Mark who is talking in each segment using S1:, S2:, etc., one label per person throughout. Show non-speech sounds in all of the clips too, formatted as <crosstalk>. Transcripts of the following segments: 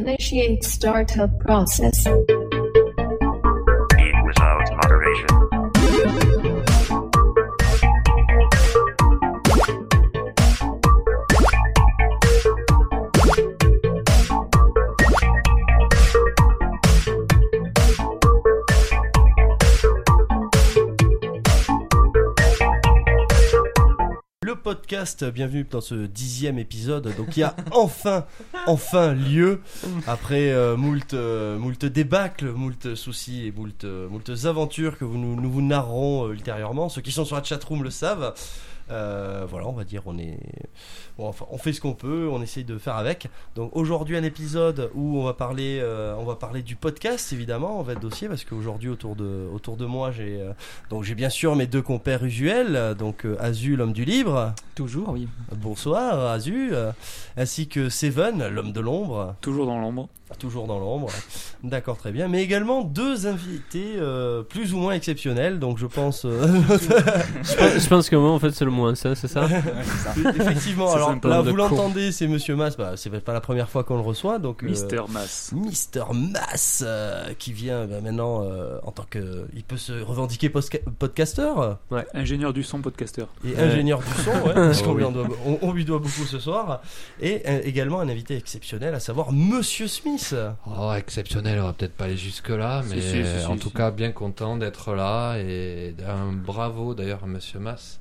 S1: Initiate startup process.
S2: Speak without moderation.
S3: Le podcast, bienvenue dans ce dixième épisode, donc il y a <laughs> enfin, enfin lieu, après euh, moult, euh, moult débâcles, moult soucis et moult, euh, moultes aventures que vous, nous, nous vous narrons euh, ultérieurement, ceux qui sont sur la chatroom le savent, Euh, voilà, on va dire, on est, bon, enfin, on fait ce qu'on peut, on essaye de faire avec, donc aujourd'hui un épisode où on va parler, euh, on va parler du podcast évidemment, on va être dossier, parce qu'aujourd'hui autour de, autour de moi j'ai... euh, donc j'ai bien sûr mes deux compères usuels, euh, donc euh, Azu, l'homme du libre,
S4: Toujours, oui.
S3: bonsoir Azu, euh, ainsi que Seven, l'homme de l'ombre,
S4: Toujours dans l'ombre.
S3: toujours dans l'ombre, d'accord très bien, mais également deux invités euh, plus ou moins exceptionnels, donc je pense
S4: <laughs>
S3: euh,
S5: Je pense- Je pense que moi, en fait, c'est le moins ça, c'est
S3: <laughs>
S5: ça
S3: effectivement,
S4: C'est
S3: alors
S4: sympa,
S3: là
S4: de
S3: vous
S4: con.
S3: l'entendez, c'est Monsieur Mas, bah, c'est pas la première fois qu'on le reçoit, donc... euh,
S4: Mister Mass.
S3: Mister Mas euh, qui vient bah, maintenant euh, en tant que il peut se revendiquer posca- podcasteur
S4: Ingénieur du son, podcasteur.
S3: et
S5: Ouais.
S3: ingénieur du son,
S6: <laughs>
S3: ouais, parce
S5: Oh
S3: qu'on
S5: oui.
S3: lui en doit- on, on lui doit beaucoup ce soir, et euh, également un invité exceptionnel, à savoir Monsieur Smith.
S6: Oh, exceptionnel, on va peut-être pas aller jusque-là,
S4: Si,
S6: mais
S4: si, si, si,
S6: en
S4: si.
S6: tout cas, bien content d'être là et un bravo d'ailleurs à Monsieur Mas,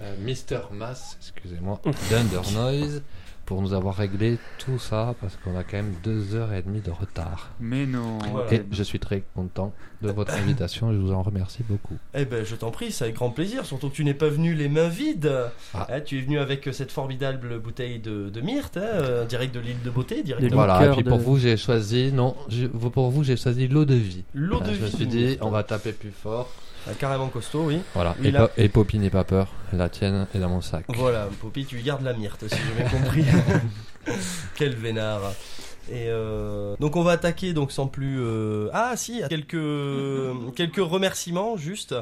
S6: euh, Mister Mas, excusez-moi, d'Under Noise, pour nous avoir réglé tout ça parce qu'on a quand même deux heures et demie de retard.
S4: Mais non.
S3: Voilà.
S6: Et je suis très content de votre invitation et je vous en remercie beaucoup.
S3: Eh ben, je t'en prie, c'est avec grand plaisir, surtout que tu n'es pas venu les mains vides.
S6: Ah.
S3: Hein, tu es venu avec euh, cette formidable bouteille de, de myrte, hein, euh, direct de l'île de beauté, direct de
S5: De l'île.
S6: Voilà, et
S5: cœur
S6: puis
S5: de-
S6: pour vous, j'ai choisi, non, je- pour vous, j'ai choisi l'eau de vie.
S3: l'eau de
S6: Voilà, Ah, Je me
S3: vie.
S6: suis dit, on va taper plus fort.
S3: Ah, carrément costaud, oui.
S6: Voilà,
S3: Oui,
S6: et,
S3: là-
S6: Pop- et Poppy n'aie pas peur, la tienne est dans mon sac.
S3: Voilà, Poppy, tu gardes la myrte, si j'ai bien
S4: <laughs>
S3: compris. Quel vénard. Et euh, donc on va attaquer donc sans plus euh, ah si quelques quelques remerciements juste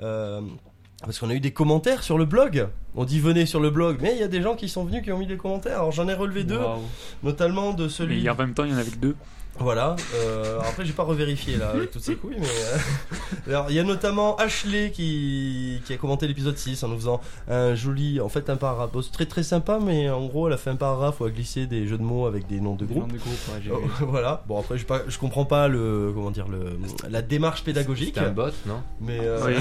S3: euh, parce qu'on a eu des commentaires sur le blog on dit venez sur le blog mais il y a des gens qui sont venus qui ont mis des commentaires alors j'en ai relevé deux
S4: Waouh.
S3: notamment de celui
S4: Mais il y a en même temps, il y en avait que deux.
S3: Voilà. Euh, alors après, j'ai pas revérifié là avec toutes ces couilles, mais euh, alors il y a notamment Ashley qui qui a commenté l'épisode 6 en nous faisant un joli, en fait, un paragraphe Bon, c'est très très sympa, mais en gros, elle a fait un paragraphe où elle a glissé des jeux de mots avec des noms de groupes. Oh, <laughs> voilà. Bon après, je pas, je comprends pas le comment dire le la démarche pédagogique,
S6: C'était un bot, non
S3: mais euh,
S4: Ouais,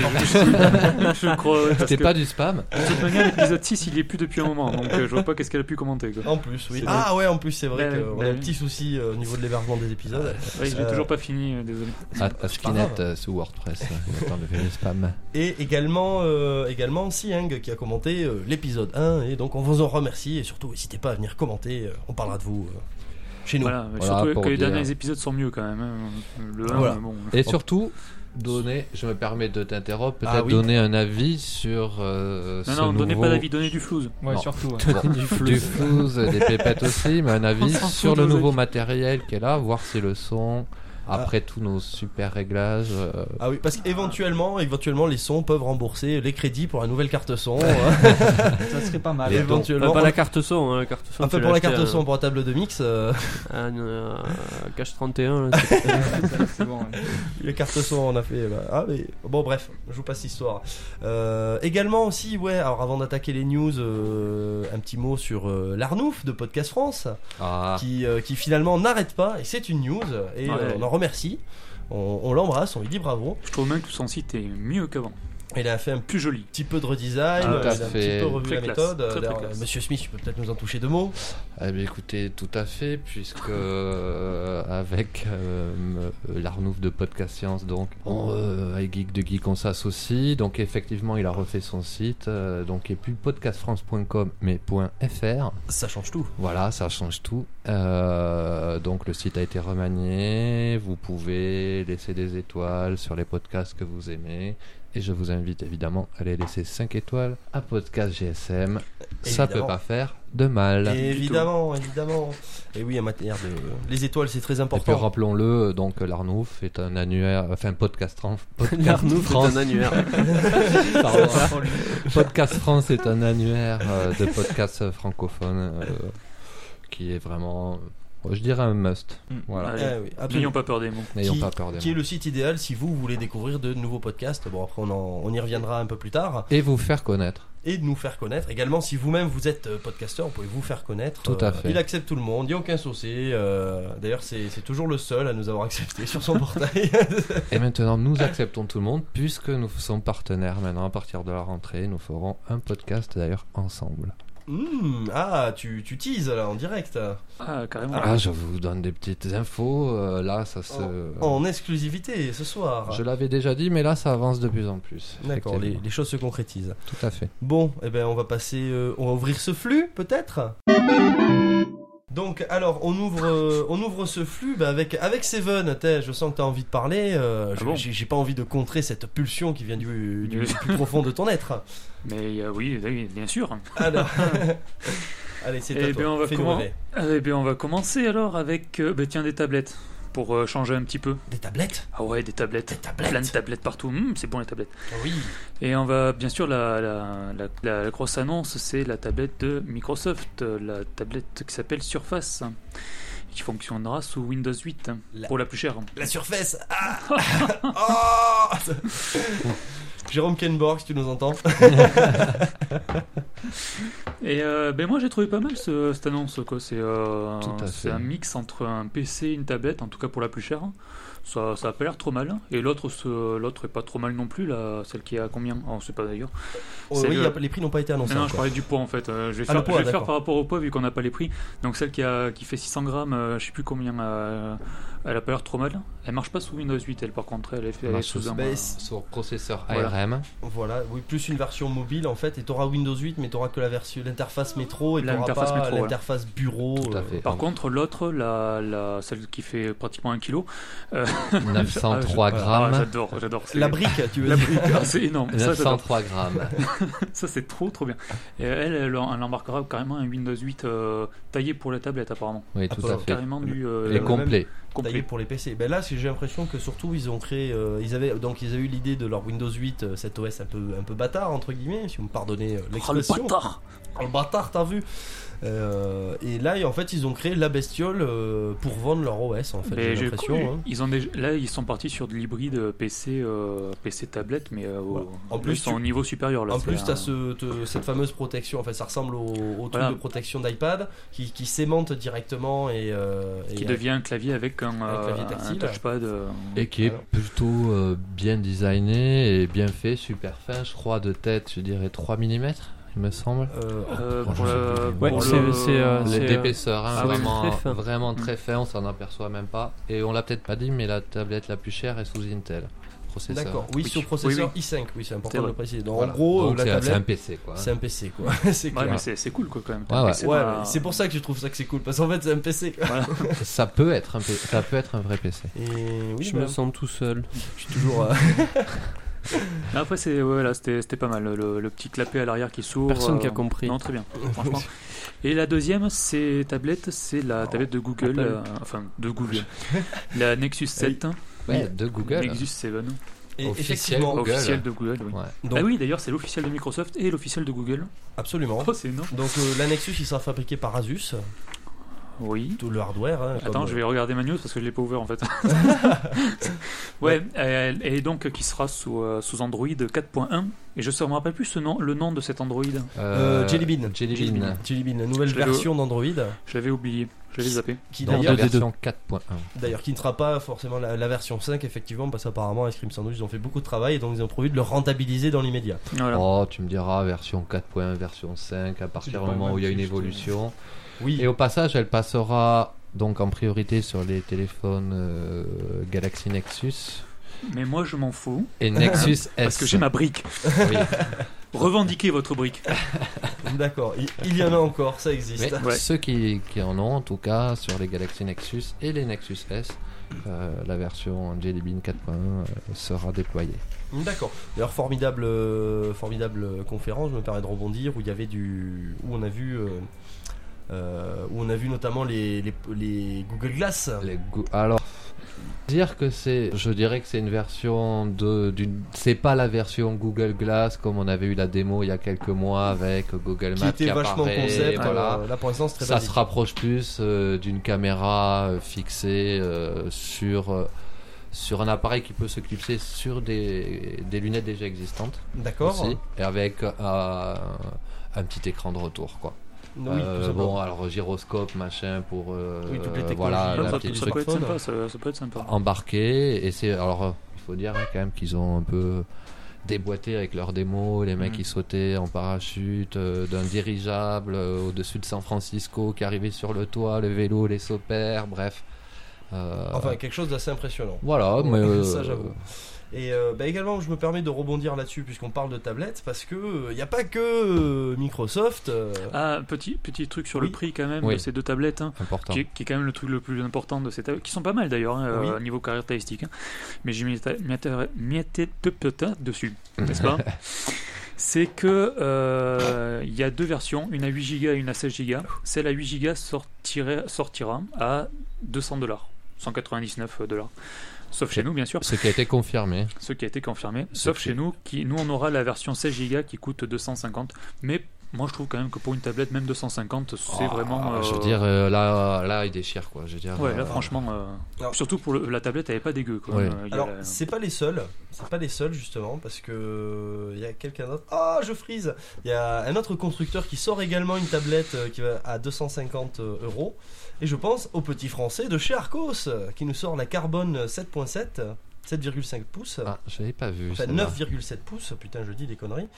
S4: <laughs> je crois. parce
S6: C'était
S4: que
S6: pas du spam
S4: De toute manière, l'épisode 6, il y est plus depuis un moment. Donc euh, je vois pas qu'est-ce qu'elle a pu commenter. quoi.
S3: en plus, oui.
S4: C'est vrai.
S3: Ah ouais, en plus, c'est vrai
S4: Ben oui,
S3: qu'on
S4: ben
S3: a un
S4: oui.
S3: petit souci euh, au niveau de l'hébergement des épisodes.
S4: Ouais, j'ai
S3: Euh,
S4: toujours pas fini, euh, désolé.
S6: à, à
S3: pas
S6: Skinnet
S3: grave.
S6: euh, sous WordPress. euh, on attend de faire le spam.
S3: Et également, euh, également Siang qui a commenté euh, l'épisode 1. Et donc, on vous en remercie. Et surtout, n'hésitez pas à venir commenter. euh, on parlera de vous euh, chez nous.
S4: Voilà, mais
S6: Voilà,
S4: surtout
S6: pour
S4: que les
S6: dire.
S4: derniers épisodes sont mieux quand même. hein. Le 1,
S3: Voilà.
S4: bon.
S6: Et surtout, donner, je me permets de t'interrompre, peut-être
S3: Ah oui.
S6: donner un avis sur euh, ce
S4: Non, non, donnez
S6: nouveau-
S4: pas
S6: <laughs>
S4: d'avis, donnez du flouze.
S7: Ouais,
S6: Non.
S7: surtout. ouais.
S6: Bon, du flouze, des pépettes aussi, mais
S4: <laughs>
S6: un
S4: On
S6: avis
S4: s'en fout
S6: sur
S4: de
S6: le
S4: nos
S6: nouveau
S4: avis.
S6: matériel qui est là, voir si le son, après tous nos super réglages, euh,
S3: Ah oui, parce qu'éventuellement, éventuellement, les sons peuvent rembourser les crédits pour la nouvelle carte son. hein. <laughs>
S7: Ça serait pas
S3: Ah,
S7: mal.
S3: Les- éventuellement.
S5: Enfin, Euh, pas la carte son, hein, la carte son.
S3: un peu
S5: tu
S3: pour la
S5: l'as
S3: carte
S5: acheté
S3: son, pour la table de mix. euh, <laughs>
S5: à- à une, euh, Cache 31, là, c'est-
S7: Ça, c'est bon, ouais.
S3: les cartes son, on a fait. bah, ah, mais bon, bref, je vous passe l'histoire. Euh, également aussi, ouais, alors avant d'attaquer les news, euh, un petit mot sur euh, l'Arnouf de Podcast France.
S6: ah,
S3: qui, euh, qui finalement n'arrête pas et c'est une news et
S4: Ouais.
S3: euh, on en remercie. On, on l'embrasse, on lui dit bravo.
S4: Je trouve même que son site est mieux qu'avant.
S3: Il a fait un
S4: Plus joli.
S3: petit peu de redesign,
S4: Tout
S3: euh, il a
S6: à
S3: un
S6: fait.
S3: petit peu revu
S4: Très
S3: la
S4: classe,
S3: méthode.
S4: très, très
S3: D'ailleurs,
S4: classe.
S3: Monsieur Smith, tu peux peut-être nous en toucher deux mots.
S6: eh bien, écoutez, tout à fait, puisque euh, avec euh, me- l'Arnouf de Podcast Science, donc, on, euh, avec Geek de Geek, on s'associe. Donc, effectivement, il a refait son site, euh, donc, et plus podcastfrance.com, mais .fr.
S3: Ça change tout.
S6: Voilà, ça change tout. Euh, donc le site a été remanié. Vous pouvez laisser des étoiles sur les podcasts que vous aimez. Et je vous invite évidemment à aller laisser 5 étoiles à Podcast GSM. Ça peut
S3: Évidemment.
S6: pas faire de mal.
S3: Et
S6: Et,
S4: tout.
S3: évidemment, évidemment. Et oui, en matière de. Les étoiles, c'est très
S6: puis
S3: important.
S6: rappelons-le, donc l'Arnouf est un annuaire, enfin Podcast France. <laughs> Podcast
S5: L'Arnouf, c'est
S6: France,
S5: un annuaire.
S6: pardon.
S7: Pour lui.
S6: Podcast France est un annuaire euh, de podcasts francophones euh, qui est vraiment Bon, je dirais un must.
S7: Mm.
S6: Voilà.
S4: Allez.
S3: Eh oui, absolument.
S4: N'ayons pas peur des mots.
S6: N'ayons
S3: Qui-
S6: pas peur des
S3: Qui est
S6: mots.
S3: le site idéal si vous voulez découvrir de nouveaux podcasts. Bon, après, on, en- on y reviendra un peu plus tard.
S6: Et vous faire connaître.
S3: Et de nous faire connaître. Également, si vous-même vous êtes euh, podcasteur, vous pouvez vous faire connaître.
S6: Tout à
S3: Euh,
S6: fait.
S3: Il accepte tout le monde, il n'y a aucun souci. Euh, D'ailleurs, c'est c'est toujours le seul à nous avoir accepté sur
S6: <laughs>
S3: son portail. <laughs>
S6: Et maintenant, nous acceptons tout le monde puisque nous sommes partenaires. Maintenant, à partir de la rentrée, nous ferons un podcast d'ailleurs ensemble.
S3: Hmm, ah, tu, tu teases là en direct.
S4: Ah, carrément.
S6: Ah, je vous donne des petites infos. euh, là, ça se.
S3: En exclusivité ce soir.
S6: Je l'avais déjà dit, mais là, ça avance de plus en plus.
S3: D'accord, les,
S6: effectivement.
S3: les choses se concrétisent.
S6: Tout à fait.
S3: Bon, eh ben on va passer, euh, on va ouvrir ce flux peut-être. Donc alors on ouvre, euh, on ouvre ce flux bah, avec avec Seven. t'es, Je sens que t'as envie de parler. euh,
S4: Ah
S3: je-
S4: bon
S3: J'ai j'ai pas envie de contrer cette pulsion qui vient du, du-
S4: Du-
S3: du plus profond de ton
S4: <laughs>
S3: être.
S4: Mais euh, oui, oui, bien sûr.
S3: Alors, <laughs> allez c'est à
S4: Ah. Eh
S3: toi.
S4: bien, on va
S3: Fais-nous
S4: comment
S3: rêver.
S4: Eh bien, on va commencer alors avec euh, bah, tiens des tablettes pour euh, changer un petit peu.
S3: Des tablettes,
S4: Ah ouais, des
S3: des
S4: tablettes. Plein de
S3: tablettes. Ah
S4: tablettes partout. Hum, c'est bon les tablettes.
S3: Oui.
S4: Et on va bien sûr la, la, la- la- la grosse annonce, c'est la tablette de Microsoft, euh, la tablette qui s'appelle Surface, hein, qui fonctionnera sous Windows 8 hein,
S3: La-
S4: pour la plus chère.
S3: La surface.
S4: <laughs>
S3: Ah. Oh Jérôme Kenborg, si tu nous entends.
S4: Et euh, ben moi j'ai trouvé pas mal ce- cette annonce quoi. C'est euh,
S6: Tout à
S4: c'est
S6: fait.
S4: un mix entre un PC et une tablette, en tout cas pour la plus chère. Ça, ça a pas l'air trop mal. Et l'autre ce- l'autre est pas trop mal non plus là, celle qui est à combien On sait pas d'ailleurs.
S3: Oh,
S4: C'est
S3: oui,
S4: le-
S3: y a- les prix n'ont pas été annoncés.
S4: Non, non, je
S3: encore.
S4: parlais du poids en fait. Euh, je vais,
S3: Ah, le
S4: faire,
S3: poids,
S4: je vais faire
S3: d'accord.
S4: par rapport au poids vu qu'on n'a pas les prix. Donc celle qui, a, qui fait 600 grammes, euh, je sais plus combien, euh, elle a pas l'air trop mal. Elle marche pas sous Windows 8, elle par contre, elle est, elle est
S6: marche
S4: sous
S6: sous-
S4: un.
S3: ben,
S4: euh,
S3: c'est-
S6: Sur processeur
S4: Voilà.
S6: ARM.
S3: Voilà, oui, plus une version mobile en fait, et t'auras Windows 8, mais t'auras que la version, l'interface métro et t'auras
S4: L'interface
S3: pas
S4: métro, ouais.
S3: l'interface bureau.
S6: Tout à
S3: euh,
S6: fait.
S4: Par contre, l'autre, la, la, celle qui fait pratiquement un kilo,
S6: 903
S4: <laughs> ah,
S6: grammes.
S4: j'adore, j'adore. c'est-
S3: La brique, tu veux
S4: La
S3: dire.
S4: brique, ah, <laughs> c'est énorme. Ça, j'adore.
S6: 903 grammes.
S4: Ça, c'est trop, trop bien. Et elle, elle, elle embarquera carrément un Windows 8 euh, taillé pour la tablette, apparemment.
S6: Oui, tout à
S3: Apporte
S6: fait.
S4: Carrément du euh,
S6: Et
S3: le
S6: complet.
S3: Taillé
S4: complet.
S3: pour les PC. Ben là, c'est- j'ai l'impression que surtout ils ont créé, euh, ils avaient donc ils avaient eu l'idée de leur Windows 8, euh, cet OS un peu un peu bâtard entre guillemets, si vous me pardonnez euh,
S4: Oh, le
S3: l'expression.
S4: bâtard
S3: Oh, le bâtard, t'as vu. Euh, et là, et en fait, ils ont créé la bestiole euh, pour vendre leur OS. En fait,
S4: Mais
S3: j'ai
S4: Ben, j'ai cru-
S3: l'impression. hein.
S4: ils ont déjà- là, ils sont partis sur de l'hybride euh, PC, euh, PC tablette, mais euh, au-
S3: Voilà. En
S4: là,
S3: plus,
S4: ils sont
S3: tu-
S4: au niveau supérieur. Là,
S3: En
S4: c'est
S3: plus,
S4: un-
S3: t'as ce, te- cette fameuse protection. En fait, ça ressemble au, au truc
S4: Voilà.
S3: de protection d'iPad qui, qui s'aimante directement et, euh,
S4: qui
S3: et-
S4: devient un clavier avec un,
S3: Un
S4: euh,
S3: clavier
S4: un
S3: tactile.
S4: touchpad. euh,
S6: Et qui est
S3: Alors.
S6: plutôt euh, bien designé et bien fait, super fin, je crois, de tête, je dirais 3 mm, il me semble.
S3: euh,
S4: euh,
S6: Oh,
S4: pour
S6: je sais
S4: le-
S6: plus.
S5: Ouais,
S4: pour
S5: c'est-
S4: le-
S5: c'est, euh,
S6: Les-
S5: c'est-
S6: D'épaisseur, hein,
S5: ah oui,
S6: vraiment,
S5: très fin.
S6: vraiment très fin, on s'en aperçoit même pas. Et on l'a peut-être pas dit, mais la tablette la plus chère est sous Intel. Processeur.
S3: D'accord, oui,
S4: Oui.
S3: sur
S4: Oui,
S3: processeur i5, oui, c'est important
S4: C'est
S3: de
S4: vrai.
S3: le préciser. Donc,
S6: Voilà.
S3: En gros,
S6: Donc,
S3: euh,
S6: c'est-
S3: la
S6: c'est un
S3: tablette,
S6: PC quoi. hein.
S3: c'est un PC, quoi. <laughs> c'est
S4: Ouais,
S3: clair.
S4: mais c'est c'est cool quoi, quand même.
S6: Ouais, ouais.
S4: PC,
S3: Ouais,
S4: bah,
S3: ouais, c'est pour ça que je trouve ça que c'est cool, parce qu'en fait, c'est un PC.
S6: Ça peut être un P- ça peut être un vrai PC.
S3: Et <laughs> oui,
S4: bah
S3: bah.
S5: je me sens tout seul.
S3: suis toujours.
S4: <laughs>
S3: euh,
S4: Non, Après, c'est ouais, voilà, c'était c'était pas mal. Le, le petit clapet à l'arrière qui s'ouvre.
S5: Personne qui a
S4: euh,
S5: compris.
S4: Non, très bien, franchement. Et la deuxième, c'est tablette, c'est la tablette de Google,
S5: Apple.
S4: euh, enfin de Google, la Nexus 7,
S6: Ouais, de Google.
S4: Nexus 7,
S3: et
S6: Officiel.
S3: effectivement,
S6: Google.
S4: officiel de Google. Oui.
S6: Ouais.
S3: Donc-
S4: ah oui, d'ailleurs, c'est l'officiel de Microsoft et l'officiel de Google.
S3: absolument.
S4: Oh, c'est énorme.
S3: Donc, euh, la Nexus, il sera fabriqué par Asus,
S4: Oui.
S3: tout le hardware. hein,
S4: Attends,
S3: comme-
S4: je vais regarder ma news parce que je l'ai pas ouvert en fait. ouais, euh, et donc qui sera sous, euh, sous Android 4.1. Et je ne me rappelle plus ce nom, le nom de cet Android.
S3: Euh, Jelly Bean.
S6: Jelly
S4: Jelly
S6: Bean.
S4: Bean.
S3: Jelly Bean, la nouvelle
S4: Je l'ai-
S3: version d'Android,
S4: Je l'avais oublié, je l'avais zappé.
S3: qui
S6: Dans
S3: d'ailleurs
S6: la
S5: deux des deux.
S6: version 4.1.
S3: D'ailleurs, qui ne sera pas forcément la, la version 5, effectivement, parce qu'apparemment, Ice Cream Sandwich, ils ont fait beaucoup de travail et donc ils ont prévu de le rentabiliser dans l'immédiat.
S4: Voilà.
S6: Oh, tu me diras version 4.1, version 5, à
S7: l'as
S6: partir
S7: pas
S6: du moment où il y a une
S7: inventé,
S6: évolution.
S4: euh,
S3: Oui,
S6: Et au passage, elle passera donc en priorité sur les téléphones euh, Galaxy Nexus
S4: Mais moi, je m'en fous <laughs>
S6: et Nexus S.
S4: parce que j'ai ma brique.
S6: Oui.
S4: Revendiquez votre brique.
S3: <laughs> d'accord, il, il y en a encore, ça existe.
S6: Mais
S4: Ouais.
S6: ceux qui, qui en ont, en tout cas, sur les Galaxy Nexus et les Nexus S, euh, la version Jelly Bean 4.1 euh, sera déployée.
S3: <laughs> D'accord. D'ailleurs, formidable, euh, formidable euh, conférence, je me permets de rebondir, où il y avait du. où on a vu. euh, euh, où on a vu notamment les, les, les Google Glass.
S6: Les go- Alors, dire que c'est, je dirais que c'est une version de, d'une, c'est pas la version Google Glass comme on avait eu la démo il y a quelques mois avec Google
S3: qui
S6: Maps
S3: était vachement
S6: apparaît,
S3: concept.
S6: voilà.
S3: euh, là pour l'instant, c'est très
S6: Ça
S3: basique.
S6: se rapproche plus euh, d'une caméra euh, fixée euh, sur, euh, sur un appareil qui peut se clipser sur des, des lunettes déjà existantes
S3: D'accord.
S6: aussi, et avec euh, un petit écran de retour quoi.
S3: Oui,
S6: Euh,
S3: tout simplement.
S6: bon alors gyroscope machin pour euh,
S3: Oui, toutes les
S6: voilà
S3: technologies,
S6: la
S4: ça,
S6: petite Ah.
S4: ça peut être
S3: smartphone.
S4: sympa, ça, ça peut être sympa.
S6: embarqué et c'est alors euh, il faut dire hein, quand même qu'ils ont un peu déboîté avec leurs démos les mecs
S3: Mm.
S4: Mhm.
S6: qui sautaient en parachute euh, d'un dirigeable euh, au-dessus de San Francisco qui arrivait sur le toit le vélo les saupères bref Euh,
S3: Enfin, quelque chose d'assez impressionnant.
S6: voilà mais euh,
S3: Ça, j'avoue. Et euh, bah, également, je me permets de rebondir là-dessus puisqu'on parle de tablettes parce que il n'y a pas que euh, Microsoft. euh,
S4: Ah, petit, petit truc sur
S3: Oui.
S4: le prix quand même
S6: Oui.
S4: de ces deux tablettes. hein,
S6: important
S4: Qui est, qui est quand même le truc le plus important de ces tablettes, qui sont pas mal d'ailleurs, hein,
S3: Oui.
S4: euh, niveau caractéristique. hein. Mais j'ai mis mietté de putain dessus, n'est-ce
S6: <laughs>
S4: pas C'est que euh, il y a deux versions, une à 8 Go et une à 16 Go. Celle à 8 Go sortira, sortira à 200 dollars, 199 dollars. Sauf chez nous, bien sûr,
S6: ce qui a été confirmé
S4: ce qui a été confirmé.
S6: Ce
S4: Sauf
S6: qui-
S4: chez nous, qui nous on aura la version 16 Go qui coûte 250. Mais moi, je trouve quand même que pour une tablette, même 250, c'est
S6: Ah,
S4: vraiment.
S6: je
S4: euh,
S6: veux dire euh, là là il déchire quoi je veux dire
S4: Ouais, là
S6: euh,
S4: franchement, euh,
S3: Alors-
S4: surtout pour le- la tablette, elle est pas dégueu quoi.
S6: Ouais.
S4: Euh, il y a
S3: Alors,
S4: la-
S3: c'est pas les seuls, c'est pas les seuls justement, parce que il y a quelqu'un d'autre. Ah, je frise Il y a un autre constructeur qui sort également une tablette euh, qui va à 250 euh, euros. Et je pense au petit français de chez Arcos euh, qui nous sort la Carbone 7.7, 7,5 pouces.
S6: ah, je l'avais pas vu
S3: Enfin,
S6: celle-là.
S3: 9,7 pouces, putain, je dis des conneries.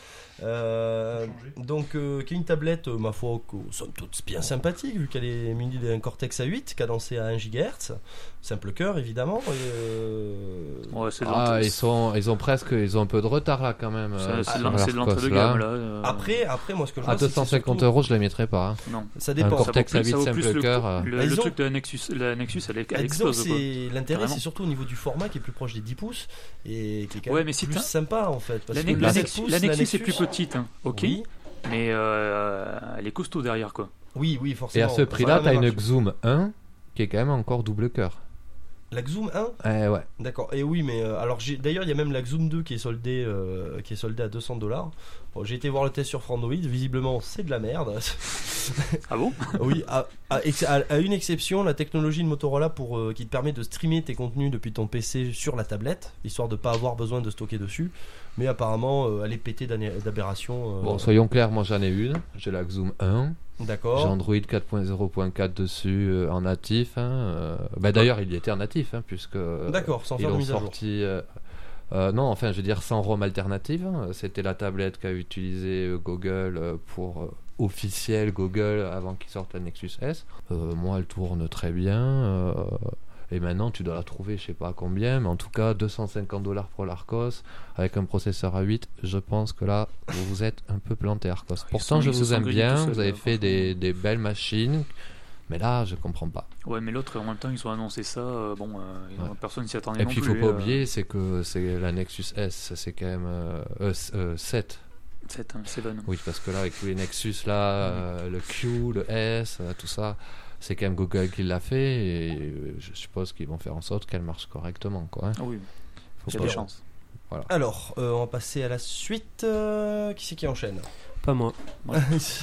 S3: Euh, donc, euh, qui est une tablette, euh, ma foi, que, somme toute bien sympathique, vu qu'elle est munie d'un Cortex A8 cadencé à 1 GHz. Simple cœur, évidemment. et, euh,
S4: Ouais, c'est de
S6: Ah,
S4: l'entrée-
S6: ils sont, ils ont presque, ils ont un peu de retard là quand même.
S4: c'est-
S6: euh,
S4: c'est de
S6: sur
S4: l'en- c'est de
S6: leur
S4: l'entrée de
S6: cost,
S4: gamme
S6: là.
S4: là. euh,
S3: Après, après, moi, ce que je
S6: À
S3: vois, c'est que c'est
S6: 250
S3: surtout-
S6: euros, je les mettrais pas. hein.
S4: Non.
S3: Ça
S6: Un
S3: dépend.
S4: Ça vaut
S6: Cortex
S4: plus-
S6: A8
S4: ça vaut
S6: simple
S4: plus le,
S6: cœur,
S4: coup-
S6: euh.
S4: le-
S3: Bah, ils
S4: le
S3: ont-
S4: truc de la Nexus, la Nexus, elle, est- elle
S3: Ah, disons que
S4: explose. quoi.
S3: c'est l'intérêt,
S4: Carrément.
S3: c'est surtout au niveau du format qui est plus proche des 10 pouces et qui est quand
S4: Ouais,
S3: même
S4: mais si
S3: plus
S4: t'as-
S3: sympa en fait. Parce
S4: La,
S3: que
S4: Nex-
S3: le
S4: la
S3: 7
S4: Nexus,
S3: pouces,
S4: la Nexus est
S3: Nexus,
S4: plus petite, hein, ok,
S3: Oui,
S4: mais euh, elle est costaud derrière quoi.
S3: oui, oui,
S6: Et
S3: forcément.
S6: à ce
S3: Ça
S6: prix-là,
S3: va
S6: t'as
S3: même
S6: une
S3: marcher.
S6: Xoom 1 qui est quand même encore double cœur.
S3: La Xoom 1
S6: Eh ouais.
S3: D'accord. Et oui, mais euh, alors j'ai d'ailleurs il y a même la Xoom 2 qui est soldée euh, qui est soldée à 200 dollars. j'ai été voir le test sur Frandroid. Visiblement, c'est de la merde. <laughs>
S4: Ah bon
S3: oui. À, à ex- à- à une exception, la technologie de Motorola pour euh, qui te permet de streamer tes contenus depuis ton PC sur la tablette, histoire de pas avoir besoin de stocker dessus. Mais apparemment, euh, elle est pétée d'ané- d'aberrations. euh,
S6: Bon, soyons clairs, moi j'en ai une. J'ai la Xoom 1.
S4: Oh.
S6: J'ai
S3: D'accord.
S6: Android 4.0.4 dessus euh, en natif. hein, euh. Bah, D'ailleurs, il y était en natif, hein, puisque. euh,
S3: D'accord. Sans
S6: Ils
S3: faire de
S6: ont
S3: mise à jour.
S6: sorti. euh, euh, non, enfin, je veux dire sans ROM alternative. hein. C'était la tablette qu'a utilisé euh, Google euh, pour euh, officiel Google avant qu'il sorte la Nexus S. Euh, moi, elle tourne très bien. euh, et maintenant, tu dois la trouver, je sais pas combien, mais en tout cas, 250 dollars pour l'Arcos avec un processeur A8. Je pense que là, vous vous êtes un peu planté, Arcos. Pourtant,
S4: sont-
S6: je
S4: Ah, ils se
S6: vous
S4: sont
S6: aime
S4: grillés tout
S6: bien.
S4: seuls,
S6: Vous avez
S4: là,
S6: fait des, des belles machines, mais là, je comprends pas.
S4: Ouais, mais l'autre en même temps ils ont annoncé ça, euh, bon, euh,
S6: Ouais.
S4: personne s'y attendait
S6: Et
S4: non
S6: puis il
S4: plus.
S6: faut pas
S4: euh,
S6: oublier, c'est que c'est la Nexus S, c'est quand même euh, euh, s- euh, 7.
S4: sept, hein, seven.
S6: Oui, parce que là, avec tous les Nexus, là, euh, le Q, le S, euh, tout ça, c'est quand même Google qui l'a fait. Et euh, je suppose qu'ils vont faire en sorte qu'elle marche correctement, quoi. hein.
S4: Ah oui,
S6: Faut
S4: il y a
S6: pas-
S4: des chances.
S3: Alors, euh, on va passer à la suite. euh, qui c'est qui enchaîne
S5: Pas moi.
S3: Pas
S4: Tu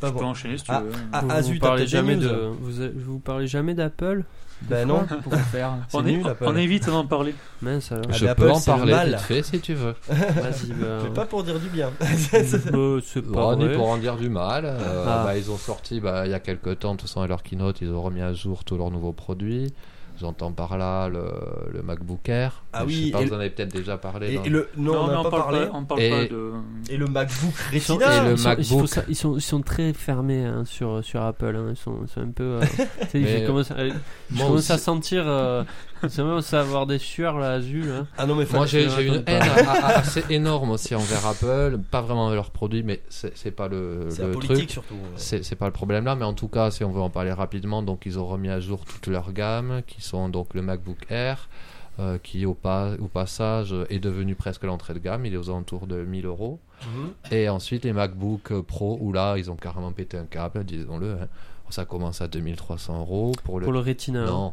S4: peux
S3: moi.
S4: enchaîner si tu
S3: Ah,
S4: veux.
S3: ah,
S5: vous,
S3: ah,
S5: vous
S3: zut, t'as
S5: parlez
S3: peut-être des
S5: jamais
S3: news.
S5: de. Vous, je vous parlais jamais d'Apple.
S3: Ben
S5: <laughs>
S3: non.
S7: pour le faire.
S3: c'est
S4: On, est-
S3: nul, Apple.
S4: on évite d'en parler.
S5: Mince alors.
S3: <laughs> Ah,
S6: Je
S3: mais
S6: peux
S3: Apple,
S6: en
S3: c'est le
S6: parler
S3: mal.
S6: vite fait si tu veux.
S5: Vas-y.
S6: Euh,
S5: bah,
S3: Mais pas Bah, pour dire du bien.
S5: euh, c'est pas
S6: Bon, ni
S5: vrai.
S6: pour en dire du mal. euh,
S5: Ah.
S6: bah, ils ont sorti bah, il y a quelques temps, de toute façon, à leur keynote, ils ont remis à jour tous leurs nouveaux produits. J'entends par là le, le MacBook Air.
S3: Ah
S6: Je sais
S3: oui,
S6: pas,
S3: et
S6: vous en avez peut-être déjà parlé.
S3: Et,
S6: dans-
S3: et le, non, on
S4: mais
S3: n'a pas
S4: parle
S3: parlé.
S4: pas, on parle
S6: Et-
S4: pas de.
S3: Et le MacBook
S5: Ils sont,
S3: Retina.
S6: Et le
S5: ils sont- il faut
S6: MacBook.
S5: ça- ils, sont, ils sont très fermés hein, sur, sur Apple. hein, Ils, sont, ils sont un
S3: <laughs>
S5: peu. euh, tu sais,
S6: Mais-
S5: je commence
S3: euh,
S5: à, je
S6: Moi
S5: commence
S6: aussi.
S5: à sentir. euh, je commence à avoir des sueurs là, azul. hein.
S3: Ah non, mais
S6: Moi
S3: fallait-
S6: j'ai
S5: je
S6: j'ai une
S5: raconte
S6: haine
S5: pas.
S6: a- a- assez énorme aussi envers Apple, pas vraiment envers leurs produits, mais c'est c'est pas le,
S3: c'est
S6: le
S3: la politique
S6: truc.
S3: surtout.
S6: C'est c'est pas le problème là, mais en tout cas, si on veut en parler rapidement, donc ils ont remis à jour toute leur gamme, qui sont donc le MacBook Air, euh, qui au, pas- au passage est devenu presque l'entrée de gamme, il est aux alentours de 1000 euros.
S3: Mhm.
S6: Et ensuite les MacBook Pro, où là ils ont carrément pété un câble, disons-le. hein. Ça commence à 2300 euros pour le.
S5: Pour le Retina. hein.
S6: Non,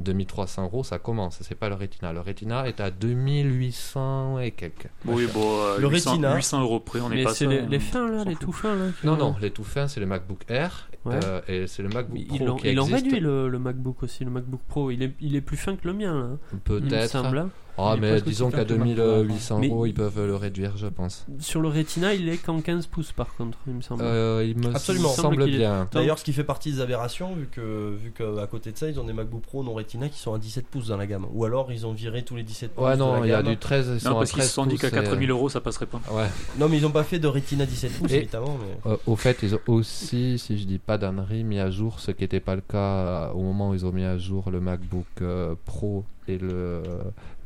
S6: 2300 euros, ça commence. C'est pas le Retina. Le Retina est à 2800 et quelques.
S4: Oui, bon, euh,
S3: Le
S4: 800,
S3: Retina.
S4: 800 euros près, on est
S5: Mais
S4: pas
S5: c'est
S4: ça,
S5: les,
S4: hein.
S5: les fins là,
S4: s'en
S5: les
S4: fout.
S5: tout fins là. qui-
S6: Non, non, les tout fins, c'est le MacBook Air.
S5: Ouais.
S6: euh, et c'est le MacBook
S5: Ils
S6: Pro
S5: l'ont-
S6: qui
S5: Ils l'ont
S6: existe.
S5: réduit le, le MacBook aussi, le MacBook Pro. Il est, il est plus fin que le mien là. il me
S6: Peut-être.
S5: semble. hein.
S6: Ah,
S7: Il est
S6: mais
S7: presque
S6: disons
S7: aussi
S6: qu'à
S7: fin que le MacBook
S6: 2800
S5: Air.
S6: euros, ils peuvent le réduire, je pense.
S5: Sur le Retina, il est qu'en 15 pouces par contre, il me semble.
S6: Euh, il me
S3: Absolument.
S6: semble
S5: Semble qu'il est-
S6: bien.
S3: D'ailleurs, ce qui fait partie des aberrations, vu que vu qu'à côté de ça, ils ont des MacBook Pro non Retina qui sont à 17 pouces dans la gamme. Ou alors, ils ont viré tous les 17 pouces.
S6: Ouais,
S3: de
S6: non,
S3: la
S6: il y a
S3: gamme.
S6: du 13. Ils sont
S4: Non,
S6: à
S4: parce qu'ils se
S6: 13
S4: sont dit qu'à
S6: pouces, euh,
S4: 4000 euros, ça passerait pas.
S6: Ouais.
S3: Non, mais ils ont pas fait de Retina 17 pouces,
S6: Et-
S3: évidemment. Mais...
S6: Euh, au fait, ils ont aussi, si je dis pas d'ânerie, mis à jour ce qui n'était pas le cas euh, au moment où ils ont mis à jour le MacBook euh, Pro et le euh,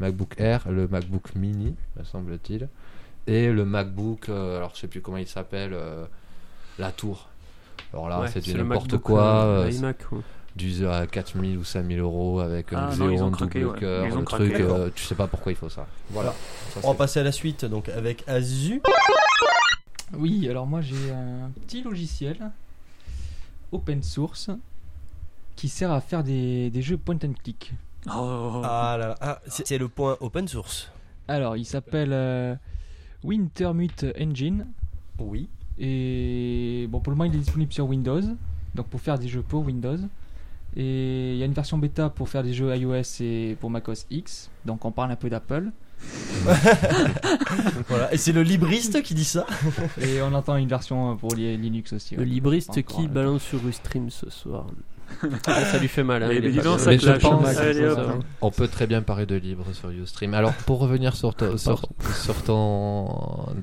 S6: MacBook Air, le MacBook Mini, me semble-t-il, et le MacBook, euh, alors je sais plus comment il s'appelle, euh, la tour. Alors là,
S5: Ouais,
S6: ah, c'est du
S5: le
S6: n'importe
S5: MacBook,
S6: quoi,
S5: euh,
S6: euh,
S5: l'iMac, ouais.
S6: du à 4000 ou 5000 euros avec un
S4: Ah, non, ils ont
S6: Xeon,
S4: craqué,
S6: double
S4: ouais.
S6: cœur,
S4: Ils ont
S6: le
S4: craqué.
S6: truc, euh, tu sais pas pourquoi ils font ça. Voilà. Ça,
S3: On va
S6: c'est-
S3: passer à la suite, donc avec Azu.
S7: Oui, alors moi j'ai un petit logiciel open source qui sert à faire des, des jeux point and click.
S4: Oh,
S3: Ah là là, ah, c'est c'est le point open source.
S7: Alors il s'appelle euh, Wintermute Engine
S3: Oui.
S7: et bon pour le moment il est disponible sur Windows, donc pour faire des jeux pour Windows. Et il y a une version bêta pour faire des jeux iOS et pour macOS X, donc on parle un peu d'Apple.
S3: Voilà. Et c'est le libriste qui dit ça.
S7: Et on entend une version pour li- Linux aussi.
S5: Le
S7: ouais.
S5: libriste
S7: Encore,
S5: qui
S7: euh,
S5: balance sur Ustream ce soir. Ah, ça lui fait mal. Hein,
S4: Mais-
S5: il
S4: mais
S5: est
S4: dis
S5: pas
S4: donc,
S5: bien.
S4: ça
S6: Mais je
S4: clash.
S6: pense-
S4: Allez,
S5: Ça,
S4: hop.
S5: ça va.
S6: On peut très bien parler de libre sur Ustream. Alors pour revenir sur,
S7: <laughs>
S6: ton- sur, sur ton,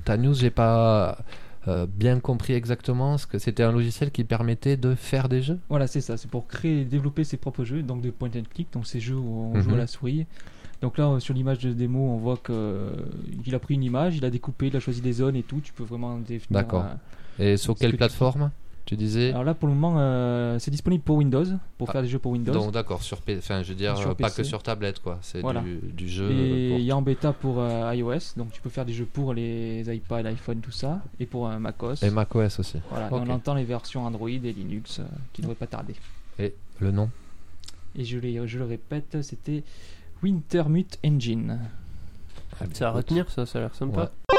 S6: ta news, j'ai pas euh, bien compris exactement ce que c'était un logiciel qui permettait de faire des jeux.
S7: Voilà, c'est ça, c'est pour créer et développer ses propres jeux, donc de point and click, donc ces jeux où on joue
S6: Mhm.
S7: à la souris. Donc là, euh, sur l'image de démo, on voit que euh, il a pris une image, il a découpé, il a choisi des zones et tout, tu peux vraiment définir.
S6: D'accord.
S7: euh,
S6: Et sur
S7: Ce
S6: quelle
S7: que tu- Ah,
S6: plateforme tu disais
S7: Alors là, pour le moment, euh, c'est disponible pour Windows, pour
S6: Ah,
S7: faire des jeux pour Windows.
S6: Donc d'accord sur P- enfin je veux dire
S7: Sur
S6: euh, pas
S7: PC.
S6: que sur tablette quoi. C'est
S7: Voilà.
S6: du, du jeu.
S7: et
S6: euh, pour-
S7: il y a en bêta pour euh, iOS, donc tu peux faire des jeux pour les iPad, iPhone, tout ça, et pour euh, macOS.
S6: Et macOS aussi.
S7: Voilà, et
S6: ok.
S7: on entend les versions Android et Linux euh, qui ne devraient pas tarder.
S6: Et le nom.
S7: Et je, les- je le répète, c'était Wintermute Engine.
S6: Ah,
S5: C'est à
S6: écoute.
S5: retenir, ça, ça a l'air sympa.
S6: Ouais.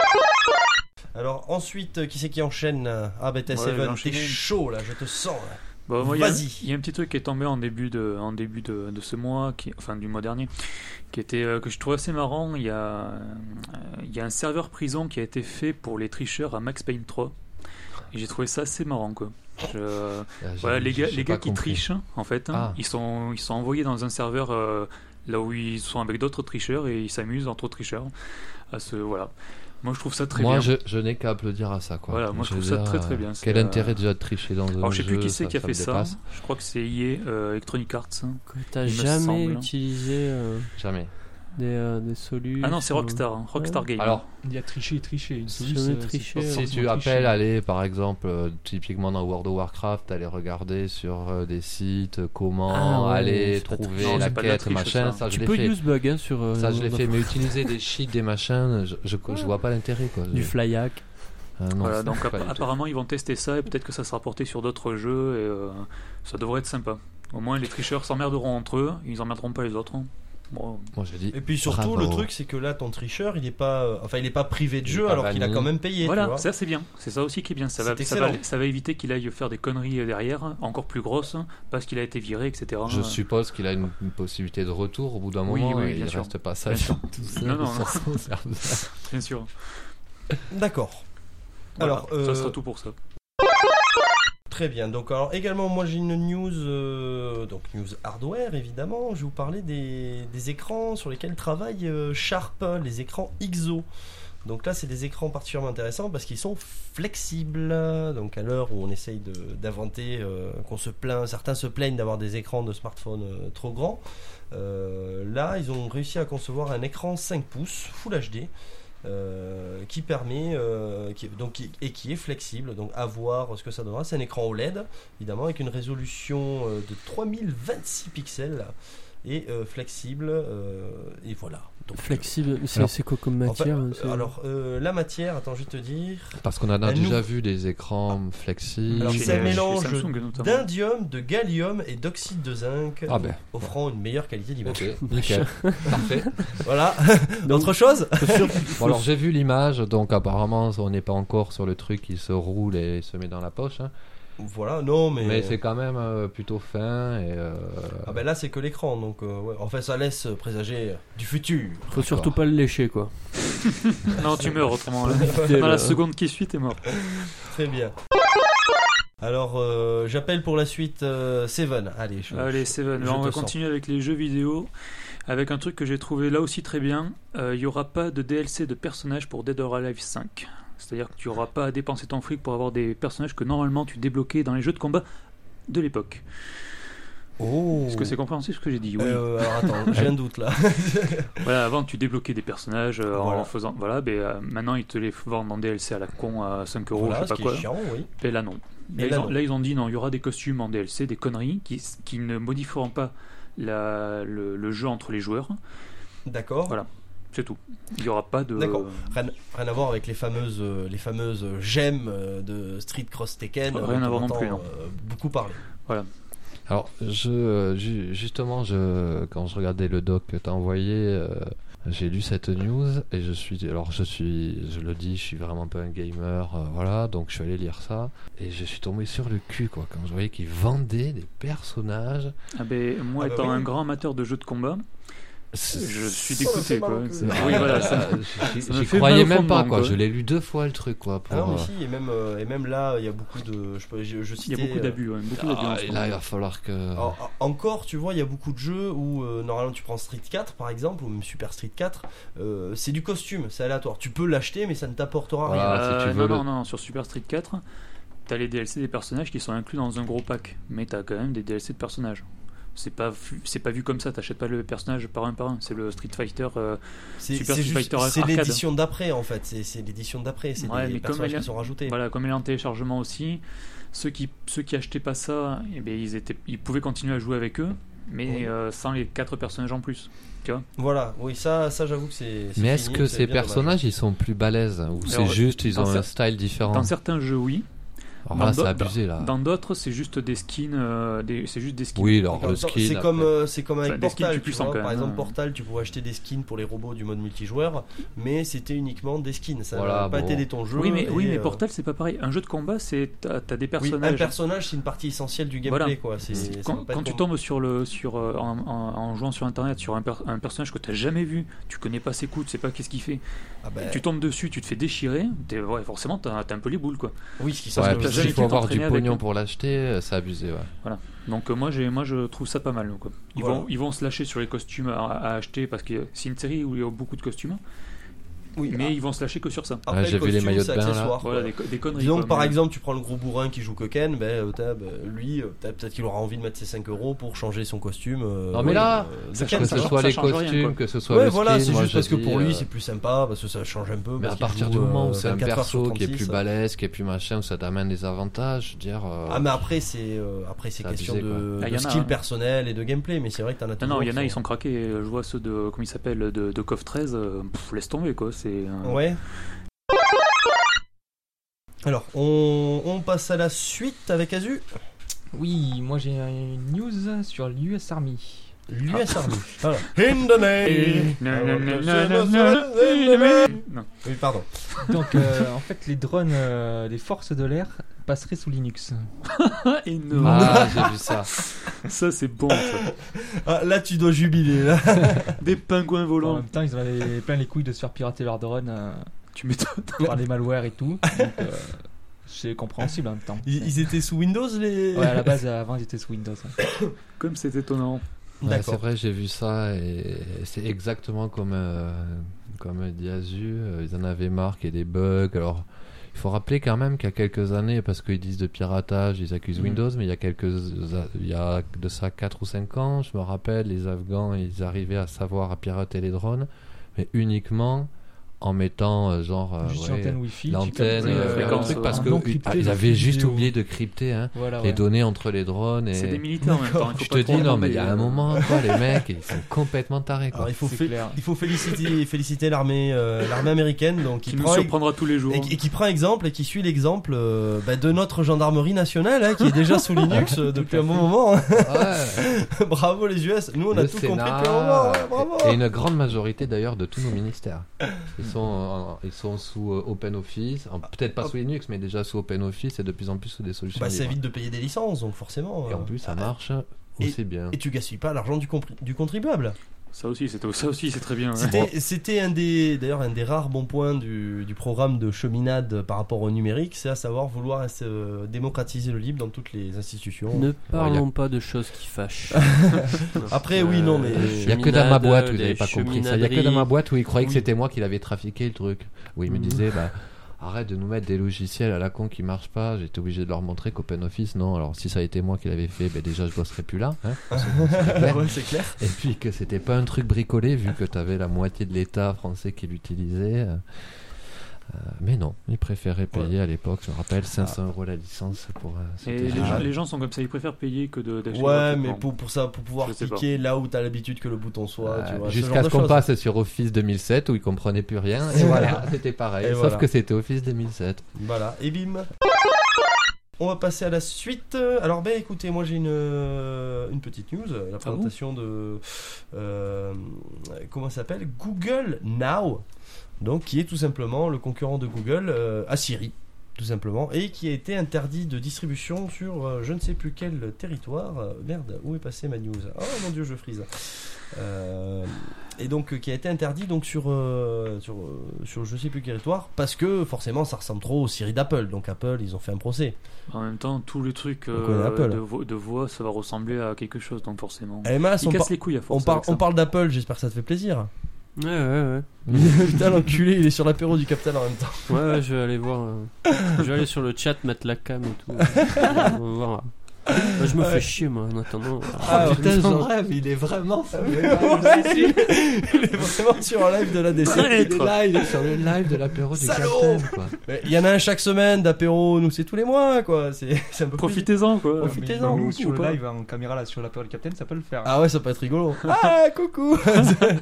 S3: Alors ensuite, euh, qui c'est qui enchaîne Ah ben t'es
S4: Ouais, je vais
S3: Seven, t'es
S4: enchaîner.
S3: chaud là, je te sens. hein. là.
S4: Bah, moi, il y a-
S3: Vas-y.
S4: Il y a un petit truc qui est tombé en début de, en début de, de ce mois, qui, enfin du mois dernier, qui était, euh, que je trouvais assez marrant. Il y, a, euh, il y a un serveur prison qui a été fait pour les tricheurs à Max Payne 3. Et j'ai trouvé ça assez marrant quoi.
S6: <laughs>
S4: Je-
S6: Ah, j'ai-
S4: Voilà, les gars,
S6: j'ai
S4: les
S6: pas
S4: gars qui
S6: compris.
S4: trichent, en fait, hein,
S6: Ah.
S4: ils, sont, ils sont envoyés dans un serveur euh, là où ils sont avec d'autres tricheurs et ils s'amusent entre tricheurs. À ce, voilà. Moi, je trouve ça très
S6: moi
S4: bien.
S6: je, je n'ai qu'à applaudir à ça quoi.
S4: Voilà, moi, je
S6: veux
S4: trouve ça
S6: dire,
S4: très, très
S6: euh,
S4: bien.
S6: Quel
S4: C'est,
S6: intérêt
S4: euh,
S6: déjà de tricher dans un jeu
S4: Alors, je sais plus qui c'est
S6: ça-
S4: qui a
S6: ça
S4: fait
S6: me
S4: ça. hein.
S6: dépasse.
S4: Je crois que c'est EA euh, Electronic Arts. hein.
S5: Que T'as
S4: Il me
S5: jamais
S4: semble.
S5: utilisé euh,
S6: Jamais.
S5: des, euh, des solutions.
S4: Ah non, c'est Rockstar, hein, Rockstar Games.
S6: Alors
S7: Il y a triché et triché. Une
S5: Si
S7: soluce,
S5: on est
S7: euh, c'est
S5: triché,
S7: pas
S5: on-
S6: Si
S7: forcément
S6: tu
S7: triché.
S6: appelles, aller par exemple, euh, typiquement dans World of Warcraft, aller regarder sur euh, des sites euh, comment
S5: Ah ouais,
S6: aller
S5: c'est pas
S6: trouver
S4: tricher. Non,
S6: la
S4: c'est pas de la
S6: quête,
S4: triche,
S6: machin,
S4: ça.
S6: ça, je
S5: Tu
S6: l'ai
S5: peux
S6: fait.
S5: use bug hein, sur. euh,
S6: Ça je l'ai
S5: dans-
S4: <laughs>
S6: fait, mais utiliser des cheats, des machins, je, je, je vois pas l'intérêt quoi.
S5: Du
S6: Je-
S5: fly hack.
S6: Ah non,
S4: Voilà,
S6: c'est
S4: donc
S6: pas
S4: app-
S6: du tout.
S4: apparemment ils vont tester ça et peut-être que ça sera porté sur d'autres jeux et euh, ça devrait être sympa. Au moins les tricheurs s'emmerderont entre eux, ils emmerderont pas les autres. hein. Bon,
S6: Moi je dis,
S4: ben,
S3: Et puis surtout,
S6: Bravo.
S3: le truc c'est que là, ton tricheur, il est pas, euh, enfin il est pas privé de
S6: Il est
S3: jeu
S6: pas
S3: alors qu'il a
S6: banni.
S3: quand même payé. tu
S4: voilà,
S3: vois.
S4: ça c'est bien, c'est ça aussi qui est bien, ça va,
S3: C'est
S4: ça, va,
S3: excellent.
S4: ça va éviter qu'il aille faire des conneries euh, derrière, encore plus grosses, parce qu'il a été viré, etc.
S6: je
S4: Euh,
S6: suppose qu'il a une, une possibilité de retour au bout d'un
S4: Oui,
S6: moment
S4: oui,
S6: et
S4: bien
S6: il
S4: sûr.
S6: reste pas ça
S4: Bien sûr.
S6: <laughs> tout seul
S4: Non, non,
S6: sur
S4: non.
S6: son serveur.
S4: Bien sûr.
S3: D'accord.
S4: Voilà,
S3: Alors, euh,
S4: ça sera tout pour ça.
S3: Très bien. Donc alors également, moi j'ai une news, euh, donc news hardware évidemment. Je vais vous parler des, des écrans sur lesquels travaille euh, Sharp, les écrans IXO. Donc là, c'est des écrans particulièrement intéressants parce qu'ils sont flexibles. Donc à l'heure où on essaye de- d'inventer, euh, qu'on se plaint, certains se plaignent d'avoir des écrans de smartphone euh, trop grands. Euh, là, ils ont réussi à concevoir un écran 5 pouces Full HD euh, qui permet euh, qui, donc, qui- et qui est flexible. Donc à voir ce que ça donnera. E C'est un écran OLED évidemment avec une résolution euh, de 3026 pixels. et euh, flexible. euh, et voilà. Donc,
S5: Flexible, mais c'est
S6: Alors,
S5: c'est quoi comme
S3: euh, en fait,
S5: matière
S3: euh,
S5: hein, c'est-
S3: alors, euh, la matière, attends, je vais te dire.
S6: Parce qu'on en a
S3: Elle
S6: déjà
S3: nous-
S6: vu des écrans flexibles.
S3: Alors,
S4: Chez-
S3: c'est un
S4: chez
S3: mélange
S4: Samsung, notamment.
S3: D'indium, de gallium et d'oxyde de zinc,
S6: Ah ben,
S3: offrant une meilleure qualité d'image.
S6: ok, nickel. Parfait.
S4: <laughs>
S3: Voilà. <laughs> Autre chose
S6: Bon, alors <laughs> j'ai vu l'image, donc apparemment on n'est pas encore sur le truc qui se roule et se met dans la poche. hein.
S3: Voilà, non, mais.
S6: Mais c'est quand même euh, plutôt fin et. euh,
S3: Ah ben là c'est que l'écran donc euh, ouais. en fait ça laisse présager du
S4: <laughs>
S3: futur.
S5: Faut surtout pas le lécher quoi.
S4: Non, tu meurs
S5: <laughs>
S4: autrement. là.
S5: Éviter
S4: Dans la
S5: le-
S4: seconde qui suit, t'es mort.
S3: <laughs> Très bien. Alors euh, j'appelle pour la suite euh, Seven. Allez, je,
S4: Allez,
S3: je
S4: Seven, alors on
S3: te
S4: va
S3: sens.
S4: continuer avec les jeux vidéo. Avec un truc que j'ai trouvé là aussi très bien. Euh, Il y n'y aura pas de DLC de personnages pour Dead or Alive 5. C'est-à-dire que tu n'auras pas à dépenser ton fric pour avoir des personnages que normalement tu débloquais dans les jeux de combat de l'époque.
S3: Oh.
S4: Est-ce que c'est compréhensible ce que j'ai dit Oui.
S3: Euh, alors attends, j'ai un doute
S4: <laughs>
S3: là.
S4: Voilà, avant tu débloquais des personnages euh, en
S3: Voilà.
S4: leur faisant. Voilà, ben, euh, maintenant ils te les vendent en DLC à la con à 5 euros,
S3: Voilà, ce
S4: je sais pas
S3: qui
S4: quoi.
S3: est chiant, oui.
S4: Et là non. Là,
S3: Et là,
S4: ils ont,
S3: non.
S4: là, ils ont dit non, il y aura des costumes en DLC, des conneries qui, qui ne modifieront pas la- le, le jeu entre les joueurs.
S3: D'accord.
S4: Voilà. C'est tout. Il n'y aura pas de.
S3: D'accord. Rien, rien à voir avec les fameuses euh, les fameuses gemmes euh, de Street Cross Tekken.
S4: Rien
S3: euh,
S4: à
S3: dont
S4: voir
S3: on
S4: non plus,
S3: entend, euh, beaucoup parler.
S6: Alors, je, euh, ju- justement, je, quand je regardais le doc que t'as envoyé, euh, j'ai lu cette news et je suis, alors je suis, je le dis, je suis vraiment pas un gamer, euh, voilà, donc je suis allé lire ça et je suis tombé sur le cul quoi quand je voyais qu'ils vendaient des personnages.
S4: Ah ben, moi,
S3: Ah bah
S4: étant
S3: oui.
S4: un grand amateur de jeux de combat, je suis dégoûté. quoi. C'est-
S6: Ah,
S4: Oui, voilà, ça.
S6: euh, j'y-
S4: ça me
S6: J'y
S4: fait
S6: croyais
S4: mal au
S6: même pas
S4: fondement,
S6: quoi.
S4: quoi.
S6: Je l'ai lu deux fois le truc quoi. Pour,
S3: Ah non, mais
S6: euh,
S3: si, et même euh, et même là il y a beaucoup de je peux- je, je
S4: Il y
S3: citais,
S4: a beaucoup
S3: euh,
S4: d'abus. ouais, beaucoup d'abus en
S6: ah,
S4: ce
S6: et
S4: moment.
S6: là il va falloir que.
S3: Alors, en- encore, tu vois, il y a beaucoup de jeux où euh, normalement tu prends Street 4 par exemple, ou même Super Street 4, euh, c'est du costume, c'est aléatoire. Tu peux l'acheter, mais ça ne t'apportera
S6: Voilà.
S3: rien.
S6: Ah, si tu
S4: Euh,
S6: veux
S4: non,
S6: le-
S4: non, non, sur Super Street 4, t'as les DLC des personnages qui sont inclus dans un gros pack, mais t'as quand même des DLC de personnages. C'est pas, vu- c'est pas vu comme ça, t'achètes pas le personnage par un par un, c'est le Street Fighter. euh,
S3: C'est
S4: Super
S3: c'est
S4: Street
S3: juste-
S4: Fighter
S3: c'est
S4: arcade.
S3: l'édition d'après en fait, c'est c'est l'édition d'après, c'est
S4: Ouais, mais
S3: les
S4: comme
S3: personnages
S4: elle est-
S3: qui sont rajoutés.
S4: voilà, comme il est en téléchargement aussi, ceux qui, ceux qui achetaient pas ça, eh ben, ils, étaient, ils pouvaient continuer à jouer avec eux, mais
S3: Oui.
S4: euh, sans les quatre personnages en plus.
S3: Voilà, oui, ça, ça j'avoue que c'est. c'est
S6: Mais est-ce
S3: fini,
S6: que
S3: c'est
S6: ces
S3: bien dommage.
S6: personnages ils sont plus balèzes ou c'est
S4: Alors,
S6: juste ils
S4: dans
S6: ont un
S4: cer-
S6: style différent
S4: Dans certains jeux, oui.
S6: Alors
S4: dans
S6: là c'est
S4: d'autres-
S6: abusé là.
S4: Dans d'autres, c'est juste des skins. euh, des- c'est juste des skins.
S6: Oui,
S3: En
S6: alors le
S3: même temps,
S6: skin.
S3: C'est
S6: après.
S3: comme, euh, c'est comme avec
S4: Enfin, des skins
S3: Portal,
S4: plus
S3: tu
S4: puissants,
S3: vois,
S4: quand
S3: par
S4: même,
S3: exemple
S4: hein.
S3: Portal, tu pouvais acheter des skins pour les robots du mode multijoueur, mais c'était uniquement des skins, ça n'a
S6: Voilà,
S3: pas
S6: bon.
S3: aidé ton jeu.
S4: Oui, mais, oui,
S3: et,
S4: mais
S3: euh,
S4: Portal, c'est pas pareil. Un jeu de combat, c'est t'as t'as des
S3: Oui,
S4: personnages.
S3: un personnage, c'est une partie essentielle du gameplay,
S4: Voilà.
S3: quoi. C'est- ça va
S4: quand
S3: pas être
S4: quand tu
S3: con-
S4: tombes sur le, sur, euh, en, en- en jouant sur internet sur un, per- un personnage que t'as jamais vu, tu connais pas ses coups, tu sais pas qu'est-ce qu'il fait,
S3: Ah ben,
S4: <laughs> tu tombes dessus, tu te fais déchirer, t'es- ouais, forcément t'as t'as un peu les boules quoi.
S3: Oui, ce qui
S4: Parce
S6: Ouais,
S3: semble
S4: que
S6: puis
S4: t'as
S6: s'il
S4: jamais
S6: faut
S4: été
S6: avoir du
S4: entraîné avec
S6: pognon
S4: eux.
S6: pour l'acheter, euh, c'est abusé, ouais.
S4: Donc euh, moi, j'ai- moi je trouve ça pas mal. quoi. Ils,
S3: Voilà.
S4: vont, ils vont se lâcher sur les costumes à, à acheter parce que c'est une série où il y a beaucoup de costumes,
S3: Oui, ah.
S4: mais ils vont se lâcher que sur ça.
S3: après,
S6: Ouais, j'ai
S3: le
S6: vu les
S3: costume,
S6: maillots de
S3: c'est
S6: bain, là.
S3: accessoire,
S4: Voilà,
S3: quoi.
S4: des, co- des conneries.
S3: Disons
S4: quoi,
S3: que par
S4: mais-
S3: exemple, tu prends le gros bourrin qui joue Koken, ben, euh, t'as, ben, lui, euh, t'as- peut-être qu'il aura envie de mettre ses 5 euros pour changer son costume. euh,
S6: Non, mais là,
S3: euh, de
S4: ça
S3: Ken,
S6: que
S3: ça
S6: ce
S3: change-
S6: soit
S4: ça
S6: les
S4: change rien,
S6: costumes,
S4: quoi.
S6: que ce soit
S3: Ouais,
S6: le
S3: voilà,
S6: skin,
S3: c'est
S6: moi,
S3: juste
S6: je
S3: parce que
S6: dis,
S3: pour lui,
S6: euh,
S3: c'est plus sympa, parce que ça change un peu.
S6: Mais
S3: parce
S6: à
S3: qu'il
S6: partir
S3: joue,
S6: du
S3: euh,
S6: moment où c'est un
S3: 24 heures sur
S6: perso qui est plus
S3: 36,
S6: balèze, qui est plus machin, où ça t'amène des avantages, je veux dire. euh,
S3: Ah mais après c'est euh, après c'est
S6: C'est
S3: question
S6: abusé,
S3: de,
S4: Ah,
S3: de
S4: y en a,
S3: skill
S4: hein.
S3: personnel et de gameplay mais c'est vrai que t'en as
S4: Ah non,
S3: toujours
S4: il y en a,
S3: qui
S4: ils sont craqués. Je vois ceux de, comment ils s'appellent, de, de CoF 13, euh, pff, laisse tomber quoi. C'est, euh,
S3: Ouais. Alors on, on passe à la suite avec Azu.
S7: Oui, moi j'ai une news sur l'US Army.
S4: Ah.
S3: L'US
S4: <laughs>
S3: Army. Voilà. In the name.
S4: Non.
S3: Oui, pardon.
S7: Donc euh, en fait, les drones euh, des forces de l'air passeraient sous Linux.
S4: Ah, énorme.
S3: <laughs>
S6: Ah, j'ai vu ça.
S4: <laughs> Ça, c'est bon. ça.
S3: Ah, là, tu dois jubiler. Là.
S4: Des pingouins
S7: En
S4: volants.
S7: même temps, ils en avaient plein les couilles de se faire pirater leurs drones euh,
S4: Tu m'étonnes.
S7: par les malwares et tout. Donc, euh, c'est compréhensible en même temps.
S3: Ils, ils étaient sous Windows, les.
S7: Ouais, à la base, avant, ils étaient sous Windows. hein.
S4: Comme c'est étonnant.
S6: Ouais, c'est
S3: <laughs> D'accord.
S6: vrai, j'ai vu ça et c'est exactement comme, euh, comme dit Azu, euh, ils en avaient marre qu'il y ait des bugs. Alors, il faut rappeler quand même qu'il y a quelques années, parce qu'ils disent de piratage, ils accusent
S4: Mm.
S7: Mhm.
S6: Windows, mais il y a quelques, il y a de ça 4 ou 5 ans, je me rappelle, les Afghans, ils arrivaient à savoir à pirater les drones, mais uniquement en mettant euh, genre euh,
S7: juste
S6: ouais,
S7: l'antenne Wi-Fi.
S6: l'antenne,
S4: capté,
S6: euh,
S4: euh,
S6: un truc,
S4: euh,
S6: parce
S7: un
S6: que
S7: non crypté
S6: ah, ils
S7: de
S6: avaient juste
S7: vidéo.
S6: oublié de crypter hein,
S7: Voilà,
S6: les
S7: ouais.
S6: données entre les drones et
S4: C'est des militaires en même temps. il faut
S6: je
S4: pas
S6: te
S4: trop
S6: dis non
S4: demander,
S6: mais il y a
S4: euh.
S3: <laughs>
S6: un moment quoi les mecs ils sont complètement tarés quoi.
S3: Alors, il faut,
S7: C'est
S3: fé-
S7: clair.
S3: il faut féliciter, <laughs> féliciter l'armée, euh, l'armée américaine, donc qui,
S4: Qui nous
S3: prend,
S4: surprendra tous les jours. hein.
S3: et, qui- et qui prend exemple et qui suit l'exemple euh, bah, de notre gendarmerie nationale, hein, qui est déjà sous
S6: <laughs>
S3: Linux euh, depuis un bon moment. hein. <laughs>
S6: Ouais,
S3: bravo les US, nous on a
S6: le
S3: tout
S6: Sénat,
S3: compris depuis un moment. ouais, bravo.
S6: et une grande majorité d'ailleurs de tous nos ministères. Ils sont, en- ils sont sous euh, Open Office, en- peut-être pas sous Linux, mais déjà sous Open Office et de plus en plus sous des solutions
S3: Bah, ça
S6: libres.
S3: évite de payer des licences, donc forcément.
S6: Et en
S3: euh,
S6: plus ça marche aussi bien.
S3: Et tu gaspilles pas l'argent du, compri- du contribuable.
S4: Ça aussi, c'est ça aussi, c'est très bien. ouais.
S3: C'était, c'était un des, d'ailleurs, un des rares bons points du, du programme de cheminade par rapport au numérique, c'est à savoir vouloir euh, démocratiser le libre dans toutes les institutions.
S5: Ne
S6: il y a-
S5: parlons pas de choses qui fâchent.
S3: <laughs> Après, oui, non, mais-
S6: Il y a que dans ma boîte, vous n'avez pas compris ça. Il y a que dans ma boîte où ils croyaient que
S5: Oui.
S6: c'était moi qui l'avais trafiqué le truc. Où ils me
S5: Mm.
S6: disaient, bah, arrête de nous mettre des logiciels à la con qui marchent pas. J'étais obligé de leur montrer qu'OpenOffice, non. Alors si ça a été moi qui l'avais fait, ben déjà je bosserais plus là. hein. <laughs> clair.
S3: Ouais, c'est clair.
S6: Et puis que c'était pas un truc bricolé vu que t'avais la moitié de l'État français qui l'utilisait. euh, euh, mais non, ils préféraient payer à l'époque, je me rappelle, 500 euros la licence pour. euh,
S4: Et
S6: c'était-
S4: les, gens,
S3: Ah.
S4: les gens sont comme ça, ils préfèrent payer que de- d'acheter.
S3: Ouais,
S4: gratuitement.
S3: mais pour, pour ça, pour pouvoir
S4: Je sais pas.
S3: cliquer là où t'as l'habitude que le bouton soit, tu
S6: Euh,
S3: vois. ce genre
S6: Jusqu'à
S3: de
S6: ce qu'on
S3: choses.
S6: passe sur Office 2007 où ils comprenaient plus rien. Et voilà, c'était pareil.
S3: Et
S6: sauf
S3: voilà.
S6: que c'était Office 2007.
S3: Voilà, et bim. On va passer à la suite. Alors, ben écoutez, moi j'ai une, euh, une petite news. La présentation de. euh, comment ça s'appelle Google Now. Donc, qui est tout simplement le concurrent de Google euh, à Siri, tout simplement. Et qui a été interdit de distribution sur euh, je ne sais plus quel territoire. Euh, merde, où est passée ma news Oh mon dieu, je frise. Euh, et donc euh, qui a été interdit donc sur euh, sur euh, sur je sais plus quel territoire parce que forcément ça ressemble trop aux Siri d'Apple donc Apple ils ont fait un procès.
S4: En même temps, tous les trucs
S3: On connaît
S4: euh,
S3: Apple.
S4: de, vo- de voix, ça va ressembler à quelque chose, donc forcément.
S3: Eh mince,
S4: Ils
S3: on,
S4: cassent
S3: par-
S4: les couilles à force.
S3: on, par-
S4: avec ça. <laughs>
S3: on parle d'Apple, j'espère que ça te fait plaisir.
S5: Ouais, ouais,
S3: Putain l'enculé, il est sur l'apéro du Captain en même temps.
S5: ouais. Ouais, ouais, je vais aller voir. euh, Je vais aller sur le chat, mettre la cam et
S3: <laughs>
S5: tout. On va voir. Moi, je me fais chier, moi, en attendant.
S3: Ah, putain,
S6: son
S3: genre- Ah,
S6: rêve, il est vraiment.
S3: Ouais, <laughs> il est vraiment sur un live de la DC.
S6: Il est
S3: Ah,
S6: là, il est sur le live de l'apéro du
S3: Salaud
S6: Capitaine. Quoi.
S3: Mais Il y en a un chaque semaine d'apéro, nous c'est tous les mois quoi, c'est <laughs> c'est un peu plus-
S4: Profitez-en, quoi.
S3: Profitez- Profitez-en,
S7: Nous,
S3: ou
S7: sur
S3: pas.
S7: le live, en caméra là, sur la peur du capitaine, ça peut le faire.
S3: Ah ouais, ça peut être rigolo. Ah coucou. <laughs>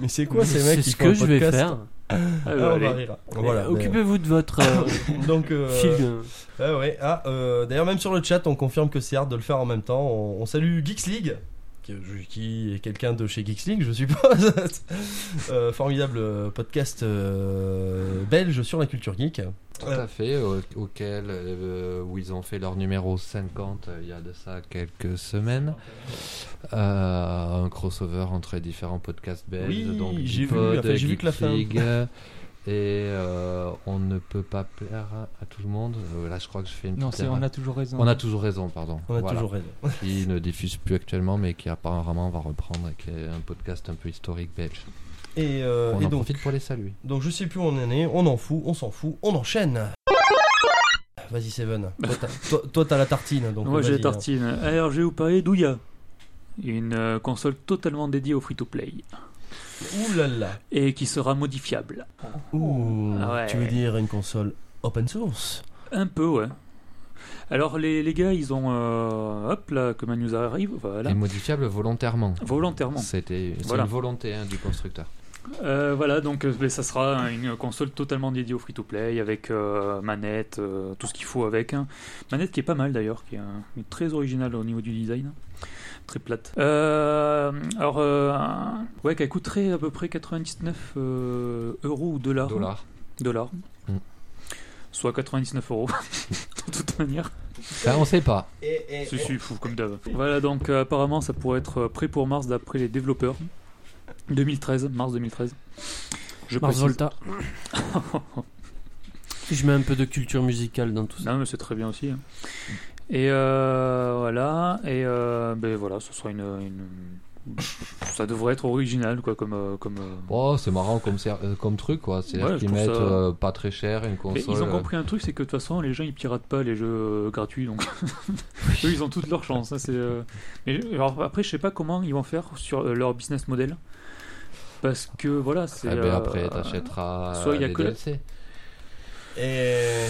S3: Mais c'est quoi ces mecs
S5: C'est
S3: qui
S5: ce
S3: font un
S5: que je vais
S3: podcast
S5: faire.
S4: Ah,
S3: Ah,
S4: bah,
S3: on
S4: allez.
S3: va rire. Voilà, ben,
S5: Et Occupez-vous de votre euh,
S3: mais- donc <laughs> euh,
S5: fil. euh,
S3: Ah ouais, ah, euh, d'ailleurs même sur le chat on confirme que c'est hard de le faire en même temps. On, on salue Geeks League, qui, qui est quelqu'un de chez Geeks League je suppose. <laughs> Euh, formidable podcast euh, belge sur la culture geek.
S6: Tout à fait, au- auquel, euh, où ils ont fait leur numéro 50 euh, il y a de ça quelques semaines. Euh, un crossover entre les différents podcasts belges.
S3: Oui,
S6: donc
S3: j'ai vu,
S6: Bipod,
S3: enfin, j'ai vu que la
S6: Geeks
S3: fin-
S6: League, euh, Et euh, on ne peut pas plaire à tout le monde. Euh, Là, je crois que je fais une
S7: Non,
S6: petite
S7: c'est on
S6: erreur.
S7: a toujours raison.
S6: On a toujours raison, pardon.
S3: On a
S6: Voilà.
S3: toujours raison.
S6: Qui ne diffuse plus actuellement, mais qui apparemment va reprendre, et qui est un podcast un peu historique belge.
S3: Et, euh,
S6: on
S3: et
S6: en
S3: donc,
S6: profite pour les saluer.
S3: donc je sais plus où on en est, on en fout, on s'en fout, on enchaîne. Vas-y
S4: <laughs>
S3: Seven, toi t'as, toi- toi, t'as la tartine donc.
S4: Moi, j'ai
S3: vas-y, hein.
S4: la tartine. Eh, ARG ou Paris, Douya. Une euh, console totalement dédiée au free-to-play
S3: hein. Ouh là là.
S4: et qui sera modifiable.
S3: Ouh.
S4: Ah ouais.
S3: Tu veux dire une console open source
S4: Un peu, ouais. Alors, les, les gars, ils ont. euh, hop là, que ma news arrive. Voilà.
S6: Et modifiable volontairement.
S4: Volontairement.
S6: C'était c'est
S4: Voilà.
S6: une volonté hein, du constructeur.
S4: Euh, voilà, donc euh, mais ça sera une console totalement dédiée au free-to-play avec euh, manette, euh, tout ce qu'il faut avec. hein. Manette qui est pas mal d'ailleurs, qui est euh, très originale au niveau du design, très plate. Euh, alors, euh, ouais, qu'elle coûterait à peu près 99 euh, euros ou dollars.
S6: Dollar.
S4: Dollars.
S6: Mm.
S4: Soit 99 euros, <laughs> de toute manière.
S6: Enfin, on sait pas.
S4: Si, si, fou comme d'hab. Voilà, donc euh, apparemment ça pourrait être euh, prêt pour mars d'après les développeurs. 2013, mars 2013. Je
S5: Mars
S3: <laughs>
S4: précise.
S5: Volta. Je mets un peu de culture musicale dans tout ça.
S4: Non, mais c'est très bien aussi. hein. Et euh, voilà, et euh, ben voilà, ce sera une, une- Ça devrait être original, quoi, comme. euh, comme euh,
S6: Oh, c'est marrant comme, ser- euh, comme truc, quoi. C'est
S4: Ouais, je
S6: qu'ils
S4: trouve
S6: mettent
S4: ça-
S6: euh, pas très cher une
S4: Mais
S6: console. euh,
S4: ils ont compris un truc, c'est que de toute façon, les gens ils piratent pas les jeux euh, gratuits,
S6: <laughs>
S4: donc eux ils ont toute leur chance. hein, c'est, euh, Mais alors, après, je sais pas comment ils vont faire sur euh, leur business model. Parce que voilà, c'est.
S6: Eh ben,
S4: euh,
S6: après, t'achèteras euh,
S4: soit il y a
S6: les
S4: que-
S6: DLC.
S3: Et...
S4: euh,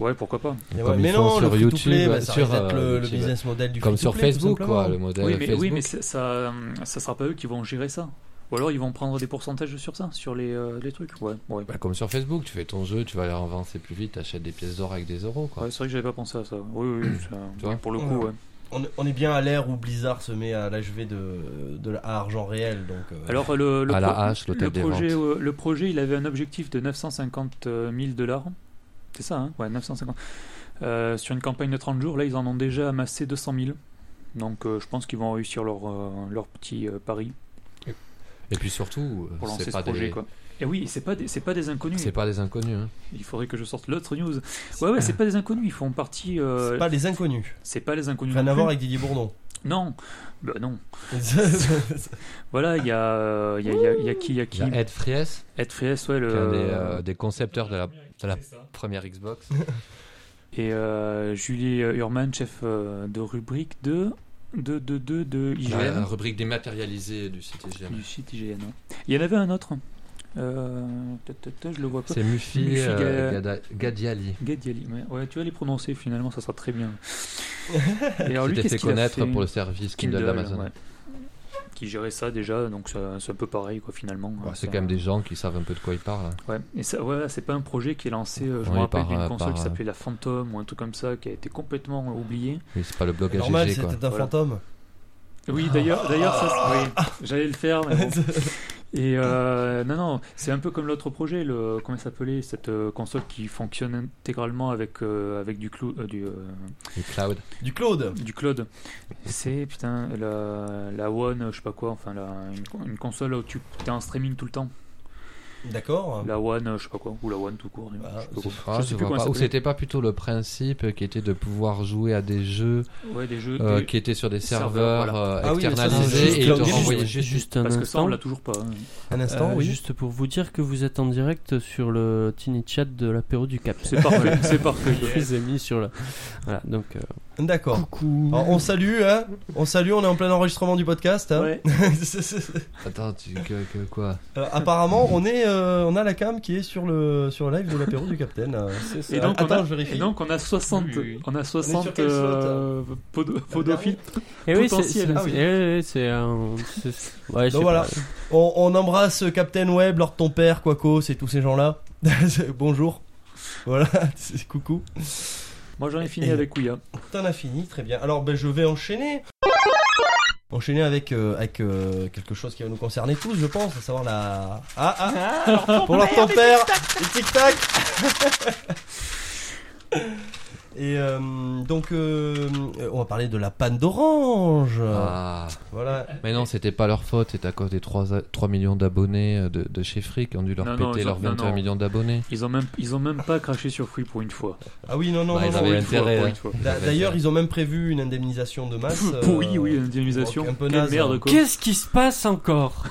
S4: Ouais, pourquoi pas.
S3: Mais,
S6: Comme
S3: ouais,
S6: ils
S3: mais
S6: font
S3: non,
S6: sur
S3: le
S6: YouTube,
S3: free-to-play, bah, ça
S6: sur,
S3: risque d'être
S6: euh,
S3: le, le
S6: YouTube.
S3: business model du
S6: Comme sur
S3: free-to-play, tout
S6: Facebook, quoi, le
S3: simplement.
S6: modèle
S4: Oui, mais,
S6: Facebook.
S4: oui, mais c'est- ça, ça sera pas eux qui vont gérer ça. Ou alors ils vont prendre des pourcentages sur ça, sur les, euh, les trucs. Ouais, ouais.
S6: Bah, comme sur Facebook, tu fais ton jeu, tu vas aller en avancer plus vite, t'achètes des pièces d'or avec des euros, quoi.
S4: Ouais, c'est vrai que j'avais pas pensé à ça. Oui, oui, ça-
S6: Tu vois
S4: pour le coup,
S3: Ouais.
S4: ouais.
S3: On, on est bien à l'ère où Blizzard se met à l'achever de, de la- à argent réel. Donc, euh,
S4: Alors, le, le
S6: À la
S4: pro-
S6: hache, l'hôtel
S4: le
S6: des
S4: projet,
S6: ventes.
S4: euh, le projet, il avait un objectif de 950 000 dollars. C'est ça, hein Ouais, 950. Euh, sur une campagne de 30 jours, là, ils en ont déjà amassé 200 000. Donc, euh, je pense qu'ils vont réussir leur, euh, leur petit euh, pari
S6: Et puis surtout, euh,
S4: pour lancer
S6: c'est
S4: ce
S6: pas,
S4: projet,
S6: des...
S4: quoi. Et oui, c'est pas des, c'est pas des inconnus.
S6: c'est pas des inconnus. hein.
S4: Il faudrait que je sorte l'autre news. Ouais, ouais, c'est pas des inconnus. Ils font partie. euh,
S3: c'est pas les inconnus.
S4: C'est pas les inconnus.
S3: Rien
S4: non
S3: à voir
S4: plus.
S3: avec Didier
S4: <laughs>
S3: Bourdon.
S4: Non, bah non. Voilà, il y a, euh, il y, a, il y a- il y a qui, il y a
S6: Il
S4: qui.
S6: y a Ed Fries,
S4: Ed Fries, ouais, le.
S6: qui est un des, euh, des concepteurs de la, de la première Xbox.
S4: Et euh, Julie Urman, chef euh, de rubrique de de de de, de
S6: La,
S4: IGN,
S6: rubrique dématérialisée du site IGN.
S4: du site IGN. hein. Il y en avait un autre. Euh, ta, ta, ta, je le vois pas.
S6: C'est Mufi,
S4: Mufi
S6: euh,
S4: Ga-
S6: Gada- Gadiali.
S4: Gadiali. Ouais, ouais, tu vas les prononcer finalement, ça sera très
S6: <laughs>
S4: bien. Et alors
S6: Qui
S4: lui,
S6: s'était
S4: qu'est-ce
S6: fait
S4: qu'il a
S6: connaître
S4: fait
S6: pour le service Kindle
S4: Kindle,
S6: d'Amazon.
S4: ouais. Qui gérait ça déjà, donc ça- c'est un peu pareil quoi finalement. hein.
S6: Ouais, c'est
S4: Ça-
S6: quand même des gens qui savent un peu de quoi ils parlent. hein.
S4: Ouais, et ça, ouais, c'est pas un projet qui est lancé, euh, je
S6: Oui,
S4: me rappelle,
S6: par,
S4: d'une
S6: euh,
S4: console
S6: par,
S4: qui
S6: euh,
S4: s'appelait la Phantom ou un truc comme ça, qui a été complètement euh, oublié.
S6: Oui, c'est pas le blog
S3: Normal,
S6: AGG,
S3: c'était
S6: quoi.
S3: un
S4: Voilà.
S3: fantôme.
S4: Oui, d'ailleurs, d'ailleurs, ça, c'est- oui, j'allais le faire, mais bon. Et euh, non, non, c'est un peu comme l'autre projet, le comment il s'appelait cette euh, console qui fonctionne intégralement avec euh, avec du clou, euh, du euh,
S6: Le cloud.
S4: Ah,
S3: Du Claude.
S4: du cloud. C'est putain la, la One, je sais pas quoi, enfin la, une, une console où tu es en streaming tout le temps.
S3: D'accord.
S4: La One, euh, je sais pas quoi, ou la One tout court. d'ailleurs,
S3: Ah,
S4: je sais pas quoi.
S6: Ah,
S4: Je
S6: je
S4: sais plus
S6: vois
S4: comment ça
S6: pas. Ou
S4: s'appelait.
S6: c'était pas plutôt le principe qui était de pouvoir jouer à des jeux
S4: Ouais, des jeux.
S6: euh,
S4: des-
S6: qui étaient sur des
S4: serveurs,
S6: serveurs
S4: voilà.
S6: euh,
S3: Ah oui, mais ça, c'est
S6: externalisés
S3: juste
S6: et ils
S3: cloud
S6: te
S3: gaming.
S6: renvoyaient
S5: juste,
S6: juste.
S5: un
S4: Parce que ça, on
S5: instant.
S4: l'a toujours pas. hein.
S3: Un instant,
S5: Euh,
S3: oui.
S5: Juste pour vous dire que vous êtes en direct sur le tiny chat de l'apéro du Cap.
S4: C'est parfait,
S5: <laughs>
S4: c'est parfait.
S5: Je les ai mis sur la. Voilà, donc. euh,
S3: D'accord.
S5: Oh.
S3: Alors, on salue, hein. On salue, on est en plein enregistrement du podcast. <laughs> hein.
S4: Ouais.
S6: Attends, tu, que, que- quoi
S3: Euh, apparemment, on est, euh, on a la cam qui est sur le sur le live de l'apéro du Capitaine. euh.
S4: Et donc, on
S3: Attends,
S4: a-
S3: je vérifie.
S4: Et donc on a 60,
S7: Oui, oui, oui.
S4: on a
S3: On est
S4: 60
S3: sur quelle slot,
S4: euh, podo- podophiles.
S5: Et oui, c'est-
S4: Potentiel.
S5: c'est
S3: Ah oui.
S5: eh oui, c'est un. c'est- Ouais, je sais
S3: Donc voilà,
S5: pas.
S3: on, on embrasse Captain Web, Lord Ton Père, Quacos et tous ces gens-là. <laughs> Bonjour. Voilà, <laughs> c'est- coucou.
S4: Moi j'en ai fini
S3: Et-
S4: avec Ouya.
S3: T'en as fini, très bien. Alors ben, je vais enchaîner. Enchaîner avec, euh, avec euh, quelque chose qui va nous concerner tous, je pense, à savoir la. Ah ah Pour leur ton père Les tic-tac <laughs> Et euh, donc, euh, on va parler de la panne d'orange
S6: Ah.
S3: Voilà.
S6: Mais non, c'était pas leur faute, c'est à cause des 3, 3 millions d'abonnés euh, de, de chez Free qui ont dû leur
S4: Non,
S6: péter
S4: non, ils ont-
S6: leurs
S4: non,
S6: 21
S4: non.
S6: millions d'abonnés.
S4: Ils ont même, ils ont même pas craché sur Free pour une fois.
S3: Ah oui, non, non,
S6: Bah,
S3: non,
S6: ils
S3: non.
S6: avaient
S4: Pour une
S6: intérêt,
S4: fois, pour
S6: hein.
S4: une fois.
S3: D'a- D'ailleurs, ils ont même prévu une indemnisation de masse.
S4: Pff,
S3: euh,
S4: Pourri, euh, <laughs>
S3: <laughs>
S4: oui, indemnisation.
S3: donc un peu
S4: Quelle
S3: naze,
S4: merde
S3: hein.
S4: quoi.
S5: Qu'est-ce qui se passe <laughs> encore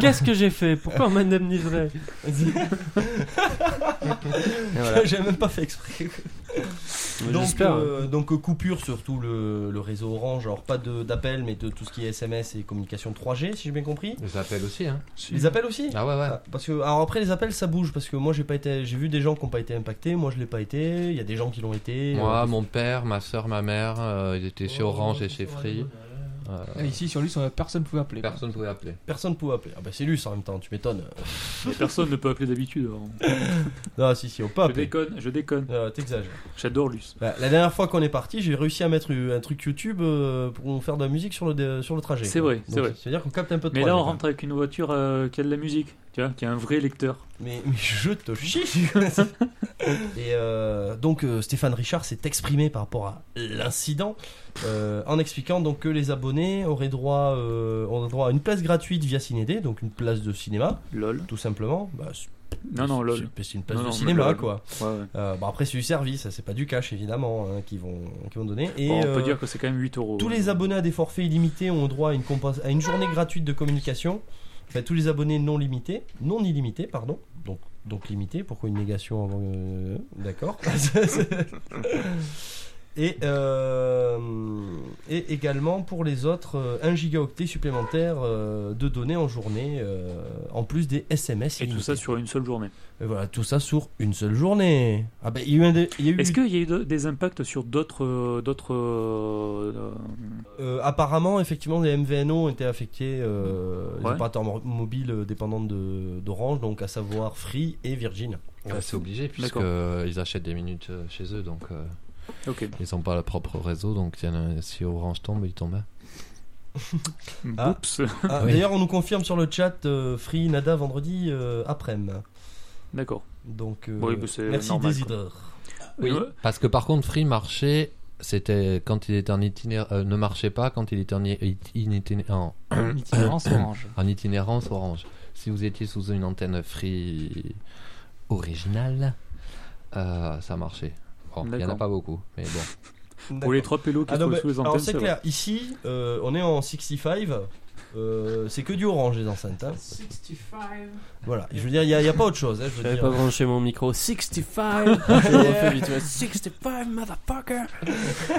S5: Qu'est-ce que j'ai fait Pourquoi on m'indemniserait
S3: J'ai même pas fait exprès. Donc,
S4: hein.
S5: J'espère.
S3: euh, donc euh, coupure sur tout le, le réseau Orange, alors pas de- d'appel, mais de tout ce qui est SMS et communication 3G, si j'ai bien compris.
S6: Ils appellent aussi, hein.
S3: Les appels aussi
S6: Ah ouais, ouais.
S3: Ah, Parce que alors après les appels ça bouge parce que moi j'ai pas été, j'ai vu des gens qui ont pas été impactés, moi je l'ai pas été, il y a des gens qui l'ont été.
S6: Moi,
S3: euh,
S6: mon père, ma soeur, ma mère, euh, ils étaient chez Orange et chez Free. Euh,
S7: Là, ici, sur lui, sur- personne ne pouvait appeler. quoi.
S6: personne ne pouvait appeler.
S3: Personne pouvait appeler. Ah bah c'est Luce en même temps, tu m'étonnes. <laughs>
S4: Mais Personne ne peut appeler d'habitude. alors.
S3: Ah si si, on peut
S4: Je
S3: appeler.
S4: déconne, je déconne.
S3: Euh, T'exagères.
S4: J'adore Luce.
S3: Bah, la dernière fois qu'on est parti, j'ai réussi à mettre un truc YouTube euh, pour nous faire de la musique sur le, dé- sur le trajet.
S4: C'est
S3: quoi.
S4: vrai, c'est
S3: Donc,
S4: vrai.
S3: C'est-à-dire qu'on capte un peu de
S4: Mais
S3: projet,
S4: là on
S3: quoi.
S4: rentre avec une voiture euh, qui a de la musique, tu vois, qui a un vrai lecteur.
S3: Mais, mais je te
S4: <laughs>
S3: chie Et euh, donc euh, Stéphane Richard s'est exprimé par rapport à l'incident euh, en expliquant donc que les abonnés auraient droit, euh, ont droit à une place gratuite via Cinédé, donc une place de cinéma,
S4: Lol.
S3: tout simplement. Bah, c'est-
S4: Non non lol.
S3: c'est- C'est une place
S4: Non,
S3: de
S4: non, mais
S3: cinéma
S4: lol.
S3: quoi.
S4: Ouais, ouais.
S3: Euh, bon, après c'est du service, c'est pas du cash évidemment hein, qu'ils vont, qu'ils vont donner. Et
S4: Bon, on peut
S3: euh,
S4: dire que c'est quand même 8 euros.
S3: tous les abonnés à des forfaits illimités ont droit à une, compense- à une journée gratuite de communication. Enfin, tous les abonnés non limités, non illimités, pardon. Donc, donc limités, pourquoi une négation avant. euh, D'accord. <laughs> Et, euh, et également pour les autres, euh, 1 gigaoctet supplémentaire euh, de données en journée, euh, en plus des SMS.
S4: Et tout
S3: illimités.
S4: ça sur une seule journée.
S3: Et voilà, tout ça sur une seule journée. Ah ben, il y a eu un dé- il y a eu-
S4: Est-ce qu'il y a eu de- des impacts sur d'autres. euh, d'autres euh,
S3: Euh, apparemment, effectivement, les MVNO ont été affectés, euh, les
S4: Ouais.
S3: opérateurs mo- mobiles euh, dépendants de- d'Orange, donc à savoir Free et Virgin.
S6: Ah, c'est obligé puisque
S4: D'accord.
S6: euh, ils achètent des minutes euh, chez eux, donc euh,
S4: Ok.
S6: ils n'ont pas leur propre réseau, donc tiens, euh, si Orange tombe, il tombe.
S3: Ah.
S4: Oups.
S3: Ah,
S6: Oui.
S3: D'ailleurs, on nous confirme sur le chat euh, Free Nada vendredi euh, après-midi.
S4: <laughs> D'accord.
S3: Donc, euh,
S4: Oui, bah, c'est
S3: merci
S4: normal,
S3: Désidor.
S6: Oui,
S4: Euh,
S6: parce que par contre, Free marchait, c'était quand il était en itinéraire, ne marchait pas quand il était en, i- in- itinérance-
S5: <coughs>
S7: Itinérance orange.
S6: en itinérance orange. Si vous étiez sous une antenne Free originale, euh, ça marchait. Bon, il n'y en a
S4: D'accord.
S6: pas beaucoup, mais bon.
S7: <laughs>
S4: Pour les trois pélos qui
S3: Ah
S4: se
S3: non,
S4: trouvent
S3: mais-
S4: sous les
S3: alors
S4: antennes,
S3: c'est
S4: c'est
S3: clair, ici euh, on est en 65, euh, c'est que du orange les enceintes. hein.
S5: 65.
S3: Voilà, je veux dire, il n'y a, il y a pas autre chose. hein, je veux
S5: J'avais
S3: dire.
S5: pas branché mon micro. 65. <laughs> Je le refais vite fait. 65, motherfucker.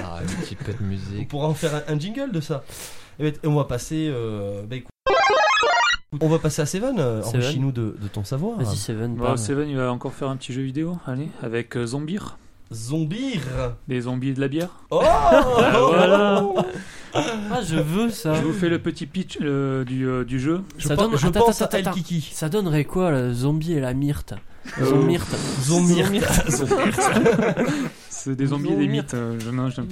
S6: Ah, un petit peu de
S3: On
S6: musique.
S3: pourra en faire un, un jingle de ça. Et, ben, on va passer. euh, ben, écoute- on va passer à Seven, euh,
S5: Seven.
S3: enrichis-nous de, de ton savoir.
S5: Vas-y, Seven.
S4: Bon,
S3: Bah,
S5: parle.
S4: Seven, il va encore faire un petit jeu vidéo, allez, avec euh, Zombir,
S3: Zombie
S4: des zombies et de la bière.
S5: <laughs>
S3: Oh
S4: voilà.
S5: Ah, je veux ça.
S4: Je vous fais le petit pitch euh, du, euh, du jeu.
S3: Je,
S5: Ça
S3: pense-
S5: donne-
S3: je
S5: attends,
S3: pense
S5: attends,
S3: à Tel
S5: attends.
S3: Kiki.
S5: Ça donnerait quoi, le zombie et la myrte Zombirte.
S3: Euh, Zombie.
S4: C'est des zombies et des mythes. euh, je, non, je-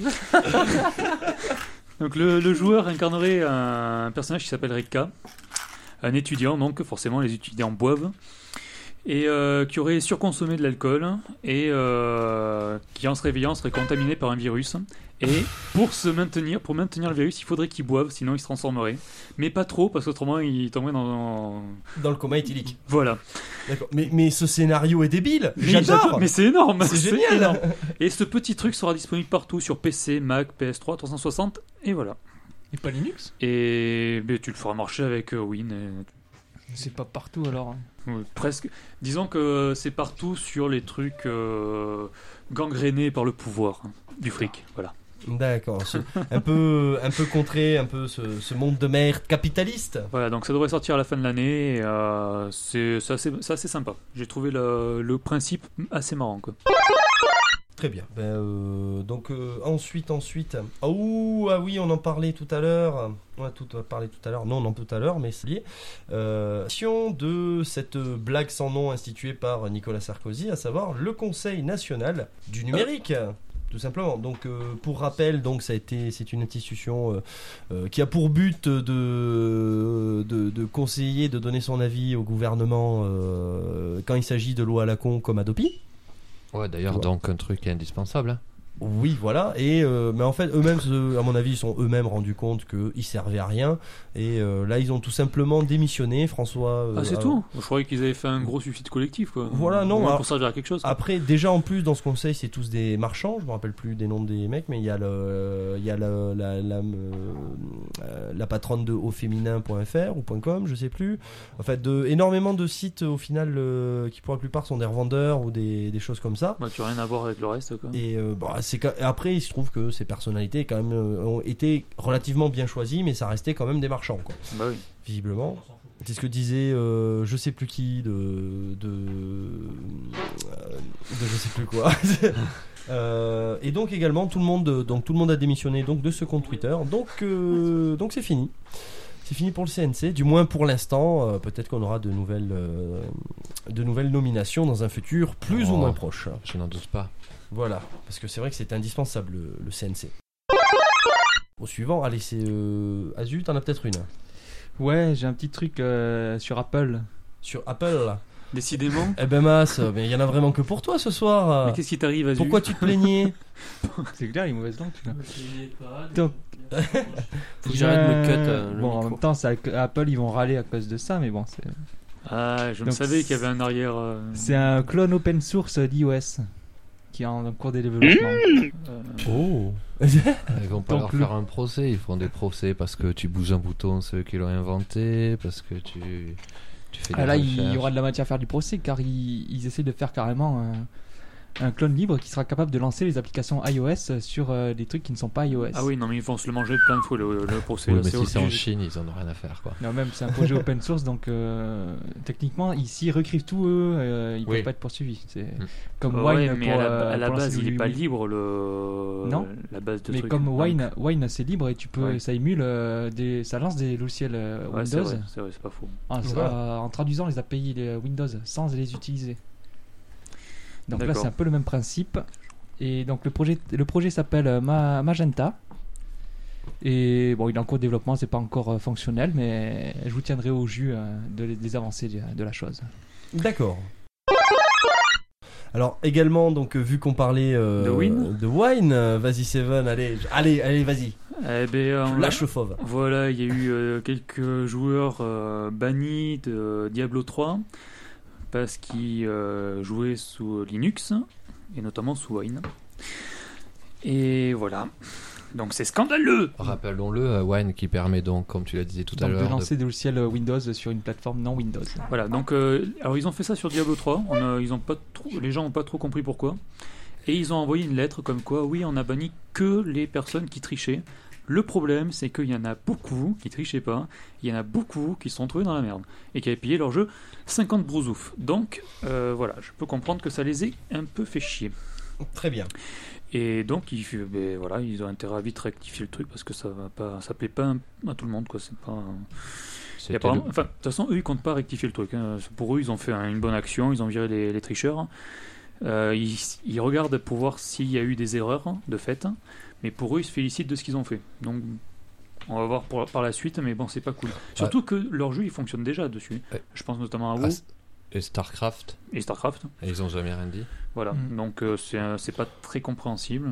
S4: donc le, le joueur incarnerait un personnage qui s'appelle Rika, un étudiant, donc forcément les étudiants boivent, et euh, qui aurait surconsommé de l'alcool, et euh, qui en se réveillant serait contaminé par un virus. Et pour se maintenir, pour maintenir le virus, il faudrait qu'il boive, sinon il se transformerait. Mais pas trop, parce qu'autrement il tomberait dans...
S3: Dans le coma éthylique.
S4: Voilà.
S3: D'accord. Mais, mais ce scénario est débile.
S4: Mais
S3: J'adore.
S4: Mais <laughs> c'est énorme
S3: C'est génial.
S4: énorme. Et ce petit truc sera disponible partout sur PC, Mac, PS3, 360, et voilà.
S7: Et pas Linux
S4: Et ben, tu le feras marcher avec euh, Win. et-
S7: C'est pas partout alors.
S4: ouais, presque. Disons que c'est partout sur les trucs euh, gangrénés par le pouvoir hein, du fric. Voilà.
S3: D'accord. ce- Un peu, un peu contré, un peu ce, ce monde de merde capitaliste.
S4: Voilà, donc ça devrait sortir à la fin de l'année. et, euh, c'est c'est assez, c'est assez sympa. J'ai trouvé le, le principe assez marrant. Quoi.
S3: Très bien. Ben, euh, donc euh, ensuite, ensuite. Ah, ouh, ah oui, on en parlait tout à l'heure. On a tout euh, parlé tout à l'heure. Non, non, tout à l'heure, mais c'est lié. Euh, question de cette blague sans nom instituée par Nicolas Sarkozy, à savoir le Conseil national du numérique. Tout simplement. Donc, euh, pour rappel, donc ça a été, c'est une institution euh, euh, qui a pour but de, de de conseiller, de donner son avis au gouvernement euh, quand il s'agit de lois à la con comme Adopi.
S6: Ouais, d'ailleurs,
S3: Ouais.
S6: donc un truc indispensable. hein.
S3: Oui, voilà. Et euh, mais en fait, eux-mêmes, euh, à mon avis, ils sont eux-mêmes rendus compte qu'ils servaient à rien. Et euh, là, ils ont tout simplement démissionné. François. euh,
S4: Ah, c'est
S3: a-
S4: tout Je croyais qu'ils avaient fait un gros suicide collectif. Quoi.
S3: Voilà, non,
S4: Au moins
S3: alors-
S4: Pour servir à quelque chose.
S3: Après, déjà en plus dans ce conseil, c'est tous des marchands. Je me rappelle plus des noms des mecs, mais il y a le, il y a le- la, la, euh, la patronne de auféminin.fr ou .com, je sais plus. En fait, de énormément de sites au final euh, qui pour la plupart sont des revendeurs ou des, des choses comme ça.
S4: Bah, tu n'as rien à voir avec le reste. Quoi.
S3: Et euh, bah, c'est qu'à- après, il se trouve que ces personnalités quand même euh, ont été relativement bien choisies, mais ça restait quand même des marchands, quoi.
S4: Bah oui.
S3: Visiblement. C'est ce que disait euh, je sais plus qui de de, euh, de je sais plus quoi. <laughs> Euh, et donc également tout le monde donc tout le monde a démissionné donc de ce compte Twitter. Donc euh, donc c'est fini. C'est fini pour le CNC, du moins pour l'instant. Euh, Peut-être qu'on aura de nouvelles, euh, de nouvelles nominations dans un futur plus ou
S6: Oh.
S3: moins proche.
S6: Je n'en doute pas.
S3: Voilà, parce que c'est vrai que c'est indispensable le, le CNC. Au suivant, allez, c'est euh... Azu, t'en as peut-être une.
S7: Ouais, j'ai un petit truc euh, sur Apple.
S3: Sur Apple, là.
S4: Décidément.
S3: Eh ben, Mas, euh, mais il y en a vraiment que pour toi ce
S7: Ah.
S3: soir. euh.
S4: Mais qu'est-ce qui t'arrive à
S3: Pourquoi tu te
S4: <laughs>
S3: plaignais
S7: C'est clair, il est mauvaise langue, tu l'as. Donc-
S5: Faut que j'arrête de me cut euh, le
S7: Bon, en
S5: micro.
S7: même temps, c'est avec- Apple, ils vont râler à cause de ça, mais bon, c'est-
S4: Ah, je me
S7: Donc,
S4: savais qu'il y avait un arrière. euh,
S7: c'est un clone open source d'iOS qui est en cours de développement.
S5: Mm.
S4: euh,
S3: Oh
S6: Ils vont pas
S7: Donc
S6: leur
S7: le-
S6: faire un procès, ils font des procès parce que tu bouges un bouton, ceux qui l'ont inventé, parce que tu, tu fais des
S7: Ah là, il y
S6: recherches.
S7: aura de la matière à faire du procès car ils, ils essaient de faire carrément un, un clone libre qui sera capable de lancer les applications iOS sur euh, des trucs qui ne sont pas iOS.
S4: Ah oui, non, mais ils vont se le manger de plein de fois, le, le procès.
S6: Oui,
S4: là,
S6: mais si c'est en
S4: obligé.
S6: Chine, ils en ont rien à faire, quoi.
S7: Non, même c'est un projet open source, donc euh, techniquement, ici, ils recrivent tout eux, euh, ils
S6: Oui.
S7: peuvent pas être poursuivis. C'est comme
S4: Ouais,
S7: Wine
S4: mais
S7: pour,
S4: à la,
S7: euh,
S4: à la
S7: pour
S4: base,
S7: lancer
S4: il
S7: du
S4: est pas
S7: Wii.
S4: libre, le... euh,
S7: Non.
S4: la base de Ah,
S7: Mais
S4: truc.
S7: comme
S4: Donc,
S7: Wine, Wine c'est libre et tu peux,
S4: Ouais.
S7: ça émule, euh, des, ça lance des logiciels euh,
S4: ouais, c'est
S7: Windows
S4: vrai, c'est vrai, c'est pas faux.
S7: en,
S3: Voilà.
S7: Ah, en- en traduisant les API les Windows sans les utiliser. Donc là,
S4: D'accord.
S7: c'est un peu le même principe. Et donc le projet, le projet s'appelle euh, Ma- Magenta. Et bon, il est en cours de développement, c'est pas encore euh, fonctionnel, mais je vous tiendrai au jus euh, de, des avancées de, de la chose.
S3: D'accord. Alors également donc euh, vu qu'on parlait euh,
S4: De wine
S3: de wine, euh, vas-y Seven, allez, j- allez, allez, vas-y,
S4: Eh ben, euh,
S3: lâche le fauve.
S4: Voilà, il y a eu euh, quelques joueurs euh, bannis de Diablo 3 parce qu'ils euh, jouaient sous Linux et notamment sous Wine. Et voilà. Donc c'est scandaleux.
S6: Rappelons-le, euh, Wine qui permet donc, comme tu l'as dit tout à
S7: Donc, de
S6: l'heure, de-
S7: lancer des logiciels euh, Windows sur une plateforme non Windows.
S4: Voilà, donc euh, alors ils ont fait ça sur Diablo 3, on a- ils ont pas trop, les gens n'ont pas trop compris pourquoi. Et ils ont envoyé une lettre comme quoi, oui, on a banni que les personnes qui trichaient. Le problème, c'est qu'il y en a beaucoup qui trichaient pas, il y en a beaucoup qui se sont trouvés dans la merde et qui avaient payé leur jeu 50 brousouf. Donc euh, voilà, je peux comprendre que ça les ait un peu fait chier.
S3: Très bien.
S4: Et donc ils, euh, ben, voilà, ils ont intérêt à vite rectifier le truc parce que ça va pas, ça plaît pas à tout le monde quoi. C'est pas. Et
S6: c'était
S4: apparemment-
S6: le-
S4: enfin, de toute façon, eux, ils comptent pas rectifier le truc. hein. Pour eux, ils ont fait un- une bonne action, ils ont viré les, les tricheurs. Euh, ils, ils regardent pour voir s'il y a eu des erreurs, hein, de fait. Mais pour eux, ils se félicitent de ce qu'ils ont fait. Donc, on va voir pour- par la suite, mais bon, c'est pas cool. Surtout que leur jeu, il fonctionne déjà dessus.
S6: Ouais.
S4: Je pense notamment à
S6: Ah,
S4: WoW
S6: c'est- et StarCraft,
S4: et StarCraft.
S6: et ils ont jamais rien dit.
S4: Voilà.
S7: Mm.
S4: Donc, euh, c'est un- c'est pas très compréhensible.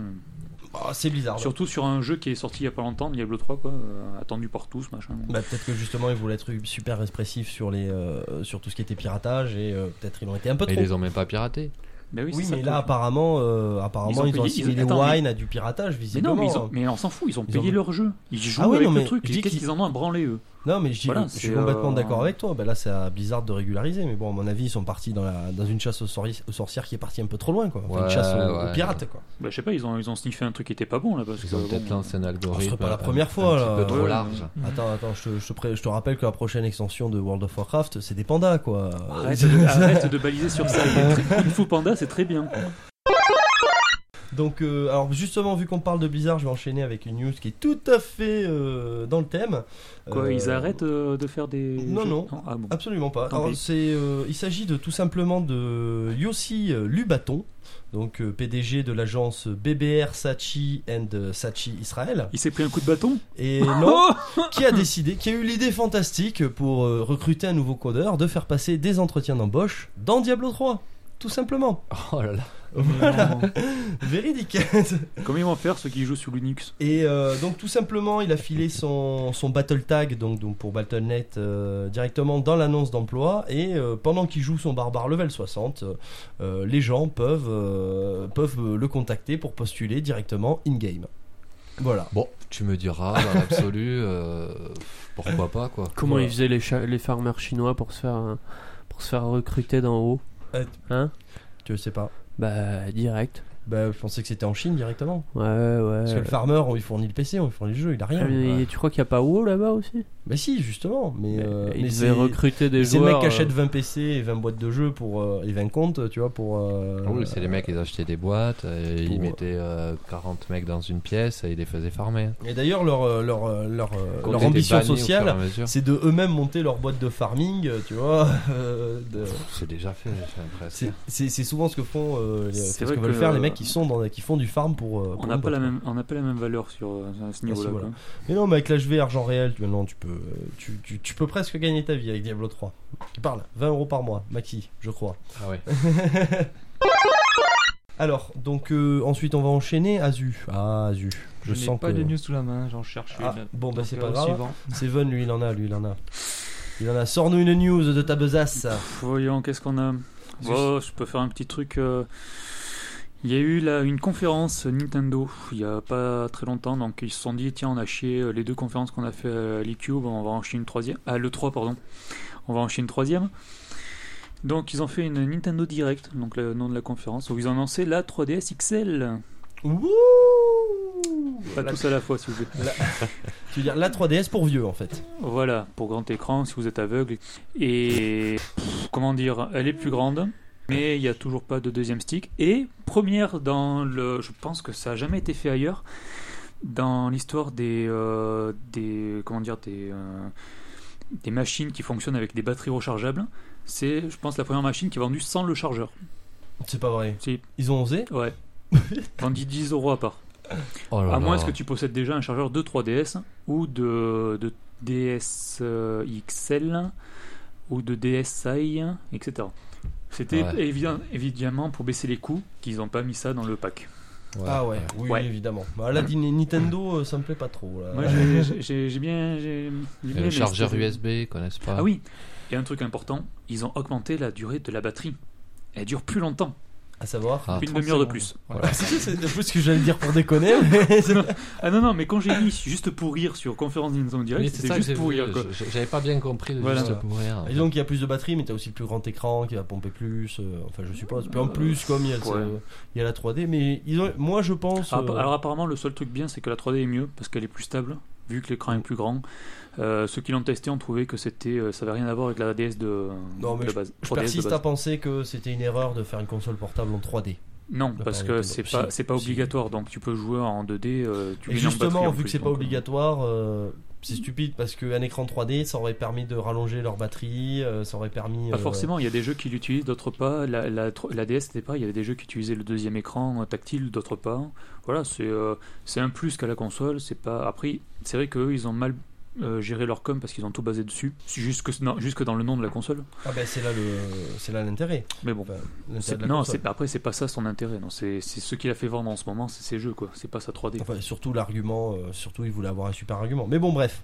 S3: Oh, c'est
S6: Ah
S3: bizarre.
S4: Surtout sur un jeu qui est sorti il y a pas longtemps, Diablo 3, quoi. euh, attendu par tous, machin.
S3: Bah, peut-être que justement ils voulaient être super expressifs sur les euh, sur tout ce qui était piratage et euh, peut-être ils l'ont été un peu
S6: Et
S3: trop.
S6: ils les ont même pas piratés.
S4: Ben oui,
S3: Oui,
S4: c'est ça
S3: mais
S4: le
S3: là
S4: truc.
S3: apparemment euh, apparemment
S4: ont
S3: ils ont,
S4: payé-
S3: assimilé
S4: ils- attends, mais-
S3: wine à du piratage
S4: Mais
S3: visiblement.
S4: non, mais, ils ont- mais on s'en fout, ils ont
S3: Ils
S4: payé
S3: ont-
S4: leur jeu. Ils jouent
S3: Ah oui,
S4: avec
S3: non, mais
S4: le truc.
S3: je dis
S4: Qu'est-ce
S3: qu'ils-
S4: qu'ils en ont à branler, eux
S3: Non, mais je, dis-
S4: Voilà,
S3: je
S4: c'est,
S3: suis complètement
S4: euh,
S3: d'accord avec toi. Ben là, c'est à Blizzard de régulariser. Mais bon, à mon avis, ils sont partis dans, la, dans une chasse aux, sorci- aux sorcières qui est partie un peu trop loin, quoi. Enfin, une
S6: Ouais,
S3: chasse aux, aux
S6: ouais.
S3: pirates, quoi.
S4: Bah, je sais pas, ils ont, ils ont sniffé un truc qui était pas bon, là, parce
S6: Ils
S4: que.
S6: ont peut-être
S4: bon,
S6: lancé un
S3: ce
S6: algorithme.
S3: serait pas la
S6: un-
S3: première
S6: un,
S3: fois,
S6: petit
S3: là.
S6: peu trop
S4: Ouais,
S6: large.
S3: Attends, attends, je te, je, te pré- je te rappelle que la prochaine extension de World of Warcraft, c'est des pandas, quoi.
S4: Arrête de, arrête de baliser sur ça. Il est très- Kung Fu Panda, c'est très bien.
S3: <laughs> Donc, euh, alors justement, vu qu'on parle de Blizzard, je vais enchaîner avec une news qui est tout à fait euh, dans le thème.
S4: Quoi,
S3: Euh,
S4: ils arrêtent euh, de faire des.
S3: non,
S4: jeux
S3: non.
S4: Ah bon.
S3: Absolument pas.
S4: Tant
S3: Alors,
S4: pis.
S3: c'est, euh, il s'agit de tout simplement de Yossi euh, Lubaton, donc euh, PDG de l'agence BBR Sachi and Sachi Israël,
S4: Il s'est pris un coup de bâton Oh
S3: et
S4: <laughs>
S3: non, qui a décidé, qui a eu l'idée fantastique pour euh, recruter un nouveau codeur de faire passer des entretiens d'embauche dans Diablo 3, tout simplement.
S6: Oh là là.
S3: Voilà, véridique. <laughs>
S4: Comment ils vont faire ceux qui jouent sous Linux
S3: Et euh, donc tout simplement, il a filé son, son battle tag donc, donc pour Battle.net euh, directement dans l'annonce d'emploi et euh, pendant qu'il joue son barbare level 60, euh, les gens peuvent, euh, peuvent euh, le contacter pour postuler directement in-game. Voilà.
S6: Bon, tu me diras, dans l'absolu, euh, pourquoi pas, quoi.
S5: Comment
S3: Voilà.
S5: ils faisaient les, cha- les farmers chinois pour se faire, euh, pour se faire recruter d'en haut
S3: Euh,
S5: Hein
S3: Tu sais pas.
S5: Bah, direct.
S3: Bah, je pensais que c'était en Chine directement.
S5: Ouais, ouais.
S3: Parce que le farmer, on lui fournit le PC, on lui fournit le jeu, il a rien.
S5: Euh. Ah, mais
S3: Ouais.
S5: Tu crois qu'il n'y a pas WoW là-bas aussi
S3: Bah si, justement. Mais, euh,
S5: Ils
S3: mais
S5: devaient recruter des
S3: Ces mecs
S5: joueurs.
S3: qui
S5: euh,
S3: achètent 20 PC et 20 boîtes de jeux pour, euh, et 20 comptes, tu vois, pour... euh,
S6: Ah oui, c'est les mecs, ils achetaient des boîtes, euh,
S3: Pour-
S6: ils mettaient euh, 40 mecs dans une pièce et ils les faisaient farmer.
S3: Et d'ailleurs, leur, euh, leur, euh, leur, euh,
S6: Quand
S3: leur
S6: t'étais
S3: ambition
S6: banni au fur et à
S3: sociale,
S6: mesure,
S3: c'est de eux-mêmes monter leur boîte de farming, euh, tu vois. <laughs> euh, de-
S6: C'est déjà fait, c'est
S3: c'est-
S6: impressionnant.
S3: C'est c'est souvent ce que font, euh, les-
S4: C'est
S3: c'est ce
S4: vrai
S3: que veulent
S4: que,
S3: faire les
S4: euh,
S3: mecs qui sont dans, qui font du farm pour. euh, pour
S4: On
S3: une
S4: n'a pas,
S3: boîte,
S4: la
S3: quoi. Ah,
S4: même- on n'a pas la même valeur sur euh, à ce niveau-là.
S3: voilà.
S4: quoi.
S3: Mais non, mais avec l'HVR, genre réel, tu, maintenant, tu peux, euh, tu, tu- tu peux presque gagner ta vie avec Diablo 3. Tu parles, 20 euros par mois, maxi, je crois.
S4: <laughs>
S6: Ah ouais.
S3: Alors, donc euh, ensuite, on va enchaîner. Azu, ah Azu, je,
S7: n'ai
S3: sens
S7: pas
S3: que.
S7: de news sous la main, j'en cherche
S3: Ah,
S7: une.
S3: bon, bah,
S7: Donc,
S3: c'est
S7: euh,
S3: pas grave.
S7: suivant.
S3: Seven, lui, il en a, lui, il en a. Il en a. Sors-nous une news de ta besace.
S4: Pff, Voyons, qu'est-ce qu'on a Oh, Je peux faire un petit truc. euh, Il y a eu là une conférence Nintendo il y a pas très longtemps, donc ils se sont dit tiens on a chié euh, les deux conférences qu'on a fait à l'E-Cube, on va en chier une troisième. Ah le 3 pardon, on va en chier une troisième. Donc ils ont fait une Nintendo Direct, donc le nom de la conférence, où ils ont annoncé la 3DS XL.
S3: Ouh
S4: Pas tous à la fois, s'il vous plaît.
S3: Tu veux dire la 3DS pour vieux en fait.
S4: Voilà, pour grand écran, si vous êtes aveugle. Et pff, comment dire, elle est plus grande, mais il n'y a toujours pas de deuxième stick. Et première dans le, je pense que ça n'a jamais été fait ailleurs, dans l'histoire des, euh, des, comment dire, des, euh, des machines qui fonctionnent avec des batteries rechargeables. C'est, je pense, la première machine qui est vendue sans le chargeur.
S3: C'est pas vrai.
S4: Si.
S3: Ils ont osé
S4: Ouais. Vendue 10 euros à part.
S6: Oh là
S4: À moins
S6: là.
S4: que tu possèdes déjà un chargeur de 3DS ou de, de DS euh, XL ou de DSi, etc. C'était
S6: Ouais.
S4: évident- évidemment pour baisser les coûts qu'ils n'ont pas mis ça dans le pack.
S6: Ouais,
S3: Ah ouais, oui,
S4: Ouais.
S3: évidemment. Bah, là, Din- Nintendo, euh, ça me plaît pas trop. là.
S4: Moi j'ai- j'ai- j'ai j'ai bien. j'ai- j'ai bien
S6: Et le
S4: aimé
S6: chargeur
S4: cette-
S6: USB, ils connaissent pas.
S4: Ah oui, et un truc important, ils ont augmenté la durée de la batterie. Elle dure plus longtemps,
S3: À savoir. <laughs> Ah,
S6: Ah.
S4: une
S7: 30
S4: demi-heure de
S7: secondes.
S4: plus.
S3: c'est un peu ce que j'allais dire pour déconner. <laughs> mais c'est-
S4: Ah non, non, mais quand j'ai mis juste pour rire sur conférence Nintendo
S6: Oui,
S4: Direct,
S6: c'est
S4: c'était
S6: ça que j'ai
S4: juste pour
S6: vu,
S4: rire quoi.
S6: je- J'avais pas bien compris le
S4: Voilà.
S6: juste pour rire.
S3: Et donc, il y a plus de batterie, mais t'as aussi le plus grand écran qui va pomper plus. euh, enfin, je suppose. Puis en plus, comme il y a, le-
S4: Ouais.
S3: il y a la 3D, mais ils ont- moi, je pense.
S4: Ah,
S3: euh,
S4: Alors apparemment le seul truc bien c'est que la 3D est mieux parce qu'elle est plus stable vu que l'écran est plus grand. Euh, ceux qui l'ont testé ont trouvé que c'était euh, ça avait rien à voir avec la DS de,
S3: Non, mais
S4: de base.
S3: je
S4: 3DS de
S3: persiste hein.
S4: base.
S3: à penser que c'était une erreur de faire une console portable en 3D.
S4: Non
S3: Ah,
S4: parce
S3: pardon,
S4: que
S3: pardon.
S4: c'est
S3: Si,
S4: pas c'est pas
S3: si.
S4: obligatoire donc tu peux jouer en 2D. euh, tu
S3: Et
S4: gagnes en batterie,
S3: justement,
S4: en
S3: vu que
S4: plus,
S3: c'est pas
S4: donc, euh,
S3: obligatoire, euh, c'est stupide parce qu'un écran 3D, ça aurait permis de rallonger leur batterie, euh, ça aurait permis.
S4: Pas
S3: euh,
S4: forcément, il y a des jeux qui l'utilisent, d'autres pas. La, la, tro- la DS, c'était pas, il y avait des jeux qui utilisaient le deuxième écran euh, tactile, d'autres pas. Voilà, c'est euh, c'est un plus qu'à la console. C'est pas. Après, c'est vrai qu'eux, ils ont mal euh, géré leur com parce qu'ils ont tout basé dessus, jusque, non, jusque dans le nom de la console.
S3: Ah ben c'est là le, c'est là l'intérêt.
S4: Mais bon,
S3: Enfin,
S4: c'est-
S3: l'intérêt de la
S4: non,
S3: console.
S4: c'est- après, c'est pas ça son intérêt. Non, c'est c'est ce qu'il a fait vendre en ce moment, c'est ses jeux, quoi. C'est pas sa 3D.
S3: Enfin, surtout l'argument, euh, surtout il voulait avoir un super argument. Mais bon, bref,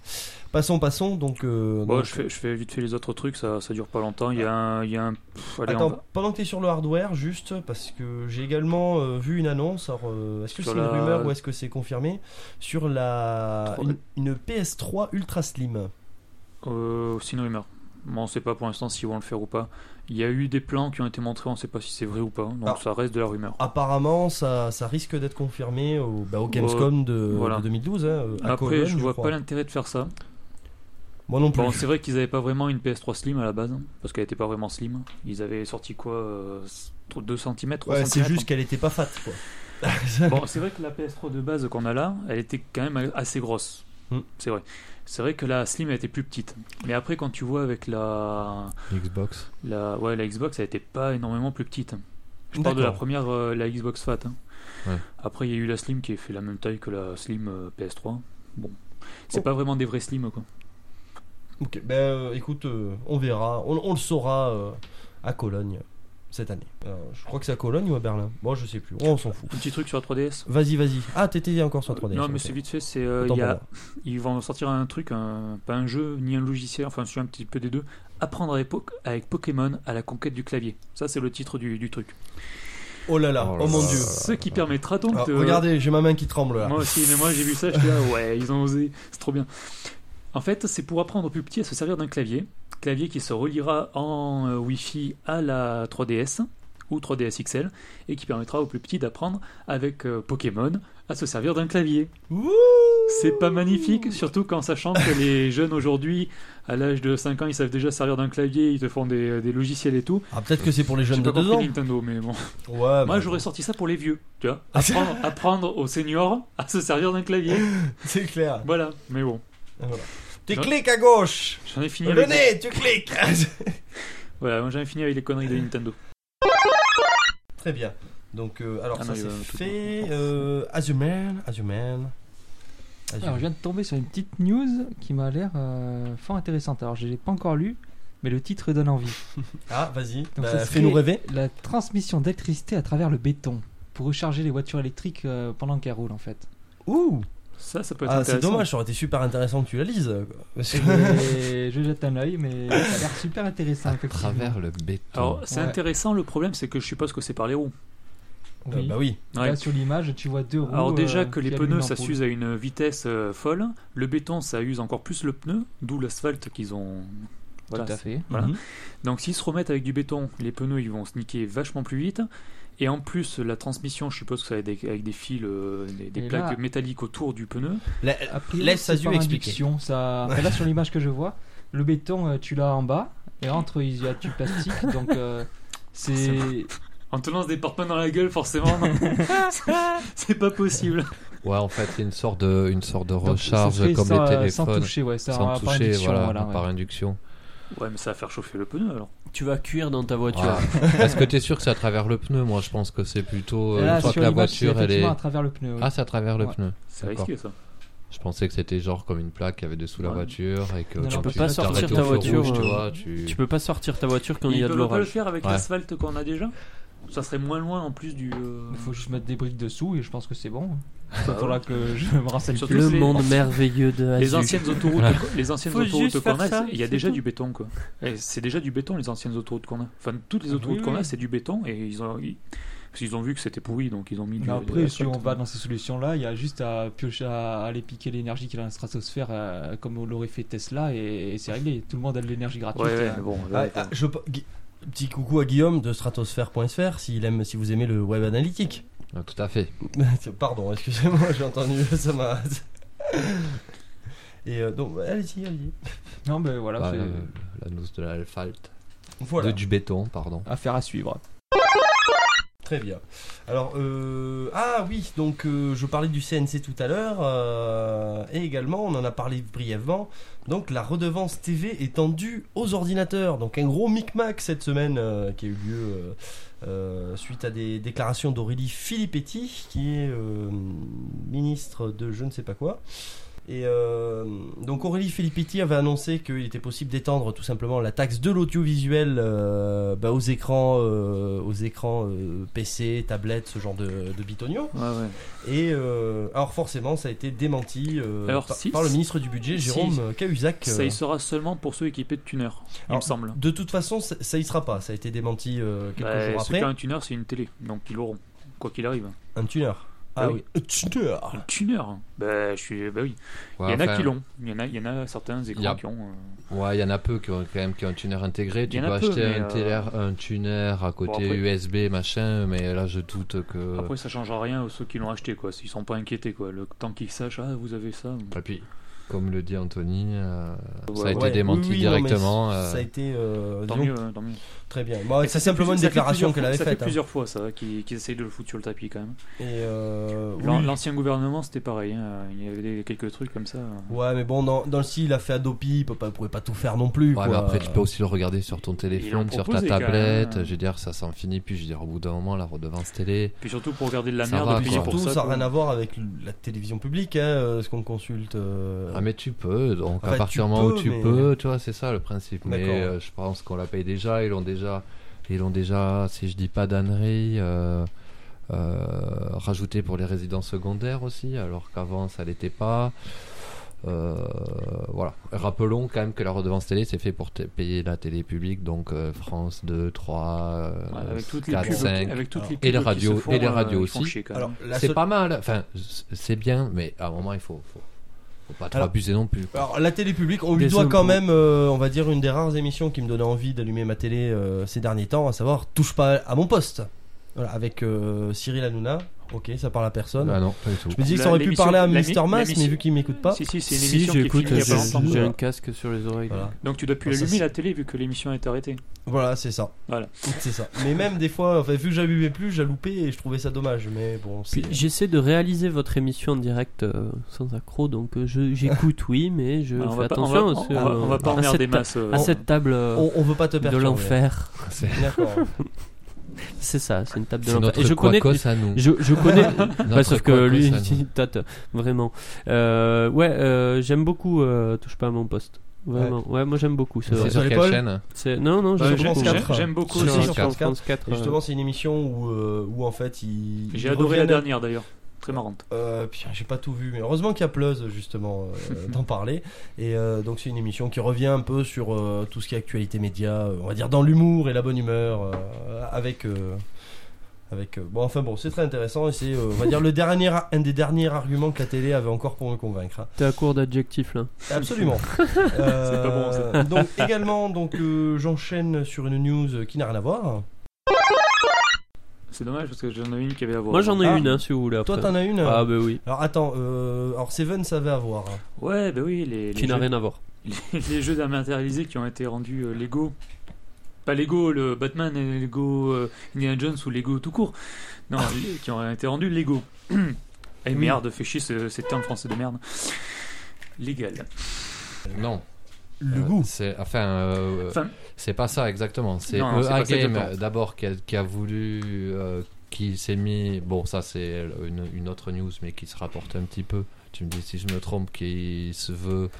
S3: passons, passons. Donc, euh,
S4: Bon,
S3: donc- Ah.
S4: je, fais, je fais vite fait les autres trucs, ça, ça dure pas longtemps. Il y a un. il Y a un pff, allez, on
S3: attends,
S4: va-
S3: pendant que t'es sur le hardware, juste parce que j'ai également euh, vu une annonce. alors, euh, est-ce que
S4: Sur
S3: c'est une
S4: la-
S3: rumeur ou est-ce que c'est confirmé sur la
S4: Trois-
S3: une, une PS3 Ultra Slim
S4: Euh, c'est une rumeur. Bon, on sait pas pour l'instant s'ils vont le faire ou pas. Il y a eu des plans qui ont été montrés, on sait pas si c'est vrai ou pas. hein. Donc
S3: Ah.
S4: ça reste de la rumeur.
S3: Apparemment, ça, ça risque d'être confirmé au, bah, au Gamescom de,
S4: voilà.
S3: de 2012. hein, euh, à
S4: Après,
S3: Cologne,
S4: je vois
S3: crois.
S4: pas l'intérêt de faire ça.
S3: Moi non plus.
S4: Bon, c'est vrai qu'ils avaient pas vraiment une PS3 Slim à la base, hein, parce qu'elle était pas vraiment slim. Ils avaient sorti quoi euh, 2 cm, 3
S3: Ouais, c'est
S4: cm.
S3: juste qu'elle était pas fat, quoi.
S4: <laughs> Bon, c'est vrai que la PS3 de base qu'on a là, elle était quand même assez grosse.
S3: Hmm.
S4: C'est vrai. C'est vrai que la Slim elle était plus petite. Mais après, quand tu vois avec la,
S6: Xbox.
S4: la, ouais, la Xbox, elle était pas énormément plus petite. Je parle de la
S3: D'accord.
S4: première, euh, la Xbox Fat. hein.
S6: Ouais.
S4: Après, il y a eu la Slim qui a fait la même taille que la Slim euh, PS3. Bon, c'est
S3: Oh.
S4: pas vraiment des vrais Slim quoi.
S3: Ok, ben euh, écoute, euh, on verra, on, on le saura euh, à Cologne euh, cette année. Alors, je crois que c'est à Cologne ou à Berlin Moi je sais plus, on s'en fout.
S4: Un petit truc sur la 3DS.
S3: Vas-y, vas-y. Ah, t'étais encore sur 3D.
S4: non, mais c'est vite fait. C'est euh, il y a- ils vont sortir un truc, un- pas un jeu ni un logiciel. Enfin, c'est un petit peu des deux. Apprendre avec, Po- avec Pokémon à la conquête du clavier. Ça, c'est le titre du, du truc.
S3: Oh là là,
S6: Oh
S3: oh,
S6: là
S3: mon
S6: là.
S3: dieu.
S4: Ce qui permettra donc
S3: Ah,
S4: de.
S3: Regardez, j'ai ma main qui tremble là.
S4: euh, Moi aussi, mais moi j'ai vu ça, je suis là, ouais, ils ont osé, c'est trop bien. En fait, c'est pour apprendre aux plus petits à se servir d'un clavier, clavier qui se reliera en euh, Wi-Fi à la 3DS ou 3DS XL et qui permettra aux plus petits d'apprendre avec euh, Pokémon à se servir d'un clavier.
S3: Ouh
S4: C'est pas magnifique, surtout qu'en sachant que les jeunes aujourd'hui, à l'âge de 5 ans, ils savent déjà servir d'un clavier, ils te font des, des logiciels et tout.
S3: Ah, peut-être que c'est pour les
S4: J'ai
S3: jeunes de
S4: pas
S3: 2
S4: compris
S3: ans.
S4: Nintendo, mais bon.
S3: Ouais,
S4: Moi,
S3: bah, <laughs> Ah.
S4: j'aurais sorti ça pour les vieux, tu vois. Apprendre, apprendre aux seniors à se servir d'un clavier.
S3: C'est clair.
S4: Voilà, mais bon.
S3: Voilà. Tu
S4: Je-
S3: cliques à gauche
S4: J'en ai fini
S3: Le
S4: avec...
S3: nez, tu cliques <laughs>
S4: Voilà, moi j'en ai fini avec les conneries de Nintendo.
S3: Très bien. Donc, euh, alors
S4: Ah
S3: ça
S4: non, il
S3: c'est
S4: va tout
S3: fait. Euh, as you man, as you man. As you
S7: Alors, je viens de tomber sur une petite news qui m'a l'air euh, fort intéressante. Alors, je l'ai pas encore lu, mais le titre donne envie.
S3: Ah, vas-y.
S7: Donc,
S3: Bah,
S7: ça serait
S3: Fais-nous rêver.
S7: La transmission d'électricité à travers le béton pour recharger les voitures électriques euh, pendant qu'elles roulent, en fait.
S3: Ouh
S4: Ça, ça peut être
S3: Ah, c'est
S4: intéressant.
S3: dommage, ça aurait été super intéressant que tu la lises. quoi. Parce que-
S7: Et je jette un œil, mais ça a l'air super intéressant.
S6: À
S7: effectivement.
S6: travers le béton.
S4: Alors, c'est
S7: Ouais.
S4: intéressant, le problème c'est que je suppose que c'est par les roues.
S7: Oui.
S3: Euh, <laughs> bah oui.
S4: Ouais.
S7: Là, sur l'image, tu vois deux roues.
S4: Alors, déjà
S7: euh,
S4: que les
S7: qui allument
S4: pneus ça
S7: l'ampoule.
S4: s'use à une vitesse euh, folle, le béton ça use encore plus le pneu, d'où l'asphalte qu'ils ont Voilà,
S7: tout à fait.
S4: Voilà.
S3: Mhm.
S4: Donc s'ils se remettent avec du béton, les pneus ils vont se niquer vachement plus vite. Et en plus, la transmission, je suppose que ça va être avec avec des fils, euh, des, des
S7: Et
S4: plaques
S7: là-
S4: métalliques autour du pneu.
S3: La-
S7: A priori,
S3: Laisse
S7: c'est
S3: Azu
S7: par
S3: expliquer.
S7: induction, ça... enfin, là, sur l'image que je vois, le béton, euh, tu l'as en bas, et entre, il y a du
S6: <laughs>
S7: plastique, donc euh, c'est...
S4: En te lance des porte dans la gueule, forcément. non. c'est pas possible.
S6: Ouais, en fait, c'est une sorte de, une sorte de
S7: donc, ça
S6: recharge
S7: se fait
S6: comme
S7: sans,
S6: les
S7: euh, Sans
S6: téléphones.
S7: toucher, ouais, ça,
S6: Sans
S7: par
S6: toucher,
S7: induction,
S6: voilà,
S7: voilà, ouais.
S6: par induction.
S4: Ouais, mais ça va faire chauffer le pneu alors.
S5: Tu vas cuire dans ta voiture. <laughs>
S6: Ouais. Est-ce que tu es sûr que c'est à travers le pneu Moi, je pense que c'est plutôt. euh,
S7: Là,
S6: une fois
S7: Ah, sur
S6: que la
S7: l'image, c'est
S6: voiture, elle est.
S7: effectivement à travers le pneu. ouais.
S6: Ah, c'est à travers le
S7: Ouais.
S6: pneu.
S4: C'est
S6: D'accord.
S4: risqué ça.
S6: Je pensais que c'était genre comme une plaque qu'il y avait dessous la
S4: Ouais.
S6: voiture et que
S7: Non,
S6: quand
S7: tu peux pas
S6: t'arrêtes
S7: sortir
S6: au
S7: ta
S6: feu
S5: voiture,
S6: rouge, tu
S5: euh,
S6: vois, tu-
S5: Tu peux pas sortir ta voiture quand il y
S4: Ils
S5: a de
S4: peuvent pas le
S5: l'orage.
S4: faire avec
S6: Ouais.
S4: l'asphalte qu'on a déjà Ça serait moins loin en plus du. euh,
S7: Il faut juste mettre des briques dessous et je pense que c'est bon. Il
S4: Bah
S7: faudra que <laughs> je me renseigne
S4: Surtout
S7: plus.
S5: Le
S4: les-
S5: monde merveilleux de
S4: Les
S5: Azu.
S4: anciennes autoroutes, les anciennes
S5: Faut
S4: autoroutes
S5: juste faire
S4: qu'on a,
S5: ça,
S4: il y a
S5: c'est
S4: déjà
S5: tout.
S4: du béton quoi. Et C'est déjà du béton les anciennes autoroutes qu'on a. Enfin toutes les
S7: Ah,
S4: autoroutes
S7: oui,
S4: qu'on a
S7: oui.
S4: c'est du béton et ils ont ils, parce qu'ils ont vu que c'était pourri donc ils ont mis
S7: Mais
S4: du. de
S7: après, si
S4: l'asphalte.
S7: on va dans ces solutions-là, il y a juste à piocher, à aller piquer l'énergie qu'il y a dans la stratosphère, euh, comme on l'aurait fait Tesla, et, et c'est réglé. Tout le monde a de l'énergie gratuite.
S4: Ouais, ouais,
S7: euh.
S4: mais bon.
S3: Ah,
S4: là,
S3: ah, je- Gui- Petit coucou à Guillaume de stratosphere.fr s'il aime, si vous aimez le web analytique. <laughs>
S6: Ah, Tout à fait.
S3: Pardon, excusez-moi, j'ai entendu, <laughs> ça m'a. Et euh, donc, allez-y, allez-y.
S7: Non, mais voilà,
S6: Bah,
S7: c'est
S6: euh, la noce de l'asphalte.
S3: Voilà,
S6: De- Du béton, pardon.
S7: affaire à suivre.
S3: très bien. Alors, euh, ah oui, donc euh, je parlais du CNC tout à l'heure, euh, et également, on en a parlé brièvement, donc la redevance TV étendue aux ordinateurs. Donc, un gros micmac cette semaine euh, qui a eu lieu euh, euh, suite à des déclarations d'Aurélie Filippetti, qui est euh, ministre de je ne sais pas quoi. Et euh, donc Aurélie Filippetti avait annoncé qu'il était possible d'étendre tout simplement la taxe de l'audiovisuel euh, bah, aux écrans, euh, aux écrans euh, PC, tablettes, ce genre de, de bitonio.
S4: Ouais, ouais.
S3: Et euh, alors forcément, ça a été démenti euh,
S4: Alors,
S3: par,
S4: si-
S3: par le ministre du budget,
S4: si-
S3: Jérôme Cahuzac.
S4: Ça
S3: euh,
S4: y sera seulement pour ceux équipés de tuners, il
S3: Alors,
S4: me semble.
S3: de toute façon, ça ça y sera pas. Ça a été démenti euh, quelques
S4: Bah,
S3: jours
S4: ceux qui
S3: après.
S4: ont un tuner, c'est une télé, donc ils l'auront, quoi qu'il arrive.
S3: Un tuner. Ah
S4: Ah
S3: oui. Un tuner.
S4: Un tuner Bah, je suis. Bah oui.
S6: Ouais,
S4: il y en a
S6: enfin,
S4: qui l'ont. Il y en a, il y en a certains écrans
S6: Il y a-
S4: qui ont. euh,
S6: Ouais, il y en a peu qui ont quand même qui ont un tuner intégré.
S4: y
S6: Tu
S4: en
S6: peux
S4: a peu,
S6: acheter
S4: mais,
S6: un,
S4: euh,
S6: télé- un tuner à côté
S4: après-
S6: USB, machin, mais là je doute que.
S4: Après, ça changera rien aux ceux qui l'ont acheté, quoi. Ils sont pas inquiétés, quoi. Le temps qu'ils sachent, ah, vous avez ça.
S6: Et puis, comme le dit Anthony, euh, ça a
S4: Ouais,
S6: été
S4: ouais.
S6: démenti
S3: Oui, oui, non, mais
S6: directement. euh,
S3: Ça a été. euh,
S4: Tant
S3: disons,
S4: mieux, hein, tant mieux.
S3: Très bien. Bon,
S4: Mais
S3: c'est
S4: ça fait
S3: simplement une
S4: plusieurs- ça fait
S3: déclaration
S4: plusieurs
S3: qu'elle
S4: fois-
S3: avait
S4: Ça fait
S3: faite. hein.
S4: plusieurs fois, ça, qu'ils qu'ils essayent de le foutre sur le tapis, quand même.
S3: Et euh, oui.
S4: L'an- L'ancien gouvernement, c'était pareil. hein. Il y avait des- quelques trucs comme ça.
S3: Ouais, mais bon, dans, dans le style, il a fait Adopi, il peut pas- il pouvait pas tout faire non plus.
S6: ouais,
S3: quoi.
S6: mais après, tu peux aussi le regarder sur ton téléphone, sur ta
S4: proposé, quand même,
S6: tablette.
S4: hein.
S6: Je veux dire, ça s'en finit. Puis, je veux dire, au bout d'un moment, la redevance télé.
S4: Puis surtout pour regarder de la
S6: Ça
S4: merde,
S6: va,
S4: payer
S6: quoi.
S4: pour
S3: Surtout,
S4: ça.
S3: ça n'a
S4: quoi.
S3: rien à voir avec la télévision publique, hein, euh, ce qu'on consulte. euh,
S6: Ah, mais tu peux. Donc,
S3: Enfin,
S6: à partir
S3: tu
S6: du moment où
S3: peux,
S6: tu
S3: mais-
S6: peux, tu vois, c'est ça le principe. Mais
S3: D'accord.
S6: euh, je pense qu'on la paye déjà. Ils l'ont déjà, ils l'ont déjà, si je dis pas d'ânerie, euh, euh, rajouté pour les résidences secondaires aussi, alors qu'avant, ça l'était pas. Euh, voilà. Rappelons quand même que la redevance télé, c'est fait pour t- payer la télé publique, donc euh, France 2, 3, euh,
S4: Ouais, avec toutes les
S6: 4,
S4: pubs,
S6: 5,
S4: avec toutes les
S3: Et
S4: pubs
S6: les
S4: qui
S6: radios-
S4: se font,
S6: et les
S4: euh,
S6: radios
S4: ils font
S6: aussi.
S4: chier, quand même.
S3: Alors, la
S6: C'est
S3: seule-
S6: pas mal. Enfin, c- c'est bien, mais à un moment, il faut, faut, faut pas trop
S3: Alors-
S6: abuser non plus. quoi.
S3: Alors, la télé publique, on lui
S5: Des
S3: doit quand
S5: impôts.
S3: même, euh, on va dire, une des rares émissions qui me donnait envie d'allumer ma télé euh, ces derniers temps, à savoir Touche pas à mon poste. Voilà, avec euh, Cyril Hanouna. Ok, ça parle à personne.
S6: Ah non, pas du tout.
S3: Je me disais que
S4: La-
S3: ça aurait pu
S4: l'émission-
S3: parler à
S4: la-
S3: Mister Mas,
S4: l'émission-
S3: mais vu qu'il m'écoute pas.
S4: Si, si, c'est une
S5: Si,
S4: émission qui est
S5: j'écoute,
S4: finie il y a pas
S5: j'ai-
S4: longtemps.
S5: j'ai
S4: quoi.
S5: un casque sur les oreilles.
S3: Voilà.
S4: Donc tu dois plus
S3: Ah, ça,
S4: allumer
S3: c'est-
S4: la télé vu que l'émission est arrêtée.
S3: Voilà, c'est ça.
S4: Voilà.
S3: C'est ça. Mais même des fois, enfin, vu que j'allumais plus, j'alloupais et je trouvais ça dommage. Mais bon, c'est.
S5: Puis, J'essaie de réaliser votre émission en direct euh, sans accro, donc euh, je- j'écoute, oui, mais je
S4: Ouais,
S5: fais
S4: Bah, on, va pas, on va-
S5: attention.
S4: on-
S5: parce que,
S4: on va-
S5: euh,
S4: on va pas
S5: à cette
S4: emmerder
S5: ta-
S4: masse. euh,
S5: À cette table euh,
S3: On, on veut pas te
S5: de
S3: perturber.
S5: l'enfer.
S6: C'est
S3: D'accord.
S4: <laughs>
S5: C'est ça, c'est une table de
S6: c'est
S5: l'enfer.
S6: notre
S5: Et je connais.
S6: Quacos à nous.
S5: Je, je
S6: <laughs>
S5: connais.
S6: Notre
S5: Ouais, sauf que
S6: Quacos
S5: lui,
S6: à nous.
S5: <laughs> il tâte, vraiment. Euh, ouais, euh, j'aime beaucoup. euh, touche pas à mon poste. Vraiment. Ouais, moi j'aime beaucoup. c'est vrai.
S6: C'est sur
S3: Sur
S6: quelle
S3: l'épaule
S6: chaîne
S5: C'est- Non, non,
S3: Bah,
S5: j'aime
S3: je
S5: beaucoup.
S3: pense
S4: j'aime-
S3: quatre.
S4: J'aime beaucoup.
S5: Sur-
S3: Aussi,
S5: sur
S3: sur France
S5: France 4,
S3: Et justement, c'est une émission où, euh, où en fait, il.
S4: J'ai
S3: il
S4: adoré la
S3: reviennent-
S4: dernière d'ailleurs. Très marrante.
S3: Euh, putain, j'ai pas tout vu, mais heureusement qu'il y a Pleuse justement
S4: <laughs>
S3: euh, d'en parler. Et euh, donc c'est une émission qui revient un peu sur euh, tout ce qui est actualité média, euh, on va dire dans l'humour et la bonne humeur, euh, avec euh, Avec, euh, bon, enfin bon, c'est très intéressant et c'est, euh, on va dire, le dernier, ar- un des derniers arguments que la télé avait encore pour me convaincre. hein.
S5: T'es à court d'adjectifs là.
S3: Absolument. Euh, Donc également, donc euh, j'enchaîne sur une news euh, qui n'a rien à voir.
S4: C'est dommage parce que j'en avais une qui avait à voir.
S5: Moi j'en ai
S3: Ah.
S5: une hein, si vous voulez.
S3: Toi,
S5: après.
S3: t'en as une.
S5: Ah bah oui,
S3: Alors attends, euh, alors Seven savait avoir. hein.
S4: Ouais, bah oui, les, les
S5: qui n'a
S4: jeux,
S5: rien à voir.
S4: les <laughs> jeux d'immatérialisés qui ont été rendus euh, Lego. Pas Lego, le Batman et Lego euh, Indiana Jones ou Lego tout court. Non,
S6: Ah.
S4: les- qui ont été rendus
S6: <clears throat>
S4: Lego. Eh merde, fais chier ce, ces termes français de merde. Légal.
S6: Non.
S3: Le
S6: Euh,
S3: goût.
S6: c'est- Enfin, euh,
S4: Enfin-
S6: c'est pas ça exactement. C'est
S4: Non, non, c'est
S6: EA
S4: pas ça
S6: Game
S4: exactement.
S6: d'abord qui a, qui a voulu, euh, qui s'est mis. Bon, ça c'est une, une autre news, mais qui se rapporte un petit peu. Tu me dis si je me trompe, qui se veut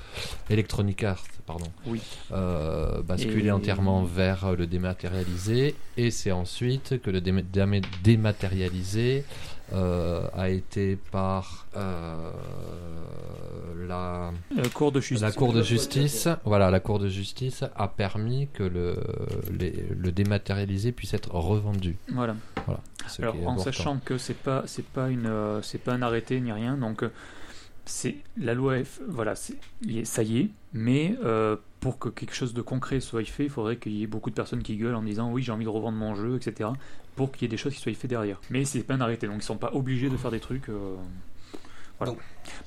S6: Electronic Arts, pardon.
S4: Oui.
S6: Euh, basculer
S4: Et-
S6: entièrement vers le dématérialisé, et c'est ensuite que le déma- déma- dématérialisé euh, a été par euh, la
S4: Euh, cours de justice.
S6: la Cour de justice, voilà, la Cour de justice a permis que le, les- le dématérialisé puisse être revendu.
S4: Voilà.
S6: ce
S4: Alors,
S6: qui est
S4: en
S6: important.
S4: sachant que c'est pas c'est pas une euh, c'est pas un arrêté ni rien, donc euh, c'est la loi F. Voilà, c'est- y est- ça y est. Mais euh, pour que quelque chose de concret soit fait, il faudrait qu'il y ait beaucoup de personnes qui gueulent en disant oui j'ai envie de revendre mon jeu, etc. Pour qu'il y ait des choses qui soient faites derrière. Mais c'est pas un arrêté, donc ils sont pas obligés de faire des trucs. euh, voilà.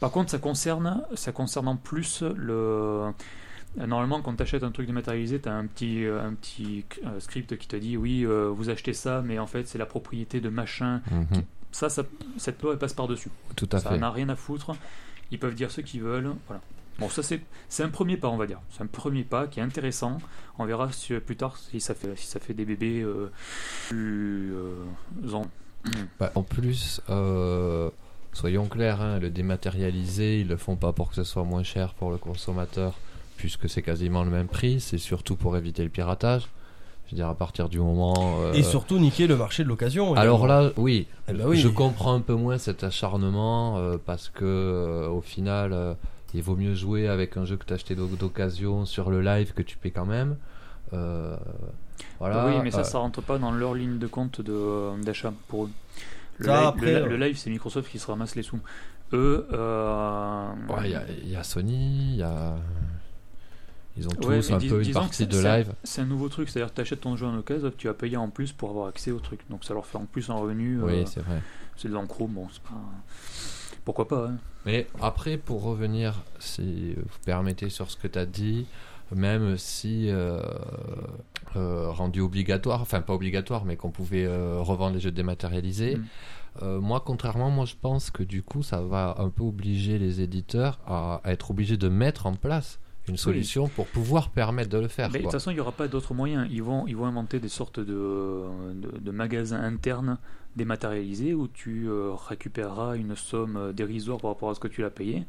S4: Par contre, ça concerne ça concerne en plus le euh, Normalement, quand tu achètes un truc dématérialisé, tu as un petit, euh, un petit euh, script qui te dit oui, euh, vous achetez ça, mais en fait, c'est la propriété de machin.
S6: Mhm,
S4: Ça, ça cette loi, elle passe par-dessus.
S6: tout à
S4: Ça
S6: fait.
S4: n'a rien à foutre. Ils peuvent dire ce qu'ils veulent. Voilà. Bon, ça, c'est c'est un premier pas, on va dire. C'est un premier pas qui est intéressant. On verra si- euh, plus tard si ça fait, si ça fait des bébés euh, plus. euh, en-
S6: Bah, en plus, euh, soyons clairs, hein, le dématérialisé, ils le font pas pour que ce soit moins cher pour le consommateur, puisque c'est quasiment le même prix. C'est surtout pour éviter le piratage. Je veux dire, à partir du moment. euh,
S3: Et surtout niquer le marché de l'occasion.
S6: Alors
S3: également.
S6: là, oui,
S3: Eh ben oui.
S6: je comprends un peu moins cet acharnement euh, parce que euh, au final, euh, il vaut mieux jouer avec un jeu que t'as acheté d'oc- d'occasion sur le live que tu paies quand même. Euh, voilà.
S4: oui, mais ça,
S6: Euh,
S4: ça rentre pas dans leur ligne de compte de, euh, d'achat pour eux. Le,
S3: Ça,
S4: live-
S3: après,
S4: le-
S3: euh,
S4: le live, c'est Microsoft qui se ramasse les sous. Eux, euh,
S6: ouais, il y a- il y, a Sony, il y a. Ils ont tous
S4: ouais, mais
S6: un
S4: dis-
S6: peu une
S4: disons que
S6: partie
S4: c'est-
S6: de
S4: c'est un-
S6: live.
S4: C'est un nouveau truc, c'est-à-dire que tu achètes ton jeu en occasion, hop, tu vas payer en plus pour avoir accès au truc. Donc ça leur fait en plus un revenu. euh,
S6: Oui, c'est vrai.
S4: c'est de l'encro, bon, c'est pas. Pourquoi pas hein.
S6: Mais après, pour revenir, si vous permettez, sur ce que tu as dit, même si euh, euh, rendu obligatoire, enfin pas obligatoire, mais qu'on pouvait euh, revendre les jeux dématérialisés,
S4: Mm.
S6: euh, moi, contrairement, moi je pense que du coup, ça va un peu obliger les éditeurs à, à être obligés de mettre en place une solution pour pouvoir permettre de le faire.
S4: Mais de toute
S6: quoi.
S4: façon, il n'y aura pas d'autres moyens. Ils vont, ils vont inventer des sortes de, de, de magasins internes dématérialisés où tu euh, récupéreras une somme euh, dérisoire par rapport à ce que tu l'as payé,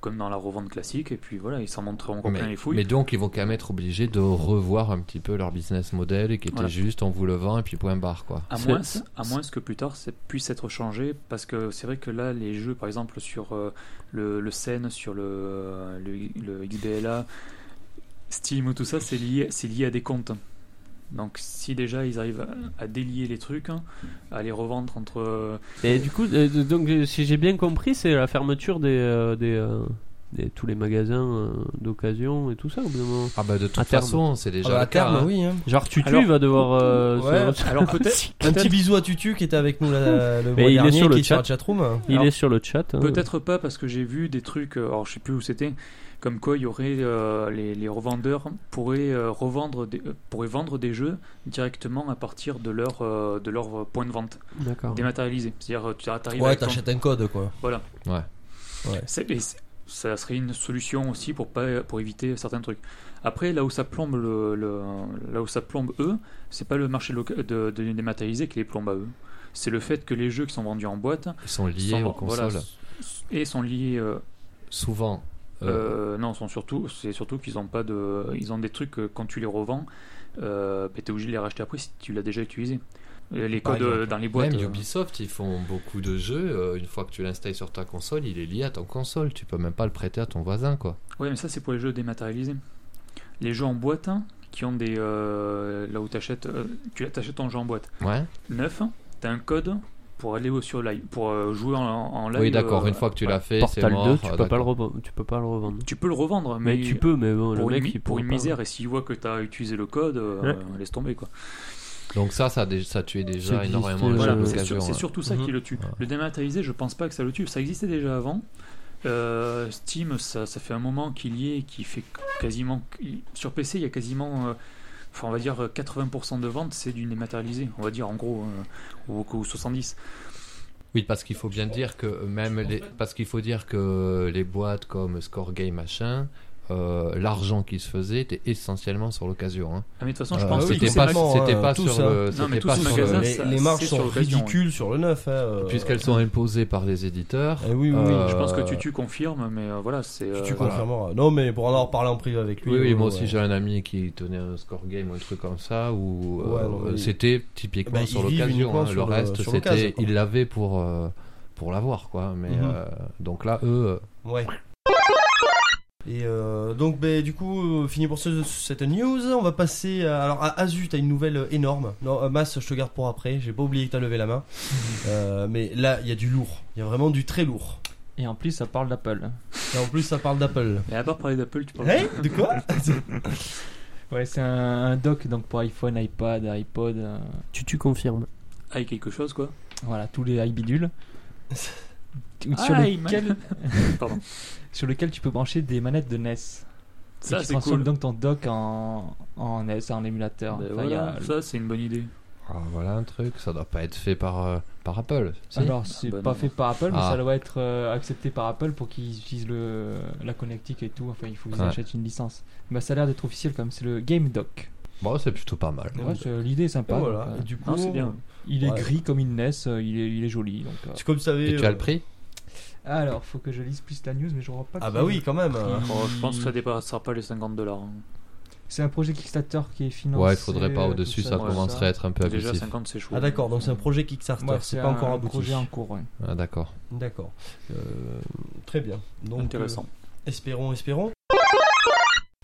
S4: comme dans la revente classique, et puis voilà, ils s'en montreront encore plein
S6: Mais,
S4: les fouilles.
S6: mais donc ils vont quand même être obligés de revoir un petit peu leur business model et qui était
S4: Voilà.
S6: juste on vous le vend et puis point barre quoi.
S4: À
S5: C'est-
S4: moins,
S5: c'est-
S4: à moins que plus tard ça puisse être changé, parce que c'est vrai que là, les jeux, par exemple, sur euh, le, le Sen, sur le, le, le XBLA, Steam ou tout ça, c'est lié, c'est lié à des comptes. Donc si déjà ils arrivent à, à délier les trucs, hein, à les revendre entre... euh,
S5: Et du coup, euh, donc euh, si j'ai bien compris, c'est la fermeture des, euh, des, euh, des- tous les magasins euh, d'occasion et tout ça au bout d'un moment.
S6: Ah bah de toute
S5: terme.
S6: façon c'est déjà
S3: Ah bah, à
S6: le cas,
S3: terme,
S6: hein.
S3: oui. hein.
S5: Genre Tutu
S4: Alors-
S5: va devoir. euh,
S3: Ouais,
S5: se- <laughs>
S4: Alors peut-être
S3: Un petit
S4: peut-être-
S3: bisou à Tutu qui était avec nous là, le
S5: Mais
S3: mois
S5: il est
S3: dernier,
S5: sur le
S3: qui est sur
S5: chat.
S3: la chatroom.
S5: Il
S4: alors,
S5: est sur le chat. hein.
S4: peut-être pas, parce que j'ai vu des trucs, euh, alors je sais plus où c'était, comme quoi il y aurait euh, les, les revendeurs pourraient, euh, revendre des, euh, pourraient vendre des jeux directement à partir de leur, euh, de leur euh, point de vente.
S5: D'accord.
S4: dématérialisé. C'est-à-dire, euh, tu arrives
S3: Ouais,
S4: avec ton-
S3: t'achètes un code quoi.
S4: C'est- et c'est- ça serait une solution aussi pour, pas, pour éviter certains trucs. Après, là où ça plombe, le, le- là où ça plombe eux, c'est pas le marché loca- de, de dématérialisé qui les plombe à eux. C'est le fait que les jeux qui sont vendus en boîte
S6: Ils sont liés
S4: sont,
S6: aux consoles.
S4: voilà, s- et sont liés. euh,
S6: Souvent. Euh,
S4: euh, non, sont surtout, c'est surtout qu'ils ont pas de, ils ont des trucs que quand tu les revends, euh, bah, t'es obligé de les racheter après si tu l'as déjà utilisé. Euh, Les
S3: Par
S4: codes euh,
S3: exemple.
S4: dans les boîtes.
S6: même
S4: euh,
S6: Ubisoft, ils font beaucoup de jeux. euh, une fois que tu l'installes sur ta console, il est lié à ta console. Tu peux même pas le prêter à ton voisin, quoi.
S4: Ouais, mais ça, c'est pour les jeux dématérialisés. Les jeux en boîte, hein, qui ont des. euh, là où t'achètes, euh, tu achètes ton jeu en boîte.
S6: Ouais.
S4: Neuf, T'as un code pour aller au- sur live, pour euh, jouer en, en live.
S6: Oui, d'accord,
S4: euh,
S6: une fois que tu l'as fait, c'est
S5: Portal
S6: mort.
S5: 2, tu
S6: Ah,
S5: peux, pas le
S6: d'accord.
S5: revendre, tu peux pas le revendre.
S4: Tu peux le revendre, mais,
S5: Mais tu peux, mais bon,
S4: pour
S5: le
S4: une,
S5: mec
S4: mi-
S5: il
S4: pour
S5: pourra
S4: une
S5: pas.
S4: misère. Et s'il voit que t'as utilisé le code, euh, laisse tomber quoi.
S6: Donc ça, ça, a dé- ça tuait déjà
S5: C'est
S6: énormément
S5: juste,
S6: les
S4: Voilà,
S5: euh,
S6: jeux
S4: c'est
S6: d'occasion.
S4: sur- c'est
S6: hein.
S4: surtout ça
S5: Mhm.
S4: qui le tue. Le dématérialisé, je pense pas que ça le tue. Ça existait déjà avant. Euh, Steam, ça, ça fait un moment qu'il y est, qui fait quasiment. Sur PC, il y a quasiment. euh, Enfin, on va dire euh, 80% de ventes, c'est du dématérialisé. On va dire en gros, euh, ou, ou 70.
S6: Oui, parce qu'il faut bien dire que même les, parce qu'il faut dire que les boîtes comme Score Game machin, euh, l'argent qui se faisait était essentiellement sur l'occasion. hein.
S4: Ah, mais de toute façon, je
S6: Euh,
S4: pense que
S3: oui,
S4: tous
S6: c'était
S4: ces
S6: pas,
S4: mag-
S3: complètement,
S6: c'était
S3: hein,
S6: pas
S3: tous,
S6: sur
S3: hein.
S4: Non,
S6: le,
S4: mais
S6: c'était
S4: tous
S6: pas
S4: ces
S6: sur
S4: magasins,
S6: le-
S3: les,
S4: ça-
S3: les
S4: c'est
S3: marges sont
S4: sur l'occasion, ouais.
S3: ridicules sur le neuf. hein, euh.
S6: puisqu'elles sont imposées par les éditeurs.
S3: Eh oui, oui, oui.
S6: euh,
S4: Je pense que Tutu confirme, mais euh, voilà, c'est.
S3: Tu,
S4: euh,
S3: tu
S6: voilà.
S3: confirmeras. Non, mais pour en avoir parlé en privé avec lui.
S6: Oui, oui,
S3: euh,
S6: moi
S3: ouais.
S6: aussi j'ai un ami qui tenait un score game ou un truc comme ça où euh,
S3: Ouais, non, oui.
S6: c'était typiquement
S3: Bah,
S6: sur
S3: ils vivent
S6: l'occasion.
S3: uniquement
S6: hein. Le
S3: sur le-
S6: reste,
S3: sur
S6: c'était
S3: l'occasion, quoi.
S6: il l'avait pour euh, pour l'avoir quoi. Mais
S3: Mhm.
S6: euh, donc là, eux,
S3: Ouais. Et euh, donc, ben, du coup, euh, fini pour ce- cette news. On va passer à, alors à Azu. T'as une nouvelle euh, énorme. Non, euh, Mas, je te garde pour après. J'ai pas oublié que t'as levé la main. Euh, mais là, il y a du lourd. Il y a vraiment du très lourd.
S7: Et en plus, ça parle d'Apple.
S3: Et en plus, ça parle d'Apple.
S4: Et à part parler d'Apple, tu parles.
S3: Hein De <laughs> quoi
S7: Ouais, c'est un, un dock donc pour iPhone, iPad, iPod, euh,
S5: Tu, tu confirmes.
S4: Avec quelque chose, quoi.
S7: voilà, tous les
S4: <laughs>
S7: iBidules. Ou sur,
S4: Ah,
S7: le-
S4: il m'a- <laughs> Pardon.
S7: <laughs> sur lequel tu peux brancher des manettes de E NES. et
S4: Ça,
S7: tu
S4: c'est
S7: transformes
S4: cool.
S7: donc ton dock en, en NES, en émulateur.
S4: Ben
S7: Enfin, il y a-
S4: voilà, ça, c'est une bonne idée.
S6: ah, voilà un truc. Ça doit pas être fait par euh, par Apple. si
S7: Alors, c'est
S4: bah
S7: pas
S4: non.
S7: fait par Apple, mais
S6: Ah.
S7: ça doit être euh, accepté par Apple pour qu'ils utilisent le, la connectique et tout. Enfin, il faut qu'ils
S6: Ouais.
S7: achètent une licence. Bah, ça a l'air d'être officiel comme c'est le Game Dock.
S6: Bon, c'est plutôt pas mal.
S7: Ouais, c'est- L'idée est sympa.
S3: Et voilà.
S7: donc,
S3: Et
S7: euh,
S3: du coup,
S4: Non, c'est bien.
S7: il est
S3: Ouais.
S7: gris comme une NES, euh, il est, il est joli. Donc, euh.
S3: C'est comme ça.
S6: Et tu as le prix
S7: Alors, faut que je lise plus la news, mais je ne pas.
S3: Ah
S7: qui-
S3: bah oui, quand même. hein.
S4: Oh, je pense que ça dépassera pas les 50 dollars. hein.
S7: C'est un projet Kickstarter qui est financé.
S6: Ouais, il faudrait pas
S7: euh,
S6: au-dessus,
S7: tout
S6: ça
S7: tout
S6: commencerait à être un peu
S4: Déjà
S6: abusif.
S4: 50 c'est chaud.
S3: Ah d'accord. Donc c'est un projet Kickstarter.
S7: Ouais,
S3: c'est pas
S7: un
S3: encore abouti.
S7: projet en cours. ouais.
S6: Ah, d'accord.
S3: D'accord. Euh, très bien. Donc
S4: Intéressant.
S3: euh, espérons, espérons.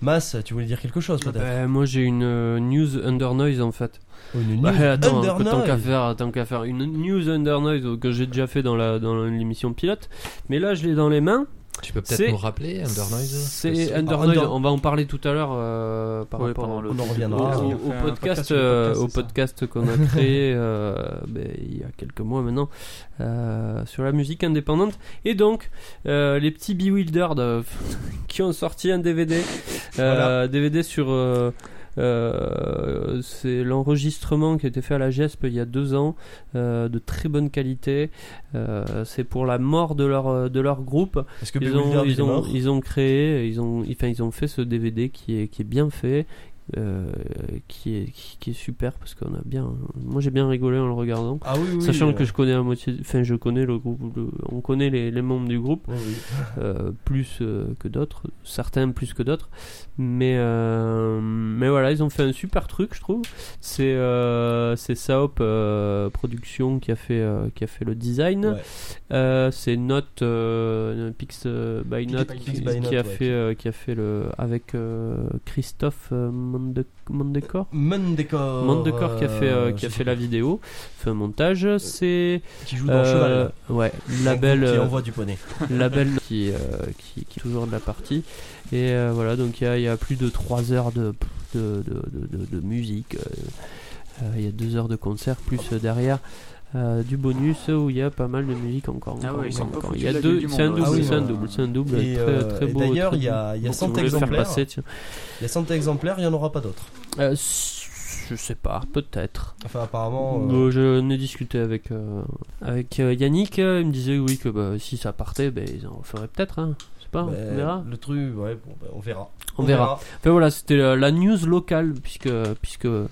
S3: Mas, tu voulais dire quelque
S4: Ah,
S3: chose peut-être
S5: Bah, moi j'ai une euh, news under noise en fait.
S3: Une news
S5: Bah, attends,
S3: under
S5: que- tant
S3: noise.
S5: qu'à faire, tant qu'à faire une news under noise euh, que j'ai déjà fait dans la dans l'émission pilote, mais là je l'ai dans les mains.
S6: Tu peux peut-être
S5: C'est-
S6: nous rappeler Under Noise
S5: C'est
S3: Ah,
S5: under
S3: Under-
S5: noise. On va en parler tout à l'heure euh, par
S4: Ouais,
S5: rapport
S4: pendant
S5: au-
S4: le-
S3: On en
S5: au,
S3: reviendra.
S7: Ah,
S5: au-
S7: oui.
S5: au
S7: On a fait un podcast
S5: podcast,
S7: sur le
S5: euh,
S7: podcast,
S5: au
S7: c'est ça.
S5: podcast qu'on a créé <laughs> euh, ben, il y a quelques mois maintenant euh, sur la musique indépendante et donc euh, les petits bewildered euh, <laughs> qui ont sorti un DVD euh,
S3: Voilà.
S5: DVD sur euh, euh, c'est l'enregistrement qui a été fait à la GESP il y a deux ans euh, de très bonne qualité Euh, c'est pour la mort de leur, de leur groupe
S3: Est-ce que
S5: ils
S3: Bewildered
S5: ont,
S3: est
S5: ils, ont,
S3: mort
S5: ils ont créé, ils ont, enfin, ils ont fait ce DVD qui est, qui est bien fait, euh, qui, est, qui, qui est super parce qu'on a bien. Moi j'ai bien rigolé en le regardant.
S3: Ah oui, oui.
S5: Sachant
S3: euh,
S5: que je connais la moitié, enfin je connais le groupe, le- on connaît les, les membres du groupe
S3: oui, oui.
S5: euh, plus euh, que d'autres, certains plus que d'autres, mais euh, mais voilà ils ont fait un super truc je trouve. C'est euh, c'est Saop euh, Production qui a fait euh, qui a fait le design.
S3: Ouais.
S5: Euh, c'est Note euh, Pix euh, by
S7: Pix
S5: Note
S7: by
S5: qui,
S3: Note.
S5: qui a
S3: Pix by Note, ouais.
S5: fait euh, qui a fait le avec euh, Christophe euh, Monde- Mondecor
S3: Mundecor.
S5: Mondecor qui a fait euh,
S3: euh,
S5: qui a
S3: je
S5: fait
S3: sais
S5: la vidéo, fait un montage, c'est
S3: plus, Qui joue dans
S5: euh,
S3: Euh, Cheval.
S5: ouais, label
S3: Qui
S5: euh,
S3: envoie du poney.
S5: label qui, euh, qui qui est toujours de la partie et euh, voilà donc il y a, il y a plus de 3 heures de de, de, de- de- de musique euh, euh, il y a 2 heures de concert plus euh, derrière euh, du bonus où il y a pas mal de musique encore.
S4: Ah
S5: encore,
S4: ouais, ils sont
S5: encore,
S4: pas
S5: encore.
S4: foutus
S5: Il y a
S4: de la
S5: deux,
S4: gueule du
S5: c'est un
S4: monde,
S3: ouais.
S5: double,
S3: Ah oui,
S5: c'est un
S3: ouais.
S5: double, c'est un double,
S3: Et,
S5: très,
S3: euh,
S5: très
S3: et
S5: beau.
S3: d'ailleurs,
S5: très
S3: il y a, il y a
S5: beau. Si
S3: 100
S5: vous voulez le faire
S3: exemplaires.
S5: passer, tiens.
S3: Il y a 100 exemplaires, il n'y en aura pas d'autres.
S5: Euh, s- je sais pas, peut-être.
S3: Enfin, apparemment. euh,
S5: Euh, J'en ai discuté avec, euh, avec euh, Yannick, euh, il me disait oui que bah, si ça partait, bah, ils en referaient peut-être, hein. je sais pas,
S3: ben,
S5: on verra.
S3: Le truc, ouais, bon, ben, on verra.
S5: On verra. Enfin voilà, c'était la, la news locale, puisque, puisque
S3: euh,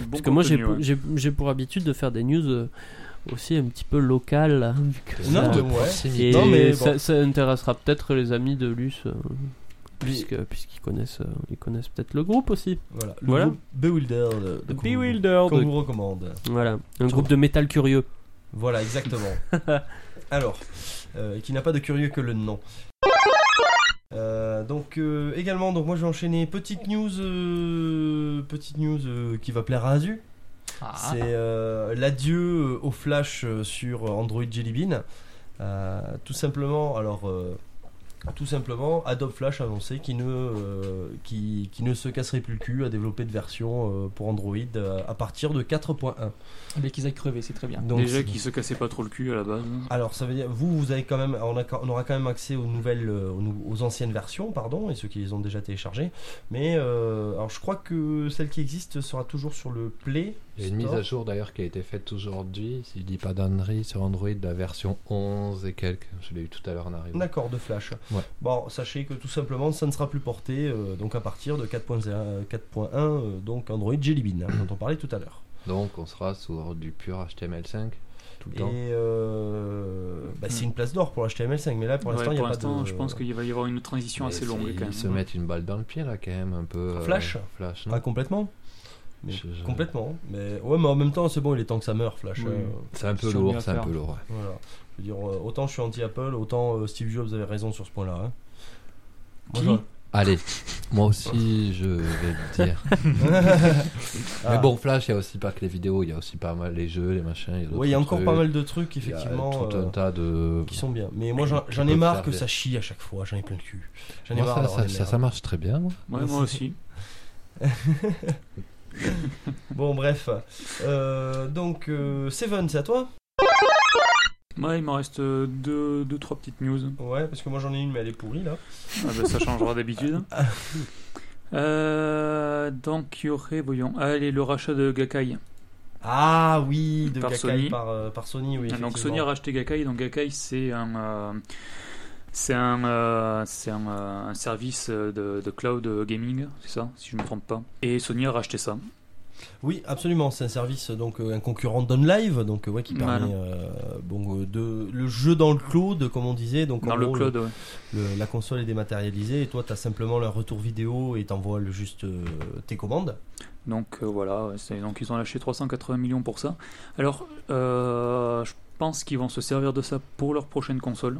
S4: Bon
S5: parce que moi j'ai
S4: contenu, ouais.
S5: j'ai- j'ai pour habitude de faire des news euh, aussi un petit peu locales. hein, vu que
S3: Non,
S5: ça-
S3: mais ouais.
S5: Et
S6: proximité.
S3: Non, mais bon.
S5: ça, ça intéressera peut-être les amis de Luce, euh,
S3: Les-
S5: puisque- puisqu'ils connaissent, euh, ils connaissent peut-être le groupe aussi.
S3: Voilà. Le
S5: Voilà.
S3: groupe Bewildered. euh, qu'on-
S5: Bewildered.
S3: Qu'on vous recommande.
S5: Voilà, un groupe de métal curieux.
S3: Voilà, exactement. Alors, euh, qui n'a pas de curieux que le nom. Euh, donc euh, également donc moi je vais enchaîner petite news euh, petite news euh, qui va plaire à Azu
S7: Ah,
S3: C'est euh, l'adieu au Flash euh, sur Android Jelly Bean. Euh, tout simplement, alors. euh, tout simplement, Adobe Flash a annoncé qu'il ne, euh, qu'il- qu'il ne se casserait plus le cul à développer de versions euh, pour Android euh, à partir de 4.1.
S7: mais qu'ils aillent crever, c'est très bien.
S3: Donc,
S4: Déjà qui se cassait pas trop le cul à la base.
S3: alors, ça veut dire, vous, vous avez quand même, on, a- on aura quand même accès aux nouvelles, euh, aux, nou- aux anciennes versions, pardon, et ceux qui les ont déjà téléchargées. Mais, euh, alors, je crois que celle qui existe sera toujours sur le Play.
S6: Il y a une mise
S3: Store.
S6: à jour d'ailleurs qui a été faite aujourd'hui, si je dis pas d'ânerie, sur Android, la version 11 et quelques. Je l'ai eu tout à l'heure en arrivant.
S3: D'accord, de Flash.
S6: Ouais.
S3: Bon, sachez que tout simplement, ça ne sera plus porté euh, donc à partir de 4.1, euh, 4.1 euh, donc Android Jelly Bean, hein, dont on parlait tout à l'heure.
S6: Donc on sera sur du pur HTML5 tout le
S3: Et
S6: temps.
S3: euh, bah, c'est une place d'or pour l'HTML5, mais là pour
S4: Ouais,
S3: l'instant, il n'y
S4: pour
S3: a pas
S4: l'instant,
S3: de.
S4: je pense qu'il va y avoir une transition
S6: Mais
S4: assez
S6: c'est-
S4: longue quand
S6: Ils se
S4: même.
S6: mettent une balle dans le pied là quand même, un peu. euh,
S3: Flash
S6: Flash, non
S3: Ah, complètement mais
S6: Je- je-
S3: Complètement. Mais, ouais, mais en même temps, c'est bon, il est temps que ça meure, Flash.
S7: Oui.
S3: euh,
S6: C'est un peu
S7: Sûrement à
S6: lourd, c'est un
S7: faire.
S6: peu lourd. ouais.
S3: Voilà. Je veux dire, euh, autant je suis anti-Apple, autant euh, Steve Jobs avait raison sur ce point-là. hein.
S7: Qui
S3: Moi,
S6: Allez, moi aussi je vais le dire.
S3: je- <laughs> Ah.
S6: Mais bon, Flash, il y a aussi pas que les vidéos, il y a aussi pas mal les jeux, les machins. Il y a,
S3: Ouais, il y a
S6: d'autres
S3: encore
S6: trucs,
S3: pas mal de trucs,
S6: euh, il y a
S3: effectivement.
S6: tout
S3: euh,
S6: un tas de.
S3: qui sont bien. Mais moi,
S6: Qui-
S3: j'en-
S6: qui
S3: j'en ai
S6: peuvent
S3: marre
S6: faire
S3: que
S6: des-
S3: ça chie à chaque fois. J'en ai plein le cul. J'en ai
S6: Moi,
S3: marre. hein.
S6: ça,
S3: d'avoir
S6: ça,
S3: des
S6: ça,
S3: merdes.
S6: ça marche très bien. moi.
S4: Ouais, moi aussi.
S3: Bon, bref. Euh, donc, euh, Seven, c'est à toi
S4: Moi, il m'en reste euh, deux, deux, trois petites news.
S3: Ouais, parce que moi j'en ai une, mais elle est pourrie là.
S4: Ah bah, ça changera d'habitude.
S3: <laughs>
S4: Euh, donc, il y aurait, voyons, Ah, allez, le rachat de Gakai.
S3: Ah oui, de
S4: Par
S3: Gakai
S4: Sony.
S3: Par, euh, par Sony, oui.
S4: Ah, donc,
S3: effectivement.
S4: Sony a racheté Gakai. Donc, Gakai, c'est un, euh, c'est un, euh, c'est un, euh, un service de, de cloud gaming, c'est ça, si je ne me trompe pas. Et Sony a racheté ça.
S3: Oui, absolument. C'est un service, donc euh, un concurrent d'OnLive, donc euh, ouais, qui
S4: Voilà.
S3: permet euh, bon, euh, de, le jeu dans le cloud, comme on disait. Donc, en
S4: Dans le
S3: gros,
S4: cloud, ouais.
S3: le- la console est dématérialisée et toi, t'as simplement le retour vidéo et t'envoies le- juste euh, tes commandes.
S4: Donc euh, voilà, ouais, c'est- donc ils ont lâché 380 millions pour ça. Alors, euh, je pense qu'ils vont se servir de ça pour leur prochaine console.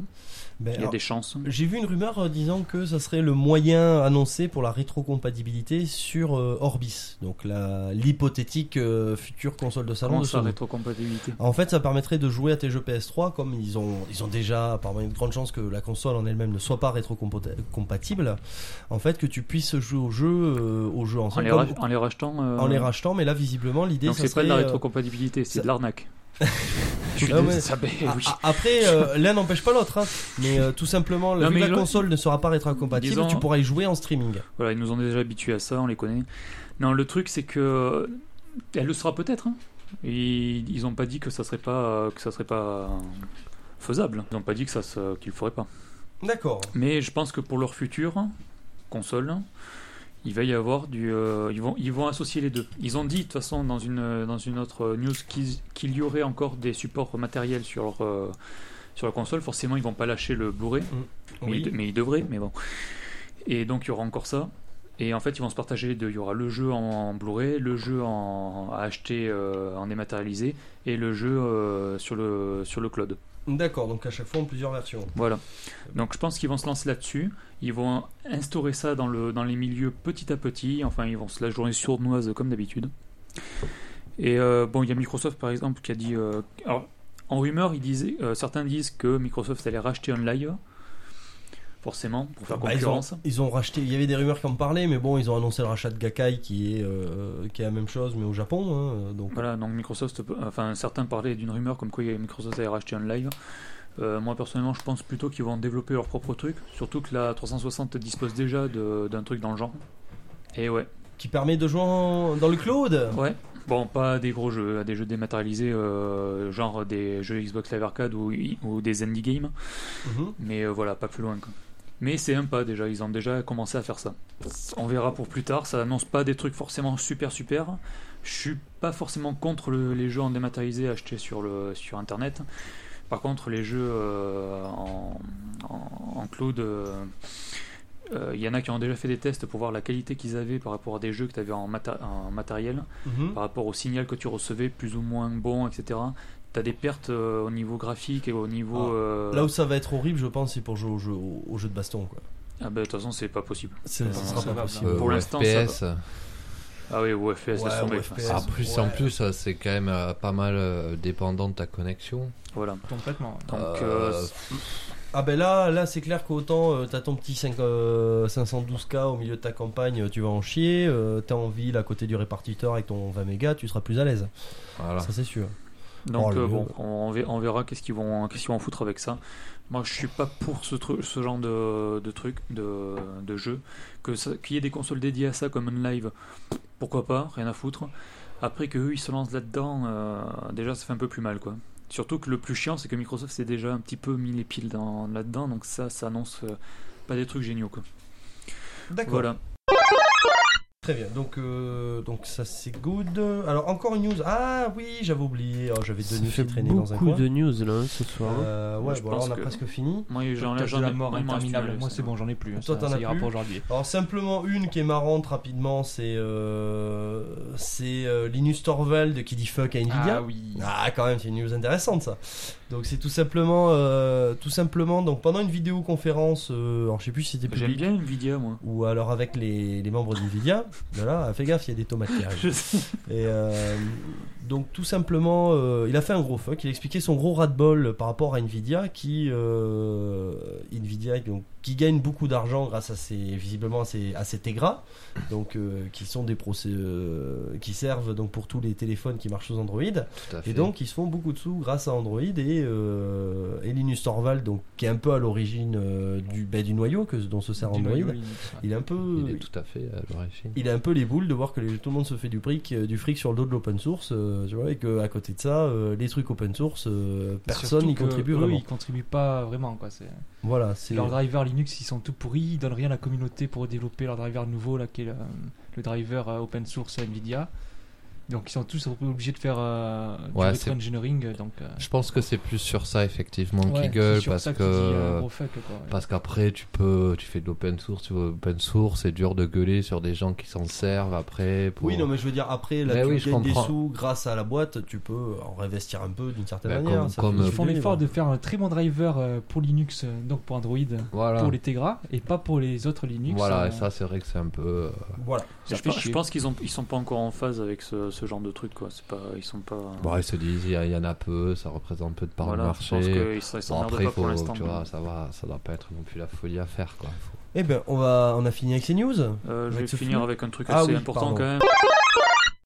S3: Ben,
S4: Il y a
S3: alors,
S4: des chances.
S3: J'ai vu une rumeur euh, disant que ça serait le moyen annoncé pour la rétrocompatibilité sur euh, Orbis, donc la l'hypothétique euh, future console de salon
S4: Comment
S3: de
S4: ça,
S3: Sony.
S4: rétrocompatibilité
S3: En fait, ça permettrait de jouer à tes jeux PS3 comme ils ont, ils ont déjà, apparemment, une grande chance que la console en elle-même ne soit pas rétrocompatible. En fait, que tu puisses jouer aux jeux, euh, aux jeux
S4: en
S3: ensemble,
S4: les,
S3: comme-
S4: rach- en les rachetant. euh,
S3: en les rachetant. Mais là, visiblement, l'idée,
S4: Donc
S3: ça
S4: c'est pas
S3: serait
S4: de la
S3: euh,
S4: rétrocompatibilité, c'est
S3: ça- <laughs>
S4: de l'arnaque. Je suis
S3: Ah ouais.
S4: désolé, ça, ben, oui.
S3: a- a- Après, euh, l'un n'empêche pas l'autre, hein. mais euh, tout simplement,
S4: Non,
S3: vu
S4: mais
S3: que la
S4: le-
S3: console ne sera pas rétrocompatible,
S4: Disons- hein.
S3: tu pourras y jouer en streaming.
S4: Voilà, ils nous ont déjà habitués à ça, on les connaît. Non, le truc c'est que euh, elle le sera peut-être. hein. Ils, ils ont pas dit que ça serait pas euh, que ça serait pas faisable. Ils ont pas dit que ça se- qu'ils le feraient pas.
S3: D'accord.
S4: Mais je pense que pour leur future console, il va y avoir du. euh, ils, vont, ils vont associer les deux. Ils ont dit, de toute façon, dans une, dans une autre news, qu'ils- qu'il y aurait encore des supports matériels sur leur. euh, sur la console, forcément, ils vont pas lâcher le Blu-ray, mais,
S3: Oui.
S4: ils de- mais ils devraient, mais bon. Et donc, il y aura encore ça. Et en fait, ils vont se partager les deux. Il y aura le jeu en, Blu-ray, le jeu en, à acheter euh, en dématérialisé, et le jeu euh, sur, le, sur le cloud.
S3: D'accord, donc à chaque fois en plusieurs versions.
S4: Voilà. Donc je pense qu'ils vont se lancer là-dessus. Ils vont instaurer ça dans, le, dans les milieux petit à petit. Enfin, ils vont se la journée sournoise comme d'habitude. Et euh, bon, il y a Microsoft par exemple qui a dit. euh, alors, en rumeur, ils disaient, euh, certains disent que Microsoft allait racheter OnLive. Forcément, pour faire
S3: Bah, ils, ont,
S4: concurrence.
S3: ils ont racheté, il y avait des rumeurs qui en parlaient, mais bon, ils ont annoncé le rachat de Gakai qui est, euh, qui est la même chose, mais au Japon. hein, donc,
S4: Voilà, donc Microsoft, peut- enfin certains parlaient d'une rumeur comme quoi il y avait Microsoft allait racheter OnLive. Euh, moi personnellement, je pense plutôt qu'ils vont développer leur propre truc, surtout que la 360 dispose déjà de- d'un truc dans le genre. Et ouais,
S3: Qui permet de jouer en- dans le cloud.
S4: ouais. Bon, pas des gros jeux, à des jeux dématérialisés, euh, genre des jeux Xbox Live Arcade ou, ou des indie games,
S3: Mhm.
S4: mais euh, voilà, pas plus loin. quoi. Mais c'est un pas déjà, ils ont déjà commencé à faire ça. On verra pour plus tard, ça annonce pas des trucs forcément super super. Je suis pas forcément contre le- les jeux en dématérialisé achetés sur, le, sur internet. Par contre, les jeux euh, en, en, en cloud, euh, euh, il y en a qui ont déjà fait des tests pour voir la qualité qu'ils avaient par rapport à des jeux que tu avais en, maté- en matériel,
S3: Mhm.
S4: par rapport au signal que tu recevais, plus ou moins bon, etc. Tu as des pertes euh, au niveau graphique et au niveau.
S3: Ah,
S4: euh,
S3: Là où ça va être horrible, je pense, c'est pour jouer au jeu, au, au jeu de baston. Quoi.
S4: Ah bah, de toute façon, c'est pas possible.
S3: Ça, ça
S4: non,
S3: sera
S4: ça
S3: pas
S4: va,
S3: possible.
S4: non.
S6: Euh,
S4: Pour
S6: ou
S4: l'instant,
S6: FPS,
S4: Ah oui, au FPS,
S3: Ouais,
S4: laisse tomber.
S3: au
S4: quoi.
S3: FPS.
S6: Ah, plus
S3: Ouais.
S6: en plus, euh, c'est quand même euh, pas mal euh, dépendant de ta connexion.
S4: Voilà.
S7: Complètement.
S4: Donc,
S6: Euh,
S4: euh,
S3: Ah ben là, là c'est clair qu'autant euh, t'as ton petit 5, euh, 512K au milieu de ta campagne, euh, tu vas en chier. euh, t'es en ville à côté du répartiteur avec ton 20 mégas, tu seras plus à l'aise.
S6: voilà.
S3: Ça c'est sûr.
S4: Donc
S3: Oh, le
S4: euh, bon,
S3: vieux.
S4: on, ver- on verra qu'est-ce qu'ils vont, qu'est-ce qu'ils vont en foutre avec ça. Moi, je suis pas pour ce truc, ce genre de, de truc, de, de jeu, que ça- qu'il y ait des consoles dédiées à ça comme un live. Pourquoi pas, rien à foutre. Après que eux, ils se lancent là-dedans, euh, déjà ça fait un peu plus mal quoi. Surtout que le plus chiant, c'est que Microsoft s'est déjà un petit peu mis les piles dans, là-dedans, donc ça, ça annonce euh, pas des trucs géniaux quoi.
S3: D'accord.
S4: Voilà.
S3: Très bien. Donc euh, donc ça c'est good. Alors encore une news. Ah oui, j'avais oublié. Oh, j'avais deux
S5: Ça
S3: news
S5: fait
S3: qui traînaient dans un
S5: beaucoup
S3: coin.
S5: de news là hein, ce soir. hein.
S3: Euh, ouais,
S4: Je
S3: bon, alors,
S4: pense
S3: on a
S4: que-
S3: presque fini.
S4: Moi, j'en
S7: Podcast
S4: j'en
S7: de
S4: ai
S7: la mort
S4: moi, il m'en reste une,
S7: interminable.
S4: là,
S7: Moi,
S4: ça.
S7: c'est bon, j'en ai plus.
S3: Toi,
S7: Ça-
S3: t'en
S7: ça
S3: as
S7: ira
S3: plus
S7: pas aujourd'hui.
S3: Alors simplement une qui est marrante rapidement, c'est euh, c'est euh, Linus Torvald qui dit fuck à Nvidia.
S7: Ah oui.
S3: Ah quand même c'est une news intéressante ça. Donc c'est tout simplement euh, tout simplement donc pendant une vidéoconférence euh, alors je sais plus si c'était
S4: J'aime
S3: public
S4: bien Nvidia moi.
S3: ou alors avec les, les membres d'Nvidia. voilà, fais gaffe, il y a des tomates qui
S4: <laughs>
S3: arrivent.
S4: Je sais.
S3: Et euh, donc tout simplement, euh, il a fait un gros fuck. Il a expliqué son gros ras-de-bol par rapport à Nvidia, qui euh, Nvidia donc, qui gagne beaucoup d'argent grâce à ses visiblement à ses, à ses Tegra, donc euh, qui sont des procès euh, qui servent donc pour tous les téléphones qui marchent sous Android.
S6: Tout à fait.
S3: Et donc ils se font beaucoup de sous grâce à Android et, euh, et Linus Torvald, donc qui est un peu à l'origine euh, du ben, du noyau que dont se sert
S7: Du
S3: Android.
S7: noyau Linux, ouais.
S3: Il est un peu
S6: il est tout à fait euh, à l'origine.
S3: euh, il a un peu les boules de voir que les- tout le monde se fait du fric, euh, du fric sur le dos de l'open source, euh, tu vois, et que à côté de ça, euh, les trucs open source, euh, personne
S7: Surtout
S3: n'y
S7: que
S3: contribue
S7: eux,
S3: vraiment.
S7: Ils contribuent pas vraiment quoi. C'est
S3: Voilà, c'est
S7: leurs drivers Linux, ils sont tout pourris. Ils donnent rien à la communauté pour développer leur driver nouveau là, qui est le, le driver euh, open source Nvidia. Donc ils sont tous obligés de faire euh, du
S6: Ouais,
S7: retro
S6: c'est-
S7: engineering. euh, Donc euh,
S6: Je pense que c'est plus sur ça effectivement
S7: ouais,
S6: qui
S7: c'est
S6: gueule
S7: sur
S6: parce
S7: ça
S6: que
S7: qu'il dit, euh, gros fuck, quoi, ouais.
S6: parce qu'après tu peux tu fais de l'open source, tu vois, open source, c'est dur de gueuler sur des gens qui s'en servent après pour
S3: Oui, non, mais je veux dire, après, là,
S6: Mais
S3: tu
S6: Ben oui, je
S3: gagnes des
S6: comprends.
S3: sous grâce à la boîte, tu peux en réinvestir un peu d'une certaine
S6: Bah,
S3: manière.
S6: comme-
S3: ça
S6: comme,
S3: fait
S6: euh,
S7: Ils font
S3: du
S7: l'effort de
S3: livre.
S7: faire un très bon driver euh, pour Linux, euh, donc pour Android,
S6: voilà.
S7: pour les Tegra, et pas pour les autres Linux.
S6: voilà,
S7: euh,
S6: et ça c'est vrai que c'est un peu euh,
S3: Voilà.
S4: Je,
S7: ça fait
S4: pense- je
S7: chier.
S4: pense qu'ils ont, ils sont pas encore en phase avec ce, ce genre de truc quoi. C'est pas, ils sont pas.
S6: bon, ils se disent il y, a- il y en a peu, ça représente peu de part
S4: voilà,
S6: de
S4: Je pense
S6: marché.
S4: qu'ils s'en- ils
S6: Bon,
S4: s'en emmerdent
S6: après
S4: pas pour
S6: faut,
S4: l'instant.
S6: tu vois, ça va, ça doit pas être non plus la folie à faire quoi. Faut-
S3: Eh ben, on va, on a fini avec ces news.
S4: Euh, je
S3: Avec
S4: vais
S3: ce
S4: finir
S3: flux.
S4: avec un truc
S3: Ah
S4: assez
S3: oui,
S4: important
S3: pardon.
S4: quand même.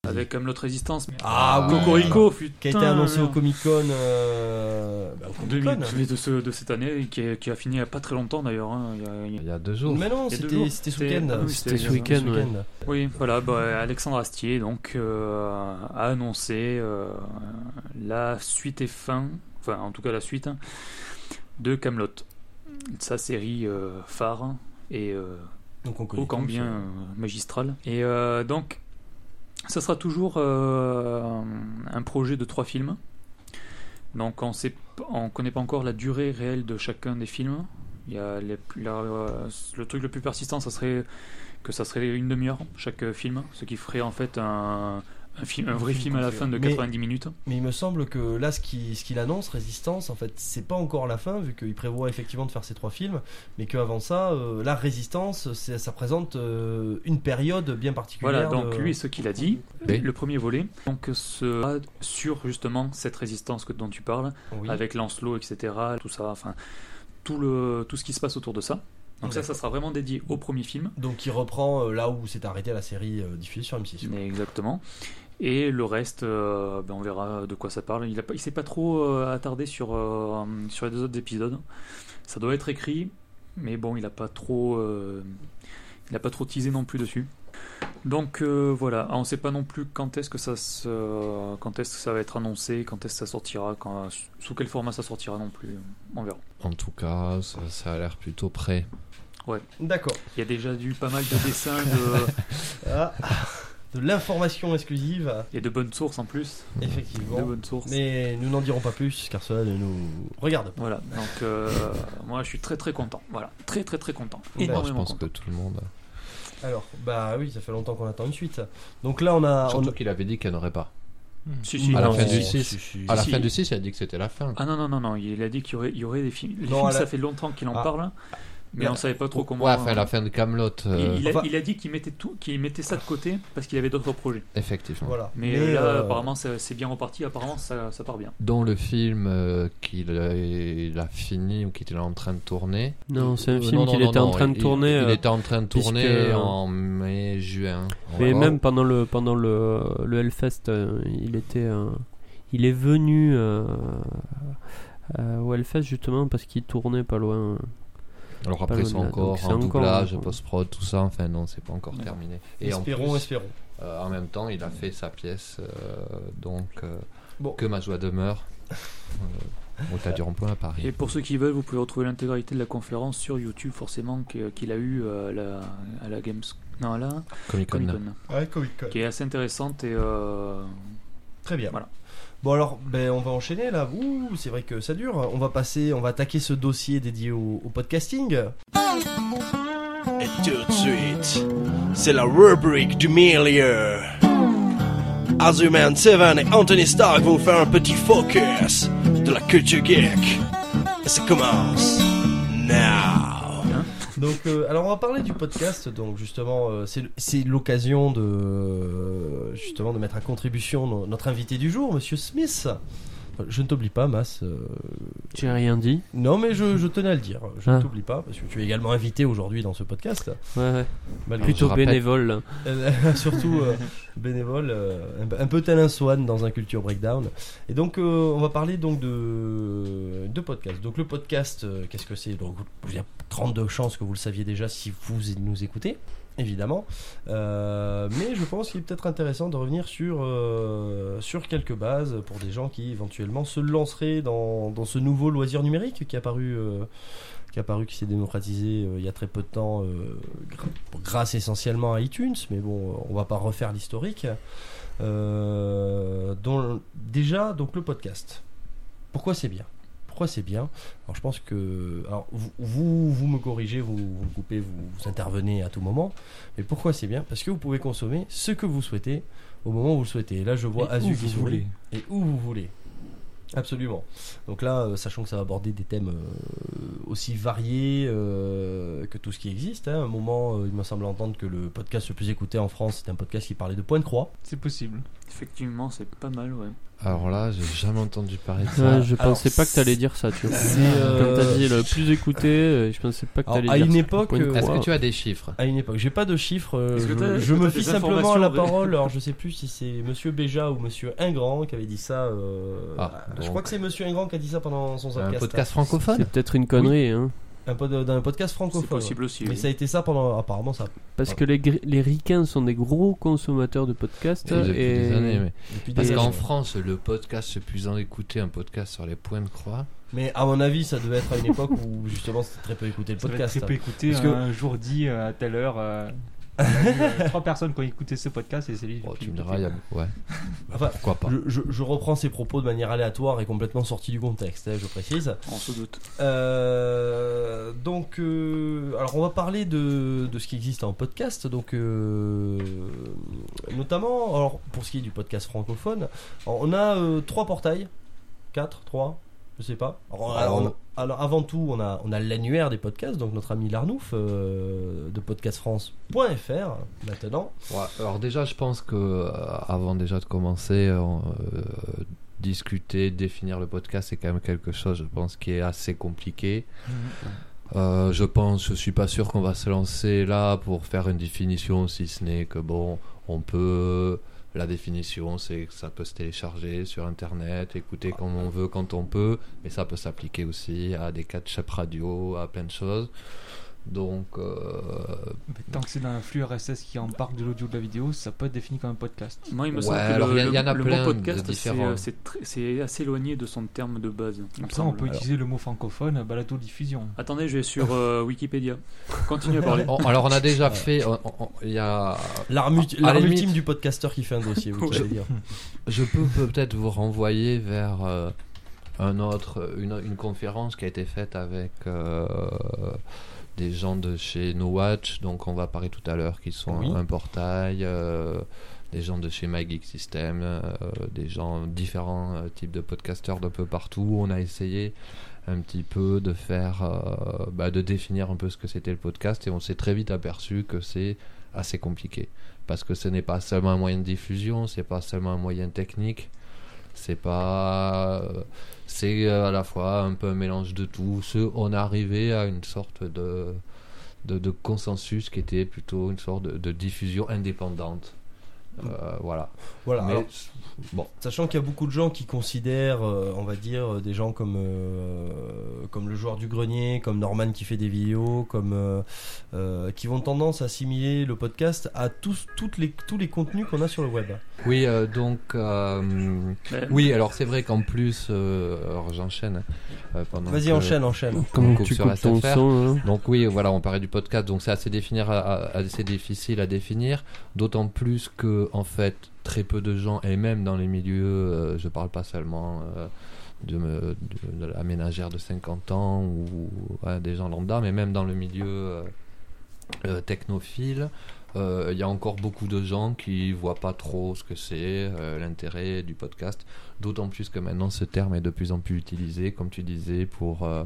S4: Avec comme notre résistance.
S3: Ah,
S6: Ah, oui.
S4: Cocorico, putain.
S3: Qui a été annoncé au Comic Con. Euh... bah, au Comic-Con.
S4: 2000 de, ce- de cette année, et qui, est- qui a fini il y a pas très longtemps d'ailleurs. hein. Il y a- il y a-
S6: Il y a deux jours.
S3: Mais non,
S4: Il y a deux
S3: c'était
S4: jours.
S3: c'était ce
S4: C'était-
S3: week-end.
S4: ah oui,
S5: C'était ce
S4: euh,
S5: week-end,
S3: ce
S5: ouais.
S3: week-end.
S4: Oui, voilà, bah, Alexandre Astier donc, euh, a annoncé euh, la suite et fin, enfin en tout cas la suite, hein, de Camelot, sa série euh, phare et euh,
S3: Donc on connaît.
S4: ô combien
S3: tous.
S4: euh, magistral. Et euh, donc, ça sera toujours euh, un projet de trois films. Donc, on sait, p- on connaît pas encore la durée réelle de chacun des films. Il y a les- la- euh, le truc le plus persistant, ça serait que ça serait une demi-heure chaque euh, film, ce qui ferait en fait un, un film, un vrai film à la fin de
S3: Mais-
S4: 90 minutes.
S3: Mais il me semble que là, ce qu'il ce qu'il annonce, Résistance, en fait, c'est pas encore la fin, vu qu'il prévoit effectivement de faire ces trois films, mais qu'avant ça, euh, la Résistance, c'est- ça présente euh, une période bien
S4: Voilà,
S3: particulière.
S4: donc
S3: de-
S4: lui, ce qu'il a dit,
S6: Oui.
S4: le premier volet, donc sera sur justement cette résistance que, dont tu parles.
S3: Oui.
S4: avec Lancelot, etc. Tout ça, enfin, tout, le, tout ce qui se passe autour de ça. Donc ça, ça sera vraiment dédié au premier film.
S3: Donc il reprend euh, là où s'est arrêtée la série euh, diffusée sur M6.
S4: Exactement. Et le reste, euh, ben, on verra de quoi ça parle. Il, a pas- il s'est pas trop euh, attardé sur, euh, sur les deux autres épisodes. Ça doit être écrit, mais bon, il n'a pas trop... euh, il n'a pas trop teasé non plus dessus. Donc euh, voilà, Ah, on ne sait pas non plus quand est-ce que ça se, quand est-ce que ça va être annoncé, quand est-ce que ça sortira, quand, sous quel format ça sortira non plus. On verra.
S6: En tout cas, ça, ça a l'air plutôt prêt.
S3: D'accord.
S4: Il y a déjà eu pas mal de dessins
S6: <laughs>
S4: de...
S3: Ah, <laughs> de l'information exclusive,
S4: et de bonnes sources en plus. De
S3: effectivement.
S4: bonnes sources.
S3: Mais nous n'en dirons pas plus, car cela ne nous regarde pas.
S4: Voilà, donc euh, moi je suis très très content. Voilà, très très très content.
S3: Bah,
S6: Moi, je
S4: Énormément
S6: pense que
S4: content.
S6: tout le monde.
S3: Alors, bah oui, ça fait longtemps qu'on attend une suite. Donc là, on
S5: Ah,
S3: a. on
S6: Surtout
S3: a-
S6: qu'il avait dit qu'il n'y en aurait pas.
S4: Si, si,
S6: À la
S4: non,
S6: fin
S4: si,
S6: du
S4: si.
S6: six.
S3: si, si.
S6: À la
S4: si.
S6: fin du 6, il a dit que c'était la fin.
S4: Ah non, non, non, non, il a dit qu'il y aurait, il y aurait des films. Les
S3: Non,
S4: films,
S3: à la-
S4: ça fait longtemps qu'il en
S3: Ah.
S4: parle. mais on savait pas trop comment.
S6: Ouais, enfin, la fin de Camelot, euh,
S4: il, il a,
S3: Enfin-
S4: il a dit qu'il mettait tout, qu'il mettait ça de côté parce qu'il avait d'autres projets.
S6: effectivement.
S3: Voilà.
S4: Mais, euh, là,
S3: euh,
S4: apparemment, ça- c'est bien reparti. Apparemment, ça, ça part bien.
S6: Dans le film euh, qu'il a, il a fini ou qu'il est en train de tourner.
S5: Non, c'est un
S6: Euh,
S5: film
S6: non,
S5: qu'il
S6: non,
S5: était
S6: non,
S5: en train de
S6: il-
S5: tourner.
S6: Il,
S5: euh,
S6: était en train de tourner
S5: puisque-
S6: en mai-juin.
S5: Mais
S6: encore.
S5: même pendant le pendant le, le Hellfest, euh, il était euh, il est venu euh, euh, au Hellfest justement parce qu'il tournait pas loin.
S6: Alors
S5: pas
S6: après,
S5: le-
S6: c'est
S5: donc
S6: encore
S5: c'est
S6: en
S5: encore-
S6: doublage, post-prod, tout ça. Enfin, non, c'est pas encore
S4: Ouais.
S6: terminé. Et en
S3: Espérons,
S6: plus,
S3: espérons.
S6: euh, en même temps, il a fait sa pièce. euh, donc, euh,
S3: Bon.
S6: que ma joie demeure. euh, au tas du rond-point à Paris.
S4: Et pour ceux qui veulent, vous pouvez retrouver l'intégralité de la conférence sur YouTube, forcément, que- qu'il a eu euh, à la, à la Games. Non, à la
S6: Comic Con.
S4: Comic Con.
S3: Ouais, Comic Con.
S4: Qui est assez intéressante et. euh,
S3: Très bien.
S4: Voilà.
S3: Bon alors, ben, on va enchaîner là. Ouh, c'est vrai que ça dure. On va passer, on va attaquer ce dossier dédié au, au podcasting.
S2: Et tout de suite, c'est la rubrique du milieu. Azuman Seven et Anthony Stark vont faire un petit focus de la culture geek. Et ça commence now.
S3: Donc, euh, alors on va parler du podcast. Donc justement, euh, c'est- c'est l'occasion de euh, justement de mettre à contribution no- notre invité du jour, Monsieur Smith. Euh, Je ne t'oublie pas, Mas. euh,
S5: J'ai rien dit.
S3: Non, mais je, je tenais à le dire. Je
S5: Ah.
S3: ne t'oublie pas, parce que tu es également invité aujourd'hui dans ce podcast.
S5: Ouais, ouais.
S3: Malgré
S5: Plutôt
S6: rappelle-
S5: bénévole. là.
S3: Euh, <laughs> surtout euh, bénévole, euh, un, un peu tel un swan dans un culture breakdown. Et donc, euh, on va parler donc de, de podcast. Donc, le podcast, euh, qu'est-ce que c'est Donc, il y a 32 chances que vous le saviez déjà si vous nous écoutez, évidemment. Euh, mais je pense qu'il est peut-être intéressant de revenir sur, euh, sur quelques bases pour des gens qui éventuellement se lanceraient dans, dans ce nouveau loisir numérique qui est apparu. euh, qui est apparu, qui s'est démocratisé euh, il y a très peu de temps, euh, gr- grâce essentiellement à iTunes, mais bon, euh, on va pas refaire l'historique. Euh, dont- déjà, donc le podcast. Pourquoi c'est bien Pourquoi c'est bien Alors je pense que, alors vous, vous, vous me corrigez, vous, vous me coupez, vous, vous intervenez à tout moment. Mais pourquoi c'est bien Parce que vous pouvez consommer ce que vous souhaitez au moment où vous le souhaitez. Et là, je vois
S7: Et
S3: Azu
S7: où
S3: qui
S7: vous
S3: sourit
S7: voulez.
S3: et où vous voulez. Absolument. Donc là, euh, sachant que ça va aborder des thèmes euh, aussi variés euh, que tout ce qui existe. hein. À un moment, euh, il me semble entendre que le podcast le plus écouté en France, c'était un podcast qui parlait de Point de Croix.
S7: C'est possible.
S4: Effectivement, c'est pas mal, ouais.
S6: Alors là, j'ai jamais entendu parler de ça.
S5: Ouais, je
S3: alors,
S5: pensais pas que t'allais dire ça, tu vois.
S3: C'est, euh,
S5: Comme t'as dit, le plus écouté, euh, je pensais pas que
S3: Alors,
S5: t'allais dire
S3: à une
S5: ça.
S3: époque,
S5: Point de
S3: euh,
S5: croix.
S6: Est-ce que tu as des chiffres
S3: À une époque, j'ai pas de chiffres. euh,
S4: Est-ce que t'as-
S3: je
S4: est-ce
S3: je
S4: que
S3: me
S4: t'as des
S3: fie simplement à la
S4: informations,
S3: parole. Alors je sais plus si c'est Monsieur Béja ou Monsieur Ingrand qui avait dit ça. euh,
S6: Ah,
S3: je
S6: donc.
S3: crois que c'est Monsieur Ingrand qui a dit ça pendant son
S6: Un
S3: podcast.
S6: podcast francophone
S5: C'est peut-être une connerie, hein.
S3: Un pod- dans un podcast
S4: C'est
S3: francophone.
S4: possible aussi.
S3: Mais
S4: oui.
S3: ça a été ça pendant. Apparemment, ça
S6: Ah.
S5: Parce que les, gr- les ricains sont des gros consommateurs de podcasts.
S6: Depuis
S5: et...
S6: des années, mais-
S3: depuis
S6: Parce
S3: des
S6: qu'en
S3: années.
S6: France, le podcast le plus en écouté, un podcast sur les points de croix.
S3: Mais à mon avis, ça devait être à une époque où justement c'était très peu écouté le
S7: Ça va être
S3: podcast. hein.
S7: très peu écouté.
S3: Parce que-
S7: Un jour dit euh, à telle heure. euh, on a eu, euh, trois personnes qui ont écouté ce podcast et c'est lui.
S6: Oh,
S7: qui
S6: tu me
S7: l'a
S6: diras, il y a beaucoup. Ouais.
S3: Enfin,
S6: Pourquoi pas
S3: je, je- je reprends ces propos de manière aléatoire et complètement sortie du contexte, hein, je précise.
S4: On se doute.
S3: Euh, donc, euh, alors on va parler de, de ce qui existe en podcast, donc euh, notamment, alors pour ce qui est du podcast francophone, alors, on a euh, trois portails, quatre, trois, je sais pas. Alors, alors, on a- alors, avant tout, on a on a l'annuaire des podcasts, donc notre ami Larnouf euh, de podcastfrance.fr maintenant.
S6: Ouais, alors déjà, je pense que euh, avant déjà de commencer, euh, euh, discuter, définir le podcast, c'est quand même quelque chose, je pense, qui est assez compliqué. Euh, je pense, je suis pas sûr qu'on va se lancer là pour faire une définition, si ce n'est que bon, on peut. La définition, c'est que ça peut se télécharger sur Internet, écouter quand on veut, quand on peut, mais ça peut s'appliquer aussi à des catch-up radio, à plein de choses. Donc, euh,
S7: Mais Tant que c'est dans un flux RSS qui embarque de l'audio de la vidéo, ça peut être défini comme un podcast.
S4: Moi, il me
S6: Ouais,
S4: semble que
S6: alors,
S4: le,
S6: il y a- il y en a
S4: le
S6: plein
S4: mot
S6: de
S4: podcast, c'est,
S6: différents.
S4: euh, c'est, tr- c'est assez éloigné de son terme de base. il me
S7: Comme ça, on
S4: semble.
S7: peut utiliser le mot francophone, euh, balado diffusion.
S4: Attendez, je vais sur euh, Wikipédia. Continue à parler.
S6: <laughs> On- alors on a déjà fait, on- on- il y a,
S3: L'arme
S6: Ah, À la limite-
S3: ultime du podcasteur qui fait un dossier,
S6: <laughs>
S3: vous
S6: Je-
S3: allez dire.
S6: je peux peut-être vous renvoyer vers euh, un autre, une, une conférence qui a été faite avec euh, des gens de chez No Watch, donc on va parler tout à l'heure, qui sont
S3: Oui.
S6: un portail, euh, des gens de chez My Geek System, euh, des gens différents euh, types de podcasteurs d'un peu partout. On a essayé un petit peu de faire, euh, bah, de définir un peu ce que c'était le podcast et on s'est très vite aperçu que c'est assez compliqué parce que ce n'est pas seulement un moyen de diffusion, c'est pas seulement un moyen technique, c'est pas, euh, c'est euh, à la fois un peu un mélange de tout. Ce, on est arrivé à une sorte de de, de consensus qui était plutôt une sorte de, de diffusion indépendante. Euh, voilà.
S3: Voilà.
S6: Mais
S3: alors,
S6: bon,
S3: Sachant qu'il y a beaucoup de gens qui considèrent, euh, on va dire, euh, des gens comme, euh, comme le joueur du grenier, comme Norman qui fait des vidéos, comme, euh, euh, qui vont tendance à assimiler le podcast à tous, toutes les, tous les contenus qu'on a sur le web.
S6: oui, euh, donc. euh,
S4: Mais-
S6: oui, alors c'est vrai qu'en plus. euh, alors j'enchaîne. hein, euh, pendant
S3: Vas-y,
S6: que-
S3: enchaîne, enchaîne.
S5: Comment
S6: Coupe
S5: tu
S6: sur
S5: coupes ton
S6: SFR.
S5: son hein
S6: Donc oui, voilà, on parlait du podcast, donc c'est assez, définir, à- à- assez difficile à définir, d'autant plus que en fait très peu de gens, et même dans les milieux, euh, je parle pas seulement euh, de, me- de- de la ménagère de 50 ans ou ouais, des gens lambda, mais même dans le milieu euh, euh, technophile, euh, il y a encore beaucoup de gens qui voient pas trop ce que c'est, euh, l'intérêt du podcast, d'autant plus que maintenant ce terme est de plus en plus utilisé, comme tu disais, pour... euh,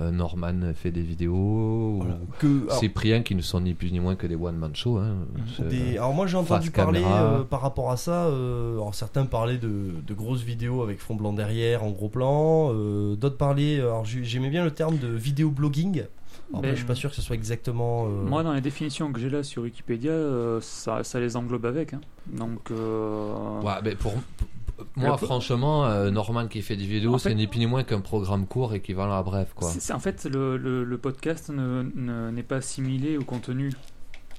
S6: euh, Norman fait des vidéos,
S3: Voilà. Ah,
S6: ou
S3: Que, alors,
S6: Cyprien qui ne sont ni plus ni moins que des one-man shows. Hein. C'est-
S3: des- alors moi j'ai entendu
S6: face
S3: parler
S6: caméra.
S3: euh, par rapport à ça, euh, alors certains parlaient de, de grosses vidéos avec fond blanc derrière, en gros plan, euh, d'autres parlaient, alors j'ai- j'aimais bien le terme de vidéo blogging, alors,
S4: Ben,
S3: après, je suis pas sûr que ce soit exactement... euh,
S4: Moi, dans les définitions que j'ai là sur Wikipédia, euh, ça, ça les englobe avec. hein. Donc, euh,
S6: Ouais, mais pour, pour- moi,
S4: Le po-
S6: franchement, euh, Norman qui fait des vidéos,
S4: En
S6: c'est
S4: fait-
S6: ni plus ni moins qu'un programme court équivalent à bref. Quoi.
S4: c'est- c'est- en fait, le, le- le podcast ne- ne- n'est pas assimilé au contenu.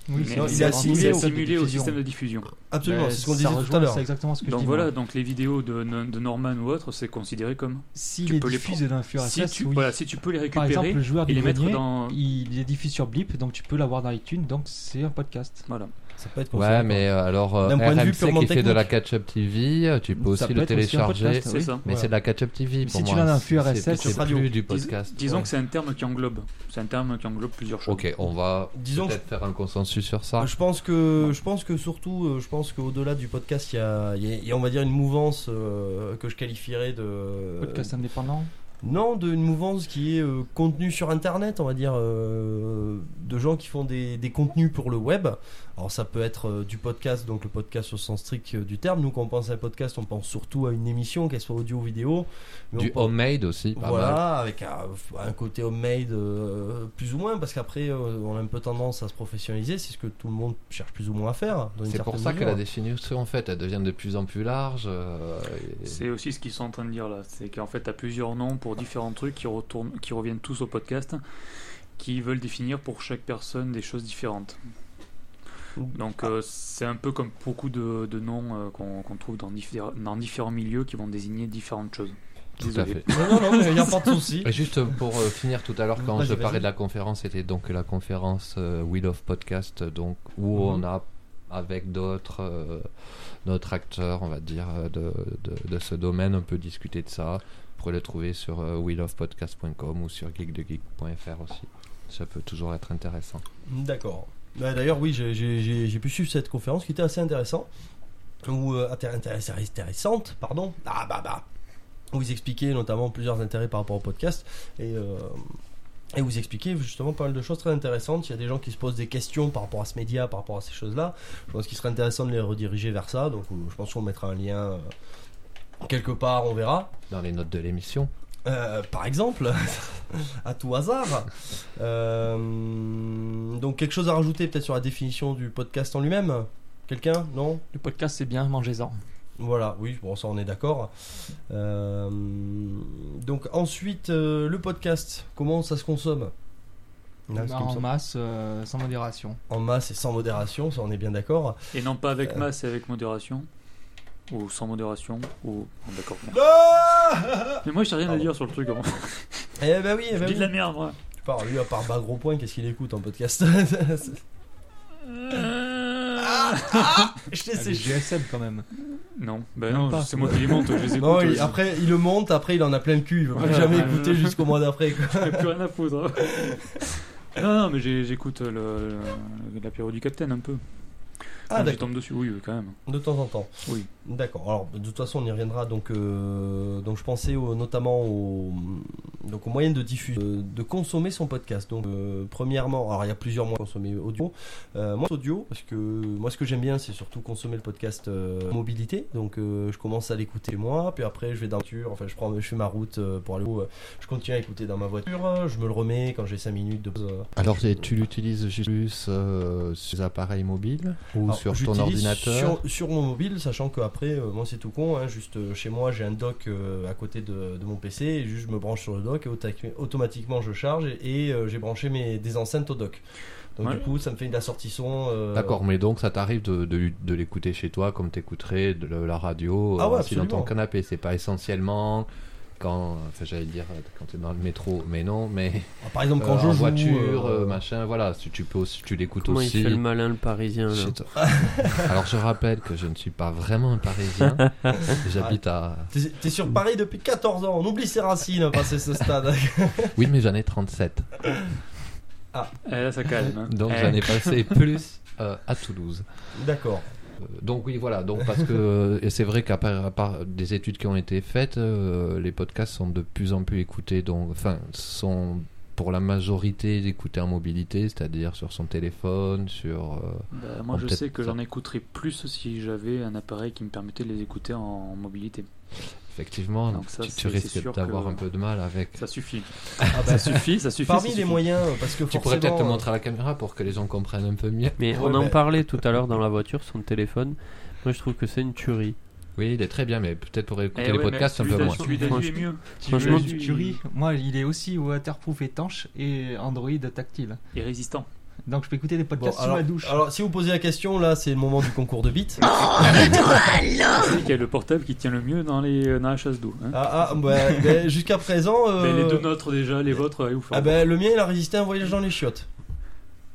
S7: Oui,
S4: mais
S3: non,
S4: il
S3: il est
S4: est
S3: assimilé au
S4: assimilé au
S7: diffusion.
S4: système de diffusion.
S3: Absolument,
S7: Mais
S3: Bah, c'est ce qu'on
S7: ben, ça
S3: disait tout
S7: rejoint,
S3: à l'heure.
S7: C'est exactement ce que je
S4: Donc
S7: dis.
S4: voilà,
S7: moi.
S4: donc les vidéos de, de Norman ou autres, c'est considéré comme.
S7: S'il
S4: tu
S7: est
S4: peux les
S7: diffusé d'un flux
S4: Si
S7: RSS,
S4: tu,
S7: oui.
S4: voilà, si tu peux les
S7: Par exemple,
S4: récupérer
S7: le joueur
S4: et
S7: du
S4: les mettre
S7: grenier,
S4: dans.
S7: il il est diffusé sur Blip, donc tu peux l'avoir dans iTunes, donc c'est un podcast.
S4: Voilà.
S3: Ça peut être
S6: Ouais,
S3: considéré
S6: mais euh, alors, euh,
S3: D'un point de vue
S6: RMC
S3: purement
S6: qui fait de la
S3: technique.
S6: Catch-Up TV, euh, tu peux
S7: Ça
S6: aussi le
S7: peut être aussi un
S6: télécharger.
S7: podcast,
S4: C'est
S7: Ah oui.
S4: ça.
S6: Mais
S3: Voilà.
S6: c'est de la Catch-Up TV
S7: Mais
S6: pour
S7: si tu
S6: moi.
S7: l'as dans un
S6: C'est-
S7: RSS,
S6: c'est-
S3: sur
S6: c'est
S3: radio.
S6: plus du
S4: Dis-
S6: podcast.
S4: disons
S6: Ouais.
S4: que c'est un terme qui englobe. C'est un terme qui englobe plusieurs choses.
S6: Ok, on va
S3: Disons
S6: peut-être faire un consensus sur ça.
S3: Euh, Je pense que je pense que surtout euh, je pense qu'au-delà du podcast il y a, il y a- il y a, on va dire une mouvance euh, que je qualifierais de
S7: Podcast indépendant.
S3: non d'une mouvance qui est euh, contenu sur internet on va dire euh, de gens qui font des, des contenus pour le web alors ça peut être euh, du podcast donc le podcast au sens strict euh, du terme nous quand on pense à un podcast on pense surtout à une émission qu'elle soit audio ou vidéo Mais
S6: Du
S3: on pense-
S6: homemade aussi, pas mal.
S3: Voilà, avec un, un côté homemade euh, plus ou moins, parce qu'après euh, on a un peu tendance à se professionnaliser, c'est ce que tout le monde cherche plus ou moins à faire. dans une
S6: C'est pour
S3: certaine
S6: ça que
S3: mesure.
S6: la définition, en fait, elle devient de plus en plus large. euh, et-
S4: C'est aussi ce qu'ils sont en train de dire là, c'est qu'en fait, tu as plusieurs noms pour différents trucs qui, retournent, qui reviennent tous au podcast, qui veulent définir pour chaque personne des choses différentes. Donc euh, c'est un peu comme beaucoup de, de noms euh, qu'on qu'on trouve dans, diffé- dans différents milieux qui vont désigner différentes choses.
S6: Tout à
S4: Désolé.
S6: fait.
S3: Non, non, non, mais il n'y a pas de souci.
S6: <laughs> Et Juste pour euh, finir tout à l'heure, quand
S3: Vas-y,
S6: je
S3: vas-y.
S6: parlais de la conférence, c'était donc la conférence euh, Wheel of Podcast, donc
S3: Mhm.
S6: où on a avec d'autres euh, d'autres acteurs, on va dire, euh, de, de- de ce domaine, on peut discuter de ça. Vous pourrez le trouver sur euh, wheelofpodcast.com ou sur geekdegeek.fr aussi. Ça peut toujours être intéressant.
S3: D'accord. Bah, D'ailleurs, oui, j'ai- j'ai j'ai- j'ai pu suivre cette conférence qui était assez intéressante. Ou euh, intér- intéress- intéressante, pardon. Ah bah bah. Où ils expliquaient notamment plusieurs intérêts par rapport au podcast. Et. euh, et vous expliquez justement pas mal de choses très intéressantes. Il y a des gens qui se posent des questions par rapport à ce média, par rapport à ces choses-là. Je pense qu'il serait intéressant de les rediriger vers ça. Donc euh, je pense qu'on mettra un lien euh, quelque part, on verra.
S6: Dans les notes de l'émission,
S3: Euh, par exemple, <laughs> à tout hasard. Euh, donc quelque chose à rajouter peut-être sur la définition du podcast en lui-même Quelqu'un Non
S7: Le podcast, c'est bien, mangez-en.
S3: Voilà, oui, bon ça on est d'accord. Euh, donc ensuite, euh, le podcast, comment ça se consomme Là, c'est comme
S7: Bah, en
S3: ça.
S7: masse, euh, sans modération.
S3: En masse et sans modération, ça on est bien d'accord.
S4: Et non pas avec masse et avec modération, ou sans modération, ou... bon, D'accord. Mais moi j'ai rien à
S3: Pardon.
S4: dire sur le truc. hein.
S3: Eh ben oui, eh
S4: Je
S3: ben
S4: dis de la
S3: oui.
S4: merde moi.
S3: Tu parles, lui à part bas gros point, qu'est-ce qu'il écoute en podcast
S4: Ah.
S3: Je t'ai
S7: C'est
S3: séché.
S7: GSM quand même.
S4: Non, ben
S7: Même pas.
S4: non, c'est moi qui les monte, je
S3: <laughs>
S4: les écoute.
S3: Non, il-
S4: je-
S3: Bah après il le monte, après il en a plein le cul, il veut plus
S4: Voilà.
S3: jamais écouter jusqu'au mois d'après. quoi.
S4: <laughs> J'ai plus rien à foutre. Non, non, mais j'ai- j'écoute le- le- l'apéro du capitaine un peu.
S3: Ah,
S4: Quand j'y
S3: d'accord.
S4: tombe dessus, oui, oui, quand même.
S3: De temps en temps.
S4: Oui.
S3: D'accord. Alors de toute façon, on y reviendra. Donc, euh, donc je pensais au- notamment au, donc aux moyens de diffusion, de, de consommer son podcast. Donc, euh, premièrement, alors il y a plusieurs moyens de consommer audio. Euh, moi, c'est audio, parce que moi, ce que j'aime bien, c'est surtout consommer le podcast euh, en mobilité. Donc, euh, je commence à l'écouter moi, puis après, je vais dans la voiture. Enfin, je prends, je fais ma route euh, pour aller. au- euh, je continue à écouter dans ma voiture. Je me le remets quand j'ai 5 minutes de pause. euh,
S6: Alors, et tu l'utilises juste plus euh, sur les appareils mobiles ou
S3: Alors,
S6: sur ton
S3: Oh, j'utilise sur,
S6: ordinateur
S3: sur mon mobile, sachant qu'après, euh, moi c'est tout con, hein, juste euh, chez moi j'ai un dock euh, à côté de, de mon PC, et juste je me branche sur le dock et auta- automatiquement je charge et, et, euh, j'ai branché mes, des enceintes au dock. Donc
S4: Ouais.
S3: du coup ça me fait une assortie son. euh,
S6: D'accord, mais donc ça t'arrive de, de, de l'écouter chez toi comme t'écouterais de la- la radio
S3: Ah ouais,
S6: aussi dans ton
S3: absolument.
S6: canapé. C'est pas essentiellement quand, enfin, j'allais dire euh, quand t'es dans le métro, mais
S3: <laughs>
S6: non, mais
S3: ah, Par exemple
S6: euh,
S3: quand je
S6: en
S3: joue,
S6: voiture,
S3: euh,
S6: euh, machin, voilà, tu, tu peux aussi, tu l'écoutes
S5: Comment il
S6: aussi.
S5: fait
S6: <laughs>
S5: le malin le parisien là
S6: chez
S3: <laughs>
S6: toi. Alors je rappelle que je ne suis pas vraiment
S3: <laughs>
S6: un Parisien. J'habite à.
S3: T'es t'es sur Paris depuis 14 ans, on oublie ses racines à passer ce stade. <laughs>
S6: Oui, mais j'en ai 37.
S4: Eh, là, ça calme. hein.
S6: Donc
S4: Eh,
S6: j'en ai
S5: <laughs>
S6: passé plus euh, à Toulouse.
S3: D'accord.
S6: Euh, Donc oui, voilà. Donc parce que euh, et c'est vrai qu'à part, à part des études qui ont été faites, euh, les podcasts sont de plus en plus écoutés. Donc enfin sont pour la majorité écoutés en mobilité, c'est-à-dire sur son téléphone, sur. euh,
S4: bah, moi,
S6: Oh,
S4: je
S6: peut-être
S4: sais que
S6: ça.
S4: j'en écouterais plus si j'avais un appareil qui me permettait de les écouter en mobilité.
S6: effectivement,
S4: Donc ça,
S6: tu, tu
S4: c'est- c'est
S6: risques
S4: sûr
S6: d'avoir
S4: que-
S6: un peu de mal avec.
S4: Ça suffit.
S3: Ah bah,
S4: Ça suffit, ça suffit. Eh ça
S3: parmi les
S4: suffit.
S3: moyens, euh, parce que
S6: Tu pourrais peut-être te
S3: forcément,
S6: montrer à la caméra pour que les gens comprennent un peu mieux. <laughs>
S5: Mais
S3: Ouais,
S5: on en
S3: mais-
S5: parlait tout à l'ure dans la voiture, son téléphone. Moi je trouve que c'est une tuerie.
S6: Oui, il est très bien, mais peut-être pour
S4: Eh
S6: écouter
S4: ouais,
S6: les
S4: mais
S6: podcasts un
S4: celui
S6: peu
S4: d'Aju-
S6: moins.
S4: Celui d'Aju est mieux.
S5: Franchement,
S4: Celui
S7: tu,
S4: d'Aju,
S7: tu ris. Moi, il est aussi waterproof étanche et Android tactile.
S4: il est résistant.
S7: Donc je peux écouter des
S3: Bon,
S7: podcasts sous
S3: alors,
S7: la douche.
S3: alors, si vous posez la question, là c'est le moment du concours de Ah, bits.
S4: C'est lui qui a le portable qui tient le mieux dans, les, dans la chasse d'eau. hein.
S3: Ah, ah,
S6: <laughs>
S3: bah, bah, jusqu'à présent. euh,
S4: Mais les deux nôtres déjà, les vôtres, hein. allez vous faire
S3: Ah ben le mien il a résisté à un voyage dans les chiottes.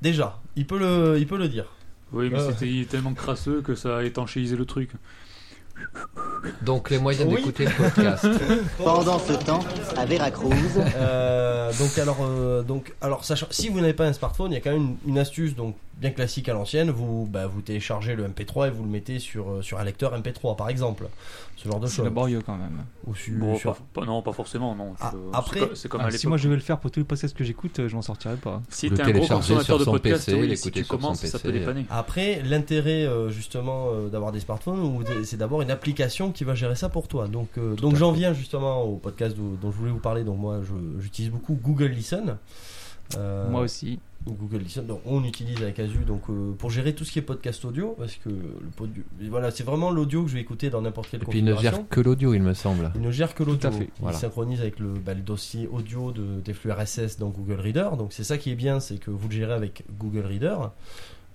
S3: Déjà, il peut le, il peut le dire.
S4: Oui, mais
S3: Ah.
S4: c'était il est tellement crasseux que ça a étanchéisé le truc.
S6: Donc les moyens
S3: Oui.
S6: d'écouter le
S3: <laughs>
S6: podcast.
S8: Pendant ce temps, à Veracruz,
S3: Euh, donc alors, euh, donc alors, sachant, si vous n'avez pas un smartphone, il y a quand même une, une astuce donc bien classique à l'ancienne. Vous, bah, vous téléchargez le MP3 et vous le mettez sur euh, sur un lecteur MP3 par exemple, ce genre de
S7: C'est
S3: choses.
S7: laborieux quand même.
S3: Ou su-
S4: Bon,
S3: sur-
S4: pas- pas- non, pas forcément, non.
S3: Ah,
S4: Je- c'est
S3: après-
S4: co- c'est comme
S7: Ah,
S4: à
S7: si
S4: l'époque.
S7: moi je vais le faire pour tous les podcasts que j'écoute, euh, je m'en sortirai pas.
S4: Si
S6: Le
S4: t'es un gros
S6: télécharger sur
S4: consommateur de
S6: son
S4: podcast,
S6: PC,
S4: oui, si
S6: l'écouter
S4: tu
S6: sur son
S4: commences, ça peut
S6: PC.
S4: dépanner.
S3: Après, l'intérêt euh, justement euh, d'avoir des smartphones, ou des- c'est d'abord une application qui va gérer ça pour toi. Donc, euh, donc
S6: à
S3: j'en
S6: fait.
S3: viens justement au podcast dont, dont je voulais vous parler. Donc moi, je- j'utilise beaucoup Google Listen. Euh,
S7: Moi aussi.
S3: Google Listen, donc on utilise avec Azu donc euh, pour gérer tout ce qui est podcast audio parce que le pod- voilà c'est vraiment l'audio que je vais écouter dans n'importe quelle
S6: Et puis il ne
S3: configuration. Euh,
S6: gère que l'audio, il me semble.
S3: Il ne gère que l'audio.
S7: à fait,
S3: Il
S6: voilà.
S3: synchronise avec le, bah, le dossier audio de, des flux RSS dans Google Reader. Donc c'est ça qui est bien, c'est que vous le gérez avec Google Reader.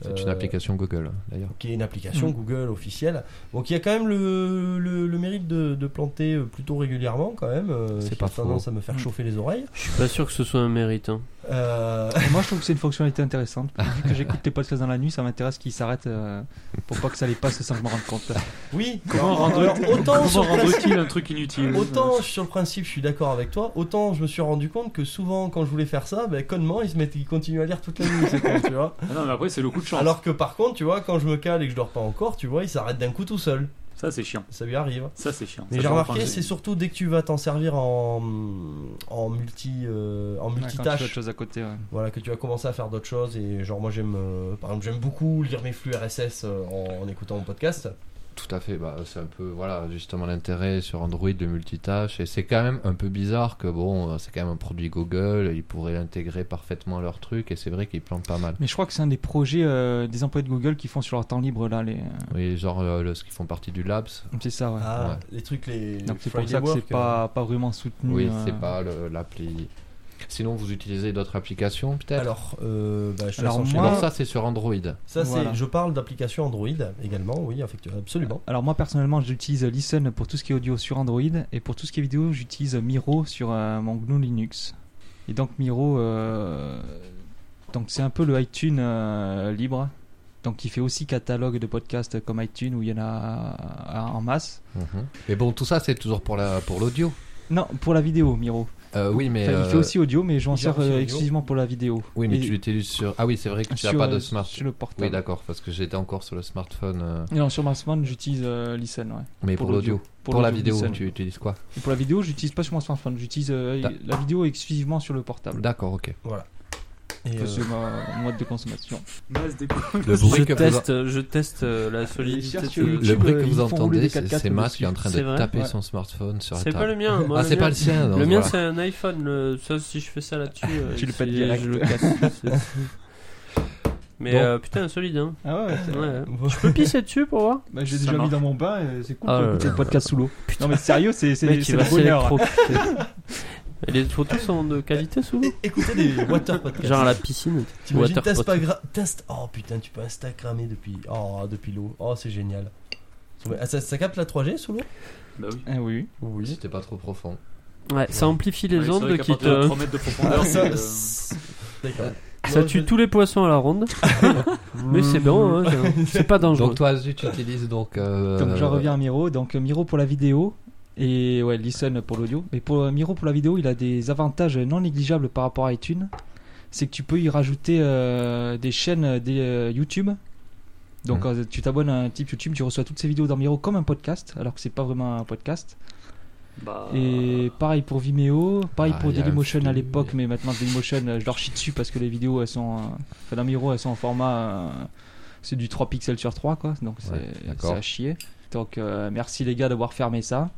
S6: C'est
S3: Euh,
S6: une application Google, d'ailleurs.
S3: qui est une application
S7: Mm.
S3: Google officielle. Donc il y a quand même le, le- le mérite de, de planter euh, plutôt régulièrement quand même. euh,
S6: C'est
S3: qui
S6: pas
S3: a tendance à me faire
S7: Mm.
S3: chauffer les oreilles.
S5: Je suis pas sûr que ce soit un mérite. hein.
S3: Euh,
S7: Et Moi, je trouve que c'est une fonctionnalité intéressante. Vu que j'écoute les podcasts dans la nuit, ça m'intéresse qu'ils s'arrêtent euh, pour pas que ça les passe sans que je me rende
S3: <laughs>
S7: compte.
S3: oui.
S4: Comment
S3: Alors,
S4: rendre,
S3: alors, autant
S4: comment
S3: sur
S4: rendre
S3: le principe-
S4: utile un truc inutile
S3: Autant sur le principe, je suis d'accord avec toi. Autant je me suis rendu compte que souvent, quand je voulais faire ça, ben, connement, ils se mettaient, ils continuaient à lire toute la nuit. c'est con, tu
S7: <laughs>
S3: vois.
S4: Ah non, mais après, c'est le coup de chance.
S3: Alors que par contre, tu vois, quand je me cale et que je dors pas encore, tu vois, ils s'arrêtent d'un coup tout seul.
S4: Ça, c'est chiant.
S3: Ça lui arrive.
S4: Ça, c'est chiant.
S3: Mais
S4: Ça,
S3: j'ai
S4: je
S3: remarqué,
S4: reprends-
S3: c'est surtout dès que tu vas t'en servir en en multi euh, en
S7: Ouais, quand tu fais autre
S3: multitâche,
S7: chose à côté. ouais.
S3: voilà, que tu vas commencer à faire d'autres choses. Et genre moi j'aime, euh, par exemple j'aime beaucoup lire mes flux RSS euh, en, en écoutant mon podcast.
S6: Tout à fait, bah, c'est un peu voilà justement l'intérêt sur Android de multitâche et c'est quand même un peu bizarre que bon euh, c'est quand même un produit Google, ils pourraient l'intégrer parfaitement à leur truc et c'est vrai qu'ils plantent pas mal.
S7: Mais je crois que c'est un des projets euh, des employés de Google qui font sur leur temps libre là. Les...
S6: Oui, genre euh, le- ce qui font partie du Labs.
S7: C'est ça, ouais.
S3: Ah,
S6: Ouais.
S3: les trucs les.
S7: Donc c'est pour
S3: Friday
S7: ça que
S3: Work, euh.
S7: c'est pas, pas vraiment soutenu.
S6: Oui,
S7: euh.
S6: c'est pas le- l'appli. Sinon vous utilisez d'autres applications
S3: euh.
S6: peut-être.
S3: Alors, euh, bah, je te
S7: Alors,
S3: laisse enchaîner.
S7: moi-
S6: Non, ça c'est sur Android.
S3: Ça,
S7: Voilà.
S3: c'est, je parle d'application Android également, oui, effectivement, absolument.
S7: Alors moi personnellement j'utilise Listen pour tout ce qui est audio sur Android et pour tout ce qui est vidéo j'utilise Miro sur euh, mon GNU Linux. Et donc Miro euh, donc c'est un peu le iTunes euh, libre. Donc il fait aussi catalogue de podcasts comme iTunes où il y en a euh, en masse.
S6: Mhm. Mais bon tout ça c'est toujours pour la pour l'audio.
S7: Non, pour la vidéo Miro.
S6: Euh, oui, mais.
S7: Enfin, il fait
S6: euh,
S7: aussi audio, mais je m'en
S3: il gère
S7: sers
S3: aussi
S7: euh,
S3: audio.
S7: exclusivement pour la vidéo.
S6: Oui, mais
S7: Et
S6: tu l'utilises sur. Ah oui, c'est vrai que tu n'as
S7: sur,
S6: pas de
S7: euh,
S6: smartphone.
S7: Sur le portable.
S6: Oui, d'accord, parce que j'étais encore sur le smartphone, euh,
S7: non, sur ma smartphone, j'utilise euh, Listen, ouais.
S6: mais pour,
S7: Pour
S6: l'audio.
S7: l'audio.
S6: Pour,
S7: Pour
S6: la
S7: l'audio,
S6: vidéo,
S7: Listen.
S6: tu utilises quoi
S7: Et pour la vidéo, j'utilise pas sur mon smartphone, j'utilise euh,
S6: Da-
S7: la vidéo exclusivement sur le portable.
S6: D'accord, ok.
S3: Et, euh,
S7: C'est ma mode de consommation.
S4: Masse des
S6: Le
S5: Je
S6: bruit que vous,
S5: teste, euh, je teste euh, la solidité.
S7: cherche
S5: de-
S7: sur
S6: le
S7: YouTube,
S6: bruit que
S7: euh,
S6: vous
S7: ils font rouler
S6: entendez,
S7: des
S6: c'est
S7: 4x4
S6: c'est Matt qui est en train de
S5: dessus. C'est vrai
S6: taper
S7: Ouais.
S6: son smartphone sur la
S5: C'est pas
S6: table.
S5: le mien. moi,
S6: ah, c'est pas
S5: mien.
S6: le sien. donc
S5: Le mien
S6: voilà.
S5: c'est un iPhone, le- ça si je fais ça
S7: <laughs>
S5: là-dessus, euh,
S7: Tu le
S5: c'est-
S7: pètes direct.
S5: je le casse.
S6: <laughs>
S5: C'est- Mais
S6: Bon.
S5: euh, putain solide hein.
S7: Ah ouais, c'est-
S5: Ouais.
S3: bon.
S5: Je peux pisser dessus pour voir
S7: Bah, j'ai
S4: Ça
S7: déjà
S4: marche.
S7: mis dans mon bain, et c'est cool
S5: Ah
S7: pour
S5: là
S7: écouter
S5: là
S7: le podcast sous l'eau. Non mais sérieux, c'est c'est-
S5: Mec,
S7: c'est
S5: il va
S7: le bonheur.
S5: s'électrocuter. <laughs> Et Les photos sont de qualité souvent
S3: euh, <laughs> Écoutez des water podcasts.
S5: Genre à la piscine.
S3: T'imagines,
S5: Water
S3: t'as
S5: podcast.
S3: Spagra- t'as St- Oh putain, tu peux Instagrammer depuis, oh, depuis l'eau. Oh, c'est génial. Ah, ça, ça capte la 3G sous l'eau
S4: Bah oui.
S7: Ah oui.
S6: Oui, c'était pas trop profond.
S5: Ouais, ça amplifie les
S4: Ouais, c'est vrai
S5: ondes
S4: qu'à
S5: qui
S4: partir de
S5: te.
S4: 3 mètres
S3: <laughs>
S4: de profondeur,
S3: ça,
S4: c'est, euh,
S3: D'accord.
S5: Euh, Ça
S3: Non,
S5: tue
S3: je-
S5: tous les poissons à la <laughs> ronde. Mais c'est bon, hein, c'est- c'est pas dangereux.
S6: Donc toi, Azu, tu utilises donc. euh,
S7: Donc je reviens à Miro. Donc euh, Miro pour la vidéo et ouais Listen pour l'audio. Mais pour euh, Miro pour la vidéo, il a des avantages non négligeables par rapport à iTunes. C'est que tu peux y rajouter euh, des chaînes euh, des euh, YouTube. Donc
S6: Mhm.
S7: euh, tu t'abonnes à un type YouTube, tu reçois toutes ces vidéos dans Miro comme un podcast, alors que c'est pas vraiment un podcast.
S4: Bah,
S7: Et pareil pour Vimeo, pareil
S6: Ah,
S7: pour
S6: il y a un
S7: Dailymotion à
S6: flux.
S7: l'époque, mais maintenant Dailymotion, euh, je leur chie dessus parce que les vidéos elles sont, euh, enfin dans Miro elles sont en format, euh, c'est du 3 pixels sur 3 quoi, donc c'est
S6: Ouais, d'accord.
S7: c'est à chier. Donc euh, merci les gars d'avoir fermé ça.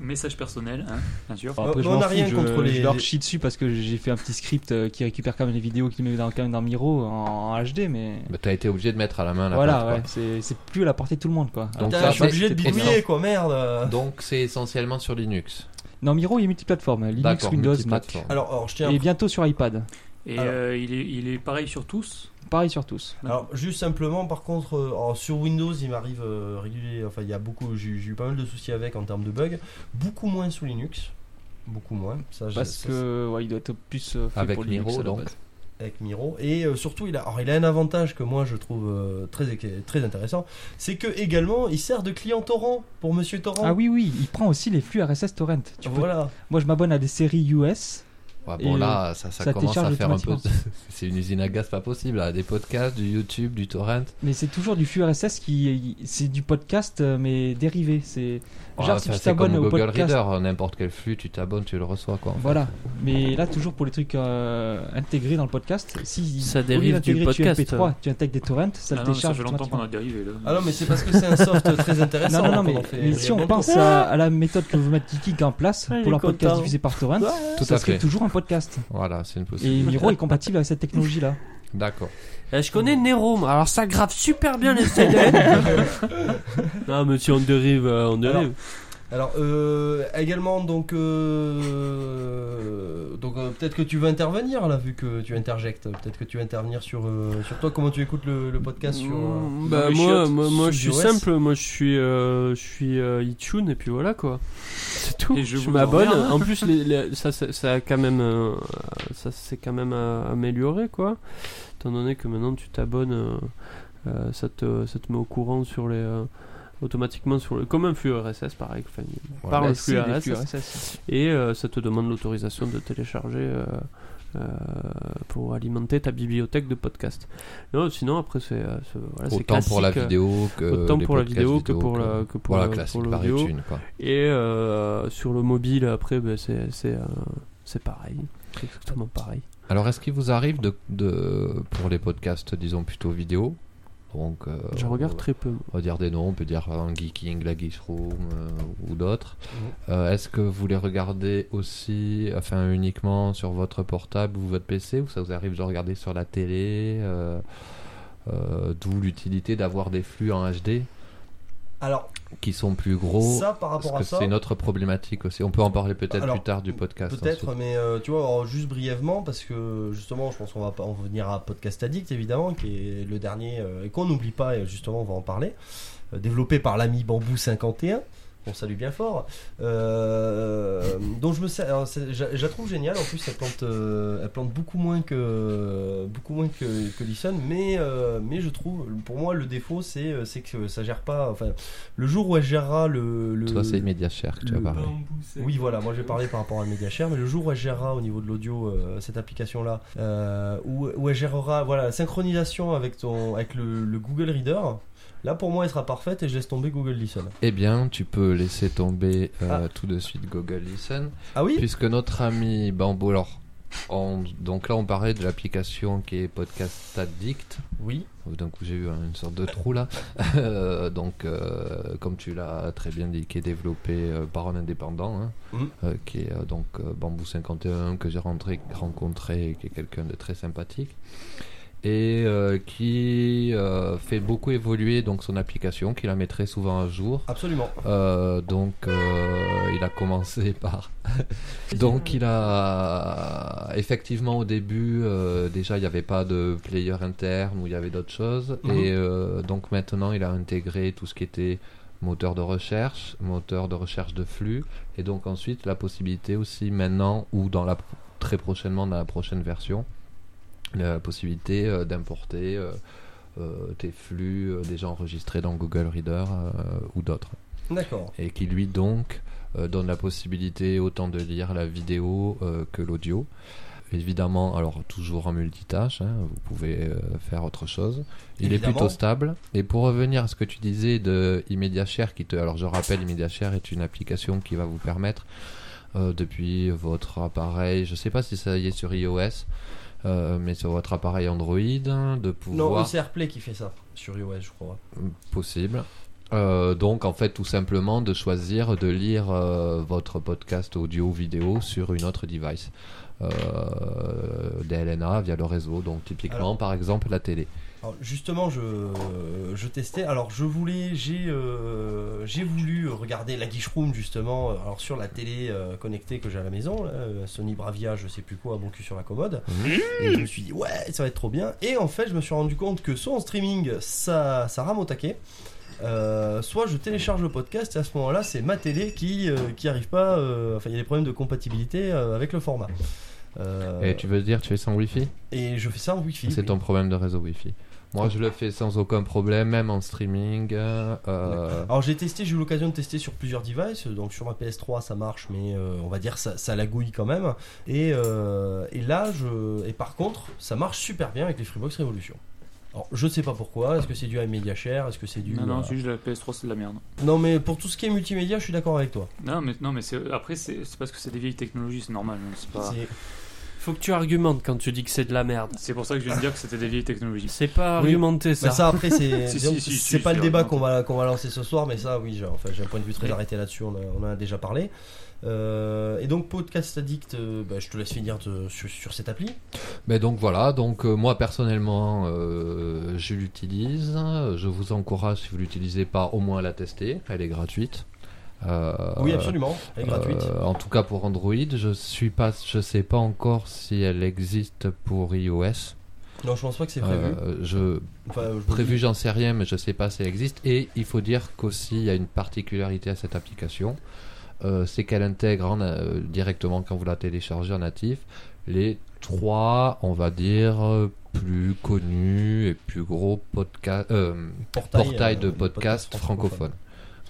S4: message personnel, hein, bien sûr.
S7: Bon,
S3: On-
S7: après, je
S3: Oh, on
S7: m'en
S3: a
S7: fous,
S3: rien
S7: je-
S3: contre les-
S7: Je leur
S3: les-
S7: chie dessus parce que j'ai fait un petit script euh, qui récupère quand même les vidéos qu'ils mettent dans, quand même dans Miro en, en HD, mais
S6: Bah, t'as été obligé de mettre à la main la
S7: voilà,
S6: pâte,
S7: ouais, c'est c'est plus à la portée de tout le monde quoi. bah,
S6: Donc
S3: Putain,
S6: ça,
S3: je suis obligé
S6: c'est-
S3: de
S6: c'est
S3: bidouiller quoi, merde.
S6: quoi. Donc c'est essentiellement sur Linux.
S7: Non Miro il est multiplateforme, Linux,
S6: D'accord,
S7: Windows, Mac,
S6: multiplateforme.
S3: Alors, alors, je tiens.
S7: et bientôt sur iPad.
S4: Et
S3: Alors.
S4: euh, il, est, il est pareil sur tous.
S7: Pareil sur tous.
S3: Alors, juste simplement, par contre, euh, alors, sur Windows, il m'arrive euh, régulier. Enfin, il y a beaucoup. J'ai j'ai eu pas mal de soucis avec en termes de bugs. Beaucoup moins sous Linux. Beaucoup moins. Ça, j'ai-
S7: Parce
S3: ça,
S7: que ouais, il doit être plus euh, fait
S6: Avec
S7: pour Linux,
S6: Miro,
S7: à la
S6: donc.
S7: base.
S3: avec Miro. Et euh, surtout, il a, alors, il a un avantage que moi je trouve euh, très, très intéressant, c'est que également, il sert de client torrent pour Monsieur Torrent.
S7: Ah oui oui, il prend aussi les flux RSS torrent. Tu peux-
S3: voilà.
S7: Moi je m'abonne à des séries US.
S6: Ouais, bon
S7: Et
S6: là, ça, ça
S7: ça
S6: commence à
S7: télécharge
S6: faire un peu. <laughs> c'est une usine à gaz pas possible. là. Des podcasts, du YouTube, du torrent.
S7: Mais c'est toujours du flux RSS qui c'est du podcast euh, mais dérivé. C'est
S6: Ouais,
S7: genre si
S6: enfin,
S7: tu
S6: Ah, c'est comme
S7: t'abonnes au
S6: Google
S7: podcast.
S6: Reader, n'importe quel flux, tu t'abonnes, tu le reçois quoi.
S7: Voilà. Mais là toujours pour les trucs euh, intégrés dans le podcast. Si
S5: Ça
S7: au lieu
S5: dérive
S7: d'intégrer
S5: du podcast,
S7: 3 tu intègres des torrents, ça
S4: Ah
S7: le
S4: non, ça
S7: télécharge.
S4: fait longtemps qu'on
S7: automatiquement.
S4: a dérivé là.
S3: Ah non, mais c'est parce que c'est un
S7: <laughs>
S3: soft très intéressant.
S7: Non, non, non,
S3: hein, qu'on
S7: mais,
S3: en fait
S7: mais si on
S3: régulièrement.
S7: pense à, à la méthode que vous mettez Geek en place
S5: il
S7: pour
S5: est
S7: leur podcast
S5: content.
S7: diffusé par Torrent,
S6: Tout
S7: ça
S6: à
S7: serait
S6: fait.
S7: toujours un podcast.
S6: Voilà, c'est une
S7: Et
S6: possibilité.
S7: Miro est compatible avec cette technologie-là.
S6: D'accord.
S5: Eh, je connais Nero, alors ça grave super bien les CD. non, mais si on dérive, euh, on dérive.
S3: Alors, euh, également, donc, euh, donc euh, peut-être que tu veux intervenir là, vu que tu interjectes. Peut-être que tu veux intervenir sur, euh, sur toi, comment tu écoutes le, le podcast sur.
S6: Mmh.
S3: euh,
S5: Mm,
S4: dans
S5: bah,
S4: les
S5: moi,
S4: chiottes,
S5: moi, moi, je suis
S3: sous iOS.
S5: simple, moi je suis, euh, je suis euh, iTunes et puis voilà quoi. <laughs> C'est tout.
S4: Et je vous
S5: m'abonne.
S4: emmerde.
S5: En plus, les- les- ça, ça, ça a quand même, euh, ça s'est quand même euh, amélioré quoi. Étant donné que maintenant tu t'abonnes, euh, euh, ça te, ça te met au courant sur les, euh, automatiquement sur le, comme un flux RSS pareil. Enfin, par le Bah, flux
S7: des
S5: RSS.
S7: flux RSS.
S5: Et euh, ça te demande l'autorisation de télécharger euh, euh, pour alimenter ta bibliothèque de podcasts. Non, sinon, après, c'est euh, c'est- voilà, c'est
S6: Autant pour la
S5: classique, euh,
S6: vidéo que
S5: autant
S6: les
S5: pour la
S6: podcasts
S5: vidéo que
S6: vidéo,
S5: pour la- que pour
S6: voilà,
S5: la-
S6: classique
S5: pour
S6: par
S5: l'audio.
S6: iTunes, quoi.
S5: Et euh, sur le mobile, après, ben, c'est c'est, euh, c'est pareil. C'est exactement pareil.
S6: Alors, est-ce qu'il vous arrive de, de- pour les podcasts, disons plutôt vidéo donc, euh,
S5: Je regarde très peu. moi.
S6: On va dire des noms, on peut dire euh, un Geeking, la Geek Room euh, ou d'autres. Euh, Est-ce que vous les regardez aussi, enfin uniquement sur votre portable ou votre PC, ou ça vous arrive de le regarder sur la télé euh, euh, D'où l'utilité d'avoir des flux en HD
S3: Alors,
S6: qui sont plus gros.
S3: ça par
S6: Parce
S3: rapport
S6: que
S3: à ça.
S6: c'est une autre problématique aussi. On peut en parler peut-être
S3: Alors,
S6: plus tard du podcast. hein,
S3: Peut-être,
S6: ensuite.
S3: mais euh, tu vois, alors, juste brièvement, parce que justement, je pense qu'on va pas- on va venir à Podcast Addict, évidemment, qui est le dernier, euh, et qu'on n'oublie pas, et justement, on va en parler, euh, développé par l'ami Bambou 51. qu'on salue bien fort. Euh, donc je me sers- alors, c'est- je, je la trouve géniale. En plus, elle plante, euh, elle plante beaucoup moins que beaucoup moins que, que Lisson, mais euh, mais je trouve, pour moi, le défaut, c'est euh, c'est que ça gère pas. Enfin, le jour où elle gérera le, le-
S6: Toi, c'est Media Shark, tu
S3: le-
S6: as parlé.
S3: oui, voilà, moi je vais parler par rapport à MediaShare, mais le jour où elle gérera au niveau de l'audio euh, cette application-là, euh, où, où elle gérera voilà, la synchronisation avec, ton, avec le, le Google Reader, là pour moi elle sera parfaite et je laisse tomber Google Listen.
S6: Eh bien, tu peux laisser tomber euh, tout de suite Google Listen,
S3: Ah oui
S6: puisque notre ami Bambou. Alors, on- donc là, on parlait de l'application qui est Podcast Addict.
S3: Oui.
S6: D'un coup, j'ai eu une sorte de trou là. Euh, donc, euh, comme tu l'as très bien dit, qui est développé euh, par un indépendant, hein,
S3: Mhm.
S6: euh, qui est euh, donc euh, Bambou 51, que j'ai rentré- rencontré, qui est quelqu'un de très sympathique, et euh, qui euh, fait beaucoup évoluer donc son application, qui la met très souvent à jour.
S3: Absolument.
S6: Euh, donc euh, il a commencé <laughs> par. donc il a effectivement au début euh, déjà il n'y avait pas de player interne ou il y avait d'autres choses
S3: Mhm.
S6: et euh, donc maintenant il a intégré tout ce qui était moteur de recherche, moteur de recherche de flux et donc ensuite la possibilité aussi maintenant ou dans la très prochainement dans la prochaine version la possibilité euh, d'importer euh, euh, tes flux euh, déjà enregistrés dans Google Reader euh, ou d'autres
S3: D'accord.
S6: et qui lui donc euh, donne la possibilité autant de lire la vidéo euh, que l'audio. Évidemment, alors toujours en multitâche, hein, vous pouvez euh, faire autre chose. Il
S3: Évidemment.
S6: est plutôt stable. Et pour revenir à ce que tu disais de ImediaShare, qui te, alors je rappelle, ImediaShare est une application qui va vous permettre euh, depuis votre appareil, je sais pas si ça y est sur iOS, euh, mais sur votre appareil Android, de pouvoir
S3: Non, c'est AirPlay qui fait ça sur iOS, je crois.
S6: possible. Euh, donc en fait tout simplement de choisir de lire euh, votre podcast audio ou vidéo sur une autre device euh, DLNA via le réseau donc typiquement
S3: Alors-
S6: par exemple la télé
S3: Alors, justement, je, je testais. Alors, je voulais, j'ai, euh, j'ai voulu regarder la Guiche Room justement. euh, Alors sur la télé euh, connectée que j'ai à la maison, là, euh, Sony Bravia, je sais plus quoi, mon cul sur la commode.
S6: Mmh.
S3: Et je me suis dit ouais, ça va être trop bien. Et en fait, je me suis rendu compte que soit en streaming, ça, ça rame au taquet. euh, soit je télécharge le podcast et à ce moment-là c'est ma télé qui euh, qui arrive pas, euh, enfin il y a des problèmes de compatibilité euh, avec le format. Euh,
S6: et tu veux dire tu es sans wifi
S3: et je fais ça en wifi.
S6: c'est ton problème de réseau wifi moi je le fais sans aucun problème même en streaming euh, euh,
S3: Alors j'ai testé, j'ai eu l'occasion de tester sur plusieurs devices, donc sur ma PS3 ça marche, mais euh, on va dire ça, ça lagouille quand même. Et, euh, et là, je, et par contre, ça marche super bien avec les Freebox Révolution. Alors je sais pas pourquoi, est-ce que c'est dû à MediaShare, est-ce que c'est dû
S4: Non, non,
S3: à-
S4: c'est juste la PS3, c'est de la merde.
S3: Non, mais pour tout ce qui est multimédia, je suis d'accord avec toi.
S4: Non, mais, non, mais c'est- après, c'est c'est parce que c'est des vieilles technologies, c'est normal. hein, C'est pas...
S3: C'est-
S5: Faut que tu argumentes quand tu dis que c'est de la merde.
S4: c'est pour ça que je viens de dire que c'était des vieilles technologies.
S5: C'est pas
S3: Oui.
S5: argumenté
S3: bah,
S5: ça.
S3: ça après
S4: <laughs>
S3: c'est
S4: Si,
S3: disons
S4: si,
S3: que
S4: si,
S3: c'est
S4: si,
S3: pas
S4: si,
S3: le débat
S4: vraiment.
S3: qu'on va qu'on va lancer ce soir mais ça oui j'ai enfin, j'ai un point de vue très
S5: Oui.
S3: arrêté là-dessus on, a- on en a déjà parlé Euh, et donc podcast addict euh, bah, je te laisse finir de- sur, sur cette appli
S6: Mais donc voilà, donc euh, moi personnellement, euh, je l'utilise. Je vous encourage, si vous l'utilisez pas, au moins à la tester. Elle est gratuite. Euh,
S3: oui absolument elle est gratuite
S6: euh, en tout cas pour Android, je suis pas, je sais pas encore si elle existe pour iOS.
S3: Non, je pense pas que c'est prévu.
S6: Euh, je
S3: Enfin, je vous le
S6: prévu,
S3: dis.
S6: j'en sais rien, mais je sais pas si elle existe. Et il faut dire qu'aussi il y a une particularité à cette application, euh, c'est qu'elle intègre en, euh, directement quand vous la téléchargez en natif les trois, on va dire, euh, plus connus et plus gros podcasts,
S3: portail,
S6: portails
S3: euh,
S6: de podcasts
S3: francophones.
S6: francophones.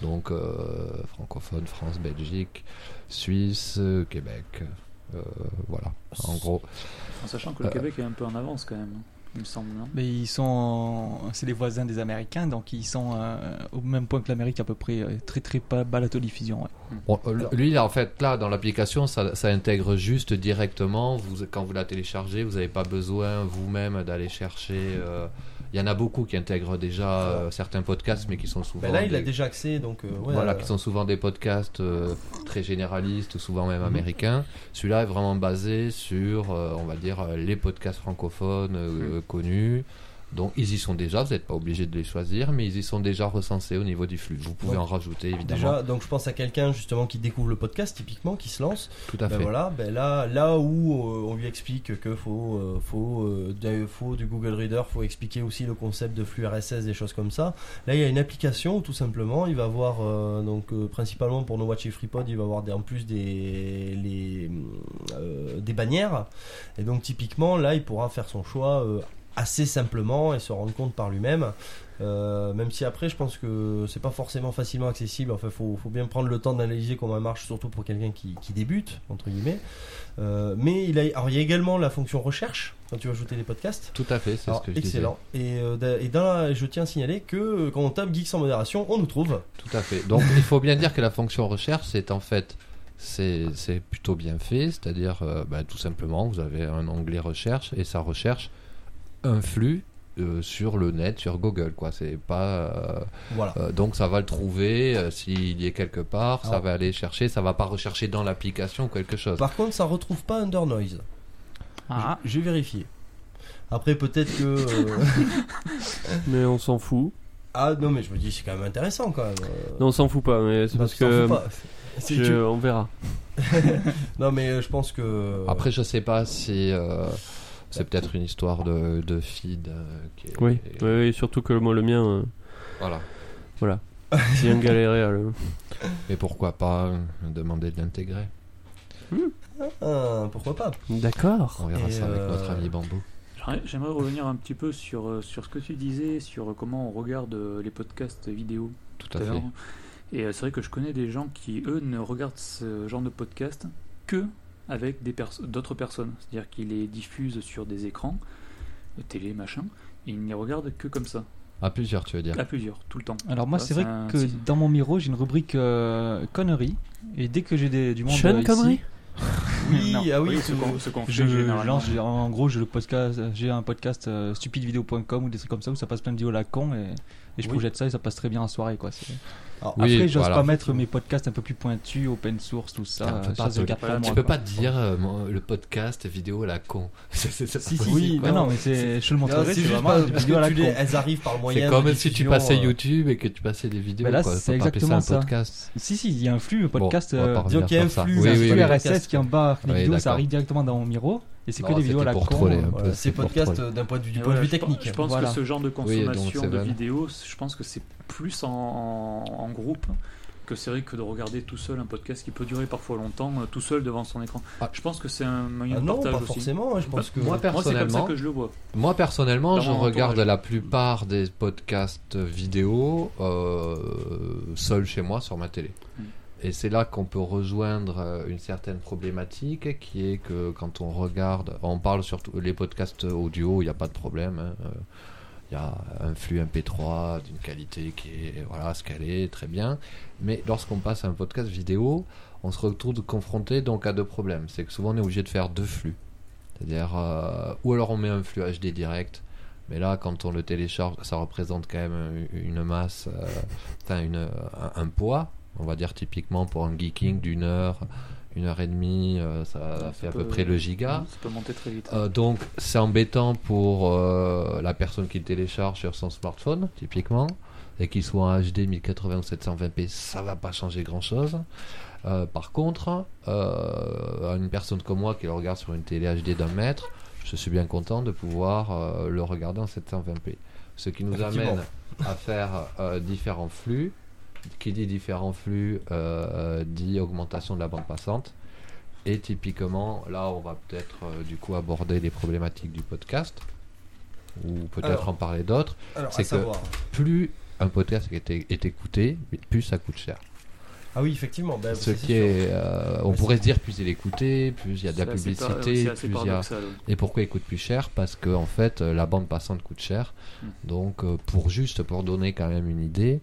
S6: Donc euh, francophone, France, Belgique, Suisse, euh, Québec, euh, voilà. En gros,
S4: En sachant que le
S3: Bah.
S6: Euh.
S4: Québec est un peu en avance quand même, il me semble. non
S7: Mais ils sont, c'est les voisins des Américains, donc ils sont euh, au même point que l'Amérique à peu près, euh, très très pas balatodiffusion. Ouais.
S6: Bon, euh, lui, là, en fait, là, dans l'application, ça, ça intègre juste directement. Vous, quand vous la téléchargez, vous n'avez pas besoin vous-même d'aller chercher. euh, Il y en a beaucoup qui intègrent déjà euh, certains podcasts, mais qui sont souvent.
S3: Ben là, il
S6: des-
S3: a déjà accès, donc euh, ouais,
S6: voilà,
S3: euh,
S6: qui sont souvent des podcasts euh, très généralistes, souvent
S3: Mhm.
S6: même américains. Celui-là est
S3: Mhm.
S6: vraiment basé sur, euh, on va dire, euh, les podcasts francophones euh, connus. Donc ils y sont déjà, vous n'êtes pas obligé de les choisir, mais ils y sont déjà recensés au niveau du flux. Vous pouvez
S3: Ouais.
S6: en rajouter évidemment.
S3: Déjà, donc je pense à quelqu'un justement qui découvre le podcast typiquement, qui se lance.
S6: Tout à
S3: Ben
S6: fait.
S3: voilà, ben là, là où euh, on lui explique que faut, euh, faut, euh, du- faut du Google Reader, faut expliquer aussi le concept de flux RSS, des choses comme ça. Là, il y a une application où tout simplement, il va voir euh, donc euh, principalement pour nos Watch et FreePod, il va avoir des, en plus des les, euh, des bannières. Et donc typiquement, là, il pourra faire son choix euh, assez simplement et se rendre compte par lui-même. Euh, même si après, je pense que c'est pas forcément facilement accessible. Enfin, faut, faut bien prendre le temps d'analyser comment elle marche, surtout pour quelqu'un qui, qui débute entre guillemets. Euh, mais il a, alors, il y a également la fonction recherche quand tu vas ajouter des podcasts.
S6: Tout à fait, c'est ce
S3: Alors,
S6: que je
S3: excellent. Et, euh, da- et dans la- je tiens à signaler que euh, quand on tape Geeks en modération, on nous trouve.
S6: disais. Tout à fait. Donc il faut bien dire que la fonction recherche, c'est en fait, c'est c'est plutôt bien fait, c'est-à-dire euh, ben, tout simplement, vous avez un onglet recherche et ça recherche un flux. euh, sur le net, sur Google, quoi. C'est pas euh,
S3: Voilà.
S6: Euh, donc ça va le trouver euh, s'il y est quelque part, ça
S3: Alors-
S6: va aller chercher, ça va pas rechercher dans l'application quelque chose.
S3: Par contre, ça retrouve pas Under Noise.
S7: Ah,
S3: J'ai vérifié. Après, peut-être que. euh, <laughs>
S5: Mais on s'en fout.
S3: ah non, mais je me dis, c'est quand même intéressant quand même. Euh,
S5: Non, on s'en fout pas, mais c'est
S3: bah,
S5: parce
S3: tu t'en
S5: que.
S3: fous pas.
S6: euh,
S3: C'est-
S5: je-
S3: tu-
S5: On verra.
S3: Non, mais euh, je pense que.
S6: Après je sais pas si euh, c'est peut-être une histoire de, de feed. euh, qui est-
S5: Oui,
S6: et-
S5: oui, oui, surtout que moi, le mien,
S6: <laughs>
S5: euh,
S6: Voilà.
S5: j'ai bien galéré à le.
S6: Mais pourquoi pas euh, demander de l'intégrer
S3: Ah, pourquoi pas
S5: D'accord.
S6: On verra
S3: Et,
S6: ça avec
S3: euh,
S6: notre ami Bambou.
S4: J'aimerais- J'aimerais revenir un petit peu sur, euh, sur ce que tu disais, sur euh, comment on regarde euh, les podcasts vidéo
S6: Tout
S4: tout
S6: à
S4: à
S6: fait.
S4: l'heure. Et euh, c'est vrai que je connais des gens qui, eux, ne regardent ce genre de podcast que avec des perso- d'autres personnes. C'est-à-dire qu'ils les diffusent sur des écrans, euh, télé, machin. et Ils ne les regardent que comme ça,
S6: À plusieurs tu veux dire.
S4: à plusieurs, tout le temps.
S7: alors moi
S4: Ça,
S7: c'est vrai
S4: c'est un-
S7: que
S4: c'est-
S7: dans mon Miro j'ai une rubrique euh, conneries et dès que j'ai des- du monde
S5: Sean
S7: euh, ici,
S5: Connery
S3: Oui,
S4: <laughs> Non,
S3: ah oui,
S4: ce
S3: euh,
S4: qu'on ce qu'on fait
S7: je
S4: généralement.
S7: lance j'ai- en gros j'ai le podcast j'ai un podcast euh, stupidevideo.com ou des trucs comme ça où ça passe plein de vidéos à la con et, et je
S3: Oui.
S7: projette ça et ça passe très bien en soirée quoi. c'est-
S3: Alors,
S6: Oui,
S7: Après j'ose
S6: voilà.
S7: pas mettre mes podcasts un peu plus pointus open source tout ça.
S6: Ah, on peut
S7: euh,
S6: pas
S7: ça se
S6: te-
S7: garde pour
S4: tu
S7: moi,
S6: Tu peux
S7: quoi.
S6: pas dire euh, mon- le podcast vidéo à la con. <laughs> C'est- c'est- c'est
S7: Si
S6: pas
S7: si
S6: possible,
S7: oui
S6: quoi.
S7: mais non mais c'est je le
S3: Non,
S7: montrerai
S3: c'est
S7: c'est
S3: juste
S7: vraiment
S3: pas-
S7: des
S3: parce
S7: vidéos à
S3: que
S7: la
S3: tu les,
S7: con.
S3: elles arrivent par moyen.
S6: C'est
S3: de
S6: comme si tu
S3: diffusion,
S6: passais
S3: euh,
S6: YouTube et que tu passais des vidéos.
S7: Mais Bah là,
S6: quoi. Faut
S7: c'est
S6: pas appeler
S7: exactement
S6: un
S7: ça.
S6: podcast.
S7: Si si il y a un flux
S6: Bon,
S7: podcast.
S6: on va
S7: euh,
S6: pas revenir
S3: donc il y a
S6: sur
S3: un
S6: ça.
S3: flux,
S6: Oui,
S3: un
S6: oui,
S3: flux
S6: oui.
S7: le
S3: podcast.
S7: RSS qui est en bas les
S6: Oui,
S7: vidéos, ça
S6: d'accord.
S7: arrive directement dans mon miro et c'est que
S6: Non,
S7: des vidéos à
S6: c'était
S7: la
S6: pour
S7: con.
S6: troller, hein.
S3: Voilà, c'est
S6: C'est pour
S3: podcast
S6: troll.
S3: euh, d'un point de vue, du
S4: Et
S3: point de vue
S4: voilà, je pense-
S3: technique.
S4: Je pense
S7: Voilà.
S4: que ce genre de consommation de
S6: Seven.
S4: vidéos, je pense que c'est plus en, en groupe que c'est vrai que de regarder tout seul un podcast qui peut durer parfois longtemps, euh, tout seul devant son écran.
S6: Ah.
S4: Je pense que c'est un moyen
S3: Ah
S4: de
S3: non,
S4: partage
S3: pas
S4: aussi.
S3: forcément. hein, Je pense que.
S6: Moi,
S4: c'est comme ça
S6: personnellement,
S4: que je le vois.
S6: Moi personnellement,
S4: Dans
S6: je
S4: mon entourage.
S6: regarde la plupart des podcasts vidéo euh, seul chez moi sur ma télé.
S4: Mm.
S6: Et c'est là qu'on peut rejoindre euh, une certaine problématique qui est que quand on regarde, on parle surtout les podcasts audio, il n'y a pas de problème. hein, euh, Il y a un flux MP3 d'une qualité qui est voilà ce qu'elle est très bien. Mais lorsqu'on passe à un podcast vidéo, on se retrouve confronté donc à deux problèmes. C'est que souvent on est obligé de faire deux flux. C'est-à-dire, euh, ou alors on met un flux HD direct, mais là, quand on le télécharge, ça représente quand même une- une masse, euh, enfin, une, un- un poids. On va dire typiquement pour un geeking d'une heure, une heure et demie, euh, ça,
S4: Ah, Ça
S6: fait à
S4: peut-
S6: peu près le giga.
S4: Ça peut monter très vite.
S6: Euh, donc c'est embêtant pour euh, la personne qui le télécharge sur son smartphone, typiquement, et qu'il soit en HD 1080 ou 720p, ça va pas changer grand chose. par contre, euh, une personne comme moi qui le regarde sur une télé HD d'un mètre, je suis bien content de pouvoir euh, le regarder en 720p. Ce qui nous
S3: Effectivement.
S6: amène à faire euh, différents flux. Qui dit différents flux euh, dit augmentation de la bande passante. Et typiquement, là, on va peut-être euh, du coup aborder les problématiques du podcast ou peut-être
S3: Alors.
S6: en parler d'autres.
S3: Alors, à
S6: c'est que-
S3: savoir.
S6: Plus un podcast est, est écouté, plus ça coûte cher.
S3: Ah oui, effectivement. ben,
S6: Ce
S3: c'est
S6: qui
S3: sûr.
S6: est, euh, on
S3: Ouais,
S6: pourrait
S3: c'est-
S6: se dire plus il est écouté, plus il y a de la
S4: C'est assez par-
S6: publicité,
S4: ouais, C'est assez
S6: plus il y a
S4: paradoxal. ouais.
S6: et pourquoi il coûte plus cher Parce que en fait, euh, la bande passante coûte cher.
S4: Mm.
S6: Donc, euh, pour juste pour donner quand même une idée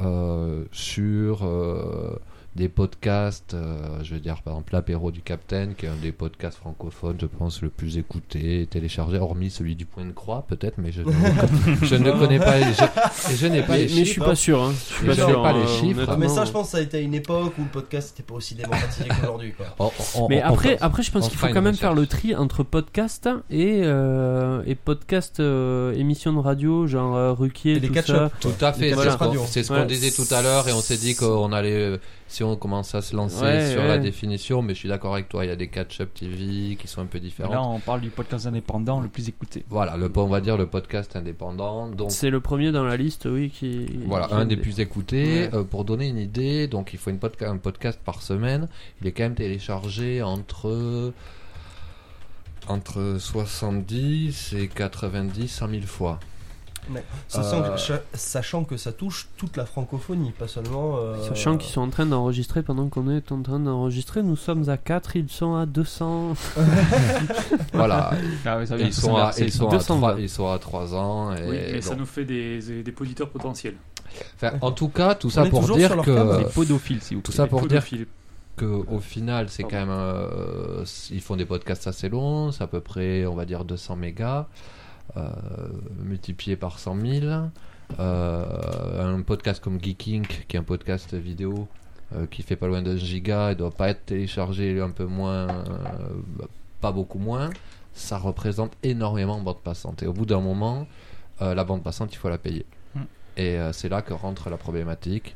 S6: euh, sur euh, des podcasts. euh, je veux dire, par exemple, l'apéro du Capitaine, qui est un des podcasts francophones, je pense, le plus écouté et téléchargé, hormis celui du Point de Croix, peut-être, mais je ne, je ne connais <laughs> pas. les- je- et je n'ai pas
S5: mais,
S6: les
S5: mais je suis
S6: chiffres.
S5: pas sûr. Hein. Je
S6: Mais
S5: suis pas
S6: je
S5: sûr.
S6: n'ai pas les
S5: hein,
S6: chiffres.
S5: honnêtement.
S6: Ah,
S3: mais ça, je pense, que ça a été à une époque où le podcast n'était pas aussi
S6: <laughs>
S3: démocratisé qu'aujourd'hui. quoi.
S6: On- on-
S5: Mais
S6: on-
S5: après,
S6: on-
S5: après, je pense
S6: on
S5: qu'il faut
S6: fera une
S5: quand même
S6: recherche.
S5: faire le tri entre podcast et, euh, et podcast euh, émission de radio, genre euh, Ruquier,
S3: Et les
S5: tout
S3: catch
S5: ça.
S6: Tout à fait,
S3: Les
S6: c'est ce
S5: catch-up
S6: qu'on-
S3: radio.
S6: c'est ce qu'on
S5: Voilà.
S6: disait tout à l'heure et on s'est dit qu'on allait, euh, si on commence à se lancer
S5: Ouais,
S6: sur la
S5: ouais.
S6: définition, mais je suis d'accord avec toi, il y a des catch-up TV qui sont un peu
S7: Là,
S6: différents.
S7: on parle du podcast indépendant le plus écouté.
S6: Voilà, le, on va dire le podcast indépendant, donc
S5: C'est le premier dans la liste, oui, qui.
S6: voilà,
S5: qui-
S6: un des plus écoutés.
S5: Ouais.
S6: Euh, pour donner une idée, donc il faut une podca- un podcast par semaine, il est quand même téléchargé entre... Entre 70 et 90, 100 000 fois.
S3: Sachant,
S6: Euh.
S3: que, cha- sachant que ça touche toute la francophonie, pas seulement. euh,
S5: Sachant qu'ils sont en train d'enregistrer pendant qu'on est en train d'enregistrer, nous sommes à 4, ils sont à 200.
S6: Voilà,
S7: Ah, oui, ça vient
S6: ils
S7: tout
S6: sont, à,
S7: s'inverser.
S6: ils, sont à
S5: 220.
S6: trois- ils sont à 3 ans. Et
S4: Oui, mais ça
S6: donc,
S4: nous fait des, des auditeurs potentiels.
S6: Enfin, en tout cas, tout ça
S3: est
S6: pour
S3: toujours
S6: dire
S3: sur leur
S6: que
S3: cadre.
S7: Des podophiles, si vous
S6: Euh, tout
S7: plaît.
S6: ça
S4: Des
S6: pour dire
S4: podophiles.
S6: que au final, c'est quand
S4: Pardon.
S6: même euh, ils font des podcasts assez longs, c'est à peu près on va dire 200 mégas euh, multiplié par 100 000. Euh, un podcast comme Geeking, qui est un podcast vidéo euh, qui fait pas loin d'un giga, il doit pas être téléchargé un peu moins, euh, bah, pas beaucoup moins. Ça représente énormément de bande passante. Et au bout d'un moment, euh, la bande passante, il faut la payer.
S7: Mm.
S6: Et euh, c'est là que rentre la problématique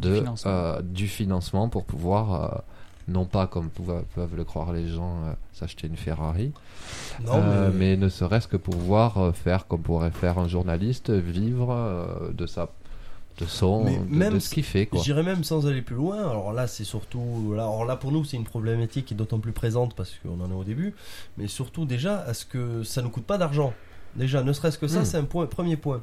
S6: de,
S7: Financement.
S6: euh, du financement pour pouvoir, euh, non pas comme pouva- peuvent le croire les gens, euh, s'acheter une Ferrari,
S3: Non,
S6: euh,
S3: mais-
S6: mais ne serait-ce que pouvoir euh, faire comme pourrait faire un journaliste, vivre euh, de sa de son
S3: Mais
S6: de,
S3: même
S6: de ce qu'il fait quoi.
S3: J'irais même sans aller plus loin. Alors là, c'est surtout. Là, alors là, pour nous, c'est une problématique qui est d'autant plus présente parce qu'on en est au début. Mais surtout, déjà, à ce que ça ne coûte pas d'argent. Déjà, ne serait-ce que ça,
S6: Hmm.
S3: c'est un point, premier point.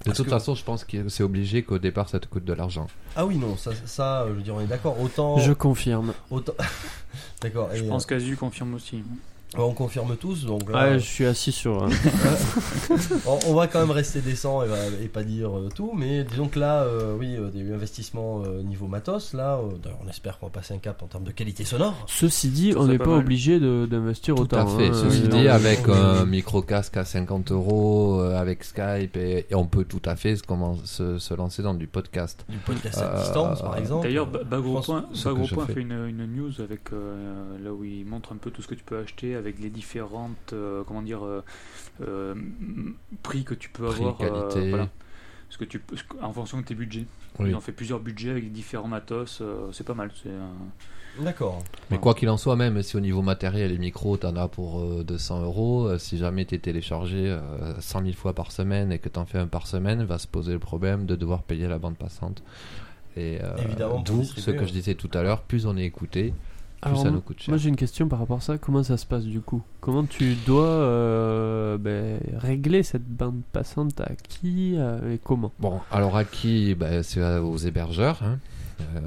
S6: De
S3: parce
S6: toute
S3: que-
S6: façon, je pense que c'est obligé qu'au départ ça te coûte de l'argent.
S3: Ah oui, non, ça, ça euh, je veux dire, on est d'accord. Autant.
S5: Je confirme.
S3: autant... <laughs> d'accord.
S4: Je
S3: et,
S4: pense qu'Azu confirme aussi.
S3: euh, on confirme tous. Donc là,
S5: Ouais, je suis assis sur. euh,
S3: on, on va quand même rester décent et, va- et pas dire euh, tout. Mais disons que là, euh, oui, euh, il y a eu investissement euh, niveau matos. Là, euh, d'ailleurs, on espère qu'on va passer un cap en termes de qualité sonore.
S5: Ceci dit,
S4: Ça,
S5: on
S4: c'est
S5: n'est
S4: pas
S5: pas,
S4: mal.
S5: obligé de- d'investir
S6: Tout
S5: autant.
S6: à fait.
S5: hein,
S6: Ceci
S5: euh,
S6: dit,
S5: non,
S6: avec
S5: mais-
S6: un micro casque à 50 euros euh, avec Skype, et, et on peut tout à fait se, commen- se, se lancer dans du podcast.
S3: Du podcast à
S6: Euh,
S3: distance, par exemple.
S4: D'ailleurs, bah- Ba- Bagro
S3: je pense
S4: Point,
S6: ce que
S4: Bagro
S6: je
S4: Point
S6: fais.
S4: fait une, une news avec euh, là où il montre un peu tout ce que tu peux acheter avec les différentes euh, comment dire euh, euh, m- prix que tu peux
S6: Prix,
S4: avoir euh,
S6: qualité.
S4: voilà. ce que tu peux- ce que- en fonction de tes budgets.
S6: Oui.
S4: Ils ont fait plusieurs budgets avec différents matos, euh, c'est pas mal. C'est un-
S3: D'accord.
S6: Mais quoi qu'il en soit, même si au niveau matériel et micro, t'en as pour euh, 200 euros, euh, si jamais t'es téléchargé euh, 100 000 fois par semaine et que t'en fais un par semaine, va se poser le problème de devoir payer la bande passante. Et euh,
S3: Évidemment, pour
S6: d'où
S3: distribuer,
S6: ce que
S3: ouais.
S6: je disais tout à l'heure, plus on est écouté, plus
S5: Alors,
S6: ça nous coûte cher.
S5: Moi j'ai une question par rapport à ça, comment ça se passe du coup Comment tu dois euh, ben, régler cette bande passante à qui euh, et comment
S6: Bon, alors à qui Ben, C'est à- aux hébergeurs. hein. Euh,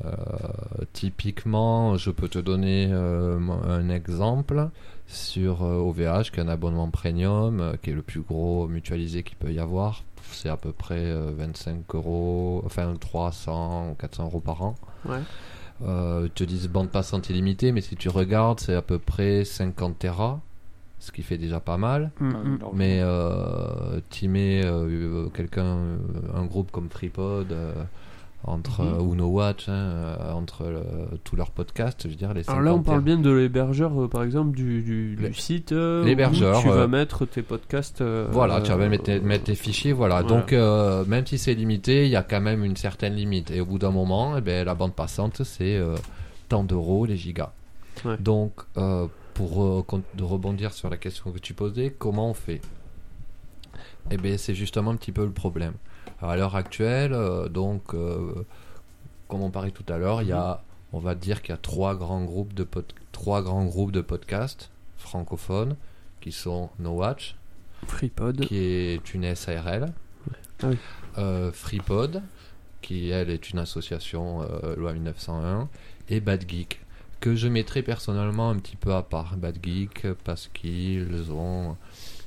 S6: typiquement, je peux te donner euh, un exemple sur euh, OVH, qui est un abonnement premium, euh, qui est le plus gros mutualisé qu'il peut y avoir. C'est à peu près euh, 25 euros, enfin 300 ou 400 euros par an.
S5: Ouais.
S6: Euh, ils te disent bande passante illimitée, mais si tu regardes, c'est à peu près 50 Tera, ce qui fait déjà pas mal.
S4: Alors,
S6: Mais euh, t'y mets euh, euh, quelqu'un, euh, un groupe comme FreePod, euh, entre
S5: Mhm.
S6: euh, ou No Watch, hein, euh, entre euh, tous leurs podcasts, je veux dire les.
S5: Alors là on
S6: 50
S5: parle bien de l'hébergeur euh, par exemple du, du- du
S6: Le-
S5: site euh,
S6: l'hébergeur,
S5: où tu
S6: euh,
S5: vas mettre tes podcasts. euh,
S6: Voilà, tu vas même mettre, tes-
S5: euh,
S6: mettre tes fichiers, voilà.
S5: voilà.
S6: Donc euh, même si c'est limité, il y a quand même une certaine limite. Et au bout d'un moment, eh ben, la bande passante, c'est euh, tant d'euros les gigas.
S5: Ouais.
S6: Donc euh, pour euh, con- de rebondir sur la question que tu posais, comment on fait Eh bien, c'est justement un petit peu le problème. À l'heure actuelle, euh, donc, euh, comme on parlait tout à l'heure, il y a,
S5: Mm-hmm.
S6: on va dire qu'il y a trois grands groupes de pod- trois grands groupes de podcasts francophones qui sont No Watch,
S5: FreePod.
S6: qui est une SARL.
S5: Ah oui.
S6: Euh, FreePod, qui elle est une association euh, loi 1901. Et Bad Geek, que je mettrai personnellement un petit peu à part. Bad Geek, euh, parce qu'ils ont.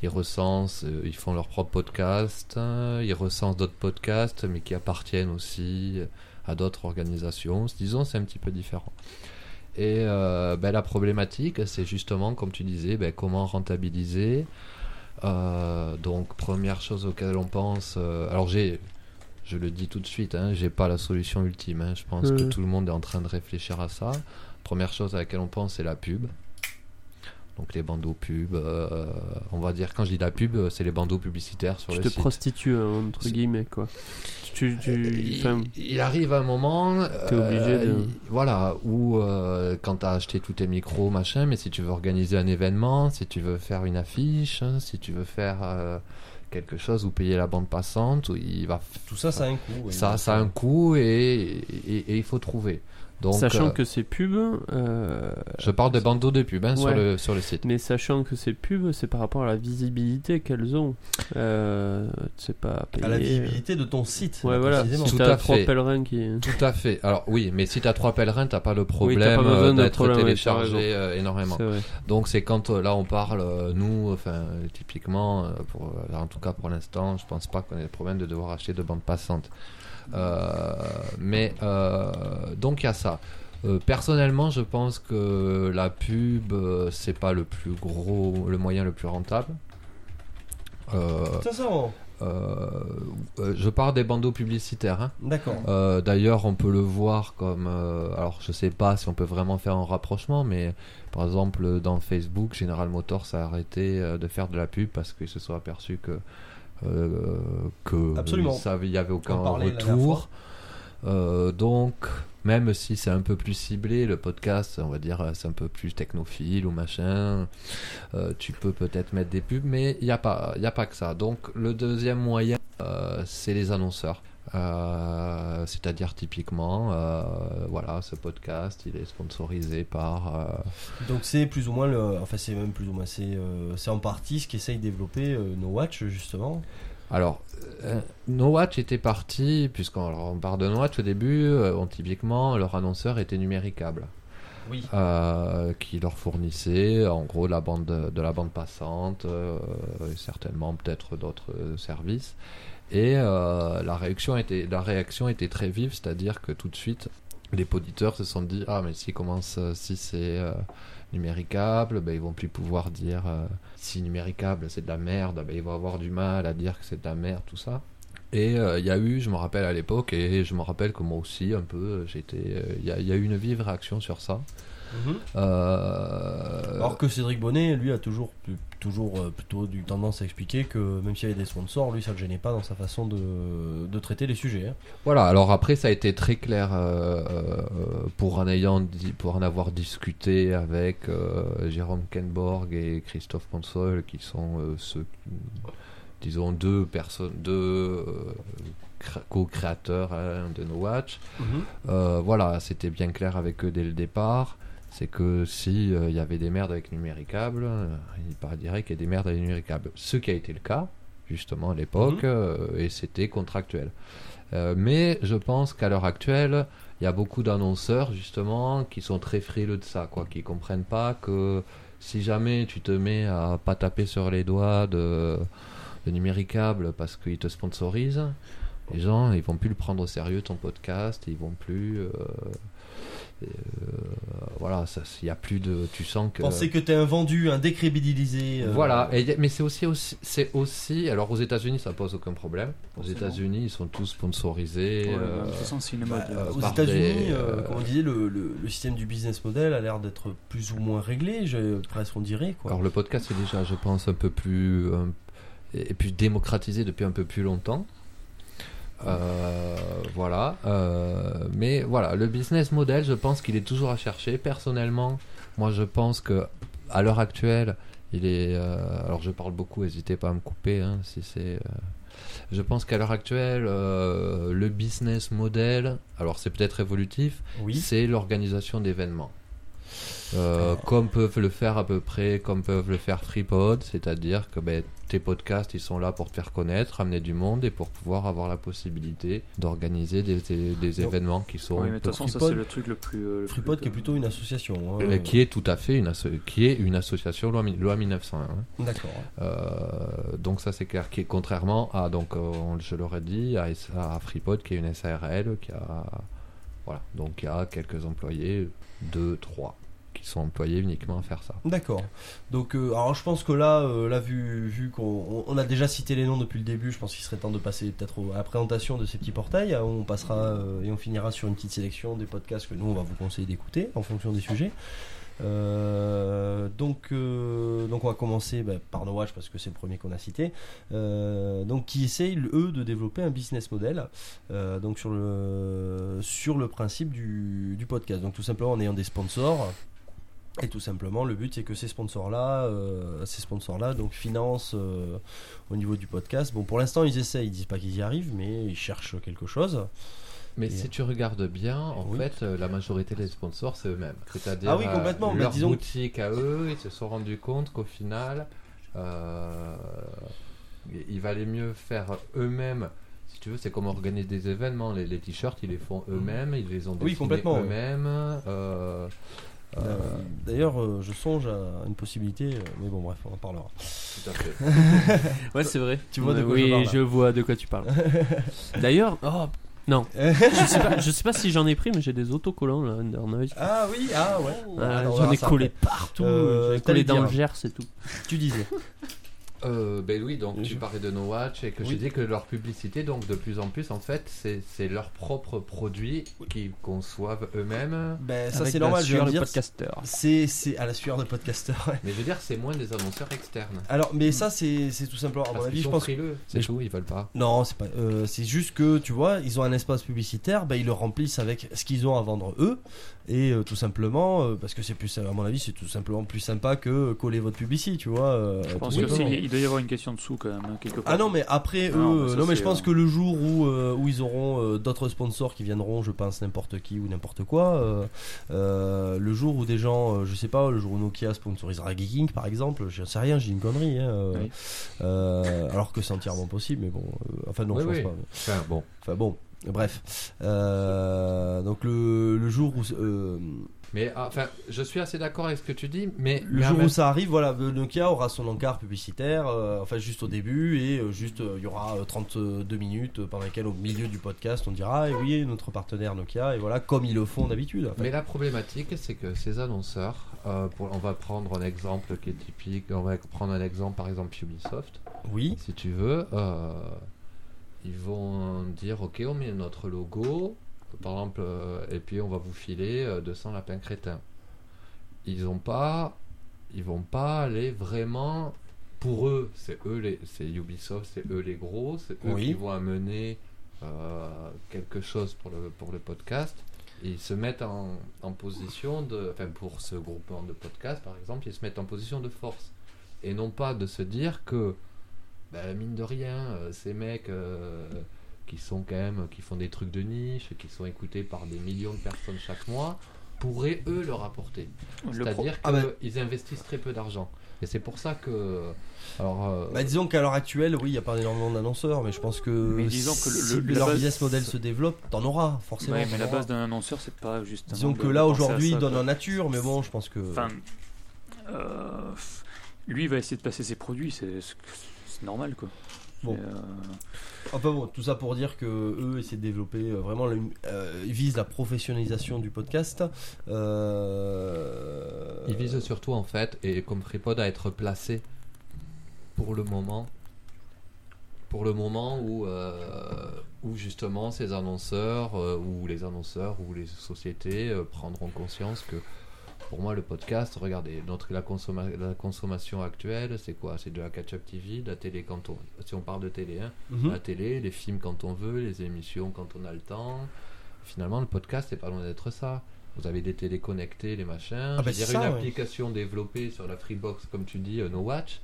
S6: Ils recensent, euh, ils font leur propre podcast, euh, ils recensent d'autres podcasts, mais qui appartiennent aussi à d'autres organisations. Disons, c'est un petit peu différent. Et euh, ben, la problématique, c'est justement, comme tu disais, ben, comment rentabiliser. Euh, donc, première chose auquel on pense. euh, alors, j'ai, je le dis tout de suite, hein, j'ai pas la solution ultime. hein. je pense que
S5: Euh.
S6: tout le monde est en train de réfléchir à ça. Première chose à laquelle on pense, c'est la pub. Donc, les bandeaux pub. euh, on va dire, quand je dis la pub, euh, c'est les bandeaux publicitaires sur
S5: Tu
S6: le
S5: te
S6: site.
S5: prostitues, hein, entre
S6: C'est- Euh,
S5: guillemets, quoi. Tu, tu, enfin,
S6: Il, il arrive un moment, euh,
S5: T'es obligé de-
S6: voilà, où euh, quand t'as acheté tous tes micros, machin, mais si tu veux organiser un événement, si tu veux faire une affiche, hein, si tu veux faire euh, quelque chose ou payer la bande passante, où il va,
S3: Tout ça, ça a un coût. euh, oui.
S6: ça, ça a un coût et, et- et il faut trouver. Donc,
S5: sachant
S6: euh,
S5: que ces pubs, euh,
S6: je parle de bandeaux de pub hein, sur
S5: Ouais.
S6: le sur le site.
S5: mais sachant que ces pubs, c'est par rapport à la visibilité qu'elles ont. Euh, c'est pas payé.
S3: À la visibilité de ton site.
S5: Ouais, voilà.
S3: précisément.
S5: Si
S6: Tout
S5: t'as
S6: à
S5: trois
S6: fait.
S5: pèlerins qui.
S6: Tout à fait. Alors oui, mais si t'as trois pèlerins, t'as pas le
S5: Oui, t'as
S6: problème
S5: pas besoin
S6: euh,
S5: de
S6: d'être
S5: problème, ouais, t'as
S6: téléchargé
S5: raison.
S6: euh, énormément.
S5: C'est vrai.
S6: Donc c'est quand euh, là on parle, euh, nous, enfin euh, typiquement, euh, pour, euh, en tout cas pour l'instant, je pense pas qu'on ait le problème de devoir acheter de bandes passantes. Euh, mais euh, donc il y a ça. Euh, personnellement, je pense que la pub, euh, c'est pas le plus gros, le moyen le plus rentable. Euh,
S3: Ça sent bon.
S6: euh, euh, je parle des bandeaux publicitaires. hein.
S3: D'accord.
S6: Euh, D'ailleurs, on peut le voir comme. euh, alors, je sais pas si on peut vraiment faire un rapprochement, mais par exemple, dans Facebook, General Motors a arrêté euh, de faire de la pub parce qu'ils se sont aperçus que. euh, que
S3: Absolument.
S6: ça- Il n'y avait aucun
S3: On en parlait la dernière
S6: retour. Euh, donc, même si c'est un peu plus ciblé, le podcast, on va dire, euh, c'est un peu plus technophile ou machin, euh, tu peux peut-être mettre des pubs, mais il n'y a, pas- il y a pas que ça. Donc, le deuxième moyen, euh, c'est les annonceurs. Euh, c'est-à-dire typiquement, euh, voilà, ce podcast, il est sponsorisé par. euh,
S3: Donc c'est plus ou moins le, enfin c'est même plus ou moins c'est euh, c'est en partie ce qu'essaye de développer euh, No Watch justement.
S6: Alors, euh, No Watch était parti, puisqu'on alors, on parle de No Watch au début, euh, on- typiquement, leur annonceur était numéricable.
S3: Oui.
S6: Euh, qui leur fournissait en gros la bande de la bande passante, euh, et certainement peut-être d'autres euh, services. Et euh, la, réaction était, la réaction était très vive, c'est-à-dire que tout de suite, les auditeurs se sont dit Ah, mais si, commence, euh, si c'est euh, numéricable, ben, ils vont plus pouvoir dire euh, si numéricable c'est de la merde, ben, ils vont avoir du mal à dire que c'est de la merde, tout ça. Et euh, il y a eu, je me rappelle à l'époque, et je me rappelle que moi aussi, un peu, j'étais. euh, Il y, a- il y a eu une vive réaction sur ça. Mhm. Euh,
S3: Alors que Cédric Bonnet lui a toujours pu- toujours euh, plutôt du tendance à expliquer que même s'il y avait des sponsors, lui ça le gênait pas dans sa façon de, de traiter les sujets. hein.
S6: Voilà, alors après ça a été très clair euh, euh, pour, en ayant di- pour en avoir discuté avec euh, Jérôme Kenborg et Christophe Ponsol qui sont euh, ceux, disons deux personnes, deux euh, cr- co-créateurs hein, de No Watch. Euh, voilà, c'était bien clair avec eux dès le départ. C'est que si euh, il y avait des merdes avec numéricable, euh, il paraît qu'il y a des merdes avec numéricable. Ce qui a été le cas, justement, à l'époque, euh, et c'était contractuel. Euh, mais je pense qu'à l'heure actuelle, il y a beaucoup d'annonceurs, justement, qui sont très frileux de ça, quoi, qui comprennent pas que si jamais tu te mets à pas taper sur les doigts de, de numéricable parce qu'ils te sponsorisent, les gens, ils vont plus le prendre au sérieux ton podcast, ils vont plus. euh, euh, voilà, ça, il y a plus de. Tu sens que.
S3: Penser que t'es un vendu, un décrédibilisé. euh,
S6: Voilà, et y a- mais c'est aussi, aussi, c'est aussi. Alors aux États-Unis, ça pose aucun problème. Aux
S4: Forcément.
S6: États-Unis, ils sont tous sponsorisés.
S4: Ouais,
S6: euh,
S4: de toute façon, c'est une
S3: bah,
S4: mode.
S3: euh, aux
S6: par
S3: États-Unis,
S6: des,
S3: euh,
S6: euh,
S3: comme on disait, le, le- le système du business model a l'air d'être plus ou moins réglé, je- presque on dirait quoi.
S6: Alors le podcast est déjà, je pense, un peu plus euh, et puis démocratisé depuis un peu plus longtemps. Euh, voilà, euh, mais voilà, le business model, je pense qu'il est toujours à chercher. Personnellement, moi, je pense que à l'heure actuelle, il est. euh, alors, je parle beaucoup, n'hésitez pas à me couper hein, si c'est. euh, je pense qu'à l'heure actuelle, euh, le business model, alors c'est peut-être évolutif,
S3: oui.
S6: c'est l'organisation d'événements. Euh, Comme peuvent le faire à peu près, comme peuvent le faire FreePod, c'est-à-dire que ben, tes podcasts ils sont là pour te faire connaître, ramener du monde et pour pouvoir avoir la possibilité d'organiser des, des- des
S3: Donc-
S6: événements qui sont
S4: Oui, mais de toute façon, ça
S3: Freepod-
S4: c'est le truc le plus. euh, le plus-
S3: Freepod qui est plutôt une association. hein.
S6: Euh, qui est tout à fait une asso- qui est une association loi, mi- loi 1901. hein.
S3: D'accord.
S6: Euh, donc ça c'est clair, qui est contrairement à donc euh, on- je l'aurais dit à, S- à FreePod qui est une SARL qui a Voilà. Donc il y a quelques employés, deux, trois, qui sont employés uniquement à faire ça.
S3: D'accord. Donc, euh, alors je pense que là, euh, là vu, vu qu'on on- on a déjà cité les noms depuis le début, je pense qu'il serait temps de passer peut-être au- à la présentation de ces petits portails. Euh, On passera euh, et on finira sur une petite sélection des podcasts que nous on va vous conseiller d'écouter en fonction des sujets. Euh, donc, euh, donc on va commencer bah, par No Watch parce que c'est le premier qu'on a cité. Euh, donc qui essayent eux de développer un business model euh, donc sur le sur le principe du, du podcast. Donc tout simplement en ayant des sponsors. Et tout simplement, le but c'est que ces sponsors-là, euh, ces sponsors-là, donc financent euh, au niveau du podcast. Bon, pour l'instant, ils essayent, ils disent pas qu'ils y arrivent, mais ils cherchent quelque chose.
S6: Mais
S3: Et-
S6: si tu regardes bien, en
S3: Oui.
S6: fait, euh, la majorité des sponsors, c'est eux-mêmes. C'est-à-dire
S3: Ah oui,
S6: euh,
S3: complètement, mais
S6: leur
S3: disons-
S6: boutique à eux, ils se sont rendus compte qu'au final, euh, il- il valait mieux faire eux-mêmes. Si tu veux, c'est comme organiser des événements. Les, les t-shirts, ils les font eux-mêmes, ils les ont dessinés
S3: complètement, Mm. oui.
S6: eux-mêmes. euh,
S3: Euh,
S6: euh,
S3: D'ailleurs, euh, je songe à une possibilité, euh, mais bon, bref, on en parlera.
S6: tout à fait.
S5: Ouais, c'est vrai.
S3: Tu vois de quoi
S5: oui,
S3: je parle, là.
S5: vois de quoi tu
S3: <laughs>
S5: parles. D'ailleurs, oh, non. je, sais pas, je sais pas si j'en ai pris, mais j'ai des autocollants là, Under Noise.
S3: Ah oui, ah ouais. Ah,
S5: Ah,
S3: non, on
S5: j'en
S3: verra
S5: ai
S3: ça
S5: collé
S3: après.
S5: partout.
S3: Euh,
S5: j'en ai
S3: t'allais
S5: collé dans
S3: dire.
S5: le Gers et tout.
S3: Tu disais.
S6: <laughs> Euh, ben oui, donc
S3: Et
S6: tu
S3: je-
S6: parlais de No Watch et que
S3: Oui.
S6: j'ai dit que leur publicité, donc de plus en plus, en fait, c'est c'est leurs propres produits qu'ils conçoivent eux-mêmes.
S3: <laughs> Ben ça
S7: Avec
S3: c'est
S7: la
S3: normal, je
S7: sueur
S3: veux
S7: de
S3: dire.
S7: podcasteur.
S3: C'est c'est à la sueur de podcasteur. ouais.
S6: Mais je veux dire, c'est moins des annonceurs externes.
S3: Alors, mais ça c'est c'est tout simplement. À mon
S6: Parce
S3: avis,
S6: qu'ils
S3: je
S6: sont
S3: pense
S6: frileux. C'est
S3: Mais-
S6: tout, ils veulent pas.
S3: Non, c'est pas. euh, c'est juste que tu vois, ils ont un espace publicitaire, bah, ils le remplissent avec ce qu'ils ont à vendre eux, et euh, tout simplement euh, parce que c'est plus, à mon avis, c'est tout simplement plus sympa que euh, coller votre publicité, tu vois. euh,
S4: Je
S3: tout
S4: pense
S6: oui,
S4: que
S3: simplement.
S4: si, il doit y avoir une question de sous quand même, hein, quelque part.
S3: Ah non, mais après
S4: hein. Ah
S3: eux,
S4: non, mais
S3: euh,
S4: ça,
S3: non mais
S4: c'est,
S3: je pense
S4: euh,
S3: que le jour où euh, où ils auront euh, d'autres sponsors qui viendront, je pense n'importe qui ou n'importe quoi, euh, euh, le jour où des gens, euh, je sais pas, le jour où Nokia sponsorisera Geeking par exemple, je sais rien, j'ai une connerie, hein, euh,
S4: Oui.
S3: euh, alors que c'est entièrement possible, mais bon, euh, enfin non,
S6: Oui,
S3: je pense
S6: oui.
S3: pas.
S6: Enfin, bon.
S3: Enfin bon, bref. Euh, donc le, le jour où euh,
S6: Mais ah, enfin, je suis assez d'accord avec ce que tu dis, mais.
S3: le
S6: mais en
S3: jour
S6: même-
S3: où ça arrive, voilà, euh, Nokia aura son encart publicitaire, euh, enfin juste au début et euh, juste euh, il y aura euh, 32 minutes euh, pendant lesquelles au milieu du podcast on dira et oui notre partenaire Nokia et voilà comme ils le font d'habitude. en fait.
S6: Mais la problématique, c'est que ces annonceurs, euh, pour- on va prendre un exemple qui est typique, on va prendre un exemple par exemple Ubisoft,
S3: Oui,
S6: si tu veux, euh, ils vont dire ok, on met notre logo, par exemple, euh, et puis on va vous filer euh, 200 lapins crétins. Ils ont pas, ils vont pas aller vraiment pour eux, c'est eux les, c'est Ubisoft, c'est eux les gros, c'est eux
S3: Oui.
S6: qui vont amener euh, quelque chose pour le pour le podcast. Et ils se mettent en, en position de, enfin pour ce groupement de podcasts par exemple, ils se mettent en position de force et non pas de se dire que ben, mine de rien, euh, ces mecs euh, qui sont quand même, qui font des trucs de niche, qui sont écoutés par des millions de personnes chaque mois, pourraient eux leur apporter.
S4: Le pro-
S6: C'est-à-dire
S3: Ah ben-
S6: qu'ils investissent très peu d'argent. Et c'est pour ça que, alors, euh,
S3: bah, disons qu'à l'heure actuelle, oui, il n'y a pas énormément d'annonceurs, mais je pense que,
S4: Mais disons que le-
S3: si
S4: le- la
S3: leur
S4: base-
S3: business model se développe, t'en auras forcément.
S4: Ouais,
S3: t'en
S4: mais la
S3: auras.
S4: base d'un annonceur, c'est pas juste. un
S3: disons
S4: nombre
S3: que
S4: de
S3: là
S4: penser à
S3: aujourd'hui,
S4: ça,
S3: ils donnent
S4: quoi.
S3: en nature, mais bon, je pense que.
S4: Enfin, euh, f- lui il va essayer de passer ses produits, c'est c'est- c'est normal quoi.
S3: Bon.
S4: Mais, euh,
S3: Enfin bon, tout ça pour dire que eux essaient de développer euh, vraiment, le- euh, ils visent la professionnalisation du podcast. Euh,
S6: ils visent surtout en fait, et comme FreePod, à être placé pour le moment, pour le moment où, euh, où justement ces annonceurs, euh, ou les annonceurs, ou les sociétés euh, prendront conscience que pour moi, le podcast, regardez, notre, la, consomma- la consommation actuelle, c'est quoi C'est de la catch-up TV, de la télé quand on... Si on parle de télé, hein,
S3: Mhm.
S6: la télé, les films quand on veut, les émissions quand on a le temps. Finalement, le podcast, c'est pas loin d'être ça. Vous avez des télés connectées, les machins.
S3: Ah
S6: Je
S3: bah
S6: veux dire,
S3: c'est ça,
S6: une
S3: ouais.
S6: application développée sur la Freebox, comme tu dis, euh, No Watch.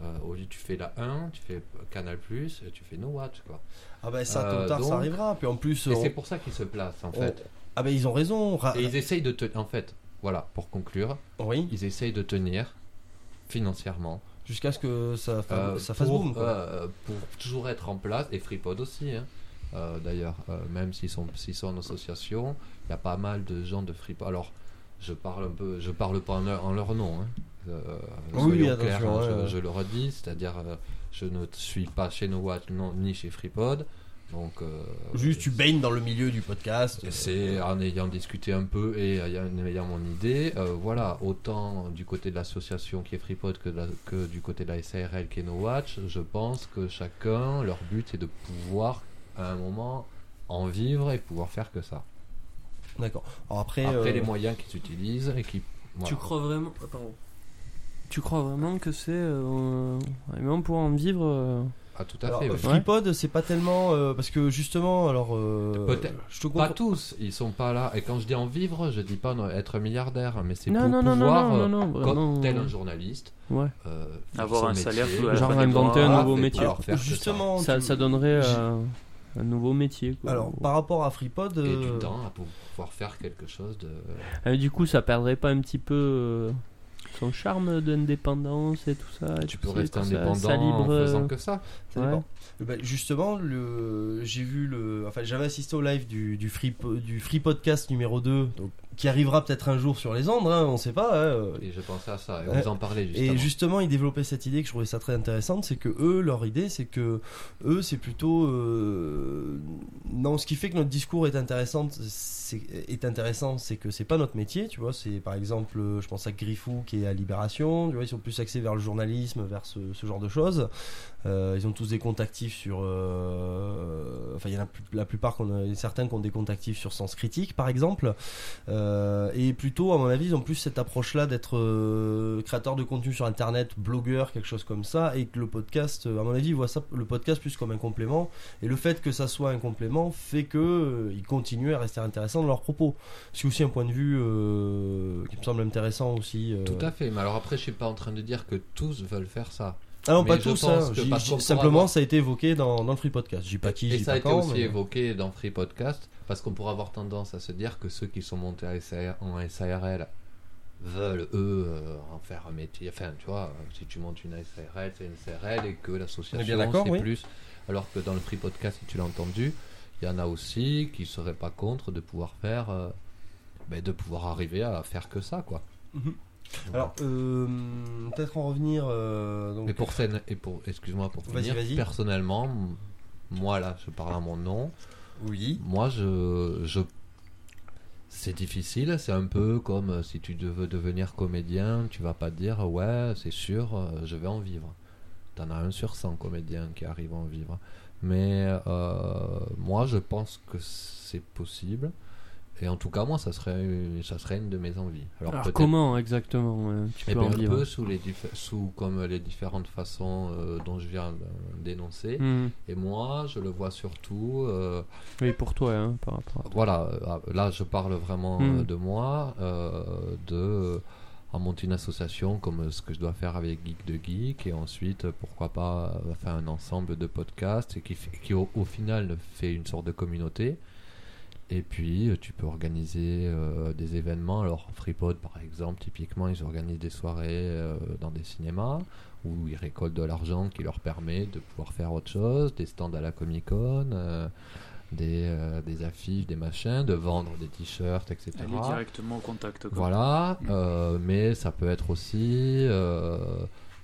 S6: Euh, au lieu, tu fais la 1, tu fais Canal, et tu fais No Watch. Quoi.
S3: Ah ben ça,
S6: Euh,
S3: tôt ou tard,
S6: donc-
S3: ça arrivera. Puis en plus,
S6: Et
S3: on-
S6: c'est pour ça qu'ils se placent, en
S3: on-
S6: fait.
S3: ah ben ils ont raison. ra-
S6: Et ils essayent de te. En fait, voilà, pour conclure,
S3: Oui,
S6: ils essayent de tenir financièrement.
S3: jusqu'à ce que ça, fa-
S6: Euh,
S3: ça fasse
S6: pour,
S3: boum. quoi.
S6: euh, pour toujours être en place, et FreePod aussi, hein. Euh, d'ailleurs, euh, même s'ils sont, s'ils sont en association, il y a pas mal de gens de FreePod. Alors, je parle un peu, je parle pas en leur, en leur nom. hein. Euh,
S3: Oui,
S6: soyons
S3: oui,
S6: clairs,
S3: attention,
S6: hein,
S3: ouais,
S6: je,
S3: ouais.
S6: je le redis, c'est-à-dire, euh, je ne suis pas chez No Watch non, ni chez FreePod. Donc, euh,
S3: Juste, tu baignes dans le milieu du podcast. euh,
S6: c'est en ayant discuté un peu et en ayant mon idée, euh, voilà, autant du côté de l'association qui est FreePod que, de la- que du côté de la SARL qui est No Watch, je pense que chacun, leur but est de pouvoir à un moment en vivre et pouvoir faire que ça.
S3: D'accord. Alors après,
S6: Après
S3: euh,
S6: les moyens qu'ils utilisent et qui.
S5: Tu
S6: voilà.
S5: crois vraiment. ah, pardon. Tu crois vraiment que c'est. euh, Même pour en vivre. euh,
S6: Ah, tout à
S3: alors,
S6: fait. ouais.
S3: FreePod, c'est pas tellement euh, parce que justement, alors euh,
S6: Peut-être-
S3: Je te
S6: Pas
S3: comprends.
S6: tous, ils sont pas là. Et quand je dis en vivre, je dis pas non, être milliardaire, mais c'est
S5: Non,
S6: pour
S5: non, non,
S6: pouvoir,
S5: non, non,
S6: euh,
S5: non, non, vraiment.
S6: comme tel un journaliste,
S5: Ouais.
S6: euh, faire
S4: Avoir
S6: son
S4: un salaire
S6: métier,
S4: tout à la
S5: Genre
S4: fin des
S5: inventer un
S4: mois.
S5: nouveau
S6: et
S5: métier.
S6: pouvoir faire que ça.
S3: justement,
S5: Ça,
S3: tu-
S5: ça donnerait euh, un nouveau métier. quoi.
S3: Alors, par rapport à FreePod,
S6: Et
S3: euh,
S6: du temps pour pouvoir faire quelque chose de.
S5: Ah, du coup, ça perdrait pas un petit peu euh, son charme d'indépendance et tout ça et
S6: Tu
S5: tout
S6: peux
S5: ça,
S6: rester
S5: ça-
S6: indépendant
S5: ça libre,
S6: en faisant
S5: euh,
S6: que ça.
S3: Ça
S5: Ouais.
S3: dépend. Euh, bah, justement, le, j'ai vu le, enfin, j'avais assisté au live du, du free, po- du free podcast numéro 2, donc, qui arrivera peut-être un jour sur les Andes, hein, on sait pas. hein, euh.
S6: Et je pensais à ça. Et
S3: Ouais.
S6: vous en parlez justement.
S3: Et justement, ils développaient cette idée que je trouvais ça très intéressante, c'est que eux, leur idée, c'est que eux, c'est plutôt euh, non. Ce qui fait que notre discours est intéressant, c'est est intéressant, c'est que c'est pas notre métier, tu vois. C'est par exemple, euh, je pense à Griffou qui est à Libération, tu vois, ils sont plus axés vers le journalisme, vers ce, ce genre de choses. Euh, ils ont tous des comptes actifs sur, euh, enfin, il y en a plus- la plupart, qu'on a, certains qui ont des comptes actifs sur Sens Critique, par exemple. Euh, et plutôt, à mon avis, ils ont plus cette approche-là d'être euh, créateur de contenu sur Internet, blogueur, quelque chose comme ça, et que le podcast, euh, à mon avis, ils voient ça, le podcast plus comme un complément. Et le fait que ça soit un complément fait que euh, ils continuent à rester intéressants dans leurs propos. C'est aussi un point de vue euh, qui me semble intéressant aussi. euh.
S6: Tout à fait. Mais alors après, je suis pas en train de dire que tous veulent faire ça.
S3: Ah non,
S6: Mais
S3: pas
S6: je
S3: tout
S6: pense
S3: ça.
S6: que parce qu'on pourra
S3: simplement,
S6: avoir-
S3: ça a été évoqué dans, dans le free podcast. Je dis pas qui, je
S6: Et
S3: dis
S6: ça a
S3: pas
S6: été
S3: quand,
S6: aussi
S3: mais-
S6: évoqué dans Free Podcast parce qu'on pourrait avoir tendance à se dire que ceux qui sont montés à SAR en SARL veulent eux euh, en faire un métier. Enfin, tu vois, si tu montes une SARL, c'est une SARL et que
S3: On est bien
S6: l'association
S3: d'accord,
S6: c'est
S3: oui.
S6: plus. Alors que dans le Free Podcast, si tu l'as entendu, il y en a aussi qui seraient pas contre de pouvoir faire, euh, ben, de pouvoir arriver à faire que ça, quoi.
S3: Mhm.
S6: Voilà.
S3: Alors, euh, peut-être en revenir. euh, donc,
S6: Mais pour scène et pour, excuse-moi pour
S3: Vas-y,
S6: finir,
S3: vas-y.
S6: personnellement, m- moi là, je parle à mon nom.
S3: oui.
S6: Moi, je, je... c'est difficile. C'est un peu comme euh, si tu de- veux devenir comédien, tu vas pas te dire ouais, c'est sûr, euh, je vais en vivre. T'en as un sur 100 comédiens qui arrivent à en vivre. Mais euh, moi, je pense que c'est possible. Et en tout cas, moi, ça serait, une- ça serait une de mes envies. Alors,
S5: Alors
S6: peut-être-
S5: comment exactement euh, tu
S6: eh
S5: peux
S6: ben,
S5: en
S6: un
S5: vivre
S6: peu sous les diffé- sous comme les différentes façons euh, dont je viens de- d'énoncer.
S5: Hmm.
S6: Et moi, je le vois surtout euh,
S5: Oui, pour toi, hein, par rapport à...
S6: voilà, euh, là je parle vraiment
S5: Mm.
S6: euh, de moi, euh, de euh, en monter une association comme euh, ce que je dois faire avec Geek de Geek et ensuite euh, pourquoi pas euh, faire un ensemble de podcasts et qui, fait- qui au, au final fait une sorte de communauté. Et puis euh, tu peux organiser euh, des événements. Alors FreePod par exemple, typiquement ils organisent des soirées euh, dans des cinémas où ils récoltent de l'argent qui leur permet de pouvoir faire autre chose, des stands à la Comic Con euh, des, euh, des affiches, des machins, de vendre des t-shirts, etc.
S4: Aller directement au contact. quoi.
S6: Voilà,
S4: Mm.
S6: euh, mais ça peut être aussi, euh,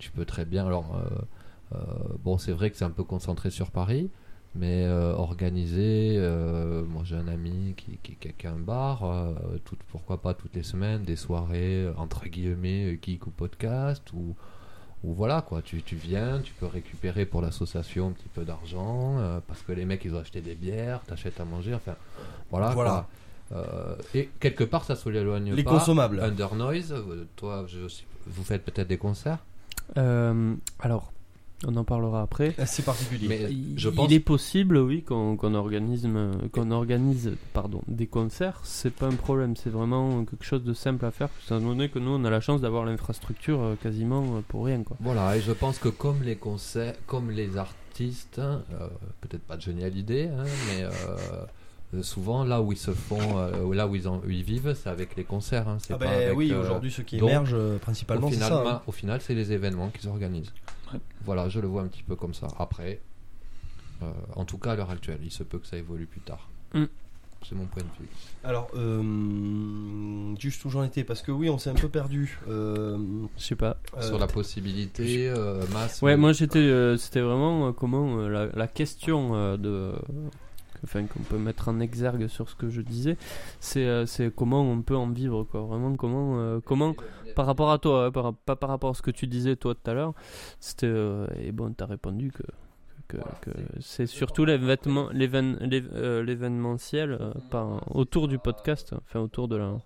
S6: tu peux très bien, alors, euh, euh, bon, c'est vrai que c'est un peu concentré sur Paris, mais euh, organiser, euh, moi j'ai un ami qui, qui, qui- qui a un bar, euh, tout- pourquoi pas toutes les semaines, des soirées, euh, entre guillemets, euh, geek ou podcast, ou, ou voilà, quoi, tu, tu viens, tu peux récupérer pour l'association un petit peu d'argent, euh, parce que les mecs, ils ont acheté des bières, t'achètes à manger, enfin, voilà,
S3: Voilà.
S6: quoi. Euh, et quelque part, ça se l'éloigne
S3: Les
S6: pas.
S3: consommables.
S6: Under Noise, euh, toi, je, vous faites peut-être des concerts,
S5: Euh, alors, on en parlera après.
S6: Euh,
S3: C'est particulier.
S6: mais
S5: Il-
S6: je pense
S5: Il est possible, oui, qu'on qu'on organise, euh, qu'on organise pardon, des concerts. C'est pas un problème. C'est vraiment quelque chose de simple à faire. Étant donné que nous, on a la chance d'avoir l'infrastructure euh, quasiment euh, pour rien, quoi.
S6: Voilà, et je pense que comme les concerts, comme les artistes, hein, euh, peut-être pas de Johnny Hallyday, hein, mais euh, euh, souvent là où ils se font, euh, là où ils, en- où ils vivent, c'est avec les concerts. hein, c'est
S3: Ah
S6: pas
S3: ben
S6: avec,
S3: oui,
S6: euh,
S3: aujourd'hui, ce qui
S6: donc,
S3: émerge euh,
S6: au
S3: principalement, c'est
S6: final,
S3: ça. hein.
S6: ma- au final, c'est les événements qu'ils organisent.
S4: Ouais.
S6: Voilà, je le vois un petit peu comme ça. Après, euh, en tout cas à l'heure actuelle, il se peut que ça évolue plus tard.
S5: Mm.
S6: C'est mon point de vue.
S3: Alors, euh, juste où j'en étais parce que oui, on s'est un peu perdu. Euh,
S5: Je sais pas.
S3: euh,
S9: Sur la possibilité, euh, masse.
S5: Ouais,
S9: ou-
S5: moi j'étais, euh, c'était vraiment euh, comment euh, la, la question euh, de, que- enfin qu'on peut mettre en exergue sur ce que je disais, c'est euh, c'est comment on peut en vivre quoi, vraiment comment euh, comment par rapport à toi, hein, par- pas par rapport à ce que tu disais toi tout à l'heure, c'était euh, et bon t'as répondu que que, que c'est surtout les vêtements, l'éven- l'é- euh, l'événementiel euh, par- autour du podcast, hein, enfin autour de la.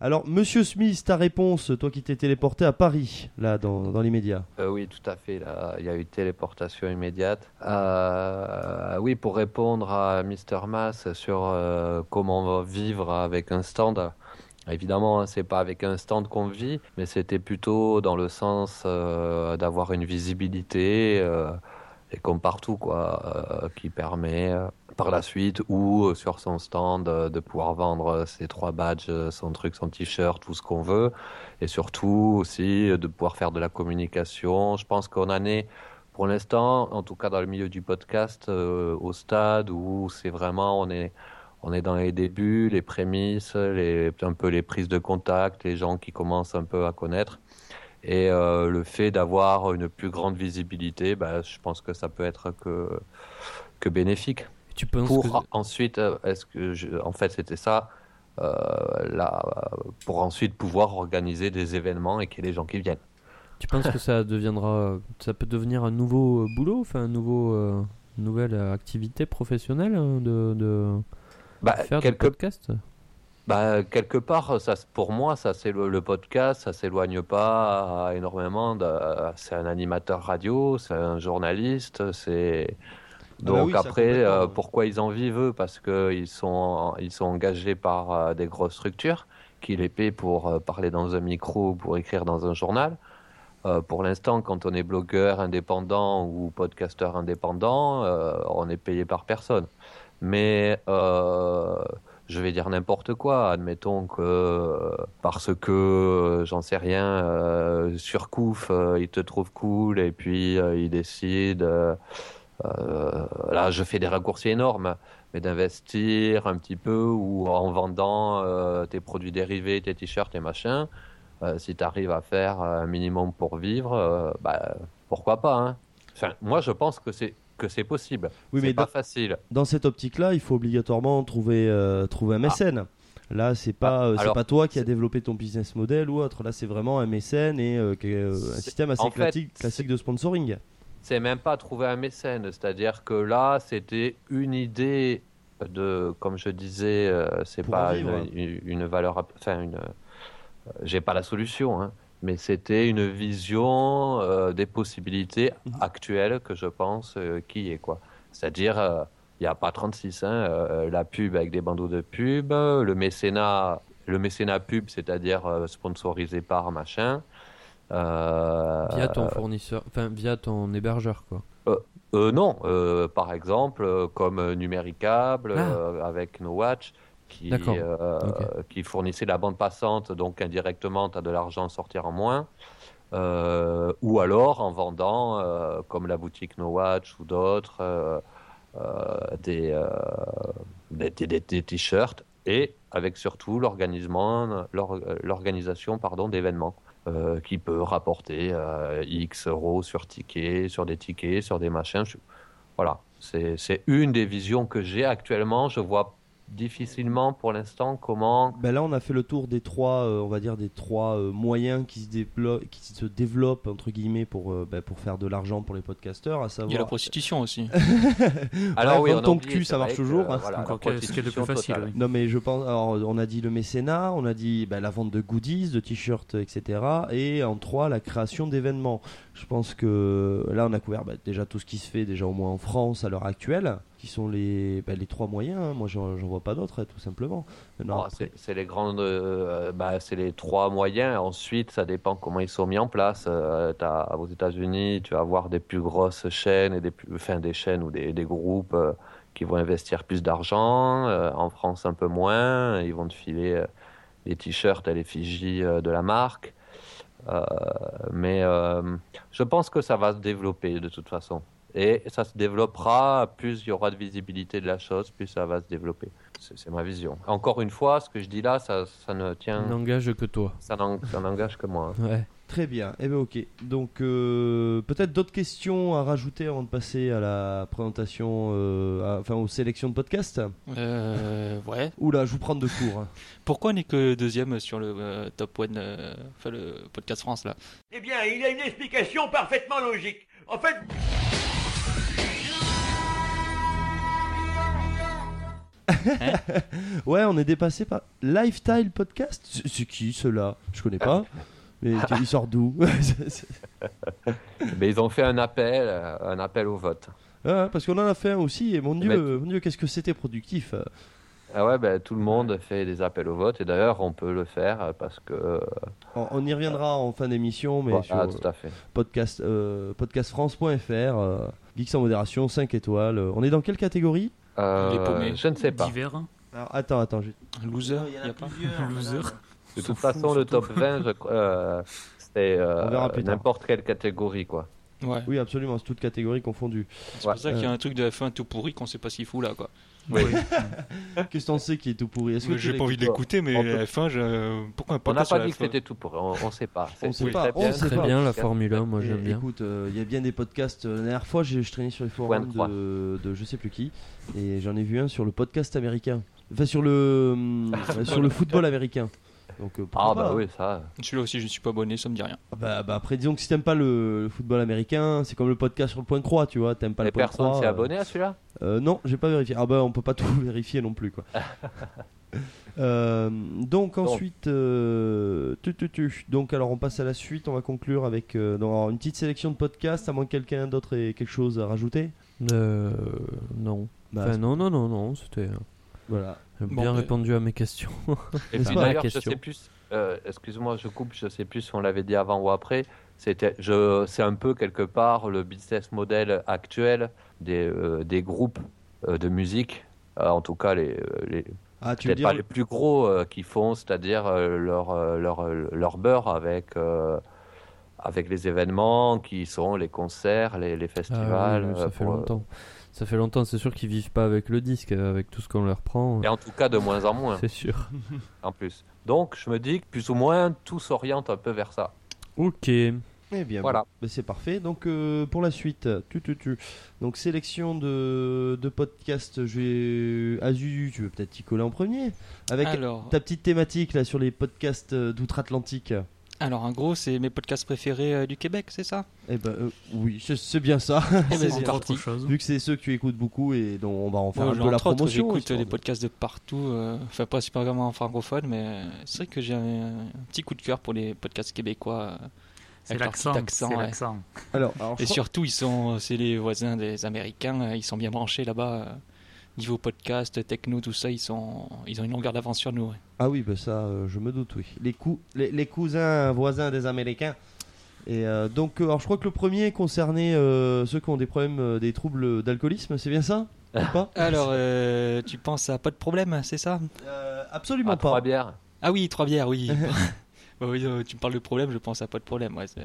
S3: Alors, Monsieur Smith, ta réponse, toi qui t'es téléporté à Paris, là, dans, dans l'immédiat.
S9: Euh, oui, tout à fait. Là, il y a eu téléportation immédiate. Euh, oui, pour répondre à Mr. Mass sur euh, comment vivre avec un stand. Évidemment, hein, c'est pas avec un stand qu'on vit, mais c'était plutôt dans le sens euh, d'avoir une visibilité euh, et comme partout quoi, euh, qui permet euh, par la suite ou euh, sur son stand euh, de pouvoir vendre euh, ses trois badges, euh, son truc, son t-shirt, tout ce qu'on veut et surtout aussi euh, de pouvoir faire de la communication. Je pense qu'on en est pour l'instant, en tout cas dans le milieu du podcast, euh, au stade où c'est vraiment on est on est dans les débuts, les prémices, les, un peu les prises de contact, les gens qui commencent un peu à connaître. Et euh, le fait d'avoir une plus grande visibilité, bah, je pense que ça peut être que, que bénéfique
S5: Tu penses
S9: pour
S5: que-
S9: ensuite, euh, est-ce que je- en fait c'était ça, euh, là, euh, pour ensuite pouvoir organiser des événements et qu'il y ait des gens qui viennent.
S5: Tu penses que ça deviendra, euh, ça peut devenir un nouveau euh, boulot, enfin un nouveau, euh, une nouvelle euh, activité professionnelle hein, de, de
S9: Bah,
S5: faire
S9: quelque,
S5: des podcasts
S9: bah, quelque part, ça, pour moi, ça c'est le, le podcast, ça s'éloigne pas énormément. de- C'est un animateur radio, c'est un journaliste, c'est
S3: bah
S9: donc
S3: oui, ça,
S9: après,
S3: complètement,
S9: euh,
S3: ouais.
S9: pourquoi ils en vivent eux Parce que ils sont ils sont engagés par euh, des grosses structures qui les paient pour euh, parler dans un micro, pour écrire dans un journal. Euh, pour l'instant, quand on est blogueur indépendant ou podcasteur indépendant, euh, on est payé par personne. Mais euh, je vais dire n'importe quoi. Admettons que euh, parce que euh, j'en sais rien, euh, Surcouf, euh, il te trouve cool et puis euh, il décide. euh, euh, là, je fais des raccourcis énormes, mais d'investir un petit peu ou en vendant euh, tes produits dérivés, tes t-shirts, tes machins. Euh, si tu arrives à faire euh, un minimum pour vivre, euh, bah, pourquoi pas hein. Enfin, Moi, je pense que c'est que c'est possible.
S3: Oui,
S9: c'est
S3: mais
S9: pas
S3: dans,
S9: facile.
S3: dans cette optique-là, il faut obligatoirement trouver, euh, trouver un mécène. Là, c'est pas,
S9: Ah,
S3: euh, c'est
S9: alors,
S3: pas toi qui as
S9: c'est-
S3: développé ton business model ou autre. Là, c'est vraiment un mécène et euh, qui est, euh, un
S9: C'est-
S3: système assez
S9: en fait,
S3: classique, classique de sponsoring.
S9: c'est même pas trouver un mécène. C'est-à-dire que là, c'était une idée de, comme je disais, euh, c'est
S3: Pour en
S9: pas
S3: vivre.
S9: une, une- une valeur, ab- enfin, une, euh, j'ai pas la solution, hein, mais c'était une vision euh, des possibilités
S3: Mhm.
S9: actuelles que je pense euh, qui est quoi. C'est-à-dire, euh, il n'y a pas 36, hein, euh, la pub avec des bandeaux de pub, euh, le mécénat, le mécénat pub, c'est-à-dire euh, sponsorisé par machin. Euh,
S5: via ton fournisseur, enfin via ton hébergeur quoi.
S9: euh, non, euh, par exemple, euh, comme euh, Numéricable
S5: Ah.
S9: euh, avec No Watch qui,
S5: D'accord.
S9: euh,
S5: Ok.
S9: qui fournissait la bande passante, donc indirectement, tu as de l'argent à sortir en moins. Euh, ou alors en vendant, euh, comme la boutique No Watch ou d'autres, euh, euh, des, euh, des, des- des- des t-shirts et avec surtout l'organisement- l'or- l'organisation pardon, d'événements euh, qui peut rapporter euh, X euros sur ticket, sur des tickets, sur des machins. Je- Voilà, c'est c'est une des visions que j'ai actuellement. Je vois difficilement pour l'instant comment.
S3: Ben là, on a fait le tour des trois, euh, on va dire des trois euh, moyens qui se, déplo- qui se développent entre guillemets pour, euh, ben, pour faire de l'argent pour les podcasteurs, à
S10: Il y a la
S3: savoir.
S10: prostitution aussi.
S3: Ah Ouais,
S9: oui,
S3: vendre
S9: on a
S3: ton
S9: oublié,
S3: cul,
S9: c'est
S3: ça
S9: vrai
S3: marche
S9: que, euh,
S3: toujours, hein.
S9: voilà,
S4: Encore
S9: la
S4: qu'est- euh, ce qui est le plus
S9: prostitution
S4: facile.
S9: totale.
S4: oui.
S3: Non mais je pense, alors on a dit le mécénat, on a dit ben, la vente de goodies, de t-shirts, etc. Et en trois, la création d'événements. Je pense que là, on a couvert ben, déjà tout ce qui se fait déjà au moins en France à l'heure actuelle, qui sont les, ben, les trois moyens. hein. Moi, j'en j'en vois pas d'autres, hein, tout simplement. Maintenant,
S9: Oh,
S3: après-
S9: c'est- c'est les grandes, euh, bah, c'est les trois moyens. Ensuite, ça dépend comment ils sont mis en place. Euh, t'as- aux États-Unis, tu vas avoir des plus grosses chaînes et des plus, enfin, des chaînes ou des, des groupes euh, qui vont investir plus d'argent. Euh, en France, un peu moins. Ils vont te filer euh, des t-shirts à l'effigie euh, de la marque. Euh, mais euh, je pense que ça va se développer de toute façon. et ça se développera, plus il y aura de visibilité de la chose, plus ça va se développer. C'est c'est ma vision. Encore une fois, ce que je dis là, ça, ça ne tient,
S5: N'engage que toi.
S9: ça n'en- ça n'engage que moi. hein.
S5: Ouais.
S3: Très bien, eh bien ok. Donc euh, peut-être d'autres questions à rajouter avant de passer à la présentation, euh, à- enfin aux sélections de podcasts
S7: Euh, ouais.
S3: Oula, je vous prends de court.
S9: <laughs>
S3: hein.
S7: Pourquoi on n'est que deuxième sur le euh, top one, euh, enfin le podcast France là
S11: Eh bien, il y a une explication parfaitement logique. En fait,
S3: Ouais, on est dépassé par Lifestyle Podcast C'est c'est qui ceux-là Je connais pas. Mais
S9: Ah.
S3: tu- il sort
S9: <laughs>
S3: d'où C'est- c'est-
S9: Mais ils ont fait un appel, euh, un appel au vote.
S3: Ah, Parce qu'on en a fait un aussi, et mon dieu,
S9: Mais-
S3: euh, mon dieu qu'est-ce que c'était productif euh.
S9: Ah ouais, ben, tout le monde fait des appels au vote et d'ailleurs on peut le faire euh, parce que euh,
S3: On, on y reviendra en fin d'émission, mais
S9: voilà,
S3: sur euh,
S9: ah, tout à fait.
S3: podcast, euh, podcastfrance.fr, euh, Geeks en modération, 5 étoiles. Euh, On est dans quelle catégorie
S9: Euh,
S7: Les paumés.
S9: je ne sais pas.
S4: Divers.
S3: Alors, Attends, attends, j'ai-
S7: Loser, il y a pas
S3: <laughs>
S4: Loser.
S9: De
S4: S'en
S9: toute
S4: fout,
S9: façon, le top 20, je crois, euh, c'est euh,
S3: On verra plus tard.
S9: n'importe quelle catégorie quoi.
S7: Ouais.
S3: oui, absolument, c'est toute catégorie confondue.
S7: C'est pour ça qu'il y
S6: euh.
S7: a un truc de la fin tout pourri qu'on sait pas s'il fout là quoi.
S9: Oui.
S3: Qu'est-ce que t'en sais qui est tout pourri Est-ce que
S7: Ah. Mais
S3: tu
S7: J'ai
S3: l'as-
S7: pas envie de l'écouter, mais
S9: On peut-
S7: la fin, je... pourquoi un
S9: On n'a
S7: podcast
S9: pas
S7: sur la
S9: dit que
S7: fin
S9: c'était tout pour, on, on sait pas. C'est-
S3: On sait
S9: c'est
S3: pas, on sait
S5: Très
S3: pas.
S5: bien la Formule 1, moi
S3: Et-
S5: j'aime bien.
S3: Écoute, euh, il y a bien des podcasts. euh, la dernière fois, j'ai- je traînais sur les forums
S9: Point trois.
S3: de, de je sais plus qui, et j'en ai vu un sur le podcast américain. Enfin, sur le, hum,
S7: Ah,
S3: euh, sur le football américain. Donc, euh, pourquoi
S9: Ah bah
S3: pas, hein.
S9: oui, ça.
S7: Celui-là aussi, je ne suis pas abonné, ça me dit rien.
S3: Bah, bah, après, disons que si t'aimes pas le, le football américain, c'est comme le podcast sur le point croix, tu vois. T'aimes pas
S9: Et
S3: le point
S9: personne
S3: croix.
S9: s'est
S3: euh,
S9: abonné à celui-là
S3: euh, non, j'ai pas vérifié. Ah bah on peut pas <laughs> tout vérifier non
S9: <laughs>
S3: plus quoi. Euh, donc ensuite, euh, tu, tu, tu. donc alors on passe à la suite. On va conclure avec euh, dans- alors, une petite sélection de podcasts, à moins que quelqu'un d'autre ait quelque chose à rajouter.
S5: Euh, non.
S3: Bah,
S5: Enfin, non, non, non, non, c'était euh,
S3: Voilà.
S5: bien
S7: ben-
S5: répondu à mes questions.
S3: c'est
S9: Et puis
S3: pas la
S9: d'ailleurs, je
S5: question.
S9: sais plus. euh, Excuse-moi, je coupe. Je sais plus si on l'avait dit avant ou après. C'était, je, c'est un peu quelque part le business model actuel des, euh, des groupes euh, de musique. euh, en tout cas, les, euh, les
S3: Ah tu veux
S9: peut-être
S3: dire
S9: pas les plus gros euh, qui font, c'est-à-dire euh, leur, euh, leur, euh, leur beurre avec, euh, avec les événements qui sont les concerts, les, les
S5: Ah
S9: festivals.
S5: oui, mais
S9: euh,
S5: ça fait
S9: pour, euh,
S5: longtemps. Ça fait longtemps, c'est sûr qu'ils vivent pas avec le disque, euh, avec tout ce qu'on leur prend.
S9: Et en tout cas, de moins en moins,
S5: C'est sûr.
S9: en plus. Donc, je me dis que plus ou moins, tout s'oriente un peu vers ça.
S5: Ok.
S3: Eh bien
S9: Voilà.
S3: bon, bah, c'est parfait. Donc euh, pour la suite, tu, tu, tu. Donc sélection de, de podcasts. Je vais Azu, tu veux peut-être t'y coller en premier avec
S7: Alors,
S3: ta petite thématique là sur les podcasts euh, d'outre-Atlantique.
S7: alors, en gros, c'est mes podcasts préférés euh, du Québec, c'est ça
S3: Eh ben euh, oui, c'est- c'est bien ça.
S7: Eh ben,
S3: <laughs> C'est
S7: c'est
S3: bien.
S7: parti.
S3: Vu que c'est ceux que tu écoutes beaucoup et dont on va en faire
S7: Moi,
S3: un peu la
S7: entre autres,
S3: promotion.
S7: j'écoute
S3: histoire
S7: des
S3: de-
S7: podcasts de partout, euh, enfin pas vraiment francophone, mais euh, c'est vrai que j'ai un, un petit coup de cœur pour les podcasts québécois. euh,
S4: C'est
S7: avec leur petit
S4: l'accent.
S7: accent,
S4: C'est
S7: ouais.
S4: l'accent.
S3: Alors, alors, je
S7: Et
S3: crois-
S7: surtout, ils sont, c'est les voisins des Américains, euh, ils sont bien branchés là-bas. euh, Niveau podcast, techno, tout ça, ils, sont, ils ont une longueur d'avance sur nous. ouais.
S3: Ah oui, bah ça, euh, je me doute, oui. Les, cou- les, les cousins voisins des Américains. Et euh, donc, euh, alors je crois que le premier concernait euh, ceux qui ont des problèmes, euh, des troubles d'alcoolisme, c'est bien ça Ou pas
S7: Alors, euh, tu penses à pas de problème, c'est ça
S3: Euh,
S9: À
S3: Absolument
S9: trois
S3: pas.
S9: bières.
S7: Ah oui, trois bières, <laughs> oui. Bah oui, euh, tu me parles de problème, je pense à pas de problème. Ouais, c'est-